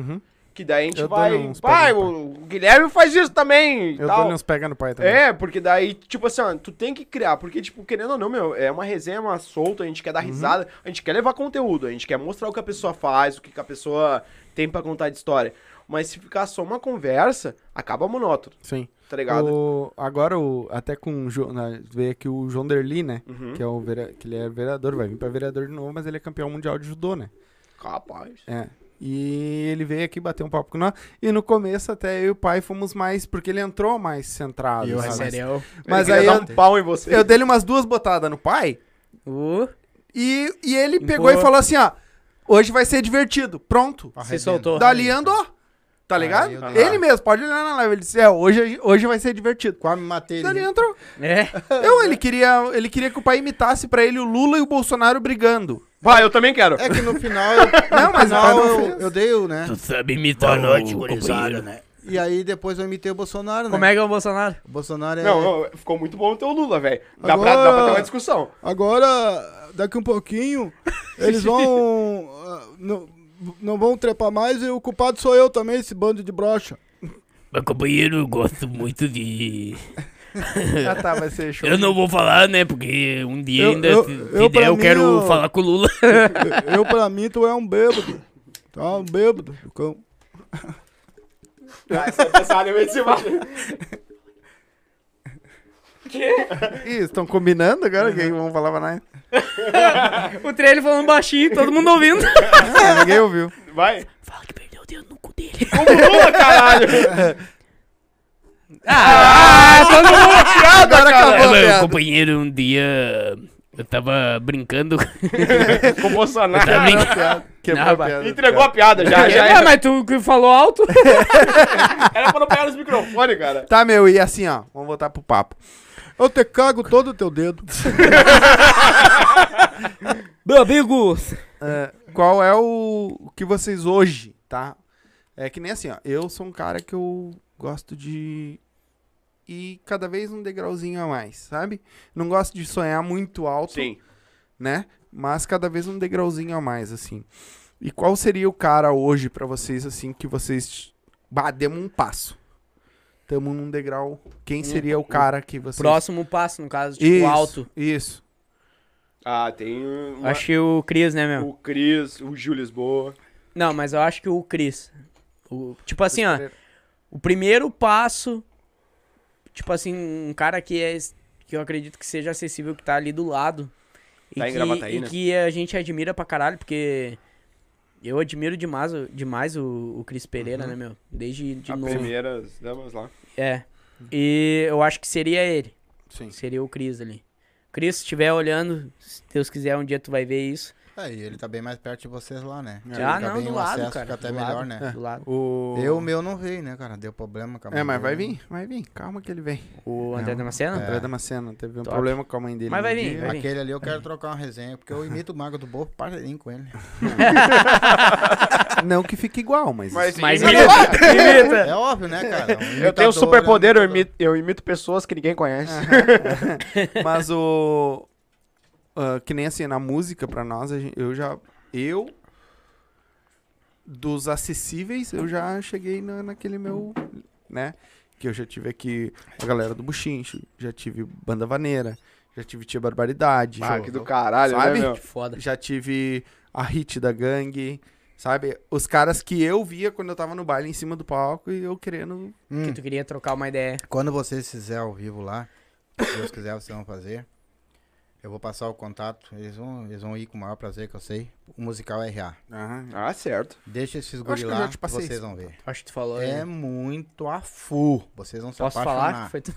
[SPEAKER 4] Que daí a gente
[SPEAKER 1] Uhum. Eu dou
[SPEAKER 4] vai.
[SPEAKER 1] uns
[SPEAKER 4] Pai,
[SPEAKER 1] pega no
[SPEAKER 4] o o Guilherme faz isso também. e
[SPEAKER 1] Eu
[SPEAKER 4] tal.
[SPEAKER 1] dou uns pega no pai também.
[SPEAKER 4] É, porque daí, tipo assim, ó, tu tem que criar, porque, tipo, querendo ou não, meu, é uma resenha, é uma solta, a gente quer dar
[SPEAKER 1] Uhum.
[SPEAKER 4] risada, a gente quer levar conteúdo, a gente quer mostrar o que a pessoa faz, o que que a pessoa tem pra contar de história. Mas se ficar só uma conversa, acaba monótono,
[SPEAKER 1] Sim.
[SPEAKER 4] tá ligado?
[SPEAKER 1] O- agora, o, até com o João, né, veio aqui o João Derli, né?
[SPEAKER 4] Uhum.
[SPEAKER 1] Que, é o vera- que ele é vereador, vai vir pra vereador de novo, mas ele é campeão mundial de judô, né?
[SPEAKER 4] Capaz.
[SPEAKER 1] É. E ele veio aqui bater um papo com nós. E no começo, até eu e o pai fomos mais. Porque ele entrou mais centrado.
[SPEAKER 3] E eu
[SPEAKER 1] sabe?
[SPEAKER 2] Mas
[SPEAKER 1] mas
[SPEAKER 2] sério,
[SPEAKER 4] Ele
[SPEAKER 1] aí
[SPEAKER 4] queria
[SPEAKER 1] eu,
[SPEAKER 4] dar um pau em você.
[SPEAKER 1] eu dei umas duas botadas no pai.
[SPEAKER 2] o
[SPEAKER 1] E, e ele pegou e
[SPEAKER 2] Boa.
[SPEAKER 1] falou assim: ó, hoje vai ser divertido. Pronto.
[SPEAKER 2] se soltou.
[SPEAKER 1] Dali andou. Tá ligado?
[SPEAKER 3] eu
[SPEAKER 4] dei-
[SPEAKER 1] ele mesmo, pode olhar na live. Ele disse: é, hoje, hoje vai ser divertido.
[SPEAKER 3] Quase me matei.
[SPEAKER 1] Dali
[SPEAKER 3] ele.
[SPEAKER 1] entrou.
[SPEAKER 2] É.
[SPEAKER 1] Não, ele queria, ele queria que o pai imitasse pra ele o Lula e o Bolsonaro
[SPEAKER 3] [laughs]
[SPEAKER 1] brigando.
[SPEAKER 4] Vai, eu também quero.
[SPEAKER 3] É que
[SPEAKER 1] [laughs]
[SPEAKER 3] no final
[SPEAKER 1] Não,
[SPEAKER 3] eu, não,
[SPEAKER 1] mas
[SPEAKER 3] mas
[SPEAKER 1] o cara
[SPEAKER 3] final,
[SPEAKER 1] não
[SPEAKER 3] eu,
[SPEAKER 1] fez.
[SPEAKER 3] eu dei o, né?
[SPEAKER 2] sabe imitar noite,
[SPEAKER 3] né? E aí depois eu imitei o Bolsonaro, né?
[SPEAKER 2] Como é que é o Bolsonaro?
[SPEAKER 3] O Bolsonaro é.
[SPEAKER 4] [laughs] Não, não, ficou muito bom o teu Lula, velho. Dá, pra-
[SPEAKER 3] Agora-
[SPEAKER 4] dá pra ter uma discussão.
[SPEAKER 3] Agora, daqui um pouquinho,
[SPEAKER 1] [laughs]
[SPEAKER 3] eles vão. ah, não, não vão trepar mais e o culpado sou eu também, esse bando de brocha.
[SPEAKER 6] Mas companheiro, eu gosto muito de.
[SPEAKER 1] Ah, tá, vai ser show.
[SPEAKER 6] Eu não vou falar, né? Porque um dia
[SPEAKER 3] Eu-
[SPEAKER 6] ainda,
[SPEAKER 3] eu-
[SPEAKER 6] se, se
[SPEAKER 3] eu, pra
[SPEAKER 6] der, eu
[SPEAKER 3] mim,
[SPEAKER 6] quero
[SPEAKER 3] eu-
[SPEAKER 6] falar com o Lula. [laughs]
[SPEAKER 3] Eu- Eu, pra mim, tu é um bêbado. Tu é um bêbado. cão.
[SPEAKER 1] Ah, é Ih, estão combinando agora? Quem vão falar pra nós?
[SPEAKER 2] O trailer falando baixinho, todo mundo ouvindo.
[SPEAKER 1] Ah, Ninguém ouviu.
[SPEAKER 4] Vai.
[SPEAKER 6] Fala que perdeu o dedo no cu dele.
[SPEAKER 4] Pula, caralho. [laughs]
[SPEAKER 2] Ah, todo
[SPEAKER 6] [laughs]
[SPEAKER 2] mundo.
[SPEAKER 1] Agora
[SPEAKER 3] Ah,
[SPEAKER 1] acabou a
[SPEAKER 6] Ela,
[SPEAKER 3] é.
[SPEAKER 6] meu
[SPEAKER 1] piada.
[SPEAKER 6] companheiro, um dia eu tava brincando.
[SPEAKER 4] Com o Bolsonaro.
[SPEAKER 2] é
[SPEAKER 6] Tá brin-
[SPEAKER 1] Quebrou
[SPEAKER 6] Não,
[SPEAKER 1] a
[SPEAKER 6] vai.
[SPEAKER 1] piada.
[SPEAKER 4] Entregou a piada já, já.
[SPEAKER 2] Ah, mas tu que falou alto?
[SPEAKER 4] Era pra não pegar nos microfones, cara.
[SPEAKER 1] Tá, meu, e assim, ó. Vamos voltar pro papo.
[SPEAKER 3] Eu te cago todo o teu dedo.
[SPEAKER 2] Meu amigo.
[SPEAKER 1] É, qual é o, o que vocês hoje, tá? É que nem assim, ó. Eu sou um cara que eu gosto de ir cada vez um degrauzinho a mais, sabe? Não gosto de sonhar muito alto,
[SPEAKER 4] Sim.
[SPEAKER 1] né? Mas cada vez um degrauzinho a mais, assim. E qual seria o cara hoje pra vocês, assim, que vocês. Bah, demos um passo. Tamo num degrau. Quem seria o cara que vocês.
[SPEAKER 2] Hum. Próximo passo, no caso, tipo,
[SPEAKER 1] Isso,
[SPEAKER 2] alto.
[SPEAKER 1] Isso.
[SPEAKER 4] Ah, tem uma-
[SPEAKER 2] Acho que o Cris, né, meu?
[SPEAKER 4] o Cris, o Gil Lisboa.
[SPEAKER 2] Não, mas eu acho que o Cris. O- tipo assim, ó. O primeiro passo, tipo assim, um cara que é que eu acredito que seja acessível, que tá ali do lado. E,
[SPEAKER 4] Tá em
[SPEAKER 2] que,
[SPEAKER 4] Gravataí,
[SPEAKER 2] e
[SPEAKER 4] né?
[SPEAKER 2] que a gente admira pra caralho, porque eu admiro demais, o- demais o, o Cris Pereira, né, meu? Desde de
[SPEAKER 4] Uhum. a
[SPEAKER 2] novo.
[SPEAKER 4] primeira, damas lá.
[SPEAKER 2] É. E eu acho que seria ele.
[SPEAKER 1] Sim.
[SPEAKER 2] Seria o Cris ali. Cris, se estiver olhando, se Deus quiser, um dia tu vai ver isso.
[SPEAKER 3] Aí, ele tá bem mais perto de vocês lá, né?
[SPEAKER 2] Já
[SPEAKER 3] Fica
[SPEAKER 2] não,
[SPEAKER 3] bem
[SPEAKER 2] do
[SPEAKER 3] o
[SPEAKER 2] lado,
[SPEAKER 3] acesso,
[SPEAKER 2] cara.
[SPEAKER 3] Fica até
[SPEAKER 2] do
[SPEAKER 3] melhor,
[SPEAKER 2] lado,
[SPEAKER 3] né?
[SPEAKER 2] Do lado.
[SPEAKER 1] O...
[SPEAKER 3] Eu, o meu, não veio, né, cara? Deu problema com a
[SPEAKER 1] É, mas
[SPEAKER 3] mulher,
[SPEAKER 1] vai
[SPEAKER 3] né?
[SPEAKER 1] vir, vai vir. Calma que ele vem.
[SPEAKER 2] O André
[SPEAKER 1] Não.
[SPEAKER 2] Damasceno?
[SPEAKER 1] André Damasceno teve um
[SPEAKER 2] Top.
[SPEAKER 1] problema com a mãe dele.
[SPEAKER 2] Mas
[SPEAKER 1] um
[SPEAKER 2] vai vir,
[SPEAKER 1] dia.
[SPEAKER 2] vai vir.
[SPEAKER 3] Aquele ali eu quero trocar uma resenha, porque eu imito o Mago do Bobo parelhinho com ele.
[SPEAKER 1] Não que fique igual, mas.
[SPEAKER 2] Mas
[SPEAKER 4] imita.
[SPEAKER 3] [laughs] É óbvio, né, cara? Um
[SPEAKER 4] Eu tenho
[SPEAKER 3] imitador,
[SPEAKER 4] um superpoder,
[SPEAKER 3] né?
[SPEAKER 4] eu imito, eu imito pessoas que ninguém conhece.
[SPEAKER 1] Mas o. ah, que nem assim, na música, pra nós, a gen- eu já. Eu. Dos acessíveis, eu já cheguei na, naquele meu. Né? Que eu já tive aqui a galera do Buchincho, já tive Banda Vaneira, já tive Tia Barbaridade.
[SPEAKER 4] Ah, que do caralho,
[SPEAKER 1] Sabe?
[SPEAKER 4] né, meu?
[SPEAKER 2] Foda.
[SPEAKER 1] Já tive a hit da gangue, sabe? Os caras que eu via quando eu tava no baile em cima do palco e eu querendo.
[SPEAKER 3] Hum.
[SPEAKER 2] Que tu queria trocar uma ideia.
[SPEAKER 3] Quando vocês fizer ao vivo lá, se Deus quiser, vocês vão fazer. Eu vou passar o contato, eles vão, eles vão ir com o maior prazer que eu sei. O musical RA.
[SPEAKER 4] Ah, certo.
[SPEAKER 3] Deixa esses
[SPEAKER 1] acho
[SPEAKER 3] guri
[SPEAKER 1] que eu
[SPEAKER 3] lá,
[SPEAKER 1] já te passei
[SPEAKER 3] vocês
[SPEAKER 1] esse
[SPEAKER 3] vão ver.
[SPEAKER 2] Acho que tu falou.
[SPEAKER 3] É
[SPEAKER 2] né?
[SPEAKER 3] muito a fu. Vocês vão se
[SPEAKER 2] Posso
[SPEAKER 3] apaixonar.
[SPEAKER 2] falar? que Foi tu...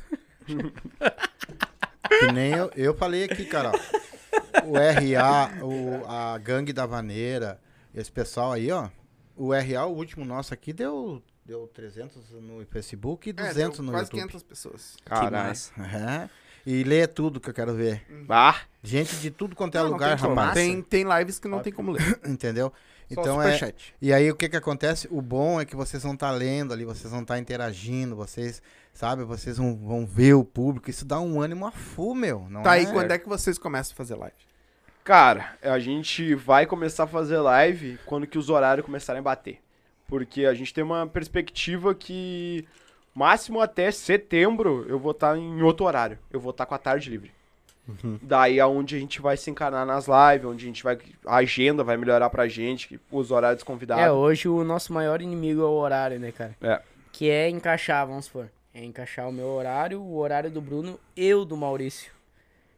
[SPEAKER 3] Que nem eu, eu falei aqui, cara. ó. O RA, o, a Gangue da Vaneira, esse pessoal aí, ó. O RA, o último nosso aqui, deu, deu 300 no Facebook e 200 no
[SPEAKER 1] É, quase
[SPEAKER 3] YouTube.
[SPEAKER 1] 500 pessoas.
[SPEAKER 2] Que
[SPEAKER 4] Caralho.
[SPEAKER 2] massa.
[SPEAKER 3] É. E lê tudo que eu quero ver.
[SPEAKER 4] Ah,
[SPEAKER 3] Gente de tudo quanto é
[SPEAKER 1] Não, não
[SPEAKER 3] lugar,
[SPEAKER 1] tem como.
[SPEAKER 3] rapaz.
[SPEAKER 1] Tem, tem lives que não tem como ler.
[SPEAKER 3] Entendeu?
[SPEAKER 1] Só
[SPEAKER 3] Então é.
[SPEAKER 1] superchat.
[SPEAKER 3] E aí o que que acontece? O bom é que vocês vão estar lendo ali, vocês vão estar interagindo, vocês, sabe? Vocês vão, vão ver o público. Isso dá um ânimo a fu, meu. Não
[SPEAKER 1] Tá,
[SPEAKER 3] é?
[SPEAKER 1] e quando é que vocês começam a fazer live?
[SPEAKER 4] cara, a gente vai começar a fazer live quando que os horários começarem a bater. Porque a gente tem uma perspectiva que máximo até setembro eu vou estar em outro horário. Eu vou estar com a tarde livre. Daí aonde a gente vai se encanar nas lives, onde a gente vai. A agenda vai melhorar pra gente, que os horários convidados.
[SPEAKER 2] É, hoje o nosso maior inimigo é o horário, né, cara?
[SPEAKER 4] É.
[SPEAKER 2] Que é encaixar, vamos supor. É encaixar o meu horário, o horário do Bruno e o do Maurício.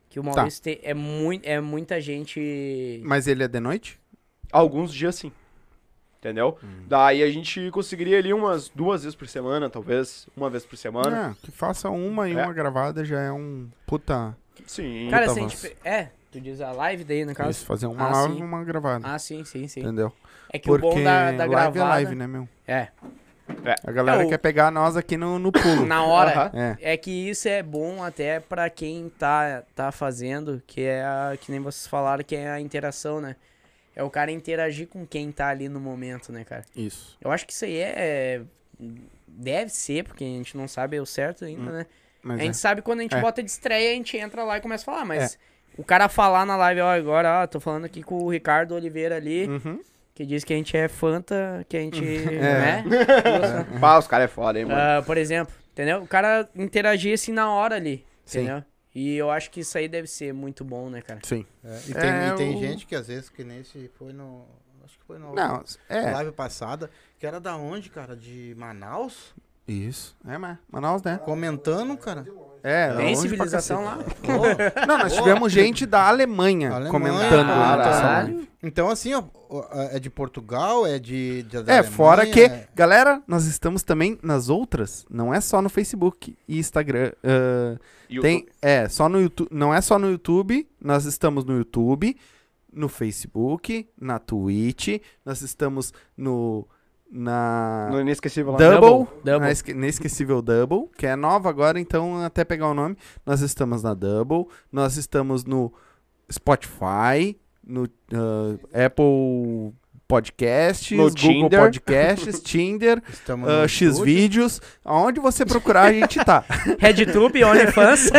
[SPEAKER 2] Que o Maurício tem, é, muito, é muita gente.
[SPEAKER 1] Mas ele é de noite?
[SPEAKER 4] Alguns dias sim. Entendeu? Daí a gente conseguiria ali umas duas vezes por semana, talvez. Uma vez por semana.
[SPEAKER 1] É, que faça uma e
[SPEAKER 4] É.
[SPEAKER 1] uma gravada já é um puta.
[SPEAKER 4] Sim.
[SPEAKER 2] Ah. Cara,
[SPEAKER 1] puta
[SPEAKER 2] se a gente.
[SPEAKER 1] avanço.
[SPEAKER 2] pe- É, tu diz a live daí, no caso.
[SPEAKER 1] Isso, fazer uma
[SPEAKER 2] Ah,
[SPEAKER 1] live e
[SPEAKER 2] sim.
[SPEAKER 1] uma gravada.
[SPEAKER 2] Ah, sim, sim, sim.
[SPEAKER 1] Né? Entendeu?
[SPEAKER 2] É que
[SPEAKER 1] Porque
[SPEAKER 2] o bom da, da
[SPEAKER 1] live é
[SPEAKER 2] gravada.
[SPEAKER 1] live, né, meu?
[SPEAKER 2] É,
[SPEAKER 1] A galera
[SPEAKER 2] É, o-
[SPEAKER 1] quer pegar nós aqui no, no pulo.
[SPEAKER 2] na hora.
[SPEAKER 4] Aham.
[SPEAKER 1] É.
[SPEAKER 2] É que isso é bom até pra quem tá, tá fazendo, que é a, que nem vocês falaram, que é a interação, né? É o cara interagir com quem tá ali no momento, né, cara?
[SPEAKER 1] Isso.
[SPEAKER 2] Eu acho que isso aí é. Deve ser, porque a gente não sabe o certo ainda, né?
[SPEAKER 1] Mas
[SPEAKER 2] a gente
[SPEAKER 1] é.
[SPEAKER 2] sabe quando a gente
[SPEAKER 1] É.
[SPEAKER 2] bota de estreia, a gente entra lá e começa a falar, mas o cara falar na live, ó, agora, ó, tô falando aqui com o Ricardo Oliveira ali,
[SPEAKER 1] Uhum.
[SPEAKER 2] que diz que a gente é fanta, que
[SPEAKER 1] [laughs]
[SPEAKER 2] a gente.
[SPEAKER 1] É.
[SPEAKER 2] Né?
[SPEAKER 4] Pá, os caras é foda, hein, mano.
[SPEAKER 2] Ah, por exemplo, entendeu? O cara interagir assim na hora ali,
[SPEAKER 1] Sim.
[SPEAKER 2] entendeu? E eu acho que isso aí deve ser muito bom, né, cara?
[SPEAKER 1] Sim.
[SPEAKER 3] É, e tem,
[SPEAKER 1] É,
[SPEAKER 3] e tem
[SPEAKER 1] o-
[SPEAKER 3] gente que às vezes, que nem se foi no. Acho que foi na
[SPEAKER 1] Não, é.
[SPEAKER 3] live passada, que era da onde, cara? De Manaus?
[SPEAKER 1] Isso. É, mas Manaus, né?
[SPEAKER 3] Comentando, cara.
[SPEAKER 1] É,
[SPEAKER 2] Tem
[SPEAKER 1] longe pra
[SPEAKER 2] civilização lá.
[SPEAKER 1] cacete. Não, nós tivemos gente da Alemanha,
[SPEAKER 3] Alemanha,
[SPEAKER 1] comentando né? lá na nossa
[SPEAKER 2] caralho.
[SPEAKER 1] live.
[SPEAKER 3] Então, assim, ó, ó, é de Portugal, é de. de- da
[SPEAKER 1] É, fora
[SPEAKER 3] Alemanha,
[SPEAKER 1] que,
[SPEAKER 3] é-
[SPEAKER 1] galera, nós estamos também nas outras, não é só no Facebook e Instagram. ah, tem, é, só no YouTube, não é só no YouTube, nós estamos no YouTube, no Facebook, na Twitch, nós estamos no na
[SPEAKER 7] No inesquecível lá.
[SPEAKER 1] Double,
[SPEAKER 2] Double.
[SPEAKER 1] Na esque- inesquecível Double, que é nova agora, então até pegar o nome. Nós estamos na Double, nós estamos no Spotify, no ah, Apple Podcasts,
[SPEAKER 7] No
[SPEAKER 1] Google
[SPEAKER 7] Tinder.
[SPEAKER 1] Podcasts,
[SPEAKER 3] [laughs]
[SPEAKER 1] Tinder,
[SPEAKER 3] Estamos
[SPEAKER 1] ah,
[SPEAKER 3] no
[SPEAKER 1] X
[SPEAKER 3] um estúdio.
[SPEAKER 1] Vídeos, aonde você procurar a gente tá. [laughs]
[SPEAKER 2] RedTube, OnlyFans.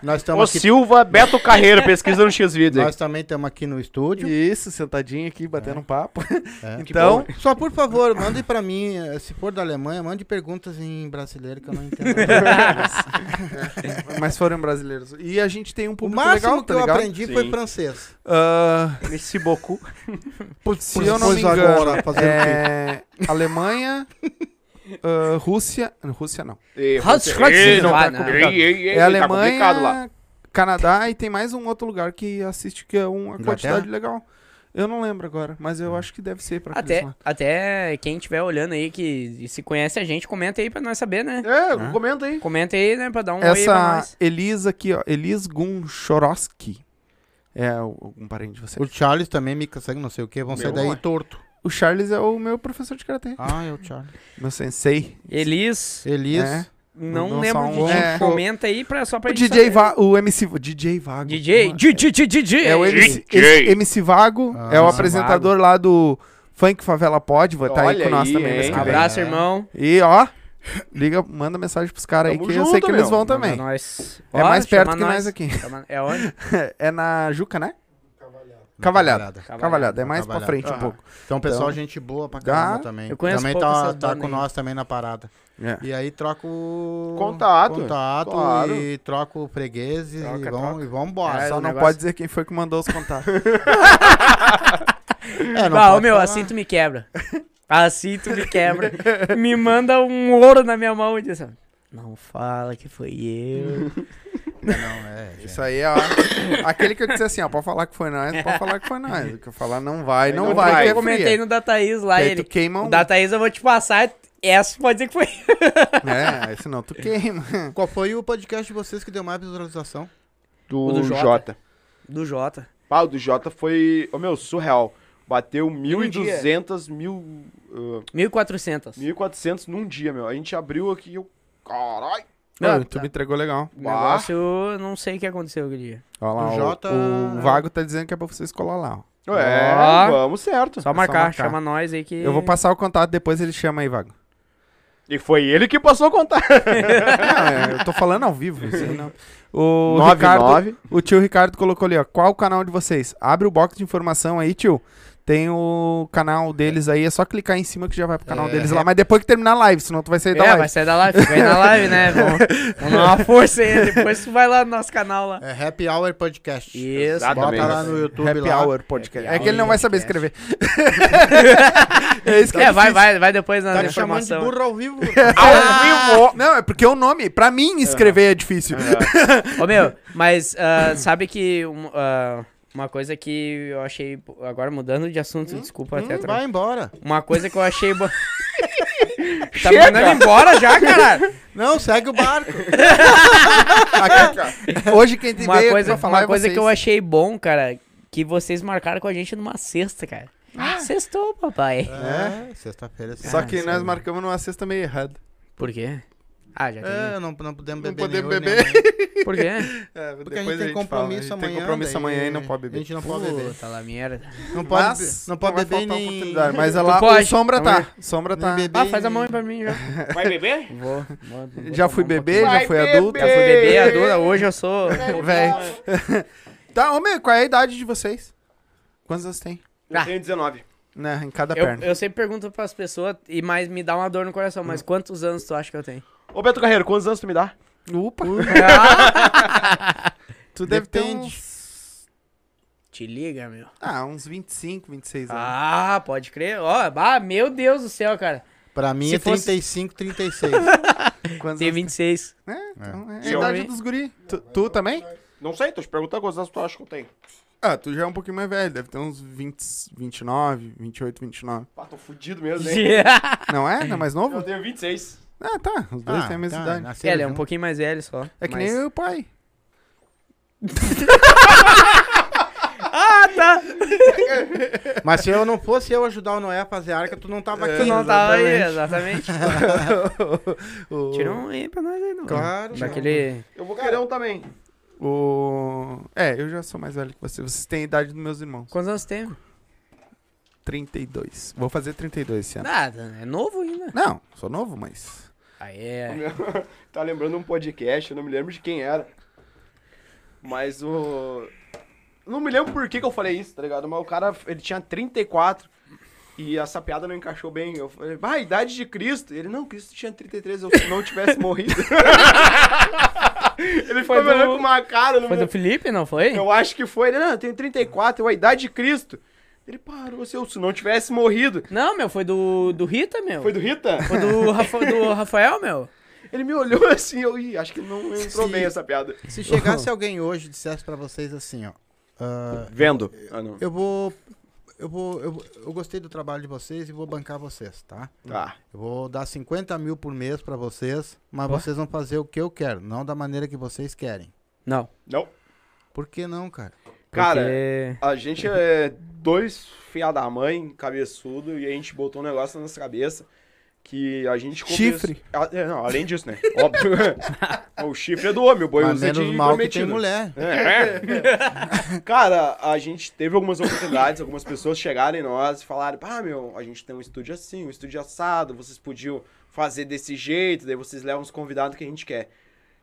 [SPEAKER 3] Nós
[SPEAKER 4] Então,
[SPEAKER 7] O
[SPEAKER 3] estamos aqui.
[SPEAKER 7] Silva Beto Carreiro, pesquisa no X-Video. aí.
[SPEAKER 3] Nós também estamos aqui no [laughs] estúdio.
[SPEAKER 1] Isso, sentadinho aqui, batendo um
[SPEAKER 3] [laughs]
[SPEAKER 1] papo.
[SPEAKER 3] É.
[SPEAKER 1] Então,
[SPEAKER 3] Só por favor, mande pra mim, eh, se for da Alemanha, mande perguntas em brasileiro que eu não [laughs] entendo.
[SPEAKER 1] mas foram brasileiros. E a gente tem um
[SPEAKER 3] o
[SPEAKER 1] público
[SPEAKER 3] máximo
[SPEAKER 1] legal,
[SPEAKER 3] que
[SPEAKER 1] tá
[SPEAKER 3] eu
[SPEAKER 1] ligado?
[SPEAKER 3] aprendi foi
[SPEAKER 7] Sim.
[SPEAKER 3] francês.
[SPEAKER 1] Ah,
[SPEAKER 7] Esse bocu.
[SPEAKER 1] se eu não me
[SPEAKER 3] pois
[SPEAKER 1] engano,
[SPEAKER 3] agora, fazer o
[SPEAKER 1] é, [laughs] Alemanha, ah, Rússia... Rússia não.
[SPEAKER 4] é
[SPEAKER 7] Ei, não, tá
[SPEAKER 2] Não.
[SPEAKER 7] complicado. Ei, ei, ei,
[SPEAKER 1] É
[SPEAKER 7] tá
[SPEAKER 1] Alemanha,
[SPEAKER 7] complicado lá.
[SPEAKER 1] Canadá e tem mais um outro lugar que assiste que é uma
[SPEAKER 3] Inglaterra?
[SPEAKER 1] quantidade legal. Eu não lembro agora, mas eu acho que deve ser pra aqueles
[SPEAKER 2] Até,
[SPEAKER 1] lá.
[SPEAKER 2] até quem estiver olhando aí que se conhece a gente, comenta aí pra nós saber, né?
[SPEAKER 4] É, comenta aí.
[SPEAKER 2] Comenta aí, né, pra dar um oi aí pra
[SPEAKER 1] Essa
[SPEAKER 2] nós.
[SPEAKER 1] Elisa aqui, ó. Elis Gunchorowski. É algum parente de você.
[SPEAKER 3] O Charles também me consegue, não sei o que, vão sair daí
[SPEAKER 4] ué.
[SPEAKER 3] torto.
[SPEAKER 1] O Charles é o meu professor de karatê.
[SPEAKER 3] Ah, é o Charles.
[SPEAKER 1] Meu sensei.
[SPEAKER 2] Elis,
[SPEAKER 3] Elias.
[SPEAKER 1] É.
[SPEAKER 2] não
[SPEAKER 1] Mandou
[SPEAKER 2] lembro
[SPEAKER 1] só
[SPEAKER 2] de
[SPEAKER 1] um-
[SPEAKER 2] ti,
[SPEAKER 1] É.
[SPEAKER 2] comenta aí pra, só pra
[SPEAKER 1] O
[SPEAKER 2] gente
[SPEAKER 1] DJ
[SPEAKER 2] saber. né?
[SPEAKER 1] Va o MC o DJ Vago.
[SPEAKER 2] DJ, DJ, DJ, DJ.
[SPEAKER 1] É o
[SPEAKER 2] [laughs]
[SPEAKER 1] MC, esse MC Vago,
[SPEAKER 3] Ah,
[SPEAKER 1] é o
[SPEAKER 3] MC
[SPEAKER 1] apresentador lá do Funk Favela Pod, vai estar aí
[SPEAKER 4] Olha
[SPEAKER 1] com nós
[SPEAKER 4] aí,
[SPEAKER 1] também mês
[SPEAKER 4] hein?
[SPEAKER 1] que vem.
[SPEAKER 2] Um Abraço, irmão.
[SPEAKER 1] E ó, liga, manda mensagem pros caras aí que
[SPEAKER 4] Tamo
[SPEAKER 1] eu sei
[SPEAKER 4] junto,
[SPEAKER 1] que eles
[SPEAKER 4] meu.
[SPEAKER 1] vão
[SPEAKER 2] É
[SPEAKER 1] também.
[SPEAKER 2] nóis.
[SPEAKER 1] É
[SPEAKER 2] Ó,
[SPEAKER 1] mais
[SPEAKER 2] chama
[SPEAKER 1] perto que nós aqui.
[SPEAKER 2] Chama-
[SPEAKER 1] [laughs]
[SPEAKER 2] É onde?
[SPEAKER 1] É na Juca, né? Cavalhada.
[SPEAKER 3] Cavalhada.
[SPEAKER 1] Cavalhada, é mais pra
[SPEAKER 3] Cavalhada.
[SPEAKER 1] frente um pouco.
[SPEAKER 3] Então, pessoal, gente boa pra
[SPEAKER 1] Dá.
[SPEAKER 3] caramba também.
[SPEAKER 2] Eu conheço
[SPEAKER 3] também
[SPEAKER 2] pouco
[SPEAKER 3] tá,
[SPEAKER 2] essas
[SPEAKER 3] tá
[SPEAKER 2] bandas
[SPEAKER 3] com
[SPEAKER 2] aí.
[SPEAKER 3] nós também na parada.
[SPEAKER 1] É.
[SPEAKER 3] E aí troca o.
[SPEAKER 4] Contato,
[SPEAKER 3] Contato
[SPEAKER 4] claro.
[SPEAKER 3] e troca o fregueses
[SPEAKER 1] Troca,
[SPEAKER 3] e, vão,
[SPEAKER 1] troca.
[SPEAKER 3] e vambora.
[SPEAKER 1] É,
[SPEAKER 3] Só um
[SPEAKER 1] Só
[SPEAKER 2] o
[SPEAKER 1] não
[SPEAKER 2] negócio-
[SPEAKER 1] pode dizer quem foi que mandou os contatos.
[SPEAKER 3] É, não
[SPEAKER 2] Ah, ô,
[SPEAKER 3] pode
[SPEAKER 2] meu,
[SPEAKER 3] falar.
[SPEAKER 2] assim tu me quebra. [laughs] Assim tu me quebra.
[SPEAKER 1] [laughs]
[SPEAKER 2] me manda um ouro na minha mão e diz assim, não fala que foi
[SPEAKER 1] Hum,
[SPEAKER 2] eu.
[SPEAKER 3] É, Não, é, gente.
[SPEAKER 1] Isso aí, ó. Aquele que eu disse assim, ó, pode falar que foi nós, pode falar que foi nós. O que eu falar não vai, não,
[SPEAKER 4] não
[SPEAKER 1] vai.
[SPEAKER 4] vai.
[SPEAKER 1] que é
[SPEAKER 2] eu comentei
[SPEAKER 1] fria.
[SPEAKER 2] no da Thaís
[SPEAKER 1] Que
[SPEAKER 2] lá,
[SPEAKER 1] aí
[SPEAKER 2] ele...
[SPEAKER 1] tu queima
[SPEAKER 2] O
[SPEAKER 1] um.
[SPEAKER 2] da Thaís eu vou te passar, e essa pode dizer que foi [laughs] eu.
[SPEAKER 1] É, aí senão tu queima.
[SPEAKER 3] Qual foi o podcast de vocês que deu mais visualização?
[SPEAKER 2] O do
[SPEAKER 4] Do
[SPEAKER 2] Jota.
[SPEAKER 4] Jota.
[SPEAKER 2] Do Jota.
[SPEAKER 4] Pá, Ah, o do Jota foi, ô meu, surreal. Bateu
[SPEAKER 1] dia.
[SPEAKER 4] 1.200, mil, ah,
[SPEAKER 2] 1400.
[SPEAKER 4] 1.400 num dia, meu. A gente abriu aqui e eu... Caralho!
[SPEAKER 2] Não,
[SPEAKER 1] Mano, tu me entregou legal.
[SPEAKER 4] Um
[SPEAKER 2] O negócio, eu não sei o que aconteceu aquele dia.
[SPEAKER 1] Ó lá, o,
[SPEAKER 3] O Jota-
[SPEAKER 1] o Vago tá dizendo que é pra vocês colar lá, ó.
[SPEAKER 4] É,
[SPEAKER 2] Ó.
[SPEAKER 4] vamos certo.
[SPEAKER 2] Só marcar,
[SPEAKER 1] marcar.
[SPEAKER 2] chama nós aí que...
[SPEAKER 1] Eu vou passar o contato, depois ele chama aí,
[SPEAKER 3] [laughs]
[SPEAKER 1] Vago.
[SPEAKER 4] E foi ele que passou a contar.
[SPEAKER 1] Não, é, eu tô falando ao vivo, isso aí não. O Ricardo,
[SPEAKER 4] [laughs] 99.
[SPEAKER 1] O tio Ricardo colocou ali, ó. Qual o canal de vocês? Abre o box de informação aí, tio. Tem o canal deles aí, é só clicar em cima que já vai pro canal
[SPEAKER 3] É.
[SPEAKER 1] deles lá. Mas depois que terminar a live, senão tu vai sair da
[SPEAKER 2] É,
[SPEAKER 1] live.
[SPEAKER 2] vai sair da live, vem na
[SPEAKER 1] [laughs]
[SPEAKER 2] live, né? Vamos, vamos dar uma força aí, depois tu vai lá no nosso canal lá.
[SPEAKER 3] É Happy Hour Podcast.
[SPEAKER 2] Isso,
[SPEAKER 3] Bota
[SPEAKER 4] Exatamente.
[SPEAKER 3] lá no YouTube
[SPEAKER 1] Happy
[SPEAKER 3] lá.
[SPEAKER 1] Hour Podcast.
[SPEAKER 2] Happy
[SPEAKER 1] é que ele não
[SPEAKER 2] Hour
[SPEAKER 1] vai saber escrever.
[SPEAKER 2] Podcast. [laughs]
[SPEAKER 1] é isso que
[SPEAKER 2] É,
[SPEAKER 1] eu [laughs]
[SPEAKER 2] vai, vai, vai depois na
[SPEAKER 3] Tá me chamando de
[SPEAKER 2] informação.
[SPEAKER 3] burro ao vivo.
[SPEAKER 1] Não, é porque o nome, pra mim, escrever é difícil.
[SPEAKER 2] Ô meu, mas ah, sabe que um, ah, uma coisa que eu achei. bo- Agora mudando de assunto, desculpa até atrás.
[SPEAKER 3] Hum, Vai embora.
[SPEAKER 2] Uma coisa que eu achei
[SPEAKER 3] [laughs]
[SPEAKER 2] boa. tá mandando embora já,
[SPEAKER 3] [laughs]
[SPEAKER 2] caralho.
[SPEAKER 3] Não, segue o barco.
[SPEAKER 1] Hoje quem tem
[SPEAKER 2] É. Uma
[SPEAKER 1] veio
[SPEAKER 2] coisa,
[SPEAKER 1] pra falar
[SPEAKER 2] uma
[SPEAKER 1] é
[SPEAKER 2] coisa que eu
[SPEAKER 1] vocês.
[SPEAKER 2] achei bom, cara, que vocês marcaram com a gente numa sexta, cara.
[SPEAKER 3] Ah!
[SPEAKER 2] Sextou, papai.
[SPEAKER 3] É, sexta-feira. sim.
[SPEAKER 1] Só que nós marcamos numa sexta meio errada.
[SPEAKER 2] Por quê? Ah, já
[SPEAKER 3] É,
[SPEAKER 2] tem.
[SPEAKER 3] não, não podemos
[SPEAKER 1] Não
[SPEAKER 3] beber. nem
[SPEAKER 1] podemos
[SPEAKER 3] hoje, nem
[SPEAKER 1] beber.
[SPEAKER 3] amanhã.
[SPEAKER 2] Por quê?
[SPEAKER 3] [laughs]
[SPEAKER 1] É,
[SPEAKER 3] Porque a gente tem compromisso amanhã.
[SPEAKER 1] Tem compromisso
[SPEAKER 3] daí
[SPEAKER 1] amanhã e não pode
[SPEAKER 3] A
[SPEAKER 1] beber.
[SPEAKER 3] gente não pode beber.
[SPEAKER 2] Puta lá, merda.
[SPEAKER 3] Não pode,
[SPEAKER 1] Mas
[SPEAKER 3] be- não pode
[SPEAKER 1] vai
[SPEAKER 3] beber
[SPEAKER 1] faltar
[SPEAKER 3] nem.
[SPEAKER 1] [laughs] oportunidade. Mas ela,
[SPEAKER 2] Tu pode.
[SPEAKER 1] o Sombra tá. Sombra
[SPEAKER 3] nem
[SPEAKER 1] tá.
[SPEAKER 3] beber
[SPEAKER 2] Ah, faz a
[SPEAKER 3] em-
[SPEAKER 2] mão aí pra mim já.
[SPEAKER 7] Vai beber?
[SPEAKER 2] [laughs] Vou. vou- vou
[SPEAKER 1] Já
[SPEAKER 2] tomar
[SPEAKER 1] fui
[SPEAKER 2] um
[SPEAKER 1] bebê,
[SPEAKER 2] pouquinho.
[SPEAKER 1] já fui
[SPEAKER 4] beber.
[SPEAKER 1] adulto.
[SPEAKER 2] Já fui bebê, a dura. Hoje eu [laughs] sou.
[SPEAKER 1] Véi. tá, homem, qual é a idade de vocês? Quantos anos tem?
[SPEAKER 4] Eu tenho 19.
[SPEAKER 1] Né, em cada
[SPEAKER 2] Eu,
[SPEAKER 1] perna.
[SPEAKER 2] eu sempre pergunto pras pessoas, e mais me dá uma dor no coração, mas quantos anos tu acha que eu [laughs] tenho?
[SPEAKER 4] Ô, Beto Carreiro, quantos anos tu me dá?
[SPEAKER 1] Upa!
[SPEAKER 2] Ah!
[SPEAKER 1] [laughs] tu deve ter
[SPEAKER 3] Depende.
[SPEAKER 1] uns...
[SPEAKER 2] Te liga, meu.
[SPEAKER 1] Ah, uns 25, 26 anos.
[SPEAKER 2] Ah, pode crer. Ó, ah, meu Deus do céu, cara.
[SPEAKER 3] Pra mim
[SPEAKER 2] Se
[SPEAKER 3] é
[SPEAKER 2] fosse-
[SPEAKER 3] 35, 36.
[SPEAKER 1] Quantos
[SPEAKER 2] Tem
[SPEAKER 1] anos-
[SPEAKER 2] 26.
[SPEAKER 1] É, então, é a
[SPEAKER 4] Eu-
[SPEAKER 1] idade dos guri. Tu, tu também?
[SPEAKER 4] Não sei, tô te perguntando quantos anos tu acha que eu tenho.
[SPEAKER 1] Ah, tu já é um pouquinho mais velho, deve ter uns 20, 29, 28, 29.
[SPEAKER 4] Pá, tô
[SPEAKER 2] [laughs]
[SPEAKER 4] fudido mesmo, hein?
[SPEAKER 2] é,
[SPEAKER 1] Não é? Não é mais
[SPEAKER 4] Eu
[SPEAKER 1] novo?
[SPEAKER 4] tenho 26.
[SPEAKER 1] Ah, tá. Os dois têm a mesma idade.
[SPEAKER 2] ele é um pouquinho mais velho só.
[SPEAKER 1] É que
[SPEAKER 2] mas-
[SPEAKER 1] nem o pai.
[SPEAKER 2] Ah, tá!
[SPEAKER 3] Mas se eu não fosse eu ajudar o Noé a fazer arca, tu não tava aqui.
[SPEAKER 2] É, Tu não tava aí,
[SPEAKER 3] exatamente.
[SPEAKER 2] exatamente. [laughs]
[SPEAKER 1] O-
[SPEAKER 2] Tira um aí pra nós aí, não.
[SPEAKER 3] Claro.
[SPEAKER 2] Daquele.
[SPEAKER 4] Eu vou querer um também.
[SPEAKER 1] O... É, eu já sou mais velho que você. Vocês têm a idade dos meus irmãos.
[SPEAKER 2] Quantos anos tem?
[SPEAKER 1] 32. Vou fazer 32 esse ano.
[SPEAKER 2] Nada, é novo ainda.
[SPEAKER 1] Não, sou novo, mas.
[SPEAKER 2] Aí é.
[SPEAKER 4] Tá lembrando um podcast, eu não me lembro de quem era. Mas o. Não me lembro por que, que eu falei isso, tá ligado? Mas o cara, ele tinha 34 e essa piada não encaixou bem. Eu falei, ah, idade de Cristo. Ele, não, Cristo tinha 33, eu se não tivesse morrido. ele ficou
[SPEAKER 2] Foi
[SPEAKER 4] me olhando
[SPEAKER 2] do-
[SPEAKER 4] com uma cara. eu Não
[SPEAKER 2] Foi
[SPEAKER 4] me-
[SPEAKER 2] do Felipe, não foi?
[SPEAKER 4] Eu acho que foi. Ele, não, eu tenho 34, eu a idade de Cristo. Ele parou, se eu se não tivesse morrido.
[SPEAKER 2] Não, meu, foi do, do Rita, meu.
[SPEAKER 4] Foi do Rita?
[SPEAKER 2] Foi do, Rafa- do Rafael, meu.
[SPEAKER 4] Ele me olhou [laughs] assim, eu, ih, acho que não entrou
[SPEAKER 3] Sim.
[SPEAKER 4] bem essa piada.
[SPEAKER 3] Se chegasse alguém hoje e dissesse pra vocês assim, ó. ah,
[SPEAKER 4] Vendo. Ah, não.
[SPEAKER 3] eu vou. Eu vou. Eu, eu gostei do trabalho de vocês e vou bancar vocês, tá?
[SPEAKER 4] Tá.
[SPEAKER 3] Eu vou dar 50 mil por mês pra vocês, mas vocês vão fazer o que eu quero, não da maneira que vocês querem.
[SPEAKER 2] Não.
[SPEAKER 4] Não.
[SPEAKER 3] Por que não, cara?
[SPEAKER 4] Cara,
[SPEAKER 2] porque-
[SPEAKER 4] a gente é dois filha da mãe, cabeçudo, e a gente botou um negócio na nossa cabeça que a gente... come-
[SPEAKER 1] Chifre.
[SPEAKER 4] Ah, é, não, além disso, né? Óbvio. [laughs] o chifre é do homem, o boi
[SPEAKER 3] Mas
[SPEAKER 4] usa de
[SPEAKER 3] menos mal que É. tem
[SPEAKER 4] invermetido.
[SPEAKER 3] mulher.
[SPEAKER 4] Cara, a gente teve algumas oportunidades, algumas pessoas chegaram em nós e falaram: Ah, meu, a gente tem um estúdio assim, um estúdio assado, vocês podiam fazer desse jeito, daí vocês levam os convidados que a gente quer.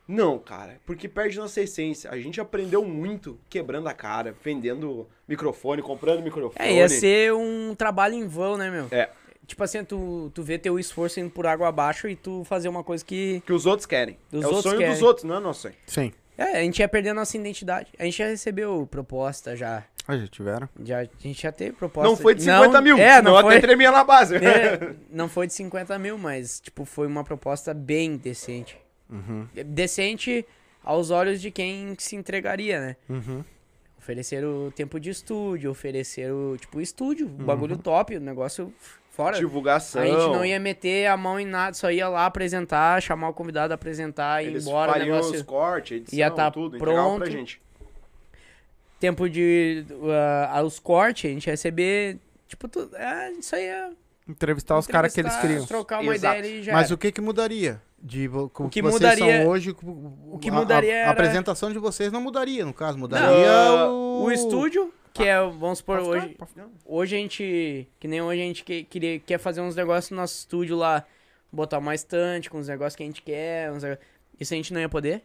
[SPEAKER 4] Não, cara, porque perde nossa essência. A gente aprendeu muito quebrando a cara, vendendo microfone, comprando microfone.
[SPEAKER 2] É, ia ser um trabalho em vão, né, meu?
[SPEAKER 4] É.
[SPEAKER 2] Tipo assim, tu, tu vê teu esforço indo por água abaixo e tu fazer uma coisa que.
[SPEAKER 4] Que os outros querem.
[SPEAKER 2] Dos
[SPEAKER 4] é o
[SPEAKER 2] outros
[SPEAKER 4] sonho dos
[SPEAKER 2] querem.
[SPEAKER 4] outros, não é nosso sonho.
[SPEAKER 1] Sim.
[SPEAKER 2] É, a gente ia perder a nossa identidade. A gente já recebeu proposta já.
[SPEAKER 1] Ah, já tiveram.
[SPEAKER 2] já a gente já teve proposta.
[SPEAKER 4] Não foi de 50 mil,
[SPEAKER 2] É,
[SPEAKER 4] senão
[SPEAKER 2] não foi,
[SPEAKER 4] até tremia na base.
[SPEAKER 2] é, [laughs] não foi de 50 mil, mas, tipo, foi uma proposta bem decente. Decente aos olhos de quem se entregaria, né? Ofereceram tempo de estúdio, ofereceram, tipo, estúdio, um bagulho top, o negócio fora.
[SPEAKER 4] [laughs] Divulgação.
[SPEAKER 2] A gente não ia meter a mão em nada, só ia lá apresentar, chamar o convidado, apresentar, ir
[SPEAKER 4] Eles
[SPEAKER 2] embora, o
[SPEAKER 4] fariam
[SPEAKER 2] negócio...
[SPEAKER 4] os cortes, edição,
[SPEAKER 2] ia tá
[SPEAKER 4] tudo, entregavam pra
[SPEAKER 2] pronto.
[SPEAKER 4] gente.
[SPEAKER 2] Tempo de... ah, os cortes, a gente ia receber, tipo, tudo, é, isso aí é...
[SPEAKER 1] Entrevistar os caras que eles
[SPEAKER 2] entrevistar,
[SPEAKER 1] queriam.
[SPEAKER 2] Trocar uma
[SPEAKER 4] Exato.
[SPEAKER 2] ideia e já
[SPEAKER 3] Mas
[SPEAKER 2] era.
[SPEAKER 3] o que que mudaria? De vo- como
[SPEAKER 2] que
[SPEAKER 3] vocês
[SPEAKER 2] mudaria-
[SPEAKER 3] são hoje, com-
[SPEAKER 2] o que
[SPEAKER 3] a-
[SPEAKER 2] mudaria
[SPEAKER 3] a, a
[SPEAKER 2] era-
[SPEAKER 3] apresentação de vocês não mudaria, no caso, mudaria o...
[SPEAKER 2] é O estúdio, que é, vamos supor, hoje, hoje a gente, que nem hoje a gente que- queria, quer fazer uns negócios no nosso estúdio lá, botar uma estante com os negócios que a gente quer, uns nego- isso a gente não ia poder.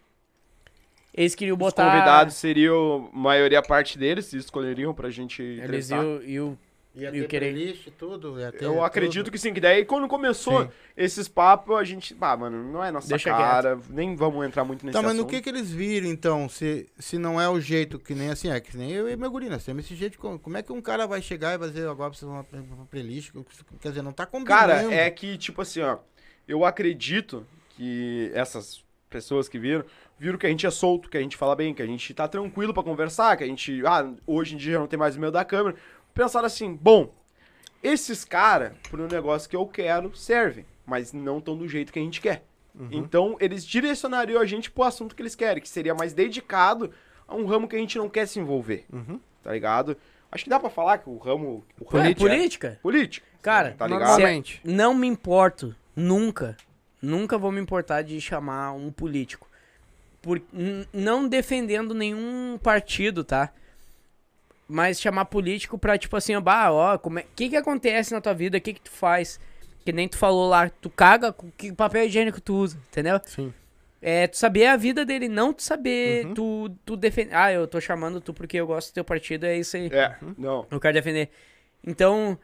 [SPEAKER 2] Eles queriam botar...
[SPEAKER 4] Os convidados seriam, maioria parte deles, escolheriam pra gente
[SPEAKER 2] Eles
[SPEAKER 4] entrevistar.
[SPEAKER 2] iam, iam
[SPEAKER 3] Ia
[SPEAKER 2] E o
[SPEAKER 3] ter
[SPEAKER 2] querer-
[SPEAKER 3] playlist, tudo, ia ter
[SPEAKER 4] Eu acredito
[SPEAKER 3] tudo.
[SPEAKER 4] que sim, que daí quando começou esses papos, a gente, ah, mano, não é nossa
[SPEAKER 2] Deixa
[SPEAKER 4] cara, nem vamos entrar muito nesse
[SPEAKER 3] Tá, mas no
[SPEAKER 4] assunto.
[SPEAKER 3] que que eles viram, então, se, se não é o jeito que nem assim, é que nem eu e meu guri, nós temos esse jeito, de como, como é que um cara vai chegar e vai dizer, agora precisa de uma, uma playlist, quer dizer, não tá combinando.
[SPEAKER 4] [laughs] Cara, é que, tipo assim, ó, eu acredito que essas pessoas que viram, viram que a gente é solto, que a gente fala bem, que a gente tá tranquilo pra conversar, que a gente, ah, hoje em dia não tem mais medo da câmera. Pensaram assim, bom, esses caras, pro negócio que eu quero, servem, mas não estão do jeito que a gente quer. Então, eles direcionariam a gente pro assunto que eles querem, que seria mais dedicado a um ramo que a gente não quer se envolver. Tá ligado? Acho que dá pra falar que o ramo. O ramo
[SPEAKER 2] política.
[SPEAKER 4] é política.
[SPEAKER 2] Cara,
[SPEAKER 4] tá ligado?
[SPEAKER 1] Normalmente.
[SPEAKER 2] não me importo, nunca, nunca vou me importar de chamar um político. Por, n- não defendendo nenhum partido, tá? Mas chamar político pra, tipo assim, ó, bah, ó, como é, que que acontece na tua vida, o que que tu faz? Que nem tu falou lá, tu caga, com que papel higiênico tu usa, entendeu?
[SPEAKER 1] Sim.
[SPEAKER 2] É, tu saber a vida dele, não tu saber, tu, tu defender, ah, eu tô chamando tu porque eu gosto do teu partido, é isso aí.
[SPEAKER 4] É, não.
[SPEAKER 2] Eu quero defender. Então,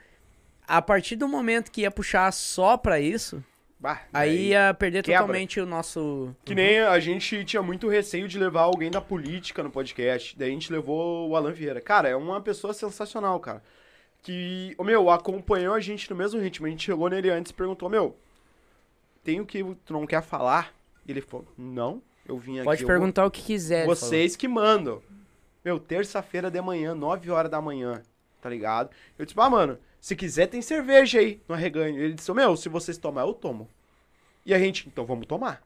[SPEAKER 2] a partir do momento que ia puxar só pra isso,
[SPEAKER 4] Bah,
[SPEAKER 2] aí é- ia perder
[SPEAKER 4] quebra.
[SPEAKER 2] totalmente o nosso.
[SPEAKER 4] Que nem a gente tinha muito receio de levar alguém da política no podcast. Daí a gente levou o Alan Vieira. Cara, é uma pessoa sensacional, cara. que, ô, meu, acompanhou a gente no mesmo ritmo. A gente chegou nele antes e perguntou, meu, tem o que tu não quer falar? Ele falou, não, eu vim aqui.
[SPEAKER 2] Pode
[SPEAKER 4] eu
[SPEAKER 2] perguntar o que quiser. É, ele falou.
[SPEAKER 4] vocês que mandam. Meu, terça-feira de manhã, 9 horas da manhã, tá ligado? Eu disse, ah, mano, se quiser tem cerveja aí no arreganho. Ele disse, meu, se vocês tomar, eu tomo. E a gente, então vamos tomar.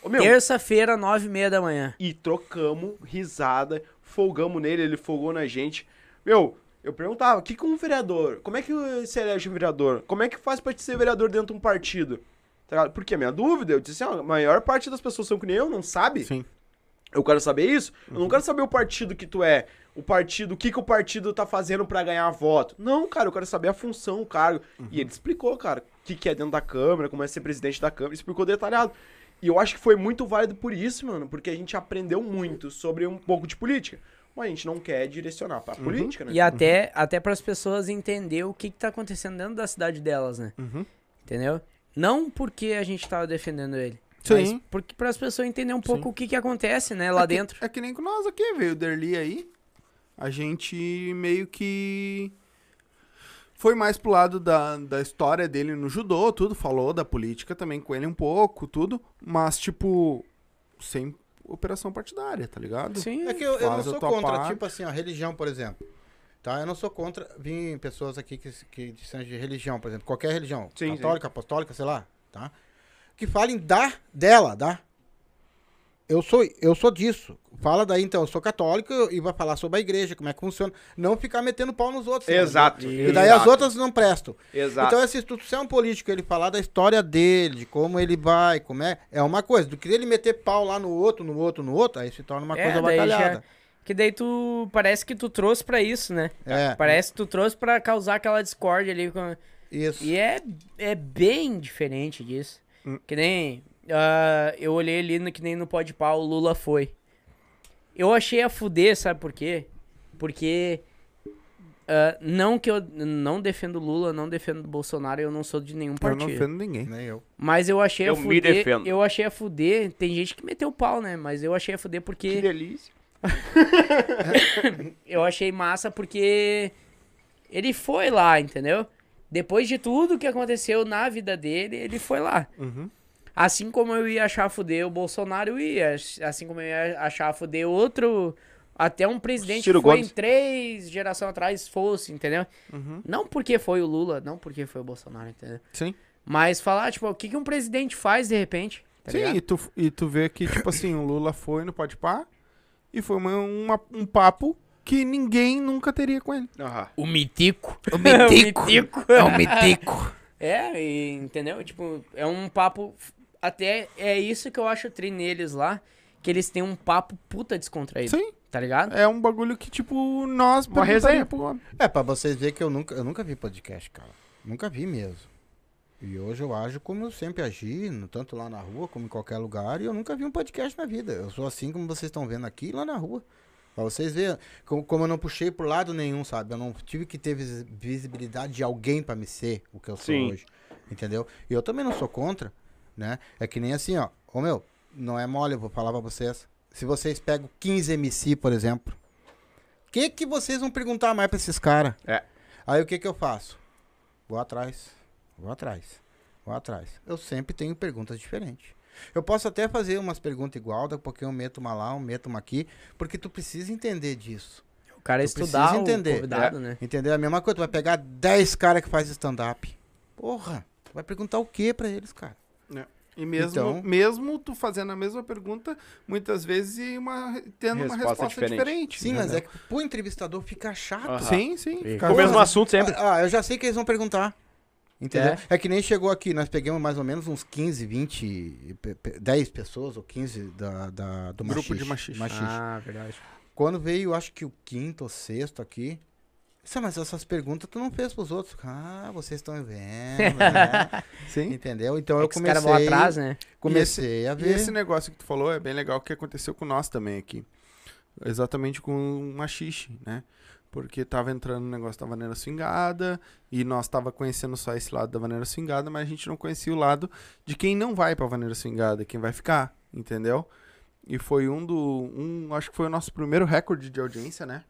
[SPEAKER 4] Ô, meu,
[SPEAKER 2] Terça-feira, nove e meia da manhã.
[SPEAKER 4] e trocamos risada, folgamos nele, ele folgou na gente. Meu, eu perguntava, o que que um vereador, como é que se elege um vereador? Como é que faz pra te ser vereador dentro de um partido? Tá ligado? Porque a minha dúvida, eu disse, assim, ó, a maior parte das pessoas são que nem eu, não sabe?
[SPEAKER 1] Sim.
[SPEAKER 4] Eu quero saber isso. Eu não quero saber o partido que tu é, o partido, o que que o partido tá fazendo pra ganhar voto. Não, cara, eu quero saber a função, o cargo. E ele explicou, cara, o que que é dentro da Câmara, como é ser presidente da Câmara, explicou detalhado. E eu acho que foi muito válido por isso, mano, porque a gente aprendeu muito sobre um pouco de política. Mas a gente não quer direcionar pra política, né?
[SPEAKER 2] E até, até para as pessoas entender o que, que tá acontecendo dentro da cidade delas, né? Entendeu? Não porque a gente tava defendendo ele.
[SPEAKER 1] Sim.
[SPEAKER 2] Mas porque para as pessoas entenderem um pouco o que, que acontece, né, lá
[SPEAKER 1] é que-
[SPEAKER 2] dentro.
[SPEAKER 1] é que nem com nós aqui, veio o Derli aí. A gente meio que foi mais pro lado da, da história dele no judô, tudo. Falou da política também com ele um pouco, tudo. Mas, tipo, sem operação partidária, tá ligado?
[SPEAKER 2] Sim.
[SPEAKER 3] É que eu, eu não
[SPEAKER 1] Faz a
[SPEAKER 3] sou
[SPEAKER 1] tua
[SPEAKER 3] contra,
[SPEAKER 1] parte.
[SPEAKER 3] tipo assim, a religião, por exemplo. Tá? Eu não sou contra. Vim pessoas aqui que, que são de religião, por exemplo, qualquer religião,
[SPEAKER 4] Sim, sim.
[SPEAKER 3] católica, apostólica, sei lá, tá? Que falem da dela, da. Eu sou, eu sou disso. Fala daí, então, eu sou católico e vai falar sobre a igreja, como é que funciona. Não ficar metendo pau nos outros. tá entendeu?
[SPEAKER 4] Exato.
[SPEAKER 3] E daí as outras não prestam.
[SPEAKER 4] Exato.
[SPEAKER 3] Então, assim, se tu se é um político, ele falar da história dele, de como ele vai, como é, é uma coisa. Do que ele meter pau lá no outro, no outro, no outro, aí se torna uma
[SPEAKER 2] É,
[SPEAKER 3] coisa
[SPEAKER 2] daí já-
[SPEAKER 3] batalhada.
[SPEAKER 2] Que daí tu parece que tu trouxe para isso, né?
[SPEAKER 3] É,
[SPEAKER 2] Parece que tu trouxe para causar aquela discórdia ali com-
[SPEAKER 3] isso.
[SPEAKER 2] E é, é bem diferente disso. Que nem. ah, eu olhei ali no, que nem no pode pau, o Lula foi. Eu achei a fuder, sabe por quê? Porque. ah, não que eu não defendo Lula, não defendo Bolsonaro, eu não sou de nenhum
[SPEAKER 1] Eu não
[SPEAKER 2] partido.
[SPEAKER 1] ofendo ninguém.
[SPEAKER 3] Nem eu.
[SPEAKER 2] mas eu achei
[SPEAKER 7] Eu
[SPEAKER 2] a
[SPEAKER 7] me
[SPEAKER 2] fuder.
[SPEAKER 7] defendo.
[SPEAKER 2] Eu achei a fuder. Tem gente que meteu o pau, né? Mas eu achei a fuder porque.
[SPEAKER 4] Que delícia.
[SPEAKER 2] eu achei massa porque ele foi lá, entendeu? Depois de tudo que aconteceu na vida dele, ele foi lá.
[SPEAKER 7] Uhum.
[SPEAKER 2] Assim como eu ia achar fuder o Bolsonaro, eu ia. Assim como eu ia achar fuder outro. Até um presidente
[SPEAKER 7] Ciro
[SPEAKER 2] que foi
[SPEAKER 7] Gomes. Uhum.
[SPEAKER 2] em três gerações atrás fosse, entendeu? Não porque foi o Lula, não porque foi o Bolsonaro, entendeu?
[SPEAKER 1] Sim.
[SPEAKER 2] Mas falar, tipo, o que, que um presidente faz de repente? tá
[SPEAKER 1] Sim,
[SPEAKER 2] ligado?
[SPEAKER 1] e tu, e tu vê que, tipo assim, o Lula foi no Pode Pá e foi uma, uma- um papo que ninguém nunca teria com ele.
[SPEAKER 4] Aham.
[SPEAKER 6] O mitico. O
[SPEAKER 2] um mitico.
[SPEAKER 6] É o mitico.
[SPEAKER 2] [laughs] É, e, entendeu? Tipo, é um papo. Até é isso que eu acho tri neles lá. Que eles têm um papo puta descontraído.
[SPEAKER 1] Sim.
[SPEAKER 2] Tá ligado?
[SPEAKER 1] É um bagulho que, tipo, nós
[SPEAKER 4] Uma
[SPEAKER 1] perguntaria
[SPEAKER 4] resenha.
[SPEAKER 1] pro homem.
[SPEAKER 3] É, pra vocês verem que eu nunca, eu nunca vi podcast, cara. Nunca vi mesmo. E hoje eu ajo como eu sempre agi, no- tanto lá na rua como em qualquer lugar, e eu nunca vi um podcast na vida. Eu sou assim como vocês estão vendo aqui lá na rua. Pra vocês verem, como, como eu não puxei pro lado nenhum, sabe? Eu não tive que ter vis- visibilidade de alguém pra me ser o que eu sou
[SPEAKER 7] Sim.
[SPEAKER 3] hoje. Entendeu? E eu também não sou contra, né? É que nem assim, ó. Ô meu, não é mole, eu vou falar pra vocês. Se vocês pegam 15 MC, por exemplo, o que que vocês vão perguntar mais pra esses caras?
[SPEAKER 4] É.
[SPEAKER 3] Aí o que que eu faço? Vou atrás, vou atrás, vou atrás. Eu sempre tenho perguntas diferentes. Eu posso até fazer umas perguntas igual, daqui a pouquinho eu meto uma lá, eu meto uma aqui, porque tu precisa entender disso.
[SPEAKER 2] O cara
[SPEAKER 3] Tu
[SPEAKER 2] estudar
[SPEAKER 3] precisa
[SPEAKER 2] o
[SPEAKER 3] entender.
[SPEAKER 2] convidado, né?
[SPEAKER 3] Entendeu? É a mesma coisa, tu vai pegar 10 caras que faz stand-up. Porra, tu vai perguntar o que pra eles, cara?
[SPEAKER 1] E mesmo,
[SPEAKER 3] Então-
[SPEAKER 1] mesmo tu fazendo a mesma pergunta, muitas vezes uma, tendo uma
[SPEAKER 4] Resposta
[SPEAKER 1] resposta diferente.
[SPEAKER 3] Sim, mas é
[SPEAKER 1] entendeu?
[SPEAKER 3] que pro entrevistador fica chato.
[SPEAKER 1] Sim, sim. fica-
[SPEAKER 7] Com o mesmo
[SPEAKER 3] Porra.
[SPEAKER 7] assunto sempre.
[SPEAKER 3] Ah, eu já sei que eles vão perguntar. Entendeu? É. que nem chegou aqui, nós pegamos mais ou menos uns 15, 20, pe- pe- 10 pessoas ou 15 da, da- do
[SPEAKER 1] Grupo de
[SPEAKER 3] machixe.
[SPEAKER 1] machixe.
[SPEAKER 2] Ah, verdade.
[SPEAKER 3] Quando veio, acho que o quinto ou sexto aqui. "Sim, Mas essas perguntas tu não fez pros outros. Ah, vocês estão vendo. né?"
[SPEAKER 1] Sim.
[SPEAKER 3] Entendeu? Então eu
[SPEAKER 2] É Os caras
[SPEAKER 3] comecei.
[SPEAKER 2] vão atrás, né?
[SPEAKER 3] Comecei a
[SPEAKER 1] E
[SPEAKER 3] ver.
[SPEAKER 1] esse negócio que tu falou é bem legal que aconteceu com nós também aqui. Exatamente com o machixe, né? Porque tava entrando o negócio da maneira swingada e nós tava conhecendo só esse lado da maneira swingada, mas a gente não conhecia o lado de quem não vai pra maneira swingada, quem vai ficar, entendeu? E foi um do. Um, acho que foi o nosso primeiro recorde de audiência, né?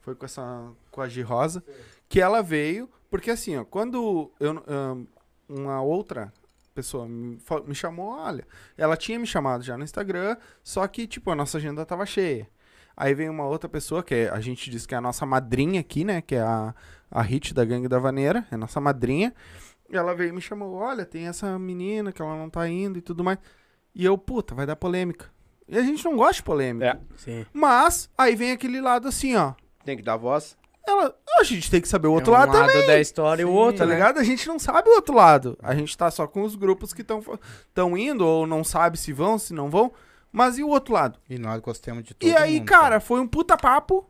[SPEAKER 1] Foi com essa. com a G Rosa. que ela veio, porque assim, ó, quando eu, ahn, uma outra pessoa me, fa- me chamou, olha, ela tinha me chamado já no Instagram, só que, tipo, a nossa agenda tava cheia. Aí veio uma outra pessoa, que é- a gente diz que é a nossa madrinha aqui, né, que é a, a Hit da Gangue da Vaneira, é a nossa madrinha, ela veio e me chamou, olha, tem essa menina que ela não tá indo e tudo mais. E eu, puta, vai dar polêmica. E a gente não gosta de polêmica.
[SPEAKER 4] É.
[SPEAKER 2] Sim.
[SPEAKER 1] Mas, aí vem aquele lado assim, ó.
[SPEAKER 4] Tem que dar voz.
[SPEAKER 1] Ela, a gente tem que saber o outro
[SPEAKER 2] É um
[SPEAKER 1] lado, também,
[SPEAKER 2] da história e o outro,
[SPEAKER 1] tá
[SPEAKER 2] né?
[SPEAKER 1] ligado? A gente não sabe o outro lado. A gente tá só com os grupos que estão tão indo, ou não sabe se vão, se não vão. Mas e o outro lado?
[SPEAKER 3] E nós gostamos de tudo.
[SPEAKER 1] E aí, cara, foi um puta papo,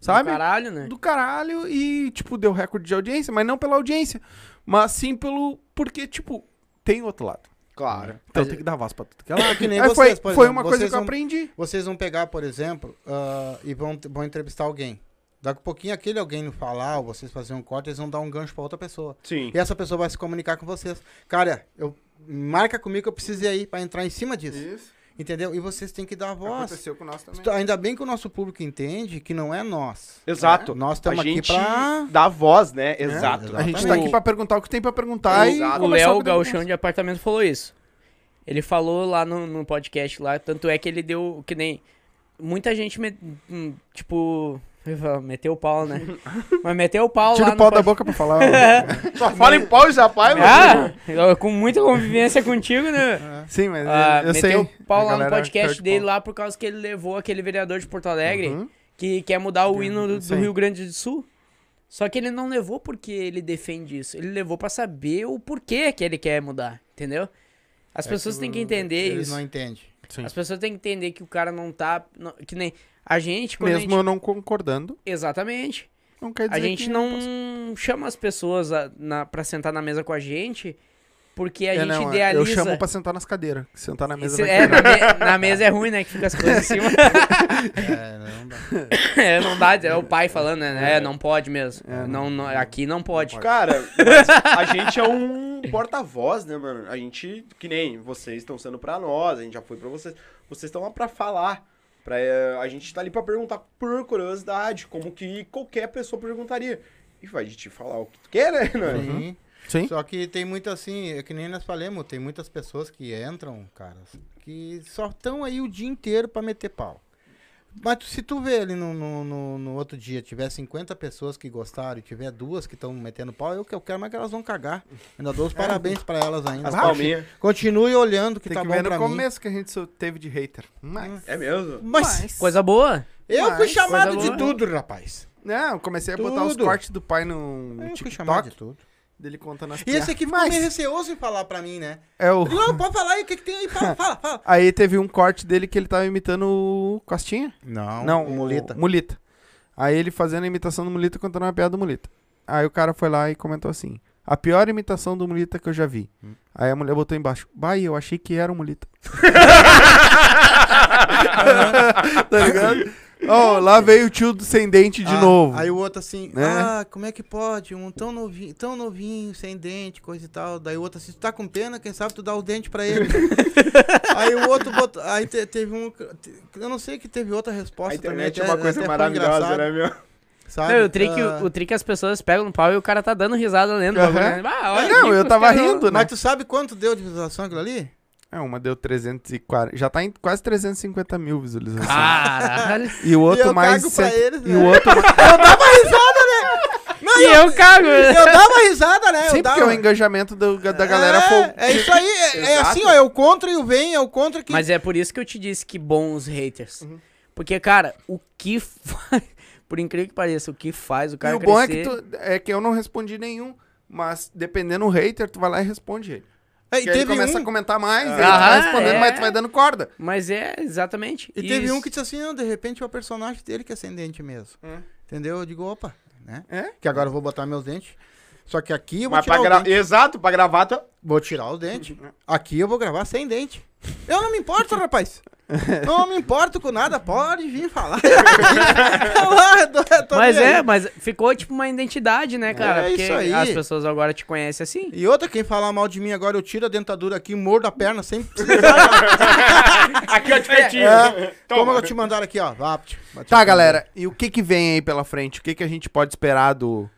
[SPEAKER 1] sabe?
[SPEAKER 2] Do caralho, né?
[SPEAKER 1] do caralho e, tipo, deu recorde de audiência, mas não pela audiência, mas sim pelo. Porque, tipo, tem outro lado.
[SPEAKER 4] Claro.
[SPEAKER 1] Então tem que dar voz pra tudo que é
[SPEAKER 2] [coughs]
[SPEAKER 1] lado.
[SPEAKER 3] Que nem
[SPEAKER 1] Aí
[SPEAKER 3] vocês,
[SPEAKER 1] foi,
[SPEAKER 3] por
[SPEAKER 1] foi
[SPEAKER 3] exemplo,
[SPEAKER 1] uma coisa
[SPEAKER 3] vocês
[SPEAKER 1] que eu
[SPEAKER 3] não-
[SPEAKER 1] aprendi.
[SPEAKER 3] Vocês vão pegar, por exemplo, ah, e vão, vão entrevistar alguém. Daqui a pouquinho aquele alguém não falar, ou vocês fazerem um corte, eles vão dar um gancho pra outra pessoa.
[SPEAKER 4] Sim.
[SPEAKER 3] E essa pessoa vai se comunicar com vocês. Cara, eu, marca comigo que eu preciso ir aí pra entrar em cima disso.
[SPEAKER 1] Isso.
[SPEAKER 3] Entendeu? E vocês têm que dar a voz. Então,
[SPEAKER 1] Aconteceu com nós também.
[SPEAKER 3] Ainda bem que o nosso público entende que não é nós.
[SPEAKER 4] Exato.
[SPEAKER 3] Nós
[SPEAKER 4] A
[SPEAKER 3] estamos É? aqui
[SPEAKER 4] gente
[SPEAKER 3] pra. É,
[SPEAKER 4] dá voz, né? Exato. [laughs]
[SPEAKER 1] A gente
[SPEAKER 3] Exatamente.
[SPEAKER 1] tá aqui pra perguntar o que tem pra perguntar e.
[SPEAKER 4] Exato.
[SPEAKER 2] O
[SPEAKER 1] conversar com
[SPEAKER 2] Léo
[SPEAKER 1] todo
[SPEAKER 2] Galchão tá
[SPEAKER 1] mundo.
[SPEAKER 2] de apartamento falou isso. Ele falou lá no, no podcast lá, tanto é que ele deu que nem muita gente me- hum, tipo meteu o pau, né? Mas meteu o pau lá
[SPEAKER 1] Tira o
[SPEAKER 2] no
[SPEAKER 1] pau da
[SPEAKER 2] pod-
[SPEAKER 1] boca pra
[SPEAKER 2] [laughs]
[SPEAKER 1] falar.
[SPEAKER 7] Só fala em pau e rapaz,
[SPEAKER 3] É.
[SPEAKER 7] mano.
[SPEAKER 2] Ah,
[SPEAKER 1] né?
[SPEAKER 2] eu- com muita convivência contigo, né?
[SPEAKER 1] Sim, mas
[SPEAKER 2] Ah,
[SPEAKER 1] eu sei.
[SPEAKER 2] meteu o pau
[SPEAKER 1] A
[SPEAKER 2] lá no
[SPEAKER 1] galera
[SPEAKER 2] podcast
[SPEAKER 1] perde
[SPEAKER 2] dele
[SPEAKER 1] pau.
[SPEAKER 2] lá por causa que ele levou aquele vereador de Porto Alegre
[SPEAKER 1] Uhum.
[SPEAKER 2] que quer mudar o hino do, do
[SPEAKER 1] sei.
[SPEAKER 2] Rio Grande do Sul. Só que ele não levou porque ele defende isso. Ele levou pra saber o porquê que ele quer mudar, entendeu?
[SPEAKER 1] É
[SPEAKER 2] As pessoas têm que
[SPEAKER 4] é
[SPEAKER 2] entender
[SPEAKER 3] Eles
[SPEAKER 2] isso.
[SPEAKER 3] não entendem.
[SPEAKER 2] As pessoas têm que entender que o cara não tá. não- que nem. A gente, quando a
[SPEAKER 1] Mesmo
[SPEAKER 2] gente-
[SPEAKER 1] eu não concordando,
[SPEAKER 2] Exatamente.
[SPEAKER 1] não quer dizer
[SPEAKER 2] A gente
[SPEAKER 1] que
[SPEAKER 2] não chama as pessoas a, na, pra sentar na mesa com a gente porque a
[SPEAKER 1] É,
[SPEAKER 2] gente
[SPEAKER 1] não, é,
[SPEAKER 2] idealiza.
[SPEAKER 1] Eu chamo pra sentar nas cadeiras. que Sentar na mesa
[SPEAKER 2] Isso-
[SPEAKER 1] vai
[SPEAKER 2] é,
[SPEAKER 3] [laughs]
[SPEAKER 1] quebrar.
[SPEAKER 2] na, me- na mesa é ruim, né? Que fica as coisas em cima.
[SPEAKER 3] É, não dá.
[SPEAKER 2] é, não dá, é o pai falando, né? É, não pode mesmo. não, não- aqui não pode.
[SPEAKER 4] Cara, mas a gente é um porta-voz, né, mano? A gente, que nem vocês estão sendo pra nós, a gente já foi pra vocês. Vocês estão lá pra falar. Pra, eh, a gente tá ali pra perguntar por curiosidade, como que qualquer pessoa perguntaria. E vai te falar o que tu quer, né? [laughs] mano?
[SPEAKER 3] Sim.
[SPEAKER 1] Sim.
[SPEAKER 3] Só que tem muito assim, é que nem nós falamos, tem muitas pessoas que entram, cara, que só estão aí o dia inteiro pra meter pau. Mas tu- se tu vê ali no, no, no- no outro dia, tiver 50 pessoas que gostaram e tiver duas que estão metendo pau, eu que eu quero, mas que elas vão cagar. Ainda
[SPEAKER 1] [laughs]
[SPEAKER 3] dou os parabéns pra elas ainda.
[SPEAKER 4] As palminhas.
[SPEAKER 3] Continue olhando que
[SPEAKER 1] É. Tem
[SPEAKER 3] tá
[SPEAKER 1] que
[SPEAKER 3] bom
[SPEAKER 1] ver no
[SPEAKER 3] pra mim. Hum.
[SPEAKER 1] começo que a gente só teve de hater. Mas.
[SPEAKER 4] É mesmo?
[SPEAKER 3] Mas,
[SPEAKER 2] Coisa boa.
[SPEAKER 3] eu fui
[SPEAKER 1] mas-
[SPEAKER 3] chamado
[SPEAKER 2] coisa
[SPEAKER 3] de
[SPEAKER 2] boa.
[SPEAKER 3] tudo, rapaz.
[SPEAKER 1] Não, né, eu comecei a botar os
[SPEAKER 3] Tudo. É,
[SPEAKER 1] cortes do pai no
[SPEAKER 3] Eu fui chamado
[SPEAKER 1] TikTok,
[SPEAKER 3] de tudo.
[SPEAKER 1] dele contando as
[SPEAKER 3] E esse aqui ficou
[SPEAKER 1] Mas-
[SPEAKER 3] meio receoso em falar pra mim, né?
[SPEAKER 1] É o...
[SPEAKER 3] Não, pode falar aí, o que, que tem aí? Fala, fala, fala.
[SPEAKER 1] Aí teve um corte dele que ele tava imitando o Costinha?
[SPEAKER 3] Não,
[SPEAKER 1] Não,
[SPEAKER 3] o Mulita.
[SPEAKER 1] o Mulita. Aí ele fazendo a imitação do Mulita contando uma piada do Mulita. Aí o cara foi lá e comentou assim: A pior imitação do Mulita que eu já vi.
[SPEAKER 3] Hum.
[SPEAKER 1] Aí a mulher botou embaixo: Bah, eu achei que era um o
[SPEAKER 3] [laughs]
[SPEAKER 1] Mulita. tá ligado? Ó, lá veio o tio do sem dente de
[SPEAKER 3] Ah,
[SPEAKER 1] novo.
[SPEAKER 3] Aí o outro assim,
[SPEAKER 1] Né?
[SPEAKER 3] ah, como é que pode? Um tão novinho, tão novinho, sem dente, coisa e tal. Daí o outro assim, tu tá com pena, quem sabe tu dá o dente
[SPEAKER 1] [laughs]
[SPEAKER 3] pra ele. aí o outro botou, aí te- teve um, te- eu não sei que teve outra
[SPEAKER 4] A
[SPEAKER 3] resposta também.
[SPEAKER 4] internet é
[SPEAKER 3] até-
[SPEAKER 4] uma coisa
[SPEAKER 3] até foi
[SPEAKER 4] maravilhosa,
[SPEAKER 3] engraçado,
[SPEAKER 4] né, meu?
[SPEAKER 3] Sabe?
[SPEAKER 2] Não, o trick,
[SPEAKER 3] Ah,
[SPEAKER 2] o trick as pessoas pegam no pau e o cara tá dando risada lendo. o bagulho,
[SPEAKER 1] Aham.
[SPEAKER 2] né? Ah, olha
[SPEAKER 1] Não,
[SPEAKER 2] aqui,
[SPEAKER 1] eu
[SPEAKER 2] os
[SPEAKER 1] tava
[SPEAKER 2] caras-
[SPEAKER 1] rindo, né?
[SPEAKER 3] Mas tu sabe quanto deu de visualização aquilo ali?
[SPEAKER 1] É, uma deu 340. Já tá em quase 350 mil visualizações. [laughs]
[SPEAKER 2] Caralho.
[SPEAKER 1] E o outro
[SPEAKER 3] Ah, eu
[SPEAKER 1] mais.
[SPEAKER 3] cago pra
[SPEAKER 1] cento-
[SPEAKER 3] eles,
[SPEAKER 1] e
[SPEAKER 3] né?
[SPEAKER 1] o outro mais.
[SPEAKER 2] e eu cago.
[SPEAKER 3] Eu dava risada, né?
[SPEAKER 1] Sempre
[SPEAKER 3] [laughs] eu dava...
[SPEAKER 1] que é o engajamento do- da galera
[SPEAKER 3] é,
[SPEAKER 1] foi.
[SPEAKER 3] é isso aí, é, é
[SPEAKER 4] Exato.
[SPEAKER 3] assim, ó, é o contra e o vem, é o contra
[SPEAKER 2] [laughs]
[SPEAKER 3] que...
[SPEAKER 2] Mas é por isso que eu te disse que bons haters. Porque, cara, o que faz... [laughs] Por incrível que pareça, o que faz o
[SPEAKER 1] E
[SPEAKER 2] cara
[SPEAKER 1] o bom é que,
[SPEAKER 2] crescer...
[SPEAKER 1] tu- é que eu não respondi nenhum. Mas dependendo do hater, tu vai lá e responde ele.
[SPEAKER 3] É, e
[SPEAKER 1] E aí ele
[SPEAKER 3] teve
[SPEAKER 1] começa
[SPEAKER 3] um-
[SPEAKER 1] a comentar mais, ele
[SPEAKER 2] Aham,
[SPEAKER 1] vai respondendo,
[SPEAKER 2] é.
[SPEAKER 1] mas tu vai dando corda.
[SPEAKER 2] Mas é, exatamente.
[SPEAKER 3] E teve
[SPEAKER 2] isso.
[SPEAKER 3] um que disse assim, não, de repente é o personagem dele que é sem dente mesmo. Entendeu? Eu digo, opa, né?
[SPEAKER 1] É?
[SPEAKER 3] Que agora eu vou botar meus dentes. Só que aqui eu vou
[SPEAKER 4] Mas pra
[SPEAKER 3] tirar,
[SPEAKER 4] gra-
[SPEAKER 3] os dentes.
[SPEAKER 4] Exato, pra gravata. [laughs]
[SPEAKER 3] vou tirar os dentes. Aqui eu vou gravar sem dente. Eu não me importo, rapaz. Não me importo com nada, pode vir falar. Eu tô- eu tô
[SPEAKER 2] Mas
[SPEAKER 3] nem
[SPEAKER 2] é,
[SPEAKER 3] Tá aí.
[SPEAKER 2] mas ficou tipo uma identidade, né, cara?
[SPEAKER 3] É
[SPEAKER 2] Porque
[SPEAKER 3] isso aí.
[SPEAKER 2] as pessoas agora te conhecem assim.
[SPEAKER 3] E outra, quem falar mal de mim agora, eu tiro a dentadura aqui, mordo a perna sem
[SPEAKER 4] é
[SPEAKER 7] Aqui, ó, de feitinho.
[SPEAKER 3] É, Como eu Tipo, te mandar aqui, ó. Vapt.
[SPEAKER 1] Tá, galera, e o que que vem aí pela frente? O que que a gente pode esperar do,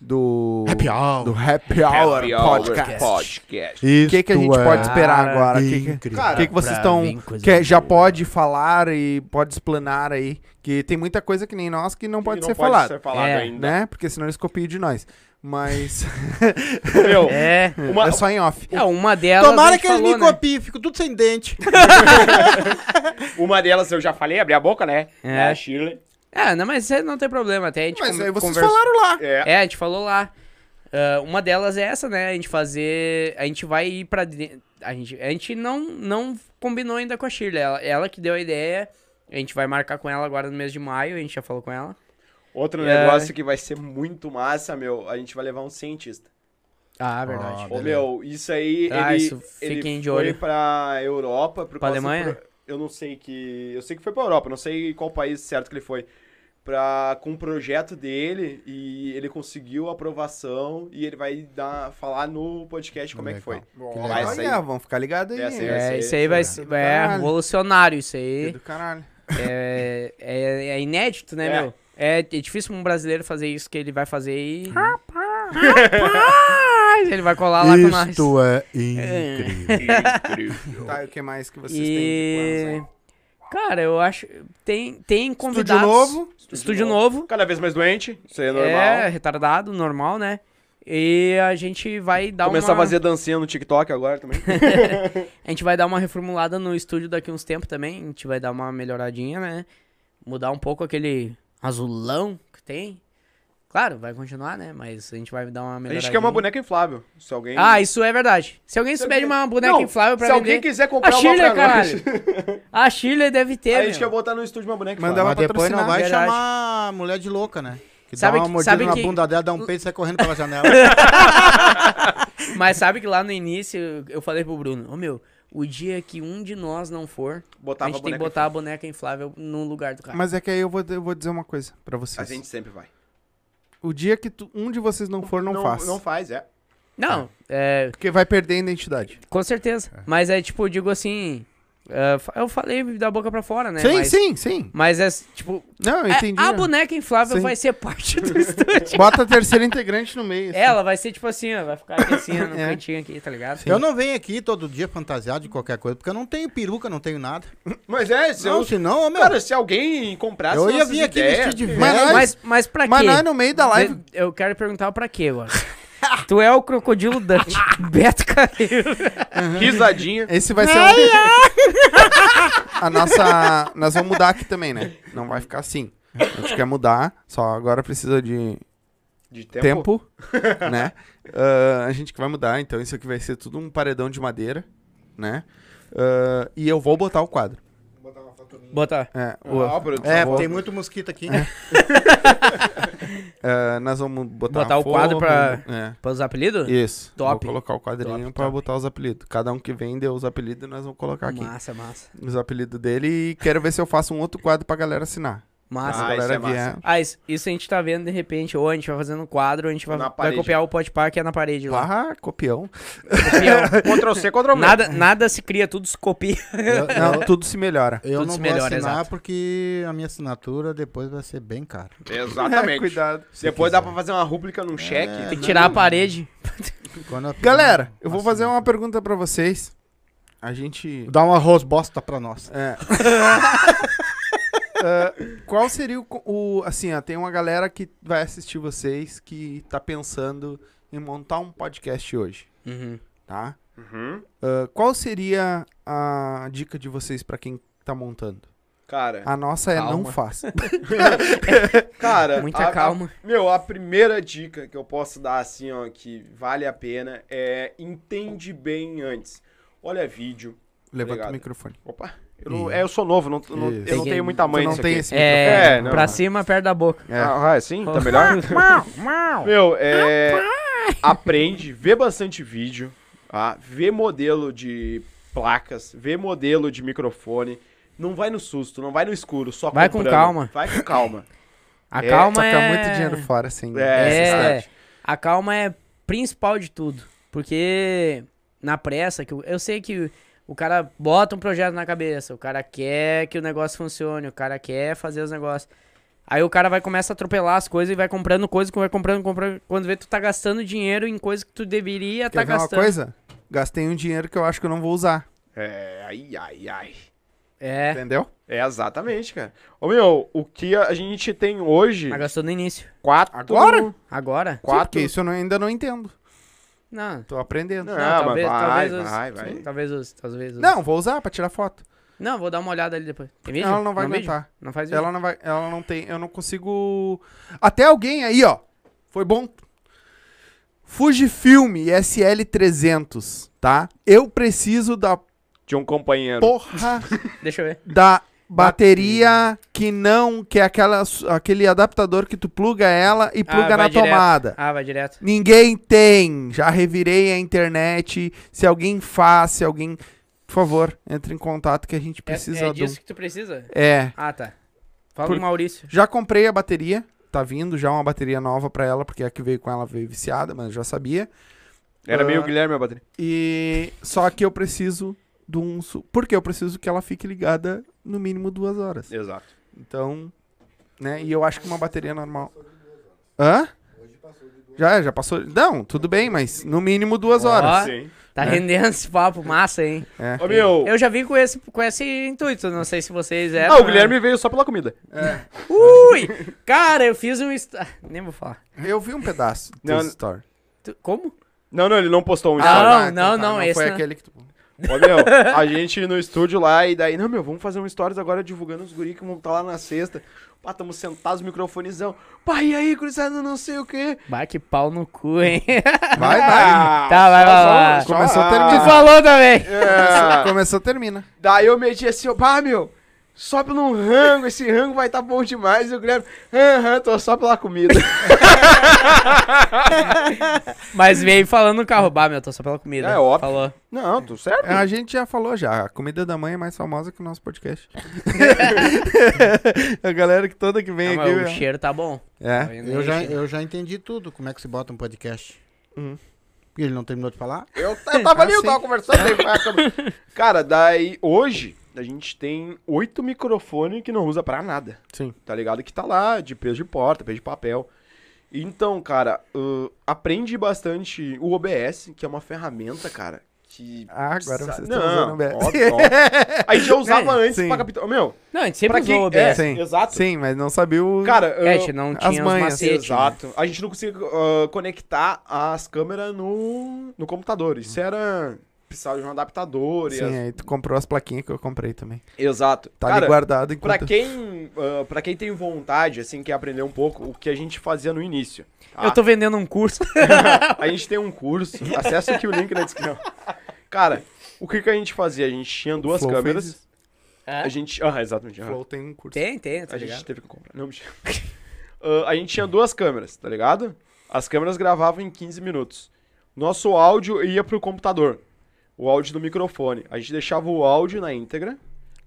[SPEAKER 1] do
[SPEAKER 3] É
[SPEAKER 8] Happy Hour.
[SPEAKER 1] do Happy Hour
[SPEAKER 4] Happy Hour
[SPEAKER 1] Podcast.
[SPEAKER 4] Podcast.
[SPEAKER 1] O que, que a gente pode esperar
[SPEAKER 2] Cara,
[SPEAKER 1] agora? O que, que-
[SPEAKER 8] incrível.
[SPEAKER 1] o que que vocês
[SPEAKER 2] pra
[SPEAKER 1] estão.
[SPEAKER 2] vir coisa
[SPEAKER 1] Que já
[SPEAKER 2] boa.
[SPEAKER 1] pode falar e pode explanar aí. Que tem muita coisa que nem nós que não pode
[SPEAKER 4] não
[SPEAKER 1] ser falada.
[SPEAKER 4] ser falado
[SPEAKER 2] É.
[SPEAKER 4] ainda.
[SPEAKER 1] Né? Porque senão eles copiam de nós. Mas
[SPEAKER 4] Meu,
[SPEAKER 2] [laughs] É.
[SPEAKER 1] [laughs]
[SPEAKER 4] uma,
[SPEAKER 1] é só em off.
[SPEAKER 2] É, uma delas. a
[SPEAKER 3] Tomara
[SPEAKER 2] gente
[SPEAKER 3] que eles
[SPEAKER 2] falou,
[SPEAKER 3] me
[SPEAKER 2] né?
[SPEAKER 3] copiem, fico tudo sem dente.
[SPEAKER 4] uma delas eu já falei, abri a boca, né?
[SPEAKER 2] É.
[SPEAKER 4] a Shirley.
[SPEAKER 2] É, não, mas isso não tem problema. Até a gente
[SPEAKER 1] Mas
[SPEAKER 2] con-
[SPEAKER 1] aí vocês
[SPEAKER 2] conversou-
[SPEAKER 1] falaram lá.
[SPEAKER 4] É.
[SPEAKER 2] É, a gente falou lá. Ah, uma delas é essa, né? A gente fazer. A gente vai ir pra dentro. A gente, a gente não, não combinou ainda com a Shirley. Ela, ela que deu a ideia. A gente vai marcar com ela agora no mês de maio. A gente já falou com ela.
[SPEAKER 4] Outro
[SPEAKER 2] É.
[SPEAKER 4] negócio que vai ser muito massa, meu, a gente vai levar um cientista.
[SPEAKER 2] Ah, verdade.
[SPEAKER 4] Ô, meu, isso aí,
[SPEAKER 2] Ah,
[SPEAKER 4] ele,
[SPEAKER 2] isso,
[SPEAKER 4] ele
[SPEAKER 2] fiquem de
[SPEAKER 4] foi
[SPEAKER 2] olho.
[SPEAKER 4] pra Europa. Por
[SPEAKER 2] Pra
[SPEAKER 4] causa do
[SPEAKER 2] Alemanha?
[SPEAKER 4] pro- eu não sei que... Eu sei que foi pra Europa, não sei qual país certo que ele foi. Pra, com um projeto dele e ele conseguiu a aprovação e ele vai dar, falar no podcast como é que foi.
[SPEAKER 8] Legal.
[SPEAKER 4] Vai
[SPEAKER 1] Olha,
[SPEAKER 4] sair.
[SPEAKER 1] vamos ficar ligados aí.
[SPEAKER 4] Essa aí
[SPEAKER 1] hein?
[SPEAKER 4] vai
[SPEAKER 2] É,
[SPEAKER 4] ser-
[SPEAKER 2] isso aí vai
[SPEAKER 4] é.
[SPEAKER 2] ser. É
[SPEAKER 3] tá-
[SPEAKER 1] Caralho.
[SPEAKER 2] revolucionário, isso aí.
[SPEAKER 1] Do caralho.
[SPEAKER 2] É, é- é inédito, né,
[SPEAKER 4] É.
[SPEAKER 2] meu? É, é difícil um brasileiro fazer isso que ele vai fazer e. Rapaz! [laughs] Ele vai colar lá com nós.
[SPEAKER 8] Isto é incrível.
[SPEAKER 1] Tá, e o que mais que vocês têm de planos aí?
[SPEAKER 2] E. Cara, eu acho. Tem, tem
[SPEAKER 1] Estúdio
[SPEAKER 2] convidados.
[SPEAKER 1] novo.
[SPEAKER 2] Estúdio novo.
[SPEAKER 4] Cada vez mais doente, isso aí é normal.
[SPEAKER 2] É, retardado, normal, né? E a gente vai dar
[SPEAKER 4] Começar
[SPEAKER 2] uma.
[SPEAKER 4] a fazer dancinha no TikTok
[SPEAKER 2] [laughs]
[SPEAKER 4] agora também.
[SPEAKER 2] A gente vai dar uma reformulada no estúdio daqui uns tempos também. A gente vai dar uma melhoradinha, né? Mudar um pouco aquele azulão que tem. Claro, vai continuar, né? Mas a gente vai dar uma
[SPEAKER 4] a
[SPEAKER 2] melhoradinha.
[SPEAKER 4] gente quer uma boneca inflável. Se alguém.
[SPEAKER 2] Ah, isso é verdade. Se alguém
[SPEAKER 4] Se
[SPEAKER 2] souber de
[SPEAKER 4] alguém-
[SPEAKER 2] uma boneca
[SPEAKER 4] Não,
[SPEAKER 2] inflável pra
[SPEAKER 4] Se
[SPEAKER 2] vender...
[SPEAKER 4] alguém quiser
[SPEAKER 2] A
[SPEAKER 4] comprar uma
[SPEAKER 2] Shirley,
[SPEAKER 4] pra nós.
[SPEAKER 2] caralho. A Shirley deve ter,
[SPEAKER 4] Aí a
[SPEAKER 2] meu.
[SPEAKER 4] gente quer botar no estúdio uma boneca
[SPEAKER 1] Mandar
[SPEAKER 4] inflável.
[SPEAKER 1] uma
[SPEAKER 3] Mas depois
[SPEAKER 1] patrocinar.
[SPEAKER 3] não vai
[SPEAKER 2] Verdade.
[SPEAKER 3] chamar a mulher de louca, né? Que
[SPEAKER 2] Sabe
[SPEAKER 3] dá uma
[SPEAKER 2] que-
[SPEAKER 3] mordida
[SPEAKER 2] sabe
[SPEAKER 3] na
[SPEAKER 2] que-
[SPEAKER 3] bunda dela, dá um peito e sai correndo
[SPEAKER 2] [laughs]
[SPEAKER 3] pela janela.
[SPEAKER 2] Mas sabe que lá no início eu falei pro Bruno, ô meu, o dia que um de nós não for,
[SPEAKER 4] Botava
[SPEAKER 2] a gente tem que
[SPEAKER 4] boneca
[SPEAKER 2] botar a boneca inflável no lugar do cara.
[SPEAKER 1] Mas é que aí eu vou, eu vou dizer uma coisa pra
[SPEAKER 4] A
[SPEAKER 1] vocês.
[SPEAKER 4] gente sempre vai.
[SPEAKER 1] O dia que tu- um de vocês não for, não, faz.
[SPEAKER 4] Não faz, é.
[SPEAKER 2] Não, é,
[SPEAKER 1] Porque vai perder a identidade.
[SPEAKER 2] com certeza. Mas é tipo, eu digo assim, é, fa- eu falei da boca pra fora, né?
[SPEAKER 1] sim,
[SPEAKER 2] mas,
[SPEAKER 1] sim, sim.
[SPEAKER 2] Mas é tipo,
[SPEAKER 1] Não, eu
[SPEAKER 2] é,
[SPEAKER 1] entendi. né?
[SPEAKER 2] a boneca inflável
[SPEAKER 1] Sim.
[SPEAKER 2] vai ser parte do
[SPEAKER 1] [laughs]
[SPEAKER 2] estúdio.
[SPEAKER 1] Bota a terceira integrante no meio. assim.
[SPEAKER 2] Ela vai ser tipo assim, ó, vai ficar aqui assim, ó, no
[SPEAKER 1] É.
[SPEAKER 2] cantinho aqui, tá ligado?
[SPEAKER 3] Eu não venho aqui todo dia fantasiado de qualquer coisa, porque eu não tenho peruca, não tenho nada.
[SPEAKER 4] Mas é, se
[SPEAKER 3] Não,
[SPEAKER 4] eu.
[SPEAKER 3] senão, ô, meu,
[SPEAKER 4] Cara, se alguém comprasse.
[SPEAKER 3] eu ia
[SPEAKER 4] nossas
[SPEAKER 3] vir aqui
[SPEAKER 4] ideias-
[SPEAKER 3] vestir de velho.
[SPEAKER 1] Mas nós-
[SPEAKER 2] Mas, mas pra
[SPEAKER 1] Mas
[SPEAKER 2] quê? Né?
[SPEAKER 1] nós no meio da live.
[SPEAKER 2] Eu, eu quero perguntar pra
[SPEAKER 1] [laughs]
[SPEAKER 2] quê agora. tu é o crocodilo Dante. [laughs] Beto Carreiro.
[SPEAKER 4] Risadinha.
[SPEAKER 1] Esse vai ser um... [laughs] A nossa. Nós vamos mudar aqui também, né? Não vai ficar assim. A gente quer mudar, só agora precisa de
[SPEAKER 4] De tempo.
[SPEAKER 1] tempo,
[SPEAKER 4] [laughs]
[SPEAKER 1] né? Ah, a gente que vai mudar, então isso aqui vai ser tudo um paredão de madeira, né? Ah, e eu vou botar o quadro.
[SPEAKER 2] Bota.
[SPEAKER 1] É, o-
[SPEAKER 4] Ah, Ó, produção.
[SPEAKER 3] É,
[SPEAKER 1] Vou-
[SPEAKER 3] tem muito mosquito aqui.
[SPEAKER 1] ah, nós vamos botar,
[SPEAKER 2] Botar
[SPEAKER 1] a
[SPEAKER 2] o quadro pra-
[SPEAKER 1] É.
[SPEAKER 2] Pra usar apelido?
[SPEAKER 1] Isso.
[SPEAKER 2] Top.
[SPEAKER 1] Vou colocar o quadrinho
[SPEAKER 2] Top,
[SPEAKER 1] pra
[SPEAKER 2] top.
[SPEAKER 1] botar os apelidos. Cada um que vem deu os apelidos, nós vamos colocar aqui.
[SPEAKER 2] Massa, massa.
[SPEAKER 1] Os apelidos dele e quero ver se eu faço um outro quadro pra galera assinar.
[SPEAKER 2] Massa.
[SPEAKER 1] a
[SPEAKER 4] Ah, isso
[SPEAKER 1] galera
[SPEAKER 4] é massa.
[SPEAKER 2] Ah, isso, isso a gente tá vendo de repente, ou a gente vai fazendo um quadro, ou a gente vai,
[SPEAKER 4] Na
[SPEAKER 2] vai
[SPEAKER 4] parede.
[SPEAKER 2] copiar o podpar que é na parede lá.
[SPEAKER 1] Ah, copião.
[SPEAKER 4] Ctrl C, Ctrl V.
[SPEAKER 2] Nada, nada se cria, tudo se copia.
[SPEAKER 3] Eu,
[SPEAKER 4] [laughs]
[SPEAKER 1] Não, tudo se melhora.
[SPEAKER 3] eu
[SPEAKER 2] Tudo
[SPEAKER 3] não
[SPEAKER 2] se
[SPEAKER 3] vou
[SPEAKER 2] melhora,
[SPEAKER 3] assinar
[SPEAKER 2] exato.
[SPEAKER 3] porque a minha assinatura depois vai ser bem cara. [laughs]
[SPEAKER 1] É,
[SPEAKER 4] Exatamente.
[SPEAKER 1] cuidado.
[SPEAKER 4] Depois dá pra fazer uma rúbrica num cheque.
[SPEAKER 2] Tem que tirar a parede.
[SPEAKER 3] Quando eu fizer
[SPEAKER 1] Galera, eu vou
[SPEAKER 3] uma
[SPEAKER 1] fazer uma pergunta pra vocês. A gente.
[SPEAKER 3] assinatura- Dá um arroz bosta pra nós.
[SPEAKER 1] É. Ah, qual seria o, co- o- Assim, ó, tem uma galera que vai assistir vocês que tá pensando em montar um podcast hoje,
[SPEAKER 2] Uhum.
[SPEAKER 1] tá?
[SPEAKER 4] Uhum.
[SPEAKER 1] Ah, qual seria a dica de vocês pra quem tá montando?
[SPEAKER 4] Cara.
[SPEAKER 1] A nossa é não
[SPEAKER 2] Calma.
[SPEAKER 1] faça.
[SPEAKER 4] Cara,
[SPEAKER 2] Ah,
[SPEAKER 1] Tá,
[SPEAKER 2] Muita
[SPEAKER 4] a-
[SPEAKER 2] calma.
[SPEAKER 4] a- meu, a primeira dica que eu posso dar, assim, ó, que vale a pena é entende bem antes. Olha vídeo.
[SPEAKER 1] Levanta
[SPEAKER 4] Obrigado.
[SPEAKER 1] o microfone.
[SPEAKER 4] Opa, eu, não, é, eu sou novo, não, não-
[SPEAKER 1] Isso.
[SPEAKER 4] eu não
[SPEAKER 2] Tem que-
[SPEAKER 4] tenho muito
[SPEAKER 1] tu
[SPEAKER 4] tamanho
[SPEAKER 1] não
[SPEAKER 4] nisso
[SPEAKER 1] tem
[SPEAKER 4] aqui.
[SPEAKER 1] esse microfone.
[SPEAKER 2] É,
[SPEAKER 4] não.
[SPEAKER 2] pra cima, perto da boca.
[SPEAKER 1] É.
[SPEAKER 4] Ah, ah, sim?
[SPEAKER 2] [laughs]
[SPEAKER 4] Tá melhor? Meu, é. Aprende, vê bastante vídeo, tá? vê modelo de placas, vê modelo de microfone. Não vai no susto, não vai no escuro, só
[SPEAKER 2] Vai com
[SPEAKER 4] comprando.
[SPEAKER 2] calma.
[SPEAKER 4] Vai com calma.
[SPEAKER 2] A
[SPEAKER 4] É,
[SPEAKER 2] calma
[SPEAKER 1] Tocar
[SPEAKER 2] é...
[SPEAKER 1] tá muito dinheiro fora, assim.
[SPEAKER 2] É,
[SPEAKER 4] É,
[SPEAKER 2] a calma é principal de tudo. Porque na pressa, que eu, eu sei que o cara bota um projeto na cabeça, o cara quer que o negócio funcione, o cara quer fazer os negócios. Aí o cara vai começa a atropelar as coisas e vai comprando coisa que vai comprando, comprando. Quando vê, tu tá gastando dinheiro em coisa que tu deveria
[SPEAKER 1] Quer
[SPEAKER 2] tá
[SPEAKER 1] ver uma
[SPEAKER 2] gastando.
[SPEAKER 1] coisa? Gastei um dinheiro que eu acho que eu não vou usar.
[SPEAKER 4] É, ai, ai, ai.
[SPEAKER 2] É,
[SPEAKER 1] Entendeu?
[SPEAKER 4] É, exatamente, cara. Ô, meu, o que a gente tem hoje...
[SPEAKER 2] mas gastou tá no início.
[SPEAKER 4] Quatro...
[SPEAKER 1] Agora?
[SPEAKER 2] Agora?
[SPEAKER 1] Quatro.
[SPEAKER 4] Quatro...
[SPEAKER 1] porque isso eu não- ainda não entendo.
[SPEAKER 2] Não.
[SPEAKER 1] Tô aprendendo.
[SPEAKER 4] Não,
[SPEAKER 1] Não,
[SPEAKER 4] mas
[SPEAKER 2] talvez,
[SPEAKER 4] vai,
[SPEAKER 2] talvez os,
[SPEAKER 4] vai, vai.
[SPEAKER 2] Talvez os, talvez os.
[SPEAKER 1] vou usar pra tirar foto.
[SPEAKER 2] Não, vou dar uma olhada ali depois. Tem vídeo?
[SPEAKER 1] Ela não vai
[SPEAKER 2] vídeo?
[SPEAKER 1] aguentar.
[SPEAKER 2] Não faz vídeo.
[SPEAKER 1] Ela não vai. Ela não tem. Eu não consigo. Até alguém aí, ó. Foi bom. Fujifilm SL300, tá? Eu preciso da
[SPEAKER 4] De um companheiro.
[SPEAKER 1] porra
[SPEAKER 2] Deixa eu ver.
[SPEAKER 1] da bateria que não. Que é aquela, aquele adaptador que tu pluga ela e pluga
[SPEAKER 2] Ah, vai
[SPEAKER 1] na
[SPEAKER 2] direto.
[SPEAKER 1] tomada.
[SPEAKER 2] Ah, vai direto.
[SPEAKER 1] Ninguém tem. Já revirei a internet. Se alguém faz, se alguém. Por favor, entre em contato que a gente
[SPEAKER 2] É-
[SPEAKER 1] precisa
[SPEAKER 2] é,
[SPEAKER 1] de um.
[SPEAKER 2] disso que tu precisa?
[SPEAKER 1] É.
[SPEAKER 2] Ah, tá. Fala
[SPEAKER 1] Por-
[SPEAKER 2] pro Maurício.
[SPEAKER 1] Já comprei a bateria. Tá vindo já uma bateria nova pra ela, porque a que veio com ela veio viciada, mas eu já sabia.
[SPEAKER 4] Era meio
[SPEAKER 1] Ah.
[SPEAKER 4] Guilherme a bateria.
[SPEAKER 1] E só que eu preciso de um. su- Porque eu preciso que ela fique ligada no mínimo duas horas.
[SPEAKER 4] Exato.
[SPEAKER 1] Então, né? E eu acho que uma bateria normal. Hã? Já, já passou. Não, tudo bem, mas no mínimo duas
[SPEAKER 2] Ó.
[SPEAKER 1] horas. É.
[SPEAKER 4] Sim.
[SPEAKER 2] Tá rendendo esse papo, massa, hein?
[SPEAKER 4] Ô, meu...
[SPEAKER 2] Eu já vim com esse, com esse intuito, não sei se vocês eram.
[SPEAKER 4] Ah, o Guilherme veio só pela comida.
[SPEAKER 2] Ui! Cara, eu fiz um. hist- Ah, Nem vou falar.
[SPEAKER 1] Eu vi um pedaço do
[SPEAKER 4] Não,
[SPEAKER 1] story. tá, então
[SPEAKER 2] Tu- Como?
[SPEAKER 4] Não, não, ele não postou um
[SPEAKER 2] Ah,
[SPEAKER 4] story.
[SPEAKER 2] não, não, não, esse
[SPEAKER 1] foi
[SPEAKER 2] não.
[SPEAKER 1] aquele que tu...
[SPEAKER 4] Ô, meu, a gente no estúdio lá e daí, não, meu, vamos fazer um stories agora divulgando os guri que vão estar lá na sexta. Pá, tamo sentados, microfonezão. Pá, e aí, cruzado, não sei o quê.
[SPEAKER 2] Bah, que pau no cu, hein?
[SPEAKER 1] Vai, vai.
[SPEAKER 2] [laughs] tá, vai, vai, vai.
[SPEAKER 4] Ah, só-
[SPEAKER 1] Começou a
[SPEAKER 2] Tu
[SPEAKER 1] terminar.
[SPEAKER 2] falou também.
[SPEAKER 4] É.
[SPEAKER 1] Começou, termina.
[SPEAKER 4] Daí eu meti assim, ó, pá, meu, só pelo um rango, esse rango vai tá bom demais. E o Guilherme, aham, tô só pela comida. [laughs]
[SPEAKER 2] Mas veio falando no carro. Bah, Ah, meu, tô só pela comida.
[SPEAKER 4] É, óbvio.
[SPEAKER 2] Falou.
[SPEAKER 4] não, tô certo.
[SPEAKER 1] É, A gente já falou já, a comida da mãe é mais famosa que o nosso
[SPEAKER 4] [laughs]
[SPEAKER 1] podcast. a galera que toda que
[SPEAKER 2] Ah,
[SPEAKER 1] vem
[SPEAKER 2] mas
[SPEAKER 1] aqui.
[SPEAKER 2] o
[SPEAKER 1] meu.
[SPEAKER 2] cheiro tá bom. Tá
[SPEAKER 1] É.
[SPEAKER 2] vendo
[SPEAKER 3] Eu
[SPEAKER 2] aí,
[SPEAKER 3] já,
[SPEAKER 2] cheiro?
[SPEAKER 3] eu já entendi tudo, como é que se bota um podcast.
[SPEAKER 1] Uhum.
[SPEAKER 3] E ele não terminou de falar?
[SPEAKER 4] Eu, eu
[SPEAKER 1] [laughs]
[SPEAKER 4] tava ali, eu
[SPEAKER 1] sim.
[SPEAKER 4] tava conversando. Daí, foi a
[SPEAKER 1] [laughs]
[SPEAKER 4] câmera. Cara, daí hoje a gente tem oito microfones que não usa pra nada.
[SPEAKER 1] Sim.
[SPEAKER 4] Tá ligado? Que tá lá, de peso de porta, peso de papel. Então, cara, ãh, aprende bastante o OBS, que é uma ferramenta, cara, que...
[SPEAKER 1] Ah, agora vocês estão
[SPEAKER 4] Não,
[SPEAKER 1] usando o BS.
[SPEAKER 4] óbvio, óbvio. A gente já usava
[SPEAKER 2] É,
[SPEAKER 1] [laughs]
[SPEAKER 4] antes
[SPEAKER 1] sim.
[SPEAKER 4] pra capital... Meu,
[SPEAKER 2] Não, a gente sempre
[SPEAKER 4] pra quem...
[SPEAKER 2] usou o OBS.
[SPEAKER 1] Sim.
[SPEAKER 4] É,
[SPEAKER 1] [laughs]
[SPEAKER 4] exato.
[SPEAKER 1] Sim, mas não sabia o.
[SPEAKER 4] Cara,
[SPEAKER 2] É, a
[SPEAKER 4] eu-
[SPEAKER 2] gente não
[SPEAKER 1] as
[SPEAKER 2] tinha os
[SPEAKER 1] manhas.
[SPEAKER 2] macetes. né?
[SPEAKER 4] Exato. A gente não conseguia ah, conectar as câmeras no, no computador. Isso era. Precisava de um adaptador. e
[SPEAKER 1] Sim,
[SPEAKER 4] as-
[SPEAKER 1] aí tu comprou as plaquinhas que eu comprei também.
[SPEAKER 4] Exato.
[SPEAKER 1] Tá
[SPEAKER 4] Cara,
[SPEAKER 1] ali guardado
[SPEAKER 4] pra
[SPEAKER 1] enquanto.
[SPEAKER 4] quem, ah, pra quem tem vontade, assim, quer aprender um pouco, o que a gente fazia no início.
[SPEAKER 1] [laughs]
[SPEAKER 4] tá?
[SPEAKER 2] Eu tô vendendo um curso.
[SPEAKER 4] a gente tem um curso. Acessa aqui o link na descrição. Cara, o que, que a gente fazia? A gente tinha duas
[SPEAKER 1] Flow
[SPEAKER 4] câmeras.
[SPEAKER 1] fez
[SPEAKER 4] A gente. Ah, exatamente. aham. É,
[SPEAKER 1] Flow tem um curso.
[SPEAKER 2] Tem, tem, tá
[SPEAKER 4] A gente
[SPEAKER 2] ligado?
[SPEAKER 4] teve que comprar. Não, mentira. [laughs] Ah, a gente tinha duas câmeras, tá ligado? As câmeras gravavam em 15 minutos. Nosso áudio ia pro computador. O áudio do microfone. A gente deixava o áudio na íntegra,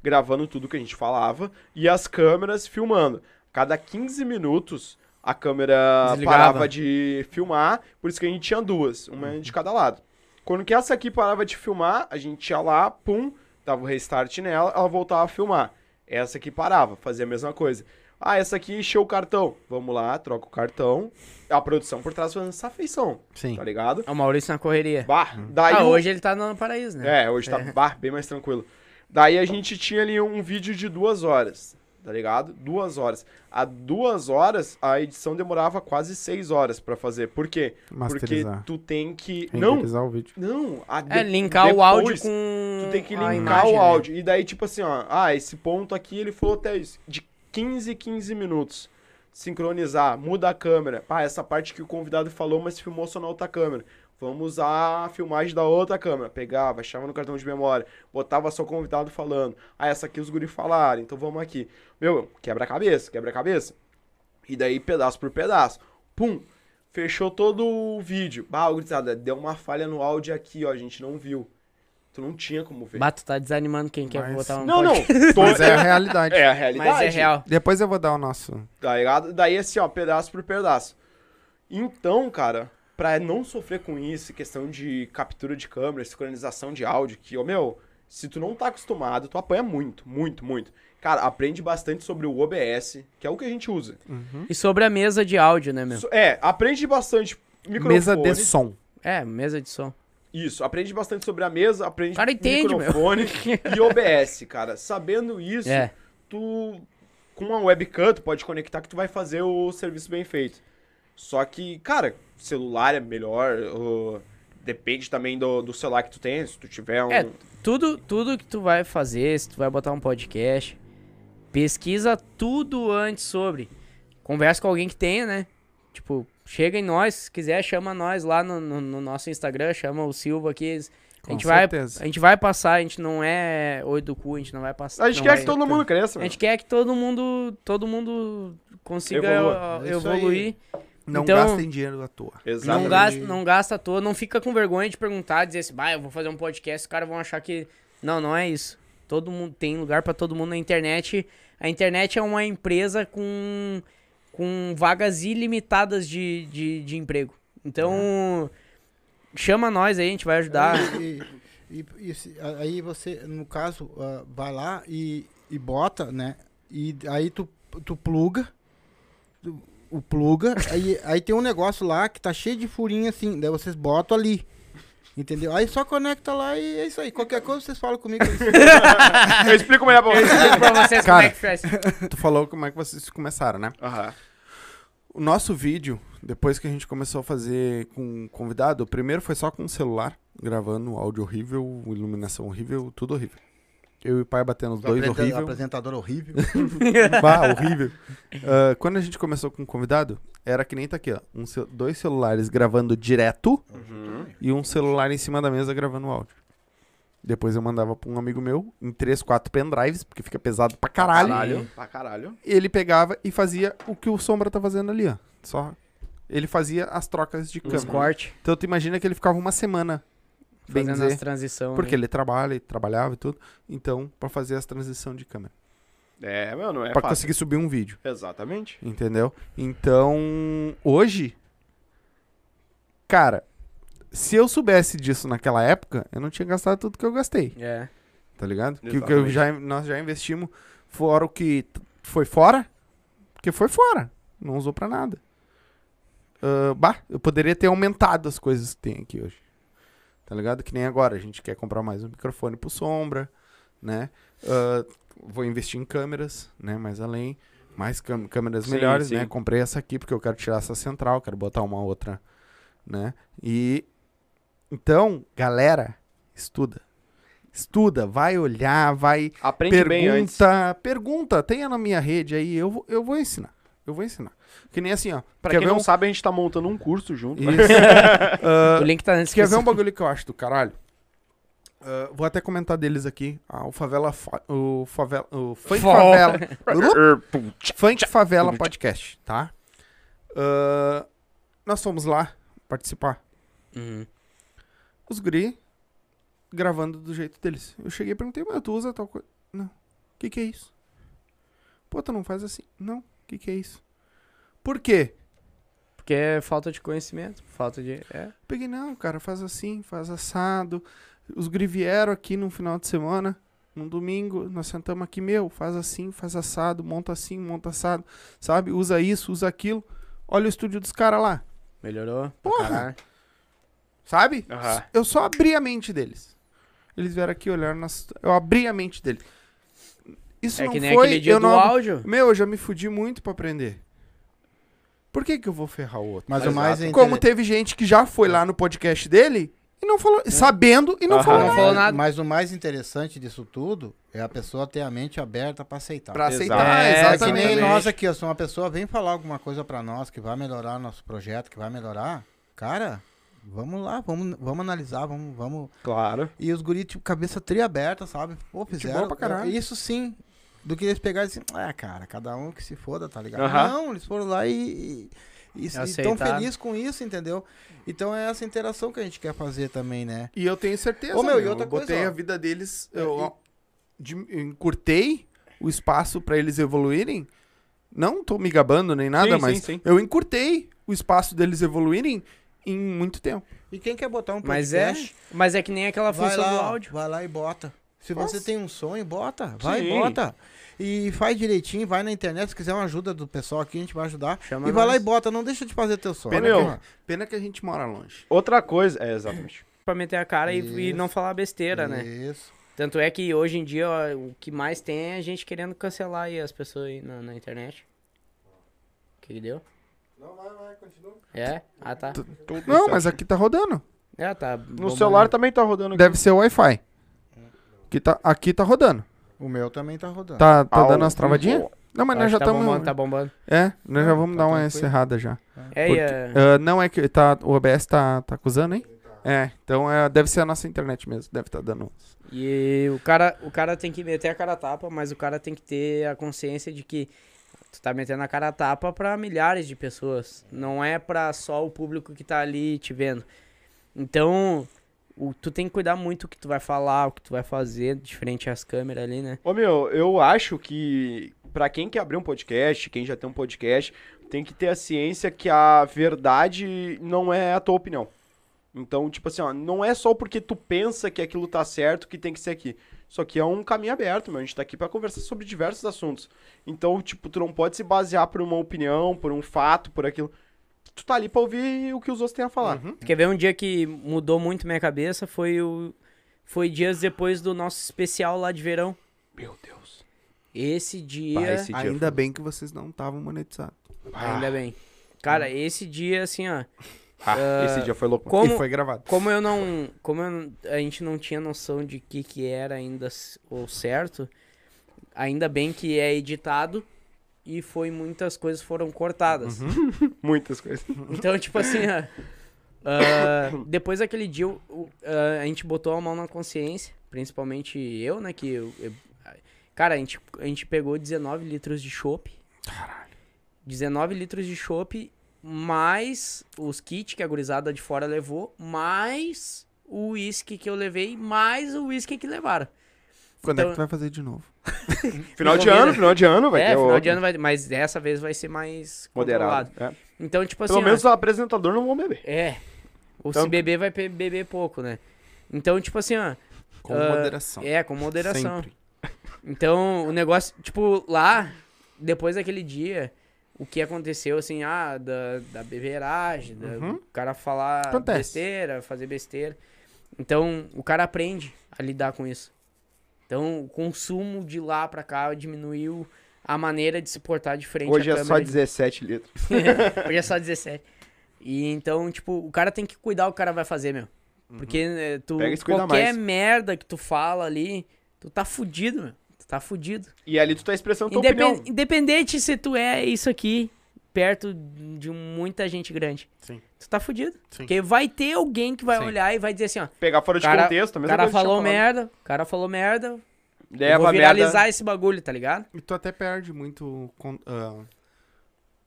[SPEAKER 4] gravando tudo que a gente falava, e as câmeras filmando. Cada 15 minutos, a câmera
[SPEAKER 2] Desligava.
[SPEAKER 4] parava de filmar, por isso que a gente tinha duas, uma
[SPEAKER 2] Uhum.
[SPEAKER 4] de cada lado. Quando que essa aqui parava de filmar, a gente ia lá, pum, dava o restart nela, ela voltava a filmar. Essa aqui parava, fazia a mesma coisa. Ah, essa aqui encheu o cartão. Vamos lá, troca o cartão. A produção por trás fazendo essa feição,
[SPEAKER 1] Sim.
[SPEAKER 4] tá ligado?
[SPEAKER 2] É, O Maurício na correria.
[SPEAKER 4] Bah, daí
[SPEAKER 2] ah,
[SPEAKER 4] o-
[SPEAKER 2] hoje ele tá no paraíso, né?
[SPEAKER 4] é, hoje tá bah, bem mais tranquilo. Daí a gente tinha ali um vídeo de duas horas, tá ligado? Duas horas. A duas horas, a edição demorava quase seis horas pra fazer. Por quê? Porque
[SPEAKER 1] Masterizar.
[SPEAKER 4] tu tem que. Não,
[SPEAKER 1] Renderizar o vídeo.
[SPEAKER 4] não. A de-
[SPEAKER 2] É, linkar o
[SPEAKER 4] depois
[SPEAKER 2] áudio com.
[SPEAKER 4] Tu tem que
[SPEAKER 2] a
[SPEAKER 4] linkar
[SPEAKER 2] imagem,
[SPEAKER 4] o
[SPEAKER 2] né?
[SPEAKER 4] áudio. E daí, tipo assim, ó. Ah, esse ponto aqui ele falou até isso. De 15 15 minutos. Sincronizar, muda a câmera. Pá, essa parte que o convidado falou, mas filmou só na outra câmera. Vamos usar a filmagem da outra câmera. Pegava, achava no cartão de memória, botava só o convidado falando. Ah, essa aqui os guri falaram, então vamos aqui. Meu, quebra-cabeça, quebra-cabeça. E daí, pedaço por pedaço. Pum! Fechou todo o vídeo. Bah, gurizada, deu uma falha no áudio aqui, ó. A gente não viu. Tu não tinha como ver.
[SPEAKER 2] Bah, tu tá desanimando quem quer
[SPEAKER 1] Mas-
[SPEAKER 2] botar um.
[SPEAKER 4] Não, não.
[SPEAKER 2] podcast. [laughs]
[SPEAKER 4] Tô-
[SPEAKER 1] Mas é a realidade.
[SPEAKER 4] [laughs] é a realidade.
[SPEAKER 2] Mas é real.
[SPEAKER 1] Depois eu vou dar o nosso.
[SPEAKER 4] Tá ligado? Daí, assim, ó, pedaço por pedaço. Então, cara, pra não sofrer com isso, questão de captura de câmera, sincronização de áudio, que, ô, meu, Se tu não tá acostumado, tu apanha muito, muito, muito. Cara, aprende bastante sobre o OBS, que é o que a gente usa.
[SPEAKER 2] E sobre a mesa de áudio, né, meu?
[SPEAKER 4] So- É, aprende bastante microfone.
[SPEAKER 1] Mesa de som.
[SPEAKER 2] É, mesa de som.
[SPEAKER 4] Isso, aprende bastante sobre a mesa, aprende
[SPEAKER 2] Cara, entende, meu. [laughs]
[SPEAKER 4] microfone e OBS, cara. Sabendo isso,
[SPEAKER 2] É.
[SPEAKER 4] tu com uma webcam tu pode conectar que tu vai fazer o serviço bem feito. Só que, cara, celular é melhor, ô, depende também do, do celular que tu tem, se tu tiver um...
[SPEAKER 2] É, tudo, tudo que tu vai fazer, se tu vai botar um podcast, pesquisa tudo antes sobre. Conversa com alguém que tenha, né? Tipo, chega em nós, se quiser, chama nós lá no, no- no nosso Instagram, chama o Silva aqui. eles-
[SPEAKER 1] Com
[SPEAKER 2] a, gente vai,
[SPEAKER 1] certeza.
[SPEAKER 2] a gente vai passar, a gente não é oi do cu, a gente não vai passar.
[SPEAKER 4] A gente
[SPEAKER 2] não
[SPEAKER 4] quer
[SPEAKER 2] vai-
[SPEAKER 4] que todo mundo cresça,
[SPEAKER 2] A
[SPEAKER 4] velho.
[SPEAKER 2] gente quer que todo mundo, todo mundo consiga
[SPEAKER 4] Evolua.
[SPEAKER 2] ó,
[SPEAKER 3] É isso aí.
[SPEAKER 2] evoluir.
[SPEAKER 1] Não
[SPEAKER 2] Então-
[SPEAKER 1] gastem dinheiro à toa.
[SPEAKER 4] Exatamente.
[SPEAKER 2] Não gasta, não gasta à toa, não fica com vergonha de perguntar, dizer assim, bah, eu vou fazer um podcast, os caras vão achar que. Não, não é isso. Todo mundo tem lugar pra todo mundo na internet. A internet é uma empresa com, com vagas ilimitadas de, de, de emprego. Então, chama nós aí, a gente vai ajudar.
[SPEAKER 1] [laughs]
[SPEAKER 9] E, e- e se- a- aí você, no caso, ah, vai lá e, e bota, né? E aí tu, tu pluga, tu- o pluga, aí, aí tem um negócio lá que tá cheio de furinho assim, daí vocês botam ali. Entendeu? Aí só conecta lá e é isso aí. Qualquer coisa vocês falam comigo.
[SPEAKER 4] Eu explico melhor pra vocês.
[SPEAKER 2] pra vocês
[SPEAKER 1] Cara.
[SPEAKER 2] como é
[SPEAKER 1] [laughs]
[SPEAKER 2] que faz.
[SPEAKER 1] Tu falou como é que vocês começaram, né?
[SPEAKER 4] Aham.
[SPEAKER 1] O nosso vídeo, depois que a gente começou a fazer com um convidado, o primeiro foi só com o celular, gravando áudio horrível, iluminação horrível, tudo horrível. Eu e o pai batendo os dois
[SPEAKER 3] Apresen-
[SPEAKER 1] horrível.
[SPEAKER 3] Apresentador horrível.
[SPEAKER 1] Bah, horrível. Ah, quando a gente começou com convidado, era que nem tá aqui, ó. um ce- dois celulares gravando direto e um celular em cima da mesa gravando áudio. Depois eu mandava pra um amigo meu em três, quatro pendrives, porque fica pesado pra caralho.
[SPEAKER 4] Caralho, pra caralho.
[SPEAKER 1] Ele pegava e fazia o que o Sombra tá fazendo ali, ó. Só. Ele fazia as trocas de
[SPEAKER 2] Os
[SPEAKER 1] câmera.
[SPEAKER 2] cortes,
[SPEAKER 1] Então tu imagina que ele ficava uma semana, bem
[SPEAKER 2] fazendo
[SPEAKER 1] dizer,
[SPEAKER 2] as transições. né?
[SPEAKER 1] porque ele trabalha, e trabalhava e tudo. Então, pra fazer as transições de câmera.
[SPEAKER 4] É, meu, não é
[SPEAKER 1] pra
[SPEAKER 4] fácil.
[SPEAKER 1] conseguir subir um vídeo.
[SPEAKER 4] Exatamente.
[SPEAKER 1] Entendeu? Então, hoje, cara, se eu soubesse disso naquela época, eu não tinha gastado tudo que eu gastei,
[SPEAKER 2] É.
[SPEAKER 1] tá ligado? Que, o que eu
[SPEAKER 4] Exatamente.
[SPEAKER 1] já, nós já investimos fora o que t- foi fora, porque foi fora, não usou pra nada. Ah, bah, eu poderia ter aumentado as coisas que tem aqui hoje, tá ligado? Que nem agora, a gente quer comprar mais um microfone pro Sombra, né? Ah, vou investir em câmeras, né, mais além mais câ- câmeras
[SPEAKER 4] Sim,
[SPEAKER 1] melhores,
[SPEAKER 4] sim.
[SPEAKER 1] né? Comprei essa aqui porque eu quero tirar essa central, quero botar uma outra, né? E então, galera, estuda. Estuda, vai olhar, vai
[SPEAKER 4] Aprende bem antes.
[SPEAKER 1] pergunta, pergunta, tenha na minha rede aí, eu vou, eu vou ensinar. Eu vou ensinar. Que nem assim, ó.
[SPEAKER 4] Pra
[SPEAKER 1] quer
[SPEAKER 4] quem
[SPEAKER 1] ver
[SPEAKER 4] não
[SPEAKER 1] um...
[SPEAKER 4] sabe, a gente tá montando um curso junto. [laughs]
[SPEAKER 1] Isso.
[SPEAKER 2] o link tá na
[SPEAKER 1] Quer ver
[SPEAKER 2] descrição.
[SPEAKER 1] um bagulho que eu acho do caralho? Ah, vou até comentar deles aqui. Ah, o Favela. Fa- O Favela. O Funk
[SPEAKER 2] Fo-
[SPEAKER 1] [laughs] Favela. Funk Favela Podcast, tá? Ah, nós fomos lá participar.
[SPEAKER 2] Uhum.
[SPEAKER 1] Os guri gravando do jeito deles. Eu cheguei e perguntei, mas tu usa tal coisa? Não. O que que é isso? Pô, tu não faz assim? Não. O que que é isso? Por quê?
[SPEAKER 2] Porque é falta de conhecimento, falta de... É.
[SPEAKER 1] Peguei, não, cara, faz assim, faz assado. Os guri vieram aqui num final de semana, num domingo, nós sentamos aqui, meu, faz assim, faz assado, monta assim, monta assado, sabe? Usa isso, usa aquilo. Olha o estúdio dos caras lá,
[SPEAKER 2] Melhorou? pra
[SPEAKER 1] Porra!
[SPEAKER 2] caralho.
[SPEAKER 1] sabe?
[SPEAKER 4] Aham.
[SPEAKER 1] Eu só abri a mente deles. Eles vieram aqui olhar, nas... eu abri a mente deles. Isso
[SPEAKER 2] É
[SPEAKER 1] não
[SPEAKER 2] que nem
[SPEAKER 1] foi,
[SPEAKER 2] aquele dia
[SPEAKER 1] eu
[SPEAKER 2] do
[SPEAKER 1] não...
[SPEAKER 2] áudio.
[SPEAKER 1] Meu, eu já me fudi muito pra aprender. Por que que eu vou ferrar o outro?
[SPEAKER 3] Mas o mais inter-
[SPEAKER 1] Como teve gente que já foi lá no podcast dele e não falou, sabendo e não
[SPEAKER 4] Aham.
[SPEAKER 1] falou
[SPEAKER 2] Não
[SPEAKER 1] nada.
[SPEAKER 2] falou nada.
[SPEAKER 9] é, Mas o mais interessante disso tudo é a pessoa ter a mente aberta pra aceitar.
[SPEAKER 1] Pra
[SPEAKER 4] Exato.
[SPEAKER 1] aceitar,
[SPEAKER 2] É,
[SPEAKER 9] É que
[SPEAKER 1] exatamente.
[SPEAKER 9] nem nós aqui, ó, se uma pessoa vem falar alguma coisa pra nós que vai melhorar nosso projeto, que vai melhorar, cara, vamos lá, vamos, vamos analisar, vamos, vamos.
[SPEAKER 4] [laughs] Claro.
[SPEAKER 9] E os guris, tipo, cabeça tri aberta, sabe? Pô, fizeram. é,
[SPEAKER 1] pra caralho.
[SPEAKER 9] Isso sim. Do que eles pegarem assim, ah, cara, cada um que se foda, tá ligado?
[SPEAKER 4] Aham.
[SPEAKER 9] Não, eles foram lá e. E estão
[SPEAKER 2] Aceitaram.
[SPEAKER 9] felizes com isso, entendeu? Então é essa interação que a gente quer fazer também, né?
[SPEAKER 1] E eu tenho certeza,
[SPEAKER 9] Ô, meu, e
[SPEAKER 1] meu,
[SPEAKER 9] outra
[SPEAKER 1] eu
[SPEAKER 9] coisa,
[SPEAKER 1] botei
[SPEAKER 9] ó.
[SPEAKER 1] a vida deles, eu, de- eu encurtei o espaço pra eles evoluírem. Não tô me gabando nem nada,
[SPEAKER 4] sim,
[SPEAKER 1] mas
[SPEAKER 4] sim.
[SPEAKER 1] eu encurtei o espaço deles evoluírem em muito tempo.
[SPEAKER 9] E quem quer botar um
[SPEAKER 2] Mas é,
[SPEAKER 9] podcast,
[SPEAKER 2] mas é que nem aquela
[SPEAKER 9] vai
[SPEAKER 2] função do
[SPEAKER 9] lá,
[SPEAKER 2] áudio.
[SPEAKER 9] vai lá e bota.
[SPEAKER 3] Se você tem um sonho, bota, vai,
[SPEAKER 4] Sim.
[SPEAKER 3] bota. E faz direitinho, vai na internet, se quiser uma ajuda do pessoal aqui, a gente vai ajudar.
[SPEAKER 2] Chama
[SPEAKER 3] e vai lá e
[SPEAKER 2] nós.
[SPEAKER 3] bota, não deixa de fazer teu sonho.
[SPEAKER 1] Pena,
[SPEAKER 4] Meu.
[SPEAKER 1] que, pena que a gente mora longe.
[SPEAKER 4] Outra coisa. É, exatamente.
[SPEAKER 2] Pra meter a cara e, e não falar besteira, né?
[SPEAKER 3] Isso.
[SPEAKER 2] Tanto é que hoje em dia ó, o que mais tem é a gente querendo cancelar aí as pessoas aí na, na internet. O que, que deu? Não, vai, vai, continua. É? Ah, tá.
[SPEAKER 4] Então.
[SPEAKER 1] Não, mas aqui tá rodando.
[SPEAKER 2] É, tá.
[SPEAKER 4] No celular também tá rodando aqui.
[SPEAKER 1] Deve ser o Wi-Fi. Que tá, aqui tá rodando.
[SPEAKER 3] O meu também tá rodando.
[SPEAKER 1] Tá, tá
[SPEAKER 4] Ah,
[SPEAKER 1] dando
[SPEAKER 4] o-
[SPEAKER 1] umas travadinhas? Não, mas nós já
[SPEAKER 2] já tá
[SPEAKER 1] estamos.
[SPEAKER 2] bombando, tá bombando.
[SPEAKER 1] É, nós já vamos
[SPEAKER 3] tá
[SPEAKER 1] dar uma
[SPEAKER 3] tranquilo.
[SPEAKER 1] encerrada já.
[SPEAKER 2] É,
[SPEAKER 1] Porque-
[SPEAKER 2] e, é,
[SPEAKER 1] Ah, não é que tá, o OBS tá, tá acusando, hein? É, então é, deve ser a nossa internet mesmo, deve estar dando. uns.
[SPEAKER 2] e o cara, o cara tem que meter a cara a tapa, mas o cara tem que ter a consciência de que tu tá metendo a cara a tapa pra milhares de pessoas. Não é pra só o público que tá ali te vendo. Então, o- tu tem que cuidar muito o que tu vai falar, o que tu vai fazer, de frente às câmeras ali, né?
[SPEAKER 4] Ô, meu, eu acho que pra quem quer abrir um podcast, quem já tem um podcast, tem que ter a ciência que a verdade não é a tua opinião. Então, tipo assim, ó, não é só porque tu pensa que aquilo tá certo que tem que ser aqui. Isso aqui é um caminho aberto, meu. A gente tá aqui pra conversar sobre diversos assuntos. Então, tipo, tu não pode se basear por uma opinião, por um fato, por aquilo. Tu tá ali pra ouvir o que os outros têm a falar.
[SPEAKER 2] Quer ver um dia que mudou muito minha cabeça? Foi o foi dias depois do nosso especial lá de verão.
[SPEAKER 4] Meu Deus.
[SPEAKER 2] Esse dia,
[SPEAKER 4] Bah, esse dia
[SPEAKER 1] Ainda bem que vocês não estavam monetizados.
[SPEAKER 2] ainda bem. Cara, esse dia assim, ó,
[SPEAKER 4] Ah, esse dia foi louco. mano.
[SPEAKER 2] como
[SPEAKER 1] E foi gravado.
[SPEAKER 2] como eu não, como eu não- a gente não tinha noção de que que era ainda s- o certo, ainda bem que é editado e foi muitas coisas foram cortadas.
[SPEAKER 4] Muitas coisas.
[SPEAKER 2] Então, tipo assim, ó, ah, depois daquele dia, o- o- ah, a gente botou a mão na consciência, principalmente eu, né? Que eu- eu- cara, a gente, a gente pegou 19 litros de chopp. Caralho. 19 litros de chopp, mais os kits que a gurizada de fora levou, mais o uísque que eu levei, mais o uísque que levaram.
[SPEAKER 1] Quando é
[SPEAKER 2] Então-
[SPEAKER 1] que tu vai fazer de novo?
[SPEAKER 4] Final de
[SPEAKER 2] Combina.
[SPEAKER 4] ano, final de ano, vai
[SPEAKER 2] é,
[SPEAKER 4] ter
[SPEAKER 2] final
[SPEAKER 4] outro.
[SPEAKER 2] de ano vai. Mas dessa vez vai ser mais
[SPEAKER 4] Moderado.
[SPEAKER 2] controlado.
[SPEAKER 4] é.
[SPEAKER 2] Então, tipo assim.
[SPEAKER 4] Pelo
[SPEAKER 2] ó,
[SPEAKER 4] menos o apresentador não vão beber.
[SPEAKER 2] É. Ou se
[SPEAKER 4] Então-
[SPEAKER 2] beber, vai pe- beber pouco, né? Então, tipo assim, ó.
[SPEAKER 1] Com
[SPEAKER 2] ah,
[SPEAKER 1] moderação.
[SPEAKER 2] É, com moderação.
[SPEAKER 1] Sempre.
[SPEAKER 2] Então, o negócio, tipo, lá, depois daquele dia, o que aconteceu, assim, ah, da, da beberagem, da- o cara falar
[SPEAKER 1] Acontece.
[SPEAKER 2] besteira, fazer besteira. Então, o cara aprende a lidar com isso. Então, o consumo de lá pra cá diminuiu a maneira de se portar de frente
[SPEAKER 4] Hoje
[SPEAKER 2] à
[SPEAKER 4] é
[SPEAKER 2] câmera
[SPEAKER 4] só
[SPEAKER 2] de-
[SPEAKER 4] 17 litros.
[SPEAKER 2] Hoje é só 17. E então, tipo, o cara tem que cuidar o que o cara vai fazer, meu. Porque eh, tu,
[SPEAKER 4] Uhum. Pega e se cuida
[SPEAKER 2] qualquer
[SPEAKER 4] mais.
[SPEAKER 2] merda que tu fala ali, tu tá fudido, meu. Tu tá fudido.
[SPEAKER 4] E ali tu tá expressando tua
[SPEAKER 2] Indepen-
[SPEAKER 4] opinião.
[SPEAKER 2] Independente se tu é isso aqui, perto de muita gente grande.
[SPEAKER 1] Sim.
[SPEAKER 2] Tu tá fudido.
[SPEAKER 1] Sim.
[SPEAKER 2] Porque vai ter alguém que vai
[SPEAKER 1] Sim.
[SPEAKER 2] olhar e vai dizer assim, ó.
[SPEAKER 4] Pegar fora de
[SPEAKER 2] Cara-
[SPEAKER 4] contexto, a
[SPEAKER 2] O
[SPEAKER 4] mesma
[SPEAKER 2] cara
[SPEAKER 4] é coisa que eu
[SPEAKER 2] falou
[SPEAKER 4] tinha falado.
[SPEAKER 2] merda, o cara falou merda. eu
[SPEAKER 4] Leva
[SPEAKER 2] vou
[SPEAKER 4] a
[SPEAKER 2] viralizar
[SPEAKER 4] merda.
[SPEAKER 2] esse bagulho, tá ligado?
[SPEAKER 1] E tu até perde muito con- ah,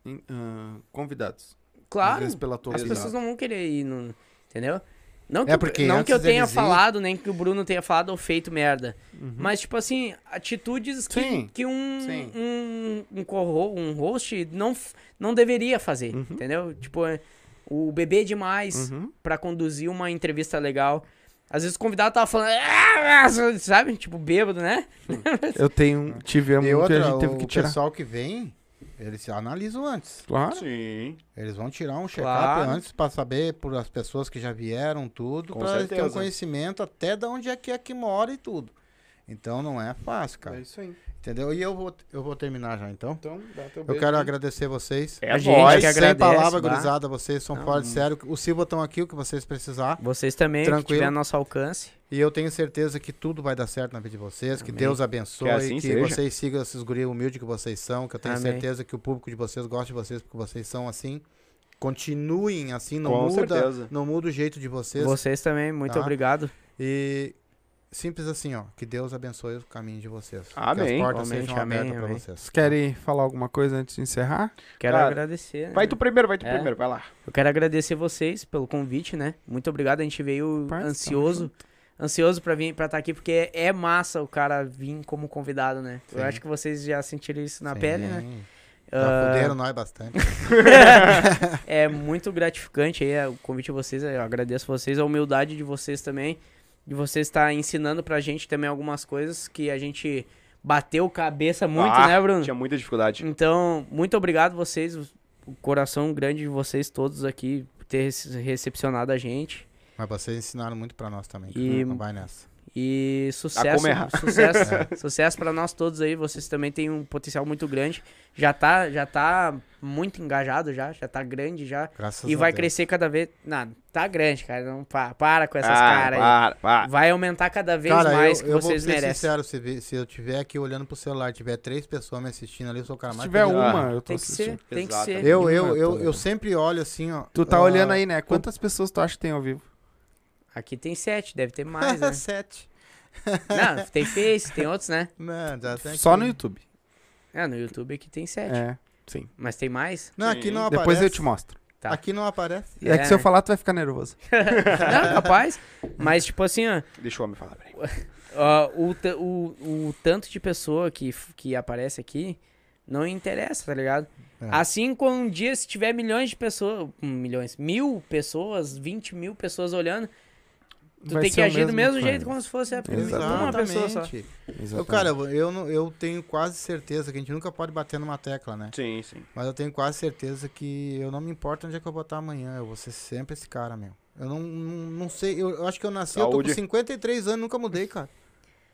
[SPEAKER 1] em- ah, convidados. Às
[SPEAKER 2] Claro.
[SPEAKER 1] vezes pela tua
[SPEAKER 2] As
[SPEAKER 1] opinião.
[SPEAKER 2] pessoas não vão querer ir, no- entendeu? Não que,
[SPEAKER 3] É
[SPEAKER 2] eu-
[SPEAKER 3] porque
[SPEAKER 2] não
[SPEAKER 3] antes
[SPEAKER 2] que eu tenha
[SPEAKER 3] deles ir-
[SPEAKER 2] falado, nem que o Bruno tenha falado ou feito merda.
[SPEAKER 3] Uhum.
[SPEAKER 2] Mas, tipo assim, atitudes que,
[SPEAKER 1] Sim,
[SPEAKER 2] que um,
[SPEAKER 1] sim.
[SPEAKER 2] um, um, corro- um host não, f- não deveria fazer,
[SPEAKER 3] Uhum.
[SPEAKER 2] entendeu? Tipo, é, o bebê demais pra conduzir uma entrevista legal. Às vezes o convidado tava falando, "Ah", sabe? Tipo, bêbado, né?
[SPEAKER 1] Eu tenho, tive
[SPEAKER 3] E
[SPEAKER 1] um que a
[SPEAKER 3] outra,
[SPEAKER 1] gente teve que
[SPEAKER 3] o
[SPEAKER 1] tirar.
[SPEAKER 3] pessoal que vem, eles analisam antes.
[SPEAKER 1] Claro.
[SPEAKER 4] Sim.
[SPEAKER 3] Eles vão tirar um check-up
[SPEAKER 2] Claro.
[SPEAKER 3] antes pra saber por as pessoas que já vieram, tudo,
[SPEAKER 4] Com
[SPEAKER 3] pra eles terem um
[SPEAKER 4] certeza.
[SPEAKER 3] conhecimento até de onde é que é que mora e tudo. Então não é fácil, cara.
[SPEAKER 1] isso aí.
[SPEAKER 3] Entendeu? E eu vou, eu vou terminar já então.
[SPEAKER 1] Então, dá teu
[SPEAKER 3] Eu quero agradecer vocês.
[SPEAKER 4] É
[SPEAKER 2] A
[SPEAKER 4] a
[SPEAKER 2] gente
[SPEAKER 4] voz.
[SPEAKER 2] que
[SPEAKER 3] Sem
[SPEAKER 2] agradece, tá?
[SPEAKER 3] palavra,
[SPEAKER 2] bah.
[SPEAKER 3] gurizada, vocês são fora de sério. O Silva estão aqui, o que vocês precisar.
[SPEAKER 2] Vocês também, que
[SPEAKER 3] Tranquilo.
[SPEAKER 2] tiver nosso alcance.
[SPEAKER 3] E eu tenho certeza que tudo vai dar certo na vida de vocês, que Deus abençoe,
[SPEAKER 4] Que
[SPEAKER 3] que,
[SPEAKER 4] assim seja.
[SPEAKER 3] vocês sigam esses guri humildes que vocês são, que eu tenho
[SPEAKER 2] Amém.
[SPEAKER 3] certeza que o público de vocês gosta de vocês porque vocês são assim. Continuem assim, não
[SPEAKER 4] Com
[SPEAKER 3] muda,
[SPEAKER 4] certeza.
[SPEAKER 3] não muda o jeito de vocês.
[SPEAKER 2] Vocês também, muito
[SPEAKER 3] Tá.
[SPEAKER 2] obrigado.
[SPEAKER 3] E simples assim, ó, que Deus abençoe o caminho de vocês. Que as
[SPEAKER 4] Amém.
[SPEAKER 3] portas
[SPEAKER 2] Igualmente,
[SPEAKER 3] sejam abertas
[SPEAKER 2] amém,
[SPEAKER 3] pra
[SPEAKER 2] amém.
[SPEAKER 3] vocês.
[SPEAKER 1] Querem falar alguma coisa antes de encerrar?
[SPEAKER 2] Quero
[SPEAKER 4] Cara,
[SPEAKER 2] agradecer. né?
[SPEAKER 4] Vai tu primeiro, vai tu
[SPEAKER 2] É.
[SPEAKER 4] primeiro, vai lá.
[SPEAKER 2] Eu quero agradecer vocês pelo convite, né? Muito obrigado, a gente veio
[SPEAKER 1] Parça,
[SPEAKER 2] ansioso, ansioso pra vir para estar aqui porque é massa o cara vir como convidado, né? Eu acho que vocês já sentiram isso na
[SPEAKER 3] Sim.
[SPEAKER 2] pele, né?
[SPEAKER 3] Já
[SPEAKER 4] Tá
[SPEAKER 2] Ah,
[SPEAKER 3] fuderam nós bastante.
[SPEAKER 2] é muito gratificante aí é, o convite de vocês, eu agradeço vocês, a humildade de vocês também. de você estar ensinando pra gente também algumas coisas que a gente bateu cabeça muito,
[SPEAKER 4] Ah,
[SPEAKER 2] né, Bruno?
[SPEAKER 4] Tinha muita dificuldade.
[SPEAKER 2] Então, muito obrigado vocês, o coração grande de vocês todos aqui por ter rece- recepcionado a gente.
[SPEAKER 3] Mas vocês ensinaram muito pra nós também.
[SPEAKER 2] E-
[SPEAKER 3] Não vai nessa.
[SPEAKER 2] E sucesso,
[SPEAKER 4] Tá como É. errar.
[SPEAKER 2] [laughs] sucesso,
[SPEAKER 4] [laughs]
[SPEAKER 2] sucesso para nós todos aí. Vocês também têm um potencial muito grande. Já tá, já tá muito engajado já, já tá grande já.
[SPEAKER 3] Graças
[SPEAKER 2] E
[SPEAKER 3] a
[SPEAKER 2] vai
[SPEAKER 3] Deus.
[SPEAKER 2] crescer cada vez. Não, tá grande, cara. Não pa- para com essas
[SPEAKER 4] Ah,
[SPEAKER 2] caras aí.
[SPEAKER 4] para, para.
[SPEAKER 2] Vai aumentar cada vez
[SPEAKER 3] Cara,
[SPEAKER 2] mais
[SPEAKER 3] eu,
[SPEAKER 2] que
[SPEAKER 3] eu vou
[SPEAKER 2] vocês
[SPEAKER 3] ser
[SPEAKER 2] merecem.
[SPEAKER 3] sincero, se, vi- se eu tiver aqui olhando pro celular, tiver três pessoas me assistindo ali, eu sou o cara
[SPEAKER 1] Se
[SPEAKER 3] mais
[SPEAKER 1] tiver
[SPEAKER 3] feliz.
[SPEAKER 1] uma, eu tô
[SPEAKER 2] Tem que ser,
[SPEAKER 1] assistindo.
[SPEAKER 2] tem que
[SPEAKER 4] Exatamente.
[SPEAKER 2] ser.
[SPEAKER 3] Eu, eu,
[SPEAKER 1] Uma,
[SPEAKER 3] eu,
[SPEAKER 1] tá.
[SPEAKER 3] eu sempre olho assim, ó.
[SPEAKER 1] Tu tá
[SPEAKER 3] ah,
[SPEAKER 1] olhando
[SPEAKER 3] [laughs]
[SPEAKER 1] aí, né? Quantas pessoas tu acha que tem ao vivo?
[SPEAKER 2] Aqui tem sete, deve ter mais,
[SPEAKER 3] [laughs]
[SPEAKER 2] né?
[SPEAKER 3] Sete.
[SPEAKER 2] Não, tem Face, tem outros, né?
[SPEAKER 3] Não, já tem
[SPEAKER 1] Só
[SPEAKER 3] aqui.
[SPEAKER 1] no YouTube.
[SPEAKER 2] É, no YouTube aqui tem sete.
[SPEAKER 1] É, sim.
[SPEAKER 2] Mas tem mais?
[SPEAKER 3] Não, aqui não aparece.
[SPEAKER 1] Depois eu te mostro.
[SPEAKER 2] Tá.
[SPEAKER 3] Aqui não aparece.
[SPEAKER 1] É, que se eu falar, tu vai ficar nervoso.
[SPEAKER 2] Não, capaz. Mas, tipo assim, ó,
[SPEAKER 4] Deixa o homem falar, peraí.
[SPEAKER 2] ó, o, ta- o, o tanto de pessoa que, f- que aparece aqui não interessa, tá ligado?
[SPEAKER 3] É.
[SPEAKER 2] Assim como um dia, se tiver milhões de pessoas, hum, milhões, mil pessoas, 20 mil pessoas olhando, tu
[SPEAKER 1] Vai
[SPEAKER 2] tem que
[SPEAKER 1] ser o
[SPEAKER 2] agir do mesmo
[SPEAKER 1] coisa.
[SPEAKER 2] jeito como se fosse a uma
[SPEAKER 1] Exatamente.
[SPEAKER 2] pessoa só.
[SPEAKER 3] Eu,
[SPEAKER 1] Exatamente.
[SPEAKER 3] cara, eu, eu, não- eu tenho quase certeza que a gente nunca pode bater numa tecla, né?
[SPEAKER 4] Sim, sim.
[SPEAKER 3] Mas eu tenho quase certeza que eu não me importo onde é que eu botar amanhã. Eu vou ser sempre esse cara, meu. Eu não, não, não sei. Eu, eu acho que eu nasci, eu tô
[SPEAKER 4] Saúde.
[SPEAKER 3] com 53 anos, nunca mudei, cara.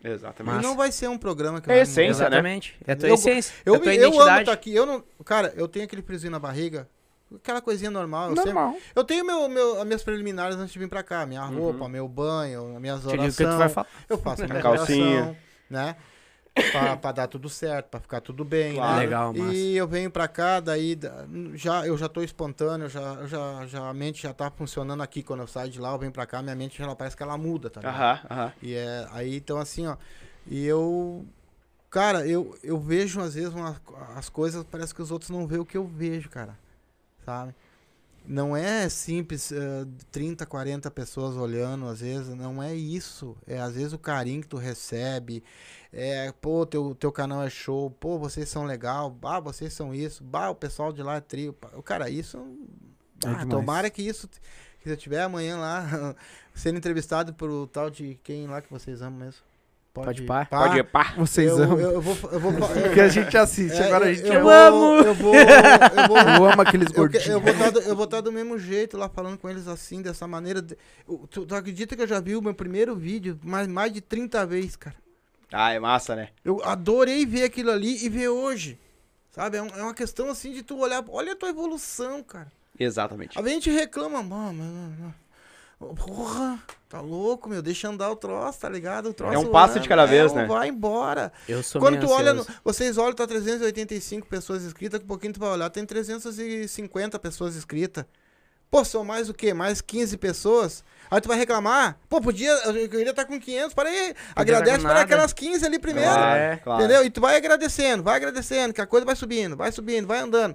[SPEAKER 4] Exatamente.
[SPEAKER 3] E não vai ser um programa que
[SPEAKER 4] É
[SPEAKER 3] vai
[SPEAKER 4] essência,
[SPEAKER 3] mudar.
[SPEAKER 4] né?
[SPEAKER 2] Exatamente. É a tua
[SPEAKER 3] Eu-
[SPEAKER 2] essência, é
[SPEAKER 3] Eu,
[SPEAKER 2] a tua
[SPEAKER 3] me- eu amo
[SPEAKER 2] identidade.
[SPEAKER 3] estar aqui. Eu não, cara, eu tenho aquele frisinho na barriga. Aquela coisinha normal. Eu, sempre,
[SPEAKER 1] Normal.
[SPEAKER 3] eu tenho meu, meu, as minhas preliminares antes de vir pra cá. Minha roupa, meu banho, as minhas
[SPEAKER 2] Uhum. Te digo o que tu vai
[SPEAKER 3] orações.
[SPEAKER 2] falar.
[SPEAKER 3] Eu
[SPEAKER 2] [laughs]
[SPEAKER 3] faço minha
[SPEAKER 4] Calcinha.
[SPEAKER 3] oração, né? Pra, pra dar tudo certo, pra ficar tudo bem.
[SPEAKER 4] Claro.
[SPEAKER 3] né?
[SPEAKER 2] Legal, massa.
[SPEAKER 3] E eu venho pra cá, daí da- já, eu já tô espontâneo, eu já, eu já, já, a mente já tá funcionando aqui. Quando eu saio de lá, eu venho pra cá, minha mente ela parece que ela muda, tá ligado?
[SPEAKER 4] Aham, aham.
[SPEAKER 3] E é, aí, então assim, ó. E eu. Cara, eu, eu vejo às vezes uma- as coisas, parece que os outros não veem o que eu vejo, cara. Sabe? Não é simples eh, 30, 40 pessoas olhando, às vezes, não é isso. É às vezes o carinho que tu recebe. É, pô, teu, teu canal é show, pô, vocês são legal, bah, vocês são isso, bah, o pessoal de lá é trio. pá. Cara, isso.
[SPEAKER 1] É
[SPEAKER 3] ah,
[SPEAKER 1] demais.
[SPEAKER 3] tomara que isso. Que se eu tiver amanhã lá [laughs] sendo entrevistado por tal de quem lá que vocês amam mesmo.
[SPEAKER 2] Pode pá.
[SPEAKER 4] Pode ir, pá.
[SPEAKER 1] é Vocês
[SPEAKER 3] Eu,
[SPEAKER 1] amam.
[SPEAKER 3] eu, eu vou. Eu
[SPEAKER 1] [laughs]
[SPEAKER 3] vou
[SPEAKER 1] Porque a gente assiste,
[SPEAKER 3] é,
[SPEAKER 1] agora a gente
[SPEAKER 3] eu
[SPEAKER 1] ama.
[SPEAKER 3] vou-
[SPEAKER 2] amo.
[SPEAKER 3] Eu vou. Eu vou.
[SPEAKER 1] Eu amo aqueles
[SPEAKER 3] Eu, que-
[SPEAKER 1] gordinhos.
[SPEAKER 3] eu vou estar do, eu vou tá do mesmo jeito lá falando com eles assim, dessa maneira. de- Eu- tu, tu acredita que eu já vi o meu primeiro vídeo mais, mais de 30 vezes, cara?
[SPEAKER 4] Ah, é massa, né?
[SPEAKER 3] Eu adorei ver aquilo ali e ver hoje. Sabe? É, um- é uma questão assim de tu olhar. Olha a tua evolução, cara.
[SPEAKER 4] Exatamente.
[SPEAKER 3] A gente reclama, mano. Porra, tá louco, meu. Deixa andar o troço, tá ligado? O troço
[SPEAKER 4] um passo de cada
[SPEAKER 3] é,
[SPEAKER 4] vez,
[SPEAKER 3] um
[SPEAKER 4] né?
[SPEAKER 3] Vai embora.
[SPEAKER 2] Eu sou
[SPEAKER 3] Quando
[SPEAKER 2] meio
[SPEAKER 3] tu olha, no-
[SPEAKER 2] ansioso.
[SPEAKER 3] vocês olham, tá 385 pessoas inscritas, daqui a pouquinho tu vai olhar, tem 350 pessoas inscritas. Pô, são mais o quê? Mais 15 pessoas? Aí tu vai reclamar? Pô, podia, eu queria estar com 500, para aí, agradece
[SPEAKER 2] tá com
[SPEAKER 3] para
[SPEAKER 2] nada.
[SPEAKER 3] aquelas 15 ali primeiro.
[SPEAKER 4] Claro, É. claro.
[SPEAKER 3] Entendeu? E tu vai agradecendo, vai agradecendo, que a coisa vai subindo, vai subindo, vai andando.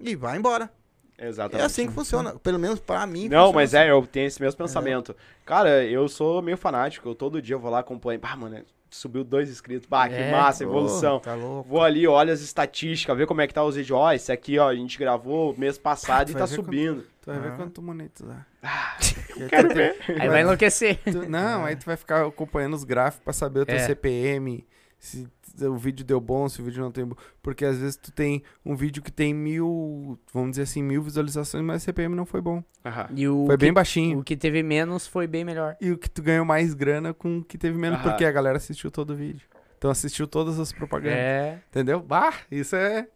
[SPEAKER 3] E vai embora. É
[SPEAKER 4] Exatamente.
[SPEAKER 3] assim que funciona, pelo menos pra mim.
[SPEAKER 4] Não,
[SPEAKER 3] funciona
[SPEAKER 4] mas
[SPEAKER 3] assim.
[SPEAKER 4] é, eu tenho esse mesmo pensamento. Cara, eu sou meio fanático. Eu todo dia eu vou lá acompanho. Ah, mano, subiu dois inscritos. Bah, que
[SPEAKER 2] É,
[SPEAKER 4] massa,
[SPEAKER 3] Pô,
[SPEAKER 4] evolução.
[SPEAKER 3] Tá louco.
[SPEAKER 4] Vou ali, olho as estatísticas, ver como é que tá os vídeos. Ó, esse aqui, ó, a gente gravou mês passado e
[SPEAKER 1] vai
[SPEAKER 4] tá
[SPEAKER 1] ver
[SPEAKER 4] subindo.
[SPEAKER 1] Tu vai ver quanto tu monetizar. Eu
[SPEAKER 4] Quero ver.
[SPEAKER 2] Aí vai enlouquecer.
[SPEAKER 1] Tu- não, aí tu vai ficar acompanhando os gráficos pra saber o teu
[SPEAKER 2] É.
[SPEAKER 1] CPM, se o vídeo deu bom, se o vídeo não tem bom. Porque às vezes tu tem um vídeo que tem mil, vamos dizer assim, mil visualizações, mas o CPM não foi bom.
[SPEAKER 4] Aham.
[SPEAKER 2] E o
[SPEAKER 1] foi
[SPEAKER 2] que-
[SPEAKER 1] bem baixinho.
[SPEAKER 2] O que teve menos foi bem melhor.
[SPEAKER 1] E o que tu ganhou mais grana com o que teve menos,
[SPEAKER 4] Aham.
[SPEAKER 1] porque a galera assistiu todo o vídeo. Então assistiu todas as propagandas.
[SPEAKER 2] É,
[SPEAKER 1] Entendeu? Bah, isso é.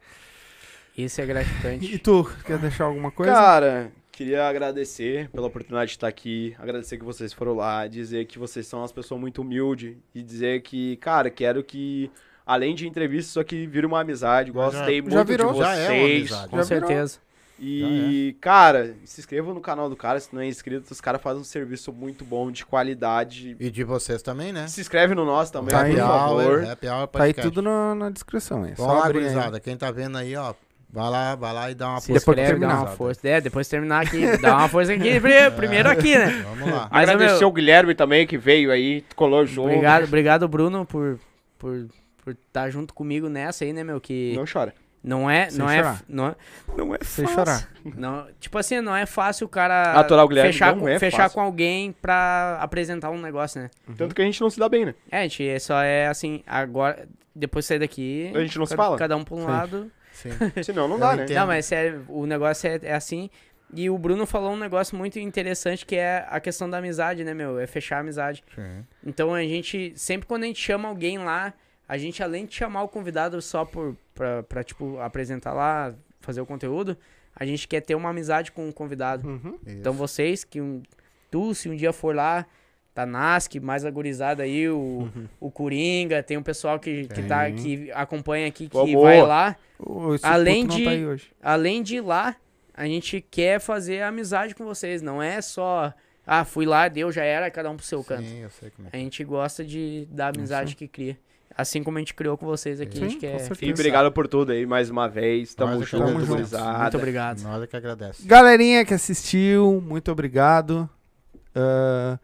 [SPEAKER 2] isso é
[SPEAKER 1] E [laughs]
[SPEAKER 2] gratificante.
[SPEAKER 1] tu, quer deixar alguma coisa?
[SPEAKER 4] Cara, queria agradecer pela oportunidade de estar aqui, agradecer que vocês foram lá, dizer que vocês são umas pessoas muito humildes e dizer que, cara, quero que, além de entrevista, isso aqui vira uma amizade. Gostei muito
[SPEAKER 1] virou.
[SPEAKER 4] de
[SPEAKER 3] Já é uma
[SPEAKER 4] vocês.
[SPEAKER 3] amizade.
[SPEAKER 2] Com
[SPEAKER 1] Já virou.
[SPEAKER 2] certeza.
[SPEAKER 4] E, cara, se inscrevam no canal do cara, se não é inscrito, os caras fazem um serviço muito bom, de qualidade.
[SPEAKER 3] E de vocês também, né?
[SPEAKER 4] Se inscreve no nosso também,
[SPEAKER 1] Tá
[SPEAKER 4] por
[SPEAKER 1] aí.
[SPEAKER 4] favor.
[SPEAKER 3] Happy Hour
[SPEAKER 1] Tá aí
[SPEAKER 3] Podcast.
[SPEAKER 1] tudo na- na descrição, é.
[SPEAKER 3] Vamos lá,
[SPEAKER 1] abrir aí.
[SPEAKER 3] gurizada. Quem tá vendo aí, ó, vai lá, vai lá e dá uma
[SPEAKER 2] Se
[SPEAKER 1] Depois que
[SPEAKER 2] inscreve, dá
[SPEAKER 1] terminar.
[SPEAKER 2] uma força. É, depois de terminar aqui, dá uma força
[SPEAKER 7] [laughs]
[SPEAKER 2] aqui. pri- Primeiro aqui, né?
[SPEAKER 3] Vamos
[SPEAKER 4] [laughs]
[SPEAKER 3] lá.
[SPEAKER 2] Mas, ô,
[SPEAKER 10] Agradecer
[SPEAKER 2] meu,
[SPEAKER 10] o Guilherme também, que veio aí, colou junto.
[SPEAKER 2] obrigado, obrigado, Bruno, por estar por, por tá junto comigo nessa aí, né, meu? Que
[SPEAKER 4] Não chora.
[SPEAKER 2] Não é,
[SPEAKER 9] Sem
[SPEAKER 2] não é,
[SPEAKER 9] chorar.
[SPEAKER 2] não é, não é
[SPEAKER 9] Sem
[SPEAKER 2] fácil.
[SPEAKER 9] chorar.
[SPEAKER 2] Não, tipo assim, não é fácil o cara
[SPEAKER 7] Aturar o Guilherme
[SPEAKER 2] fechar,
[SPEAKER 7] não
[SPEAKER 2] com,
[SPEAKER 7] é
[SPEAKER 2] fechar
[SPEAKER 7] fácil.
[SPEAKER 2] com alguém pra apresentar um negócio, né?
[SPEAKER 7] Tanto que a gente não se dá bem, né?
[SPEAKER 2] É, gente, é- só é assim, agora, depois de sair daqui...
[SPEAKER 7] A gente não se
[SPEAKER 2] cada-
[SPEAKER 7] fala?
[SPEAKER 2] Cada um pra um lado.
[SPEAKER 9] Sim.
[SPEAKER 7] Senão não dá, né?
[SPEAKER 3] entendo.
[SPEAKER 2] Não, mas sério, o negócio é, é assim. E o Bruno falou um negócio muito interessante que é a questão da amizade, né, meu? É fechar a amizade. Então a gente, sempre quando a gente chama alguém lá, a gente além de chamar o convidado só por, pra, pra, tipo, apresentar lá, fazer o conteúdo, a gente quer ter uma amizade com o convidado.
[SPEAKER 1] Uhum.
[SPEAKER 2] Então vocês, que um, tu, se um dia for lá, tá Nasc, mais agorizada aí, o, o Coringa, tem um pessoal que, que, tá, que acompanha aqui, que
[SPEAKER 7] Vamos.
[SPEAKER 2] vai lá.
[SPEAKER 1] O- esse
[SPEAKER 2] Além
[SPEAKER 1] puto
[SPEAKER 2] de-
[SPEAKER 1] Não tá aí hoje.
[SPEAKER 2] Além de ir lá, a gente quer fazer amizade com vocês, não é só... Ah, fui lá, deu, já era, cada um pro seu canto.
[SPEAKER 9] Sim, eu sei como é.
[SPEAKER 2] A gente gosta de da amizade que cria. Assim como a gente criou com vocês aqui, a gente
[SPEAKER 1] Sim, com
[SPEAKER 2] quer.
[SPEAKER 1] certeza.
[SPEAKER 7] E obrigado por tudo aí, mais uma vez. Tamo
[SPEAKER 9] Nós é que
[SPEAKER 7] junto,
[SPEAKER 9] agradecemos.
[SPEAKER 2] Muito
[SPEAKER 7] gurizada.
[SPEAKER 2] obrigado.
[SPEAKER 9] Nós é que agradece.
[SPEAKER 1] Galerinha que assistiu, muito obrigado. Ah,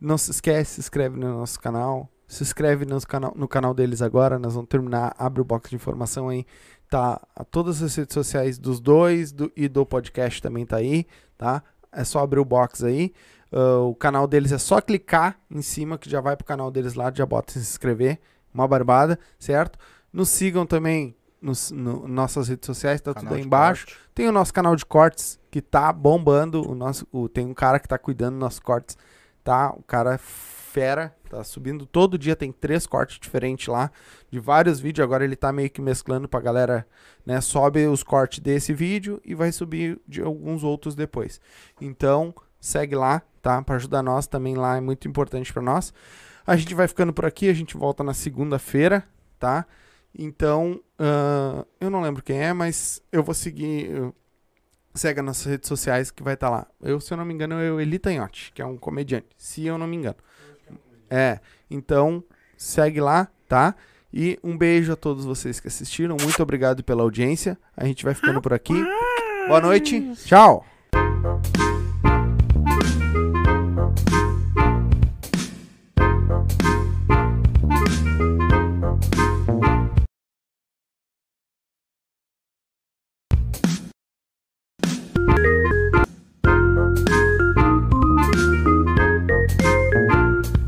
[SPEAKER 1] não se esquece, se inscreve no nosso canal. Se inscreve no, canal, no canal deles agora. Nós vamos terminar. Abre o box de informação aí. Tá a- todas as redes sociais dos dois do- e do podcast também tá aí, tá? É só abrir o box aí. Ah, o canal deles é só clicar em cima que já vai pro canal deles lá, já bota se inscrever. Uma barbada, certo? Nos sigam também nos no- nossas redes sociais, tá
[SPEAKER 9] Canal
[SPEAKER 1] tudo aí
[SPEAKER 9] de
[SPEAKER 1] embaixo.
[SPEAKER 9] corte.
[SPEAKER 1] Tem o nosso canal de cortes que tá bombando. O nosso, o- tem um cara que tá cuidando dos nossos cortes, tá? O cara é fera, tá subindo todo dia. Tem três cortes diferentes lá, de vários vídeos. Agora ele tá meio que mesclando pra galera, né? Sobe os cortes desse vídeo e vai subir de alguns outros depois. Então, segue lá, tá? Pra ajudar nós também lá, é muito importante pra nós. A gente vai ficando por aqui, a gente volta na segunda-feira, tá? Então, ahn, eu não lembro quem é, mas eu vou seguir. eu- Segue nas redes sociais que vai estar lá. Eu, se eu não me engano, é o Eli Tanhotti, que é um comediante. Se eu não me engano. É, então, segue lá, tá? E um beijo a todos vocês que assistiram. Muito obrigado pela audiência. A gente vai ficando por aqui. Boa noite. Tchau.